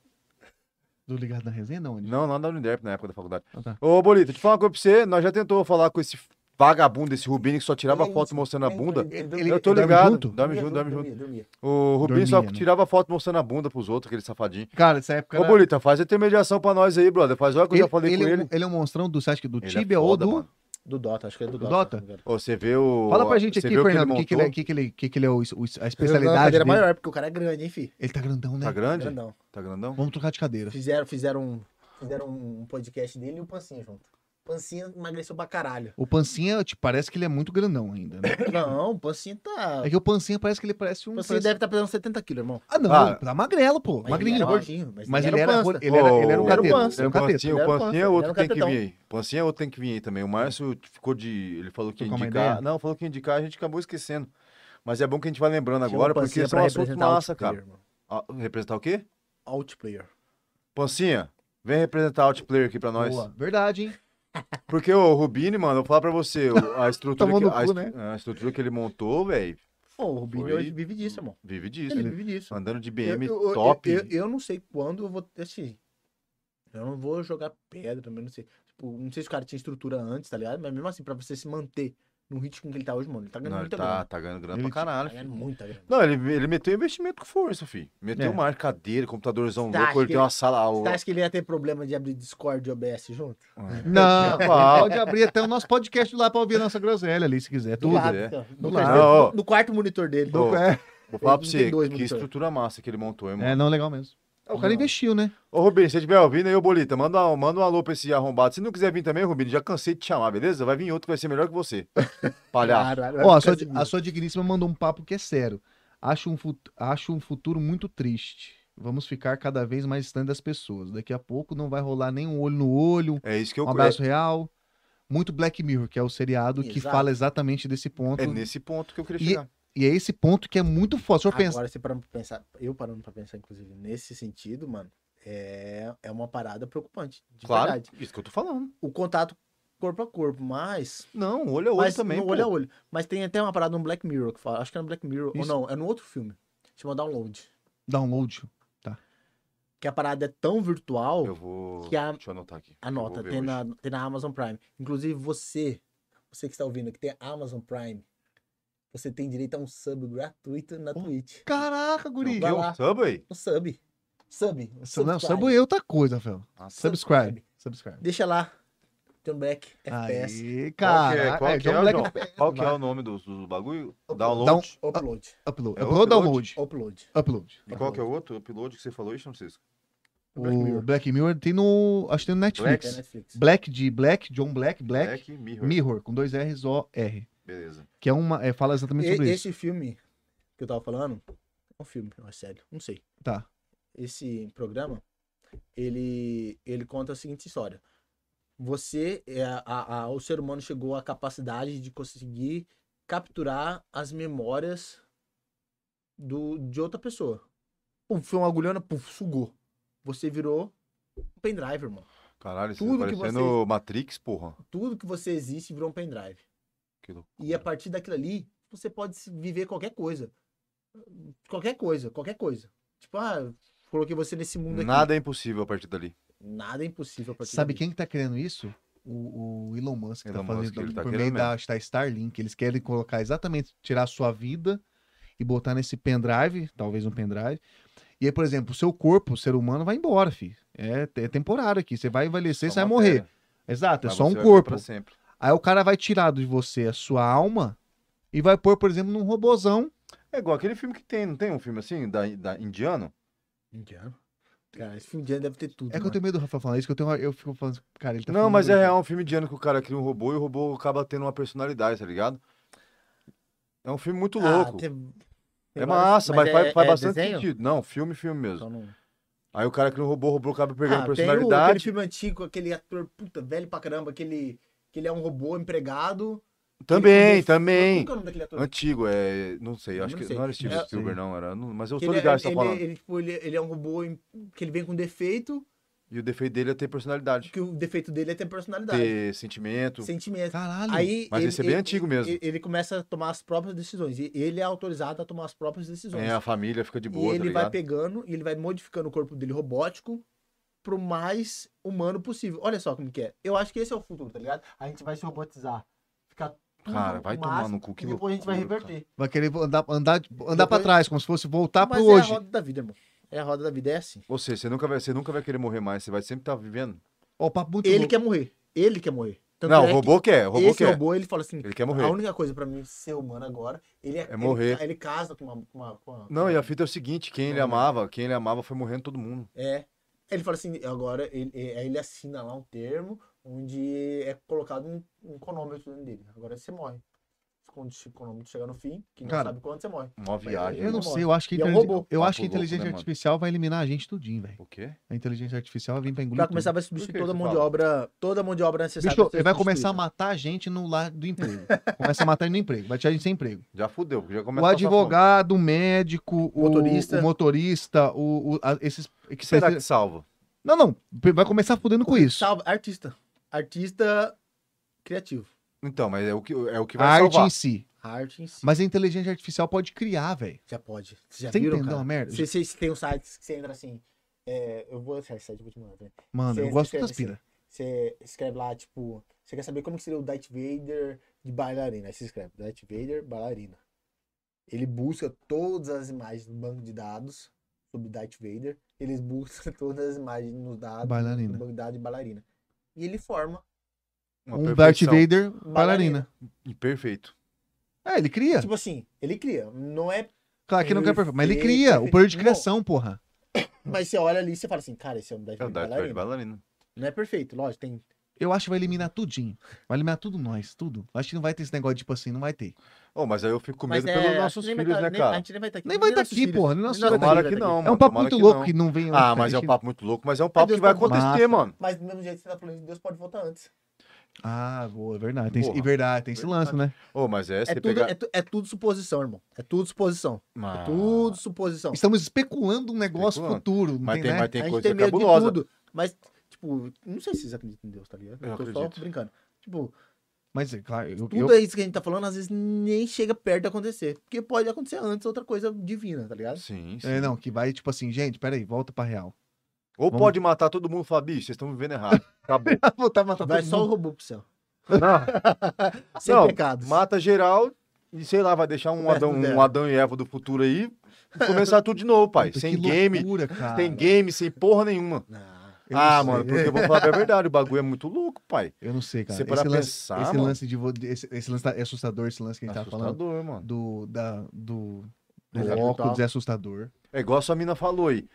B: Do Ligado na Resenha, não. Andy?
C: Não, lá da Uniderp, na época da faculdade.
B: Ah, tá.
C: Ô, Bolita, deixa eu falar uma coisa pra você. Nós já tentou falar com esse vagabundo, esse Rubinho que só tirava
D: Ele é
C: foto
D: isso.
C: mostrando a bunda.
B: Ele-
C: eu tô
B: dorme
C: ligado.
B: junto?
C: Dorme
D: dormia,
C: junto, dorme junto.
D: dormia, dormia.
C: O Rubinho
B: Dormia,
C: só
B: né?
C: tirava foto mostrando a bunda pros outros, aquele safadinho.
B: Cara, essa época.
C: Ô,
B: Era...
C: Bolita, faz a intermediação pra nós aí, brother. Faz hora que eu já falei
B: ele,
C: com
B: é um-
C: ele.
B: ele é um monstrão do site do
C: Ele é
B: Tibia
C: foda,
B: ou do.
C: mano.
D: Do Dota, acho que é do
B: Do
D: Dota.
B: Dota?
D: se não me engano.
C: Ô, você vê o.
B: Fala pra gente
C: você
B: aqui,
C: vê o que ele
B: Fernando, o que, que ele é,
C: montou?
B: que que ele, que que ele é o- o- a
D: Não, a
B: especialidade dele.
D: cadeira é maior, porque o cara é grande, hein, fi.
B: Ele tá grandão, né?
C: Tá grande?
D: Grandão.
C: Tá grandão?
B: Vamos trocar de cadeira.
D: Fizeram, fizeram, um, fizeram um podcast dele e o Pancinha junto. Pancinha emagreceu pra caralho.
B: O Pancinha, tipo, parece que ele é muito grandão ainda, né?
D: Não, o Pancinha tá.
B: É que o Pancinha parece que ele parece um...
D: Pancinha
B: parece-
D: deve estar tá pesando 70 quilos, irmão.
B: Ah, não,
C: Ah. é
B: tá magrelo, pô.
D: Mas
B: magrinho.
D: ele era
B: Mas,
D: gordinho, mas,
B: ele, era,
D: pança.
B: ele, era, ele era um
C: Ô,
D: Era o
B: cadete.
D: Pança,
B: Era um
C: o Pancinha,
B: cadete.
D: Ele
C: o
D: era o
C: Pancinha é
D: Pança,
C: outro que
D: ele
C: tem
D: era o
C: que vir
D: cafetão.
C: aí. Pancinha é outro que tem que vir aí também. O Márcio ficou de. Ele falou que ia
B: Trocou uma
C: indicar.
B: ideia?
C: Não, falou que ia indicar, a gente acabou esquecendo. Mas é bom que a gente vai lembrando
D: Chama o
C: agora,
D: Pancinha
C: porque são
D: pra
C: assuntos
D: representar o
C: massa, cara.
D: outplayer, irmão.
C: Ah, representar o quê?
D: Outplayer.
C: Pancinha, vem representar o Outplayer aqui pra nós.
B: Boa. Verdade, hein?
C: Porque o Rubini, mano, eu vou falar pra você, o- a estrutura,
B: Tomou
C: que,
B: no
C: a,
B: cu,
C: estru-
B: né?
C: a estrutura que ele montou, velho,
D: Pô, o Rubinho
C: Foi-
D: hoje vive disso, irmão.
C: vive disso.
D: Ele vive disso.
C: Andando de BM
D: Eu- eu- eu-
C: top.
D: Eu, eu, não sei quando eu vou. Assim, eu não vou jogar pedra também, não sei. Tipo, não sei se o cara tinha estrutura antes, tá ligado? Mas mesmo assim, pra você se manter no ritmo que ele tá hoje, mano, ele tá ganhando
C: Não, ele
D: muita
C: tá,
D: grana.
C: tá ganhando grana
B: Ele
C: pra caralho,
D: Tá
C: filho.
D: ganhando muita grana.
C: Não, ele, ele meteu investimento com força, filho. Meteu
B: É.
C: uma cadeira, computadorzão
D: Tá,
C: louco,
D: acho
C: ele
D: que-
C: tem uma sala... o-
D: Você acha que ele ia ter problema de abrir Discord e OBS junto?
C: Ah.
B: Não,
C: Uau.
B: pode é abrir até o nosso podcast lá pra ouvir a nossa groselha ali, se quiser.
D: Do
B: Tudo.
D: lado,
C: é.
D: então.
B: Do
D: no,
B: lado.
D: terceiro-
C: Não, ó.
D: no quarto monitor dele.
C: Ô,
B: É.
C: Vou falar pra
D: Ele
C: você,
D: tem dois
C: que
D: monitores.
C: estrutura massa que ele montou, hein, mano.
B: é, não, legal mesmo. Ah, O cara
D: Não.
B: investiu, né?
C: Ô, Rubinho, se você estiver ouvindo aí, ô, Bolita, manda, um- manda um alô pra esse arrombado. Se não quiser vir também, Rubinho, já cansei de te chamar, beleza? Vai vir outro que vai ser melhor que você. Palhaço.
D: Claro, claro,
B: Ó, a sua,
D: Casimiro.
B: a sua digníssima mandou um papo que é sério. Acho um, fut- acho um futuro muito triste. Vamos ficar cada vez mais distante das pessoas. Daqui a pouco não vai rolar nem um olho no olho,
C: É isso que eu...
B: um abraço real. Muito Black Mirror, que é o seriado que
D: Exato.
B: fala exatamente desse ponto.
C: É, é nesse ponto que eu queria
B: E-
C: chegar.
B: E é esse ponto que é muito forte. Se eu pensar.
D: Agora, você parando pra pensar, eu parando pra pensar, inclusive, nesse sentido, mano, é, é uma parada preocupante, de
C: Claro,
D: verdade.
C: isso que eu tô falando.
D: O contato corpo a corpo, mas...
C: Não, um olho a olho
D: mas
C: também,
D: no
C: pô.
D: olho é a olho. Mas tem até uma parada no Black Mirror, que fala, acho que é no Black Mirror,
C: Isso.
D: ou não, é no outro filme, chama Download.
B: Download.
D: Que a parada é tão virtual...
C: Eu vou...
D: Que a-
C: Deixa eu anotar aqui. Eu
D: Anota,
C: vou ver
D: tem
C: hoje.
D: na, tem na Amazon Prime. Inclusive, você, você que está ouvindo, que tem a Amazon Prime, você tem direito a um sub gratuito na
B: Pô,
D: Twitch.
B: Caraca,
C: Meu
B: guri.
D: Vai
C: Deus,
D: lá.
C: Subway?
D: Um sub. Sub. Um
B: Não, não,
D: subscribe.
B: sub é outra coisa, Fel.
C: Nossa,
B: Subscribe. Subscribe.
D: Deixa lá. John Black, FPS,
B: Aí,
C: Qual que
B: cara. um
C: é, qual que é,
B: John Black
C: João?
B: FPS,
C: Qual que é
B: vai.
C: o nome do, do bagulho?
D: Down-
C: Download?
D: upload.
B: Upload.
C: É
B: upload ou
C: upload?
B: download?
D: Upload.
B: Upload.
C: E qual que é o outro upload que você falou aí, Francisco?
D: Black
B: O
D: Mirror.
B: Black Mirror tem no. Acho que tem no
D: Black é
B: Netflix.
D: Netflix.
B: Black de Black, John Black, Black,
C: né? Black Mirror.
B: Mirror, com dois R's O R.
C: Beleza.
B: Que é uma. é, fala exatamente
D: E-
B: sobre isso.
D: esse filme que eu tava falando, é um filme, não é sério, não sei.
B: Tá.
D: esse programa, ele, ele conta a seguinte história. Você, é, a, a- o ser humano chegou à capacidade de conseguir capturar as memórias do, de outra pessoa. Pum, foi uma agulhona, puf, sugou. Você virou um pendrive, irmão.
C: Caralho, isso tá
D: Tudo que
C: parecendo Matrix, porra.
D: Tudo que você existe virou um pendrive.
C: Que loucura.
D: E é a partir daquilo ali, você pode se- viver qualquer coisa. Qualquer coisa, qualquer coisa. Tipo, ah, coloquei você nesse mundo aqui.
C: Nada é impossível a partir dali.
D: Nada é impossível a partir
B: Sabe
D: dali.
B: quem que tá querendo isso? O, o Elon Musk que
C: Elon
B: tá fazendo
C: Musk, ele tá
B: por meio
C: querendo
B: da, da Starlink. Eles querem colocar exatamente, tirar a sua vida e botar nesse pendrive, talvez um pendrive. E aí, por exemplo, o seu corpo, o ser humano, vai embora, filho. É, é temporário aqui. Você vai envelhecer,
C: Só
B: você vai
C: matéria.
B: morrer. Exato, é
C: Mas
B: só um
C: você vai viver
B: corpo.
C: pra sempre.
B: Aí o cara vai tirar de você a sua alma e vai pôr, por exemplo, num robozão.
C: É igual aquele filme que tem, não tem um filme assim, da, da indiano?
D: Indiano? Cara, esse filme indiano deve ter tudo.
B: É que eu tenho medo do Rafael falar isso, que eu, tenho, eu fico falando, cara, ele tá
C: não,
B: falando
C: mas é
B: doido.
C: real, um filme indiano que o cara cria um robô e o robô acaba tendo uma personalidade, tá ligado? É um filme muito
D: Ah,
C: louco. É massa, mas, faz,
D: é
C: faz bastante sentido. Não, filme, filme mesmo. Aí o cara cria um robô, o robô acaba pegando
D: Ah, Tem o, aquele tipo
C: personalidade.
D: filme antigo, aquele ator puta velho pra caramba, aquele que ele é um robô empregado.
C: Também,
D: Ele-
C: também.
D: Qual que é o nome daquele ator?
C: Antigo, é. Não sei,
D: Eu
C: acho
D: não
C: que
D: sei.
C: não era Steven
D: É-
C: Spielberg, não. Era, não- mas eu
D: Que
C: tô
D: ele,
C: ligado
D: é-
C: que você tá
D: ele,
C: falando.
D: ele, tipo, ele- ele é um robô em- que ele vem com defeito,
C: E o defeito dele é ter personalidade.
D: que o defeito dele é ter personalidade,
C: Ter sentimento.
D: sentimento.
B: Caralho.
D: Aí,
C: Mas
D: ele,
C: esse é bem
D: ele-
C: antigo mesmo.
D: Ele, ele começa a tomar as próprias decisões. E ele é autorizado a tomar as próprias decisões.
C: É, a família fica de boa,
D: e
C: tá
D: ele vai
C: ligado?
D: pegando e ele vai modificando o corpo dele robótico pro mais humano possível. Olha só como que é. Eu acho que esse é o futuro, tá ligado? A gente vai se robotizar. Ficar tudo
C: Cara, vai
D: o
C: tomar
D: máximo,
C: no cu que
D: e depois a gente vai
C: loucura,
D: reverter.
B: Vai querer andar, andar, andar pra
D: Depois-
B: trás, como se fosse voltar Tá
D: Mas
B: pro
D: é
B: hoje.
D: a roda da vida, irmão. É a roda da vida, é assim.
C: Ou seja, você nunca vai, você nunca vai querer morrer mais, você vai sempre estar vivendo.
B: Ó, o papo muito
D: Ele
B: louco.
D: quer morrer. Ele quer morrer. Tanto
C: não,
D: é
C: o robô quer, o
D: que
C: robô
D: esse
C: quer.
D: robô, ele fala assim,
C: Ele quer
D: a
C: morrer.
D: única coisa pra mim ser humano agora, ele é, ele-
C: morrer.
D: Ele casa com uma... com uma- com uma-
C: Não, e a fita é o seguinte, quem ele
D: Não, não.
C: amava, quem ele amava foi morrendo todo mundo.
D: É. Ele fala assim, agora ele, é, ele assina lá um termo onde é colocado um, um cronômetro dentro dele. Agora você morre. Quando o cronômetro chegar no fim, que não
B: Cara,
D: sabe quando você morre.
C: Uma viagem.
B: Eu não
D: Vambora.
B: sei, eu acho que, a
D: E é um
B: inteligen-
D: robô.
B: eu
C: Papo
B: acho que a
C: louco,
B: inteligência
C: né, mano?
B: artificial vai eliminar a gente tudinho, velho.
C: O quê?
B: A inteligência artificial vai vir pra engolir
D: Vai
B: tudo.
D: começar a
C: Por
D: substituir
C: que
D: toda a
C: você
D: mão de
C: fala?
D: obra, toda a mão de obra necessária.
B: Bicho,
D: pra ser
B: ele vai começar a
D: substituída.
B: matar a gente no lado do emprego. Começa a matar a gente no emprego, vai tirar a gente sem emprego.
C: Já fudeu, porque já
B: O
C: começa a passar
B: advogado, o médico, o
D: Motorista.
B: o motorista, o, o- a- esses.
C: fome. O que será que salva?
B: Não, não. Vai começar fudendo com isso.
C: tá-
D: Salva, artista. Artista criativo.
C: Então, mas é o que, é o que
B: A
C: vai
B: arte
C: salvar.
B: em si.
D: A arte em si.
B: Mas a inteligência artificial pode criar, velho.
D: Já pode. Vocês já
B: Você
D: viram,
B: entendeu a
D: cara?
B: merda?
D: Vocês vocês têm um site que você entra assim... é, eu vou achar esse site, vou te mandar. né?
B: Mano, eu
D: Cê-
B: gosto
D: cê-
B: das
D: cê-
B: pira.
D: Você escreve lá, tipo, você quer saber como que seria o Darth Vader de bailarina. Aí você escreve, Darth Vader, bailarina. Ele busca todas as imagens do banco de dados sobre Darth Vader. Ele busca todas as imagens nos
C: Ah,
D: dados
B: Bailarina.
D: do banco de dados de bailarina. E ele forma.
C: Uma
B: Um Darth
C: perfeição.
B: Vader
D: Bailarina.
B: bailarina.
C: Perfeito.
B: É, ele cria.
D: Tipo assim, ele cria. Não é.
B: Claro que não quer perfeito, mas ele
D: Perfeito,
B: cria. O período de
D: perfeito.
B: criação, porra.
D: Mas você olha ali e você fala assim, cara, esse é um Darth
C: É o
D: Vader
C: Darth Vader
D: bailarina.
C: bailarina.
D: Não é perfeito, lógico, tem.
B: Eu acho que vai eliminar tudinho. Vai eliminar tudo nós, tudo. Acho que não vai ter esse negócio, tipo assim, não vai ter.
C: Oh, mas aí eu fico com
D: Mas
C: medo
D: é,
C: pelos
D: acho
C: nossos
D: que nem
C: filhos,
D: vai
C: né,
D: tá- nem- A
C: cara?
D: gente nem vai estar aqui.
B: Nem vai tá
D: nossos
B: aqui,
D: filhos.
B: porra, nem nossos
D: nossos
B: filhos.
C: Tomara
D: filhos
C: que
D: vai tá aqui.
C: não,
B: é um
C: mano.
B: papo
C: tomara
B: muito
C: que
B: louco
C: não.
B: que não vem.
C: Ah, mas é um papo muito louco, mas é um papo
D: Deus
C: que vai
D: pode-
C: acontecer,
B: Mata.
C: mano.
D: Mas do mesmo jeito que você tá falando, Deus pode voltar antes.
B: Ah, boa, é verdade. Tem,
C: Porra.
B: e verdade, tem esse lance, né?
C: Ô, mas é,
D: É
C: você
D: tudo,
C: pegar... Ah.
D: é, tu- é tudo suposição, irmão. É tudo suposição.
C: Mas-
D: É tudo
C: Então.
D: suposição.
B: Estamos especulando um negócio
C: Especulando.
B: futuro, não
C: Mas
B: tem,
C: tem,
B: né?
C: mas
D: a
C: tem
D: gente
C: coisa
D: tem
C: que é
D: medo
C: cabulosa.
D: de tudo. Mas, tipo, não sei se vocês acreditam em Deus, tá ligado?
C: Eu
D: tô
C: acredito.
D: só brincando. Tipo,
B: Mas, é claro, eu, eu-
D: tudo isso que a gente tá falando, às vezes nem chega perto de acontecer. Porque pode acontecer antes outra coisa divina, tá ligado?
C: Sim, sim.
B: é, não, que vai tipo assim, gente, peraí, volta pra real.
C: Ou
B: Vamos-
C: pode matar todo mundo e falar, bicho, vocês estão vivendo errado. Acabou.
B: Voltar a matar
D: Vai
B: todo
D: só o
B: mundo.
D: robô pro céu.
C: Não,
D: Sem
C: Não,
D: pecados.
C: mata geral e sei lá, vai deixar um
D: Começa
C: Adão,
D: do
C: um
D: zero.
C: Adão e Eva do futuro aí e começar tudo de novo, pai.
B: Puta,
C: sem
B: que
C: game,
B: loucura, cara.
C: sem game, sem porra nenhuma.
D: Ah,
B: Eu
C: ah,
B: não sei.
C: mano, porque eu vou falar a verdade, o bagulho é muito louco, pai.
B: Eu não sei, cara.
C: Você parar
B: esse
C: pra
B: lance,
C: pensar,
B: esse
C: mano.
B: lance de vo- de- esse, esse lance tá- é assustador, esse lance que a
D: tá
B: gente tava falando
C: Assustador, mano.
B: do da do, do
C: Do
B: óculos
D: capital.
B: é assustador.
C: É igual a sua mina falou aí.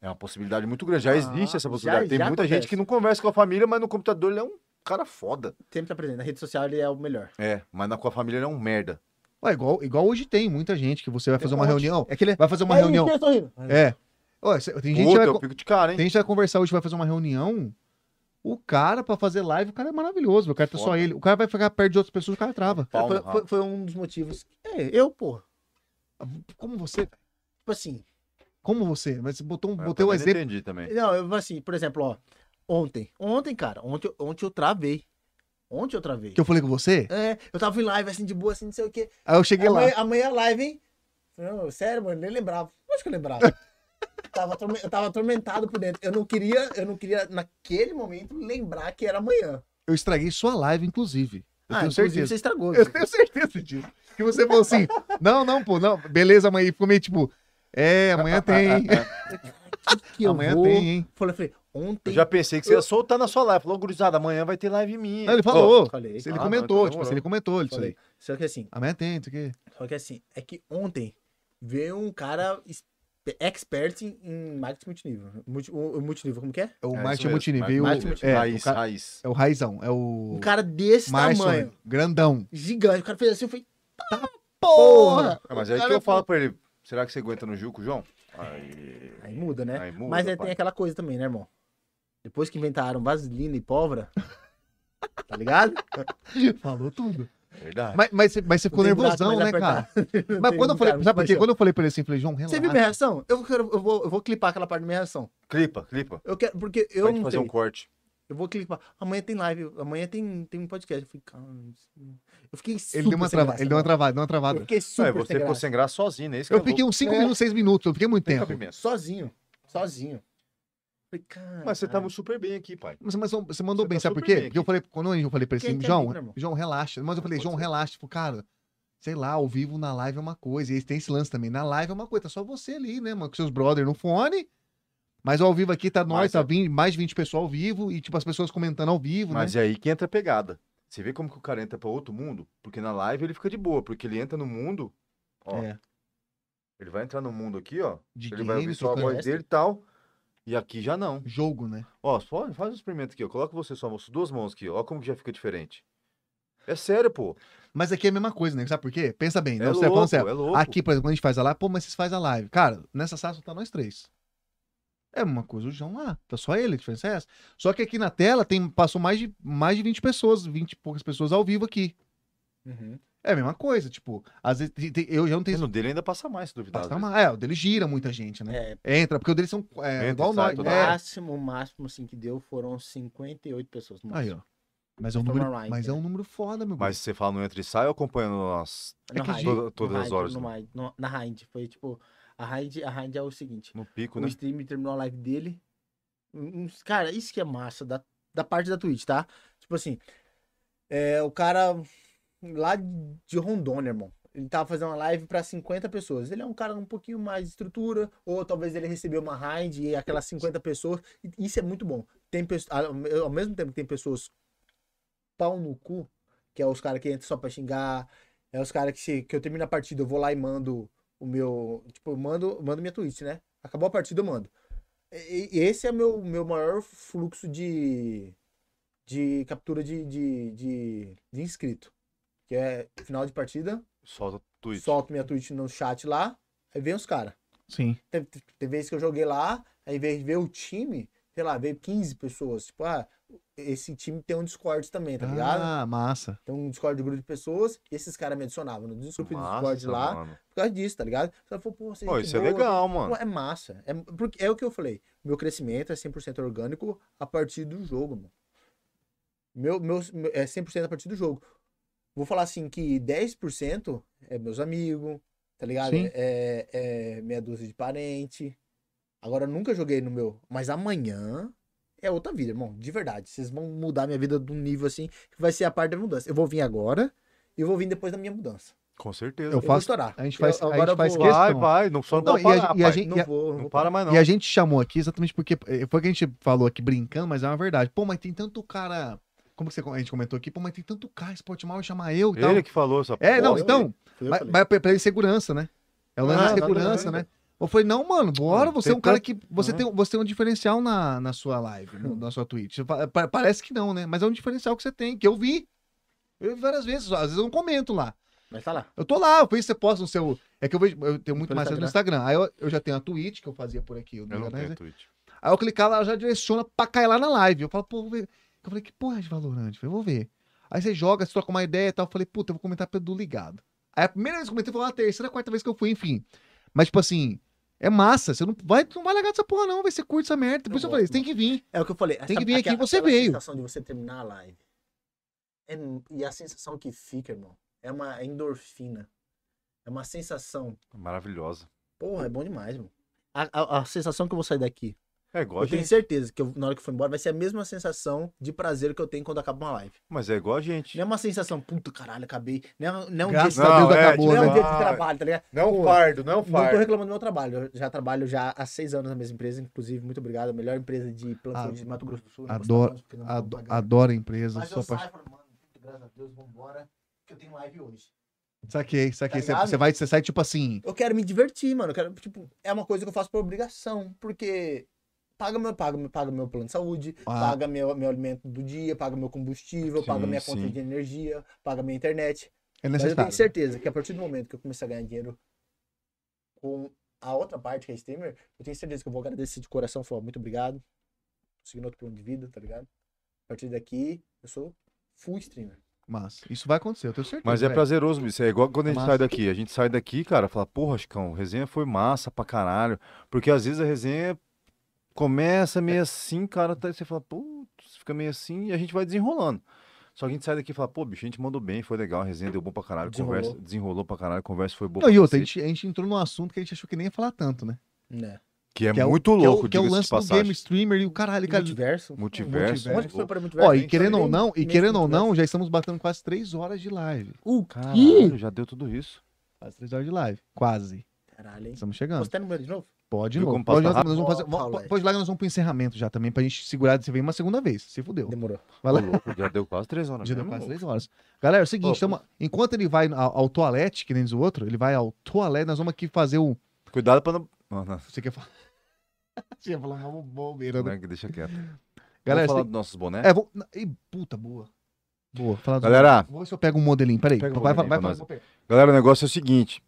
C: É uma possibilidade muito grande. Já
D: Ah,
C: existe essa
D: já-
C: possibilidade. Tem
D: já
C: muita gente
D: acontece.
C: que não conversa com a família, mas no computador ele é um cara foda.
D: sempre tá presente. Na rede social ele é o melhor.
C: É, mas na com a família ele é um merda.
B: Ué, igual igual hoje tem muita gente que você vai
D: Tem
B: fazer
D: um
B: uma
D: monte.
B: reunião,
D: É aquele...
B: vai fazer uma reunião. É. Ué, cê- tem gente que
C: Puta,
B: vai
C: eu
B: co-
C: fico é de cara, hein?
B: tem gente que vai conversar hoje, vai fazer uma reunião. O cara, pra fazer live, o cara é maravilhoso. O cara tá só
C: Foda.
B: ele. O cara vai ficar perto de outras pessoas, o cara trava.
C: Pau no
D: Foi,
C: rabo.
D: foi- foi um dos motivos. É, eu, pô.
B: Como você?
D: Tipo assim,
B: Como você? Mas você botou, um-
C: Eu
B: botei
C: também
B: um
C: não
B: exemplo.
C: Entendi também.
D: Não, eu assim, por exemplo, ó. Ontem. Ontem, cara. Ontem, ontem eu travei. Ontem eu travei.
B: Que eu falei com você?
D: É, eu tava em live, assim, de boa, assim, não sei o quê.
B: Aí eu cheguei lá.
D: Amanhã, amanhã é live, hein? Não, sério, mano, nem lembrava. Acho que eu lembrava. tava, atorme- eu tava atormentado por dentro. Eu não queria, eu não queria, naquele momento, lembrar que era amanhã. Ah,
B: Eu estraguei sua live, inclusive. Eu tenho
D: inclusive,
B: certeza.
D: então Você estragou.
B: Eu tenho certeza disso. Que você falou assim: não, não, pô, não, beleza, amanhã. E Ficou meio tipo, é, amanhã tem, hein?
D: que eu
B: amanhã
D: vou...
B: tem, hein?
D: Falei, falei,
C: Eu
D: ontem.
C: já pensei que você ia soltar na sua live. Falou, gurizada, amanhã vai ter live minha.
B: Não, ele falou.
D: falei.
B: Se ele
C: Ah,
B: comentou,
C: não, então
B: tipo, se ele comentou, ele disse
D: Falei.
B: aí.
D: Só que assim,
B: Amanhã tem, isso aqui.
D: Só que assim, é que ontem veio um cara expe- expert em- em marketing multinível. Multi, o- o multinível, como que é?
B: É o
C: É
B: Márcio
C: isso mesmo,
B: Mutini,
C: Márcio
B: veio.
D: Márcio
C: Mutini.
B: É,
C: raiz,
B: o ca-
C: raiz.
B: é o Raizão, é o.
D: Um cara desse
B: Márcio,
D: tamanho,
B: grandão.
D: gigante. O cara fez assim, eu falei,
B: Porra!
C: Ah, mas aí
B: O
C: que
B: cara
C: eu falo pra ele, será que você aguenta no Juco, João? Aí,
D: aí muda, né?
C: aí muda,
D: Mas aí
C: pai.
D: tem aquela coisa também, né, irmão? Depois que inventaram vaselina e pólvora, tá ligado?
B: Falou tudo.
C: É Verdade.
B: Mas, mas, você- mas você ficou
D: Não tem buraco
B: nervosão, né,
D: mais
B: cara?
D: apertado. Não
B: Mas
D: tem
B: quando eu
D: um
B: falei, sabe
D: cara muito
B: por quê?
D: baixão.
B: Quando eu falei pra ele assim, eu falei, João,
D: Você viu minha
B: relaxa.
D: reação? Eu, quero, eu, vou, eu vou clipar aquela parte da minha reação.
C: Clipa, clipa.
D: Eu quero, porque eu
C: Pra gente
D: não
C: fazer
D: sei.
C: um corte.
D: Eu vou clipar. Amanhã tem live, amanhã tem, tem um podcast. Eu fiquei, calma. Eu fiquei
B: Ele deu, uma
D: super sem
B: trava...
D: graça,
B: ele deu uma
D: mano.
B: travada, deu uma
D: Eu
B: travada.
D: fiquei
C: Não,
D: super
C: é, você
D: sem
C: ficou
D: graça.
C: sem graça um sozinho, né? Isso
B: Eu
C: que é
B: fiquei uns 5
D: É.
B: minutos, 6 minutos, eu fiquei muito
C: louco.
B: tempo.
C: Cabimento.
D: Sozinho. Sozinho. Falei, cara.
C: Mas você tava super bem aqui, pai.
B: Mas, mas você mandou
C: Você
B: bem,
C: tá
B: sabe por
C: super
B: quê?
C: bem
B: Porque eu falei, quando eu falei pra ele
D: Quem
B: assim,
D: tá
B: João,
D: bem, né, irmão?
B: João, relaxa. Mas eu falei,
C: Pode
B: João,
C: ser.
B: relaxa. Tipo, cara, sei lá, ao vivo na live é uma coisa. E eles têm esse lance também. Na live é uma coisa, tá só você ali, né, mano? Com seus brothers no fone. Mas ao vivo aqui tá nós,
C: Mas
B: tá
C: é-
B: vinte, mais de 20 pessoas ao vivo e, tipo, as pessoas comentando ao vivo,
C: Mas
B: né?
C: é aí que entra a pegada. Você vê como que o cara entra pra outro mundo? Porque na live ele fica de boa, porque ele entra no mundo, ó,
B: É.
C: ele vai entrar no mundo aqui, ó,
B: De
C: ele vai ouvir só a
B: trocando
C: voz dele e tal, e aqui já não.
B: jogo, né?
C: Ó, só faz um experimento aqui, ó, coloca você só, as duas mãos aqui, ó, como que já fica diferente. É sério, pô.
B: Mas aqui é a mesma coisa, né? Sabe por quê? Pensa bem,
C: É
B: né? Você tá
C: louco, é
B: falando sério.
C: louco.
B: Aqui, por exemplo, quando a gente faz a live, pô, mas vocês fazem a live. Cara, nessa sala só tá nós três. É uma coisa, o João lá, tá só ele, a diferença é essa. Só que aqui na tela tem, passou mais de, mais de 20 pessoas, 20 e poucas pessoas ao vivo aqui.
D: Uhum.
B: É a mesma coisa, tipo, às vezes tem- tem- eu já não tenho
C: No dele ainda passa mais, se duvidar. às
B: passa
C: vezes.
B: uma- É, o dele gira muita gente, né?
D: É,
B: Entra, porque o dele são é,
C: Entra,
B: igual
C: sai,
B: nós.
C: toda
D: o
B: É.
C: hora.
D: máximo, o máximo assim, que deu foram 58 pessoas. no
B: Aí,
D: máximo.
B: ó. Mas é um
D: Toma
B: número,
D: lá,
B: mas é
D: então.
B: um número foda, meu
C: Mas você fala no entra e sai ou acompanhando as...
B: é
D: No
B: que
D: Hind,
C: toda-
D: no
C: todas as
D: Hind,
C: horas,
D: no
C: né?
D: Hind, no- na Hind. Foi tipo, a Hind, a Hind é o seguinte:
C: no pico,
D: o
C: né?
D: stream terminou a live dele. Uns- Cara, isso que é massa da, da parte da Twitch, tá? Tipo assim, é, o cara lá de Rondônia, irmão. Ele tava fazendo uma live pra 50 pessoas. Ele é um cara um pouquinho mais de estrutura, ou talvez ele recebeu uma raid e aquelas 50 pessoas. E Isso é muito bom. Tem pesso- ao me- ao mesmo tempo que tem pessoas pau no cu, que é os caras que entram só pra xingar, é os caras que, se- que eu termino a partida, eu vou lá e mando o meu. Tipo, eu mando, mando minha tweet, né? Acabou a partida, eu mando. E- e- esse é meu, meu maior fluxo de, de captura de, de, de, de inscrito. Que é final de partida,
C: Solta o tweet.
D: solto minha tweet no chat lá, aí vem os caras.
B: Sim.
D: Tem, tem- tem vezes que eu joguei lá, aí veio, veio o time, sei lá, veio 15 pessoas. Tipo, ah, esse time tem um Discord também, tá ligado?
B: Ah, massa.
D: Tem um Discord de grupo de pessoas, esses caras me adicionavam no grupo do Discord
C: Massa,
D: lá,
C: mano.
D: por causa disso, tá ligado? Ela falou, pô, você
C: Pô, isso é
D: boa,
C: legal,
D: Pô,
C: mano.
D: É massa. É, porque é o que eu falei. Meu crescimento é 100% orgânico a partir do jogo, mano. Meu, meu, meu- é 100% a partir do jogo. Vou falar assim que 10% é meus amigos, tá ligado?
B: Sim.
D: É, é meia dúzia de parente. Agora eu nunca joguei no meu. Mas amanhã é outra vida, irmão. De verdade. Vocês vão mudar minha vida de um nível assim que vai ser a parte da mudança. Eu vou vir agora e eu vou vir depois da minha mudança.
C: Com certeza.
B: Eu
D: Eu vou
B: faço-
D: estourar.
B: a gente faz-
D: eu,
B: a
D: agora
B: gente faz
D: eu vou...
B: questão.
C: Vai, vai. Não, só não,
B: Não,
C: dá
B: e
C: pra
B: a-
C: parar,
B: e a
C: pai.
B: gente-
D: Não vou, não
C: Não
D: vou
C: para mais, não.
B: E a gente chamou aqui exatamente porque eh, foi o que a gente falou aqui brincando, mas é uma verdade. Pô, mas tem tanto cara. Como que você, a gente comentou aqui? Pô, mas tem tanto cara, esporte mal, chamar eu e tal.
C: Ele que falou essa
B: É, não,
D: Pô, eu
B: então.
D: Eu
B: Mas,
D: falei.
B: mas pra- pra insegurança, né? É o lance
C: Ah,
B: da segurança,
C: exatamente.
B: né? Eu falei, não, mano, bora,
C: Ah,
B: você
C: tem
B: é um cara
C: tanto-
B: que. Você,
C: Ah.
B: tem, você tem um diferencial na, na sua live, no- na sua Twitch. Pa- pa- Parece que não, né? Mas é um diferencial que você tem, que eu vi. Eu vi várias vezes, às vezes eu não comento lá.
D: Mas tá lá.
B: Eu tô lá, eu vejo você posta no seu. É que eu vejo. Eu tenho muito
D: Pelo
B: mais acesso no Instagram. Aí eu, eu já tenho a Twitch que eu fazia por aqui. Eu
C: Eu não
B: né?
C: tenho Twitch.
B: Aí eu clicar lá, ela já direciona pra cair lá na live. Eu falo, pô, vou ver. Eu falei, que porra de Valorant? Eu falei, vou ver. Aí você joga, você troca uma ideia e tal. Eu falei, puta, eu vou comentar pelo do ligado. Aí a primeira vez que eu comentei foi lá a terceira, a quarta vez que eu fui, enfim. Mas, tipo assim, é massa. Você não vai, tu não vai largar dessa porra, não. Vai ser curto essa merda. Por isso eu
D: gosto,
B: falei, você tem que vir.
D: É o que eu falei.
B: que vir aqui, você
D: aquela
B: veio.
D: sensação de você terminar a live. É, e a sensação que fica, irmão, é uma endorfina. É uma sensação.
C: Maravilhosa.
D: Porra, é bom demais, mano. A, a- a sensação que eu vou sair daqui.
C: É
D: eu
C: igual a
D: tenho
C: gente.
D: certeza que eu- na hora que eu for embora vai ser a mesma sensação de prazer que eu tenho quando acaba uma live.
C: Mas é igual a gente.
D: Não é uma sensação, puta caralho, acabei. Não é, um- não é um
B: Graças
D: dia de,
B: a Deus
C: Não, é,
B: acabou,
D: não é um
B: né?
D: dia de
C: Ah,
D: trabalho, tá ligado?
C: Não é um
D: Pô,
C: fardo, não é um
D: Não tô
C: fardo.
D: reclamando do meu trabalho. Eu já trabalho já há seis anos na mesma empresa, inclusive, muito obrigado. A melhor empresa de plantão
B: Ah,
D: de Mato Grosso do Sul. né?
B: adoro-
D: é
B: Ado-
D: adoro.
B: Adoro a empresa.
D: Mas
B: Sou
D: eu
B: apaixonado.
D: saio e falo, mano, graças a Deus, vambora, que eu tenho live hoje.
B: Saquei, saquei.
D: Tá
B: Você-
D: ligado?
B: você, vai, você sai, tipo assim.
D: Eu quero me divertir, mano. Eu quero, tipo, é uma coisa que eu faço por obrigação, porque paga meu, paga meu, paga meu plano de saúde,
B: Ah.
D: paga meu, meu alimento do dia, paga meu combustível,
C: Sim,
D: paga minha conta
C: sim.
D: de energia, paga minha internet.
B: É
D: Mas eu tenho
B: necessário.
D: certeza que a partir do momento que eu começar a ganhar dinheiro com a outra parte que é streamer, eu tenho certeza que eu vou agradecer de coração, falar muito obrigado, seguindo outro plano de vida, tá ligado? A partir daqui, eu sou full streamer.
B: Mas isso vai acontecer, eu tenho certeza.
C: Mas é
B: velho.
C: prazeroso, bicho. É igual quando a
B: É
C: gente
B: massa.
C: sai daqui. A gente sai daqui, cara, fala, porra, Chicão, a resenha foi massa pra caralho. Porque às vezes a resenha começa meio assim, cara, tá- você fala, putz, fica meio assim e a gente vai desenrolando. Só que a gente sai daqui e fala, pô, bicho, a gente mandou bem, foi legal, a resenha deu bom pra caralho,
D: Desenrolou.
C: conversa desenrolou pra caralho, conversa foi boa.
B: Não,
C: pra
B: e outra, a
C: cacete.
B: gente, a gente entrou num assunto que a gente achou que nem ia falar tanto, né?
D: Né?
C: que é
B: que é o-
C: muito
B: que é o-
C: louco,
B: que é o
C: diga-se de
B: lance do
C: passagem.
B: game streamer e o caralho, cara.
D: Tá Multiverso.
C: Multiverso.
D: Onde que foi
C: louco.
D: para multiverso?
B: Ó,
D: A
B: e
D: gente
B: querendo
D: tá
B: ou não, e
D: meio
B: querendo ou
D: multiverso.
B: não, já estamos batendo quase três horas de live.
D: O
C: Caralho, já deu tudo isso.
B: Quase três horas de live. Quase.
D: Caralho, hein?
B: Estamos
D: Você
B: chegando.
D: tá no banheiro de novo?
B: Pode ir
C: Viu
B: novo.
C: como
B: Pode,
C: passa
B: nós, nós vamos
D: rápido?
B: fazer,
D: Ó,
B: vamos,
D: Paulo,
B: pode lá que nós vamos pro encerramento já também, pra gente segurar se vem uma segunda vez. Se fudeu.
D: Demorou.
B: Vai lá.
C: Ô, louco, já deu quase três horas. né?
B: Já deu
C: mesmo,
B: quase
C: louco.
B: três horas. Galera, é o seguinte,
C: Ô,
B: tamo- enquanto ele vai ao, ao toalete, que nem diz o outro, ele vai ao toalete, nós vamos aqui fazer um.
C: Cuidado pra não. Não, não,
B: Você quer falar? Você ia falar uma bobeira,
C: não
B: né?
C: é que deixa quieto. Vamos falar
B: Galera, você-
C: dos nossos bonés.
B: é, vamos. Ih, puta, boa. Boa. Falar dos-
C: Galera,
B: Vou ver se eu pego um modelinho, peraí.
C: Pega um
B: vai,
C: modelinho
B: vai,
C: pra
B: vai,
C: nós.
B: vai,
C: Galera, o negócio é o seguinte.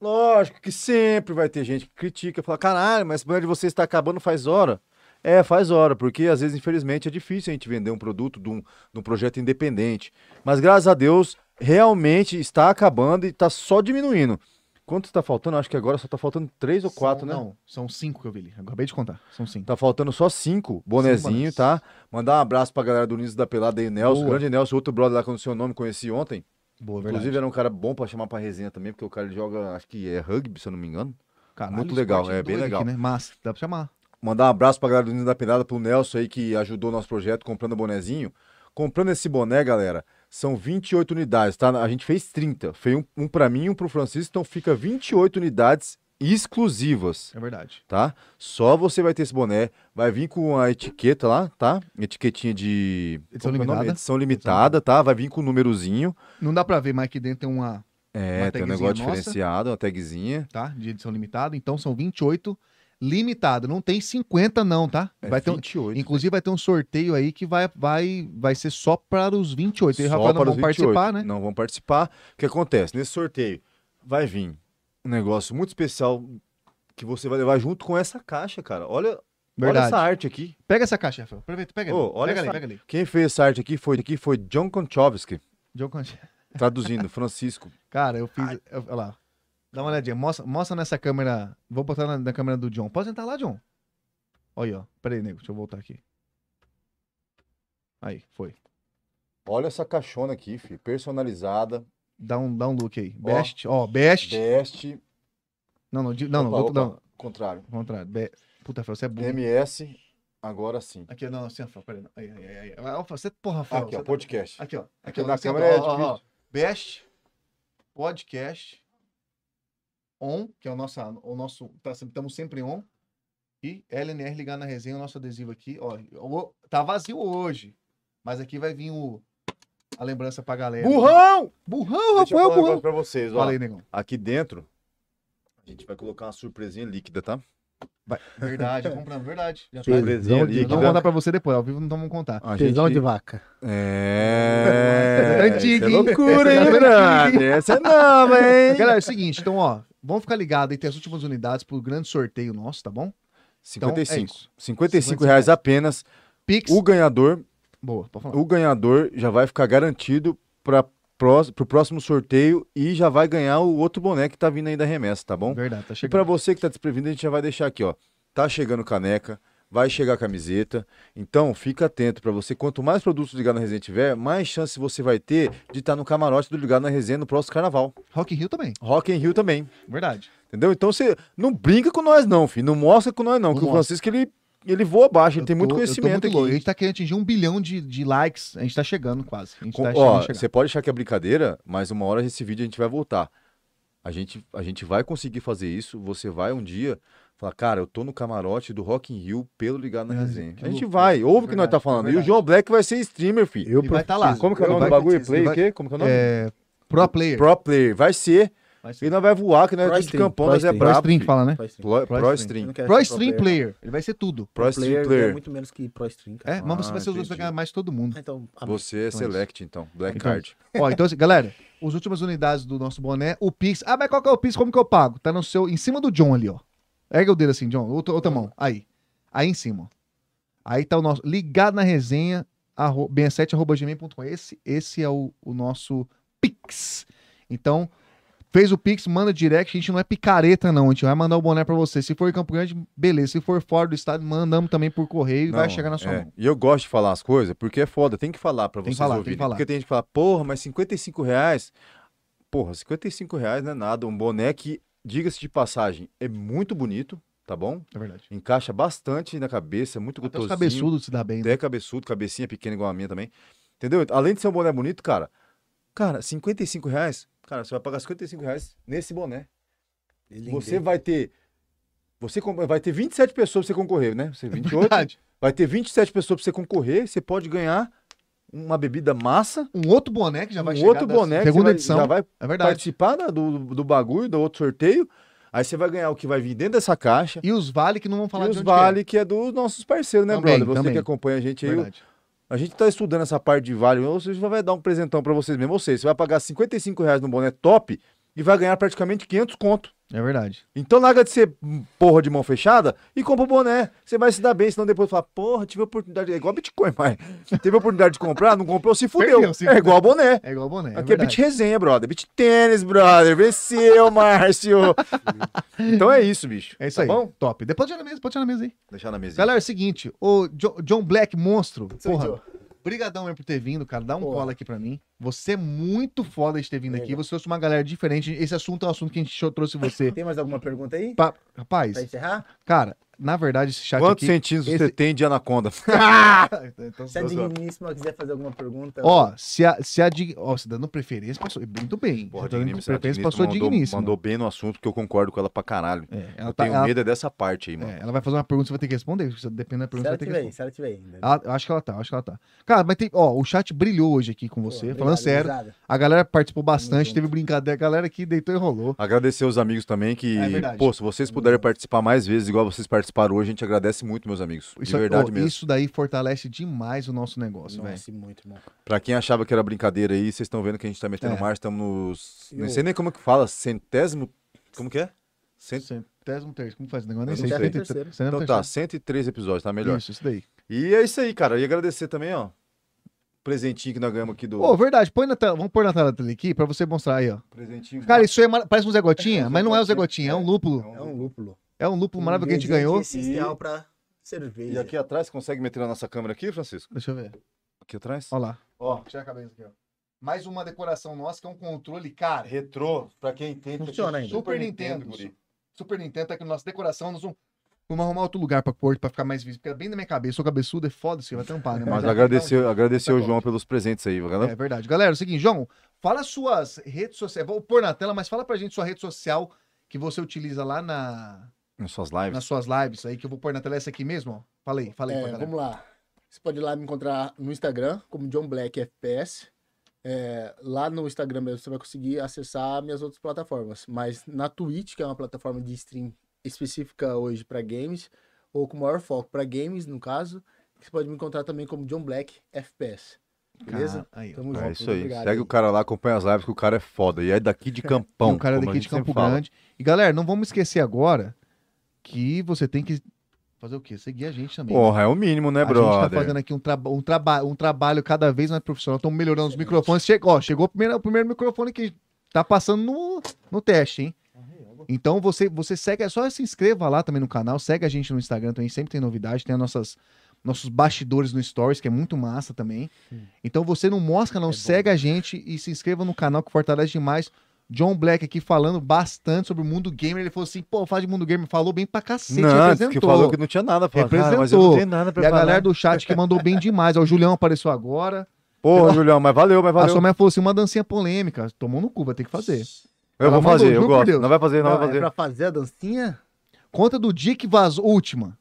C: Lógico que sempre vai ter gente que critica, fala, caralho, mas o banho de vocês está acabando faz hora. É, faz hora, porque às vezes, infelizmente, é difícil a gente vender um produto de um, de um projeto independente. Mas graças a Deus, realmente está acabando e está só diminuindo. Quanto está faltando? Acho que agora só está faltando três ou quatro, né?
B: Não, são cinco que eu vi ali. Acabei de contar. São cinco.
C: Tá faltando só cinco bonezinho,
B: bonés.
C: tá? Mandar um abraço pra galera do Niso da Pelada aí, Nelson.
B: Boa.
C: Grande Nelson, outro brother lá com o seu nome, conheci ontem.
B: Boa,
C: Inclusive, era um cara bom pra chamar pra resenha também, porque o cara ele joga, acho que é rugby, se eu não me engano.
B: Caralho,
C: muito
B: esporte
C: legal, é bem
B: doido
C: legal.
B: né? Massa, dá pra chamar.
C: Mandar um abraço pra galera do Ninho da Penada, pro Nelson aí, que ajudou o nosso projeto comprando o bonezinho. Comprando esse boné, galera, são 28 unidades, tá? A gente fez 30. Fez um, um pra mim e um pro Francisco, então fica 28 unidades exclusivas,
B: É verdade.
C: tá? Só você vai ter esse boné. Vai vir com a etiqueta lá, tá? Etiquetinha de.
B: Edição
C: como que é o nome?
B: limitada.
C: Edição limitada, tá? Vai vir com o númerozinho.
B: Não dá pra ver, mas aqui dentro tem uma,
C: É,
B: Uma
C: tem um
B: tagzinha
C: negócio
B: nossa.
C: diferenciado, uma tagzinha.
B: tá? De edição limitada, então são 28 limitada. Não tem 50 não, tá?
C: É
B: Vai ter um-
C: 28.
B: inclusive vai ter um sorteio aí que vai vai vai ser só para os 28. E o
C: Só
B: Rafael não
C: para
B: vão
C: os 28.
B: participar, né?
C: Não vão participar. O que acontece? Nesse sorteio vai vir um negócio muito especial que você vai levar junto com essa caixa, cara. Olha Olha
B: Verdade.
C: essa arte aqui.
B: Pega essa caixa, Rafael. Aproveita, pega ali.
C: Ô, olha
B: pega
C: essa-
B: ali, pega ali.
C: Quem fez essa arte aqui foi, aqui foi John Konchowski,
B: John Conte.
C: traduzindo, Francisco.
B: Cara, eu fiz. eu- olha lá. Dá uma olhadinha. Mostra, mostra nessa câmera. Vou botar na, na câmera do John. Pode entrar lá, John. Olha aí, ó. Pera aí, nego. Deixa eu voltar aqui. Aí, foi.
C: Olha essa caixona aqui, filho, personalizada,
B: Dá um, dá um look aí.
C: Ó.
B: Best. Ó, best.
C: best,
B: Não, não, de- não, não,
C: Opa, opa.
B: do- não.
C: contrário,
B: um, Ao contrário. Be- Puta, Rafael, você é burro.
C: MS, agora sim.
B: Aqui, ó, não, assim, Rafael, peraí. não. Aí, aí, aí, aí. Ó, você, é porra, Rafael.
C: Aqui, ó,
B: você- tá-
C: podcast.
B: Aqui, ó.
C: Aqui
B: ó,
C: na
B: assim, ó,
C: câmera é
B: ó, ó, ó.
C: difícil.
B: Best, podcast, on, que é o nosso, o nosso tá, estamos sempre on, e LNR ligar na resenha, o nosso adesivo aqui, ó, o- tá vazio hoje, mas aqui vai vir o, a lembrança pra galera.
C: Burrão!
B: Burrão,
C: Deixa eu
B: Rafael,
C: falar um negócio
B: burrão!
C: pra vocês, ó.
B: Fala aí, negão.
C: Aqui dentro, a gente vai colocar uma surpresinha líquida, tá?
B: Verdade, comprando, verdade. Já tá.
D: Surpresa.
C: Surpresinha
D: de-
B: Vamos
C: líquida.
B: contar pra você depois, ao vivo não vamos contar.
C: A
D: Tesão
C: gente-
D: de vaca.
C: É.
B: Essa é antiga,
C: isso
B: hein?
C: loucura,
B: Essa
C: hein,
B: é
C: brother? Essa é nova, hein?
B: Galera, é o seguinte, então, ó, vamos ficar ligado aí, tem as últimas unidades pro grande sorteio nosso, tá bom? Então, é
C: 55.
B: isso.
C: 55 reais apenas.
B: Pix,
C: O ganhador,
B: boa, pode falar.
C: o ganhador já vai ficar garantido para pro próximo sorteio e já vai ganhar o outro boné que tá vindo aí da remessa, tá bom?
B: Verdade, tá
C: E
B: chegando.
C: pra você que tá desprevenido, a gente já vai deixar aqui, ó. Tá chegando caneca, vai chegar camiseta. Então, fica atento pra você. Quanto mais produtos do Ligado na Resenha tiver, mais chance você vai ter de estar no camarote do Ligado na Resenha no próximo carnaval.
B: Rock in Rio também,
C: Rock in Rio também,
B: verdade.
C: entendeu? Então você não brinca com nós não, filho. Não mostra com nós não, que
B: Não
C: o
B: mostra.
C: Francisco ele ele voa abaixo, ele
B: Eu
C: tem muito
B: tô- eu tô
C: conhecimento
B: muito louco. A
C: aqui.
B: gente tá querendo atingir um bilhão de, de likes. A gente tá chegando quase. A gente
C: Com-
B: tá
C: ó,
B: chegando.
C: você pode achar que é brincadeira, mas uma hora esse vídeo a gente vai voltar. A gente, a gente vai conseguir fazer isso. Você vai um dia falar, cara, eu tô no camarote do Rock in Rio pelo Ligado na
B: É,
C: Resenha.
B: que
C: A gente
B: loucura.
C: vai, ouve o que nós
B: Verdade,
C: tá falando. E o
B: verdade.
C: João Black vai ser streamer, filho.
D: Eu
B: E vai tá lá.
C: Como que é o
B: Eu
C: nome do
B: vai-
C: bagulho?
B: ele
C: Play o
B: vai-
C: quê? Como que é o nome?
B: É, pro player.
C: Pro player. Vai ser.
B: Vai ser.
C: Ele não vai voar, que nós é
D: Pro
C: tudo de
D: stream,
C: campão,
D: pro
C: nós é
D: stream.
B: Pro
C: brabo.
B: stream que
C: filho.
B: fala, né?
D: Pro stream.
C: Pro,
B: Pro
C: pro
D: Eu não
C: stream.
D: quero
B: Pro
D: ser
B: stream player. Ele vai ser tudo.
C: Pro
D: Player,
C: stream
D: é
C: player.
D: muito menos que pro stream, cara.
B: É, mas você
C: Ah,
B: vai ser os outros, vai
C: entendi.
B: ganhar mais todo mundo.
D: Ah, Então, a
C: Você é
B: Então é isso.
C: select, então. Black
B: Então é
C: card.
B: Ó, então, assim, galera, as últimas unidades do nosso boné, o Pix. Ah, mas qual que é o Pix? Como que eu pago? Tá no seu, em cima do John ali, ó. Ergue o dedo assim, John. Outra, outra mão. Aí. Aí em cima. ó. Aí tá o nosso. Ligado na resenha, arro, bem7.gmail.com. Esse, esse é o, o nosso Pix. Então, fez o Pix, manda direct. A gente não é picareta, não. A gente vai mandar o boné pra você. Se for em Campo Grande, beleza. Se for fora do estado, mandamos também por correio e vai
C: Não,
B: chegar na sua
C: é.
B: mão.
C: E eu gosto de falar as coisas porque é foda, tem que falar pra
B: Tem que
C: vocês
B: falar, tem
C: ouvirem.
B: que falar.
C: Porque tem gente que fala, porra, mas 55 reais. Porra, 55 reais não é nada. Um boné que, diga-se de passagem, é muito bonito, tá bom?
B: É verdade.
C: Encaixa bastante na cabeça, é muito
B: Até os
C: gostosinho.
B: cabeçudos se dá bem. né?
C: Até cabeçudo, cabecinha pequena igual a minha também. Entendeu? Além de ser um boné bonito, cara, cara, 55 reais, cara, você vai pagar 55 reais nesse boné. Você vai ter. Você com- vai ter 27 pessoas pra você concorrer, né?
B: É
C: Você 28.
B: Verdade.
C: Vai ter 27 pessoas pra você concorrer, você pode ganhar uma bebida massa,
B: Um outro boné que já vai
C: um
B: chegar.
C: outro
B: dessa-
C: boné que você
B: Segunda
C: vai,
B: edição.
C: já vai
B: É verdade.
C: participar da- do, do bagulho, do outro sorteio. Aí você vai ganhar o que vai vir dentro dessa caixa
B: E os vale que não vão falar
C: e
B: de
C: os
B: onde
C: vale que é dos nossos parceiros, né,
B: Também,
C: brother? Você
B: também.
C: que acompanha a
B: que
C: gente
B: é.
C: aí.
B: Verdade.
C: A gente tá estudando essa parte de vale, ou seja, vai dar um presentão pra vocês mesmo. Ou seja, você vai pagar 55 reais no boné top e vai ganhar praticamente 500 conto.
B: É verdade.
C: Então larga de ser hum, porra de mão fechada e compra o boné. Você vai se dar bem, senão depois fala, porra, tive a oportunidade. É igual Bitcoin, pai. Teve a oportunidade de comprar, não comprou, se fudeu.
B: Perdeu, se
C: é igual boné.
B: É igual boné. é
C: Aqui é
B: verdade.
C: beat resenha, brother. Beat tênis, brother. Venceu, Márcio. então é isso, bicho.
B: É isso
C: tá
B: aí.
C: Bom?
B: Top. Depois tirar na mesa, pode tirar na mesa aí.
C: Deixar na mesa.
B: Galera, é o seguinte, o Jo- John Black, monstro,
D: Sou
B: porra,
D: eu.
B: brigadão mesmo por ter vindo, cara, dá um
D: Porra.
B: cola aqui pra mim. Você é muito foda de ter vindo aqui,
D: Legal.
B: você trouxe uma galera diferente, esse assunto é um assunto que a gente cho- trouxe você.
D: Tem mais alguma pergunta aí?
B: Pa-
C: É
D: Pra
B: Rapaz,
D: encerrar?
B: cara, na verdade esse chat
C: Quantos
B: aqui...
C: centímetros
B: esse-
C: você tem de anaconda?
B: Então,
D: Se a
C: Tô zoando.
D: digníssima quiser fazer alguma pergunta.
C: Então.
B: Ó, se a, se a Dig... Ó, você tá dando preferência, passou muito bem.
C: Porra,
B: Você tá dando
C: digníssimo,
B: preferência,
C: digníssimo,
B: então, passou
C: mandou,
B: digníssima.
C: mandou bem no assunto, que eu concordo com ela pra caralho.
B: É, ela
C: eu
B: tá-
C: tenho
B: ela-
C: medo é dessa parte aí, mano.
B: É, ela vai fazer uma pergunta, você vai ter que responder. porque Você depende da
D: se
B: pergunta,
D: ela
B: você vai ter que
D: tiver aí,
B: responder.
D: se ela tiver aí. ainda.
B: Ela- eu acho que ela tá, eu acho que ela tá. Cara, mas tem. Ó, o chat brilhou hoje aqui com
D: Pô,
B: você,
D: obrigado,
B: falando sério.
D: gurizada.
B: A galera participou bastante,
D: junto.
B: teve brincadeira. A galera aqui deitou e rolou.
C: Agradecer os amigos também que,
B: É verdade.
C: pô, se vocês puderem participar mais vezes, igual vocês participaram hoje, a gente agradece muito, meus amigos.
B: Isso,
C: de
B: é-
C: verdade
B: ó,
C: mesmo.
B: isso daí fortalece demais o nosso negócio, velho.
D: Nossa, muito, irmão.
C: Pra quem achava que era brincadeira aí, vocês estão vendo que a gente tá metendo
B: É.
C: marcha, estamos nos.
D: E
C: Não
D: o-
C: sei nem como que fala, centésimo. Como que é? Cento...
B: Centésimo terceiro. Como faz o negócio? Nem sei.
C: Centésimo
E: terceiro.
B: Centésimo
C: Então tá, 103 episódios, tá melhor.
B: Isso, isso daí.
C: E é isso aí, cara. E agradecer também, ó. Presentinho que nós ganhamos aqui do.
B: Ô, verdade. Põe na tela. Vamos pôr na tela dele aqui pra você mostrar aí, ó.
C: Presentinho.
B: Cara, isso aí é mar- parece um Zé Gotinha,
C: um
B: mas não é o Zé
C: Gotinha,
B: Gotinha, é um é
C: É
B: lúpulo.
C: um-
E: É um lúpulo.
B: É um lúpulo maravilhoso que a gente
E: Ingrediente
B: ganhou.
E: essencial pra cerveja.
C: E aqui atrás, consegue meter na nossa câmera aqui, Francisco?
B: Deixa eu ver.
C: Aqui atrás?
B: Olha lá.
C: Ó,
B: Tira a cabeça aqui, ó. Mais uma decoração nossa que é um controle, cara.
C: retrô, pra quem entende.
E: Funciona ainda.
B: Super Nintendo, guri. Super Nintendo tá aqui na nossa decoração. Nós vamos, vamos arrumar outro lugar pra pôr pra ficar mais visível. Porque é bem na minha cabeça. Eu sou cabeçudo, é foda se vai tampar, né?
C: Mas
B: é-
C: agradecer, agradecer
B: Tá
C: o
B: bom.
C: João pelos presentes aí, galera.
B: É verdade. Galera, é o seguinte, João, fala suas redes sociais. Vou pôr na tela, mas fala pra gente sua rede social que você utiliza lá na,
C: Nas suas lives.
B: nas suas lives aí, que eu vou pôr na tela essa aqui mesmo, ó. Fala aí, fala aí
D: É,
B: pra galera.
D: vamos lá. Você pode ir lá me encontrar no Instagram, como John Black FPS. É, lá no Instagram mesmo você vai conseguir acessar minhas outras plataformas. Mas na Twitch, que é uma plataforma de stream específica hoje para games, ou com maior foco para games, no caso, você pode me encontrar também como John Black FPS. Beleza?
B: Cara, aí, ó.
D: Tamo
C: É
D: junto.
C: isso aí.
D: obrigado
C: Segue o cara lá, acompanha as lives, que o cara é foda. E é daqui de Campão.
B: E o cara
C: como a
B: daqui de
C: gente sempre
B: Campo
C: fala.
B: Grande. E galera, não vamos esquecer agora que você tem que fazer o quê? Seguir a gente também.
C: Porra, é o mínimo, né,
B: a gente tá
C: brother?
B: fazendo aqui um, traba um, traba um trabalho cada vez mais profissional. Estamos melhorando os microfones. Che ó, chegou o primeiro, o primeiro microfone que tá passando no, no teste, hein? Então você, você segue, é só se inscreva lá também no canal, segue a gente no Instagram também, sempre tem novidade, tem as nossas nossos bastidores no Stories, que é muito massa também. Então você não mosca, não, segue a gente e se inscreva no canal que fortalece demais. John Black aqui falando bastante sobre o mundo gamer. Ele falou assim, pô, fala de mundo gamer, falou bem pra cacete,
C: Não, disse que
B: representou.
C: falou que não tinha nada pra falar. Cara, mas eu
B: Representou.
C: não tenho nada pra
B: E a
C: falar.
B: galera do chat que mandou bem demais. Ó, o Julião apareceu agora.
C: Porra, Julião, mas valeu, mas
B: A
C: valeu.
B: sua mãe falou assim: uma dancinha polêmica. Tomou no cu, vai ter que fazer.
C: Eu
B: ela
C: vou
B: mandou,
C: fazer, eu
B: juro por
C: gosto.
B: Deus.
C: Não vai fazer, não
D: Não,
C: vai
D: é
C: fazer.
D: pra fazer a dancinha?
B: Conta do dia que vazou. Última.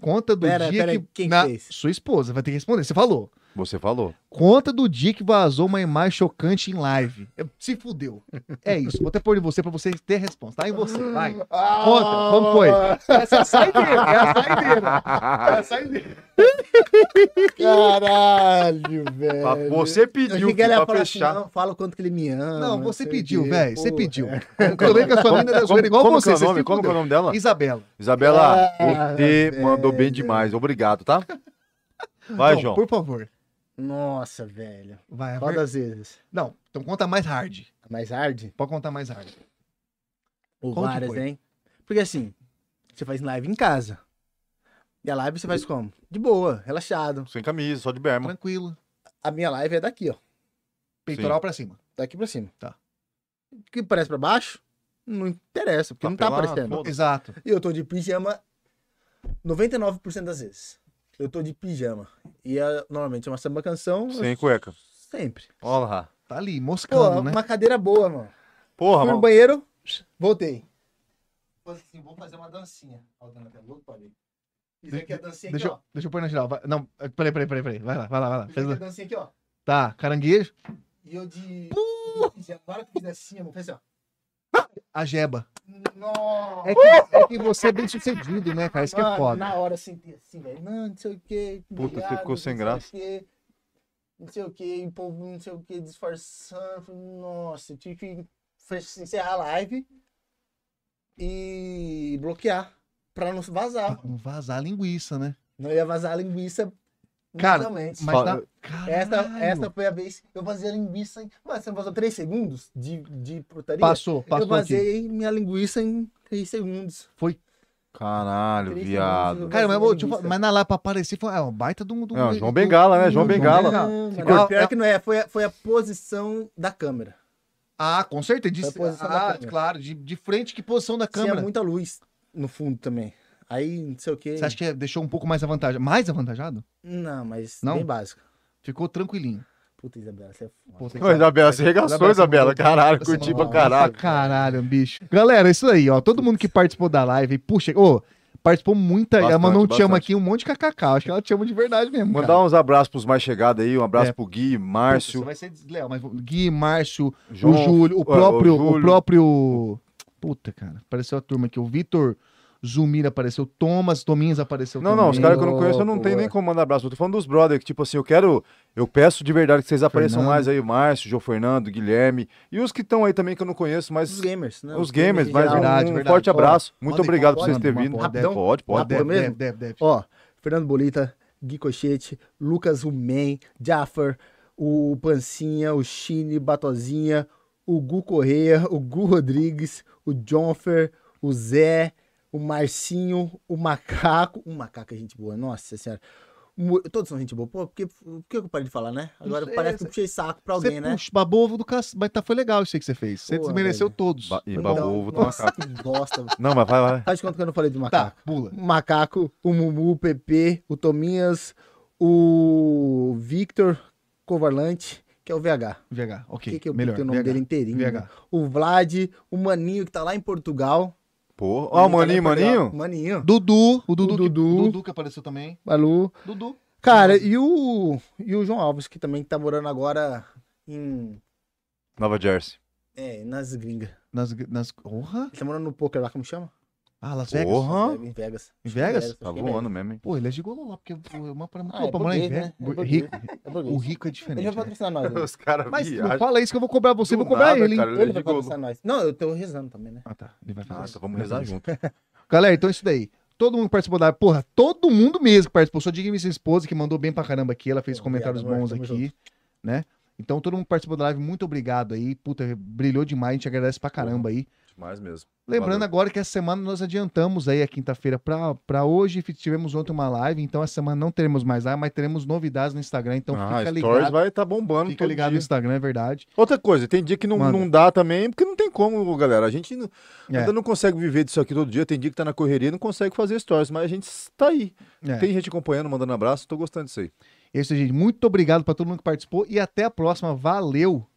B: Conta do
D: Pera,
B: dia
D: pera aí,
B: que.
D: quem fez?
B: Sua esposa vai ter que responder. Você falou.
C: Você falou.
B: Conta do dia que vazou uma imagem chocante em live. É, Se fudeu. É isso. Vou até pôr em você pra você ter resposta. Tá em você,
C: Ah,
B: vai. Conta, como foi? Essa é a saideira. É a saideira. É a saideira.
D: Caralho, velho.
C: Pra- Você
D: Eu
C: pediu
D: achei que ele ia
C: pra
D: falar assim,
C: fechar.
D: não, fala o quanto que ele me ama.
B: Não, você
D: sei o
B: pediu,
D: quê.
B: velho. Você
D: Pô,
B: pediu. Eu lembro que a sua mina é zoeira igual
C: É. como
B: você.
C: que é o
B: você
C: nome?
B: se
C: Como que é o
B: fudeu.
C: nome dela?
B: Isabela.
C: Isabela,
D: Ah,
C: você
D: velho.
C: mandou bem demais. Obrigado, tá? Vai,
B: Não,
C: João.
B: Então, Por favor.
D: Nossa, velho.
B: Vai, a
D: Qual
B: É ver-
D: das vezes?
B: Não, então conta mais hard.
D: Mais hard?
B: Pode contar mais hard.
D: Ou
B: Qual que
D: várias,
B: foi?
D: hein? Porque assim, você faz live em casa. E a live você faz como? De boa, relaxado.
C: Sem camisa, só de berma.
B: Tranquilo.
D: A minha live é daqui, ó.
B: Peitoral pra cima.
D: Daqui pra cima.
B: Tá.
D: O que parece pra baixo? Não interessa, porque
C: Tá
D: não tá
C: pelado,
D: aparecendo.
C: foda.
B: Exato.
D: E eu tô de pijama 99% das vezes. Eu tô de pijama. E é, normalmente é uma samba canção.
C: Sem
D: eu-
C: cueca.
D: Sempre.
C: Olha lá.
B: Tá ali,
D: Pô, é
B: moscando, né?
D: uma cadeira boa, mano.
C: Porra,
D: Fui no
C: mano.
D: banheiro, voltei. Falei assim, vou fazer uma dancinha. Ó, dando até louco, parei. Fiz
B: De-
D: aqui a dancinha
B: Deixa,
D: aqui,
B: eu- deixa eu pôr na geral. vai- Não, eh, peraí, peraí, peraí, peraí. Vai lá, vai lá, vai lá.
D: ó. Fiz
B: Fez-
D: aqui a dancinha aqui, ó.
B: Tá, caranguejo,
D: E eu de... de pijama. Na hora que eu fiz assim, eu falei assim, ó.
B: a jeba.
D: Nossa!
B: É que, é que você é bem sucedido, né, cara? Isso que é
D: Mano,
B: foda.
D: Na hora eu senti assim, velho. Não, não sei o que.
C: Puta, você ficou sem graça.
D: Não sei o que, o povo não sei o que, disfarçando. Falei, Nossa, eu tive que fech- encerrar a live e bloquear pra não vazar.
B: Pra Não vazar a linguiça, né?
D: Não ia vazar a linguiça.
B: Cara,
D: naturalmente.
B: Mas tá.
C: Fala-
D: Essa,
B: Caralho.
D: essa foi a vez que eu vazei a linguiça. Em... Mas você não vazou 3 segundos de, de putaria?
B: Passou,
D: eu
B: passou aqui.
D: vazei minha linguiça em 3 segundos.
C: Caralho,
D: Três
C: viado.
D: segundos,
B: Cara, mas,
D: vazei a
B: vou te falar,
D: linguiça.
B: mas na lá pra aparecer foi é, um baita de um. de um-
C: Não, João Bengala, né? João
B: Não,
C: Bengala.
D: Não,
B: Ficou-
D: mano, pior
B: é-
D: que não é, foi, a- foi a posição da câmera.
B: Ah, com certeza. De,
D: Foi a posição da
B: ah,
D: câmera. é
B: claro, de, de frente, que posição da
D: Tinha
B: câmera.
D: muita luz no fundo também. Aí, não sei o quê.
B: Você acha que é- deixou um pouco mais avantajado? Mais avantajado?
D: Não, mas
B: Não?
D: bem básico.
B: Ficou tranquilinho.
D: Puta, Isabela, você é foda.
B: Pô, tem que-
C: Ô, Isabela, você regaçou,
B: Isabela, você
C: Isabela.
B: mandou-
C: Caralho,
B: você
C: curti
B: mandou
C: pra
B: bem
C: caralho.
B: pra caralho, bicho. Galera, isso aí, ó. Todo mundo que participou da live, e, puxa, ô, participou muita. ela
C: Bastante,
B: mandou um te amo
C: bastante.
B: aqui, um monte de kkk. Acho que ela te ama de verdade mesmo. cara.
C: Mandar uns abraços pros mais chegados aí. Um abraço
B: É.
C: pro Gui,
B: Puta,
C: Márcio,
B: Você vai ser desleal, mas Gui, Márcio,
C: João.
B: o Júlio, o
C: ó, o
B: próprio. O,
C: Júlio.
B: próprio. Puta, cara, apareceu a turma aqui. O Vitor. Zumira apareceu, Thomas, Tominhas apareceu
C: Não, não, os
B: também.
C: caras que eu não conheço eu não
F: Pô,
C: tenho
F: pô,
C: nem
F: é.
C: como mandar abraço. Eu tô falando dos brothers, que tipo assim, eu quero. Eu peço de verdade que vocês apareçam
B: Fernando.
C: mais aí, o Márcio, o João Fernando, o Guilherme. E os que estão aí também que eu não conheço,
F: Os
C: mas.
F: gamers, né?
C: Os gamers,
F: em
C: mas um,
F: geral.
B: Verdade,
C: um
B: verdade.
C: forte abraço.
B: Pode-
C: Muito
B: pode-
C: obrigado por
B: pode-
C: vocês terem
B: pode-
C: vindo.
B: pode-
C: Pode, pode,
B: Pode,
C: pode.
B: deve,
D: mesmo?
B: deve, deve, deve.
D: Ó, Fernando Bolita, Gui Cochete, Lucas Rumen, Jaffer, o Pancinha, o Chine, Batozinha, o Gu Correia, o Gu Rodrigues, o Jonfer, o Zé, o Marcinho, o Macaco. O Macaco é gente boa, nossa senhora. Mu- Todos são gente boa. Pô, por que, por que eu parei de falar, né? Agora
B: sei,
D: parece que
B: cê-
D: eu puxei saco pra
B: Você
D: alguém, né?
B: puxa, babou ovo do cacete, mas tá, foi legal isso aí que você fez. Você
D: Pô,
B: desmereceu
D: velho.
B: todos.
C: Ba- E
D: Então,
C: babou ovo do
D: nossa,
C: macaco.
D: Que bosta.
C: Não, mas vai, vai.
D: Faz de conta que eu não falei do macaco.
B: Tá, pula.
D: O Macaco, o Mumu, o PP, o Tominhas, o Victor Covalante, que é o VH.
B: VH,
D: Por
B: ok.
D: que, que eu
B: melhor.
D: botei o nome
B: VH.
D: dele inteirinho?
B: VH.
D: né? O Vlad, o Maninho, que tá lá em Portugal.
C: Porra. Ó, o
D: Ele tá lá em
C: maninho,
D: Portugal.
C: maninho.
D: Maninho.
B: Dudu, o Dudu,
D: O
B: que-
D: Dudu.
B: Dudu que apareceu também.
D: Balu.
B: Dudu.
D: Cara, e o, e o João Alves, que também tá morando agora em.
C: Nova Jersey.
D: É, nas gringas.
B: Nas, nas... Porra?
D: Ele tá morando no poker lá, como chama? É,
B: Ah, Las Vegas.
C: Porra.
D: Em Vegas.
B: Em Vegas?
C: Tá voando mesmo, hein?
B: Pô, ele é gigolô lá, porque pô, é uma parada
D: Ah,
B: muito louca. pra
D: é
B: morar em
D: burguês,
B: Vegas.
D: né? É burguês.
B: rico,
D: É Vegas.
B: o rico é
D: Ele vai
B: diferente. né?
D: patrocinar nós. né?
C: Os caras
B: Mas não
C: viajam.
B: fala isso que eu vou cobrar você, eu
C: do
B: vou cobrar
C: nada,
B: é ele, hein?
C: cara, ele
D: Ele vai
C: gigolô.
D: patrocinar nós. Não, eu tô rezando também, né?
B: Ah, tá. Ele vai fazer
C: Nossa,
B: isso.
C: vamos
B: Ele vai
C: rezar
B: fazer
C: junto.
B: isso. Galera, então é isso daí. Todo mundo que participou da. Porra, todo mundo mesmo que participou. Sua digníssima esposa, que mandou bem pra caramba aqui. Ela fez
D: Pô,
B: comentários
D: obrigado, amor,
B: bons
D: tamo
B: aqui, né? Então, todo mundo que participou da live, muito obrigado aí. Puta, brilhou demais. A gente agradece pra caramba aí.
C: Demais mesmo.
B: Lembrando
C: Valeu.
B: agora que essa semana nós adiantamos aí a quinta-feira pra pra hoje. Fi- Tivemos ontem uma live, então essa semana não teremos mais live, mas teremos novidades no Instagram. Então
C: ah,
B: fica
C: Stories
B: ligado.
C: vai tá bombando.
B: Fica
C: todo
B: ligado no
C: dia.
B: Instagram, é verdade.
C: Outra coisa, tem dia que não,
B: Manda.
C: não dá também, porque não tem como, galera. A gente não-
B: É.
C: ainda não consegue viver disso aqui todo dia. Tem dia que tá na correria, não consegue fazer stories, mas a gente tá aí.
B: É.
C: Tem gente acompanhando, mandando abraço, tô gostando disso aí.
B: É isso, aí, gente. Muito obrigado pra todo mundo que participou e até a próxima. Valeu!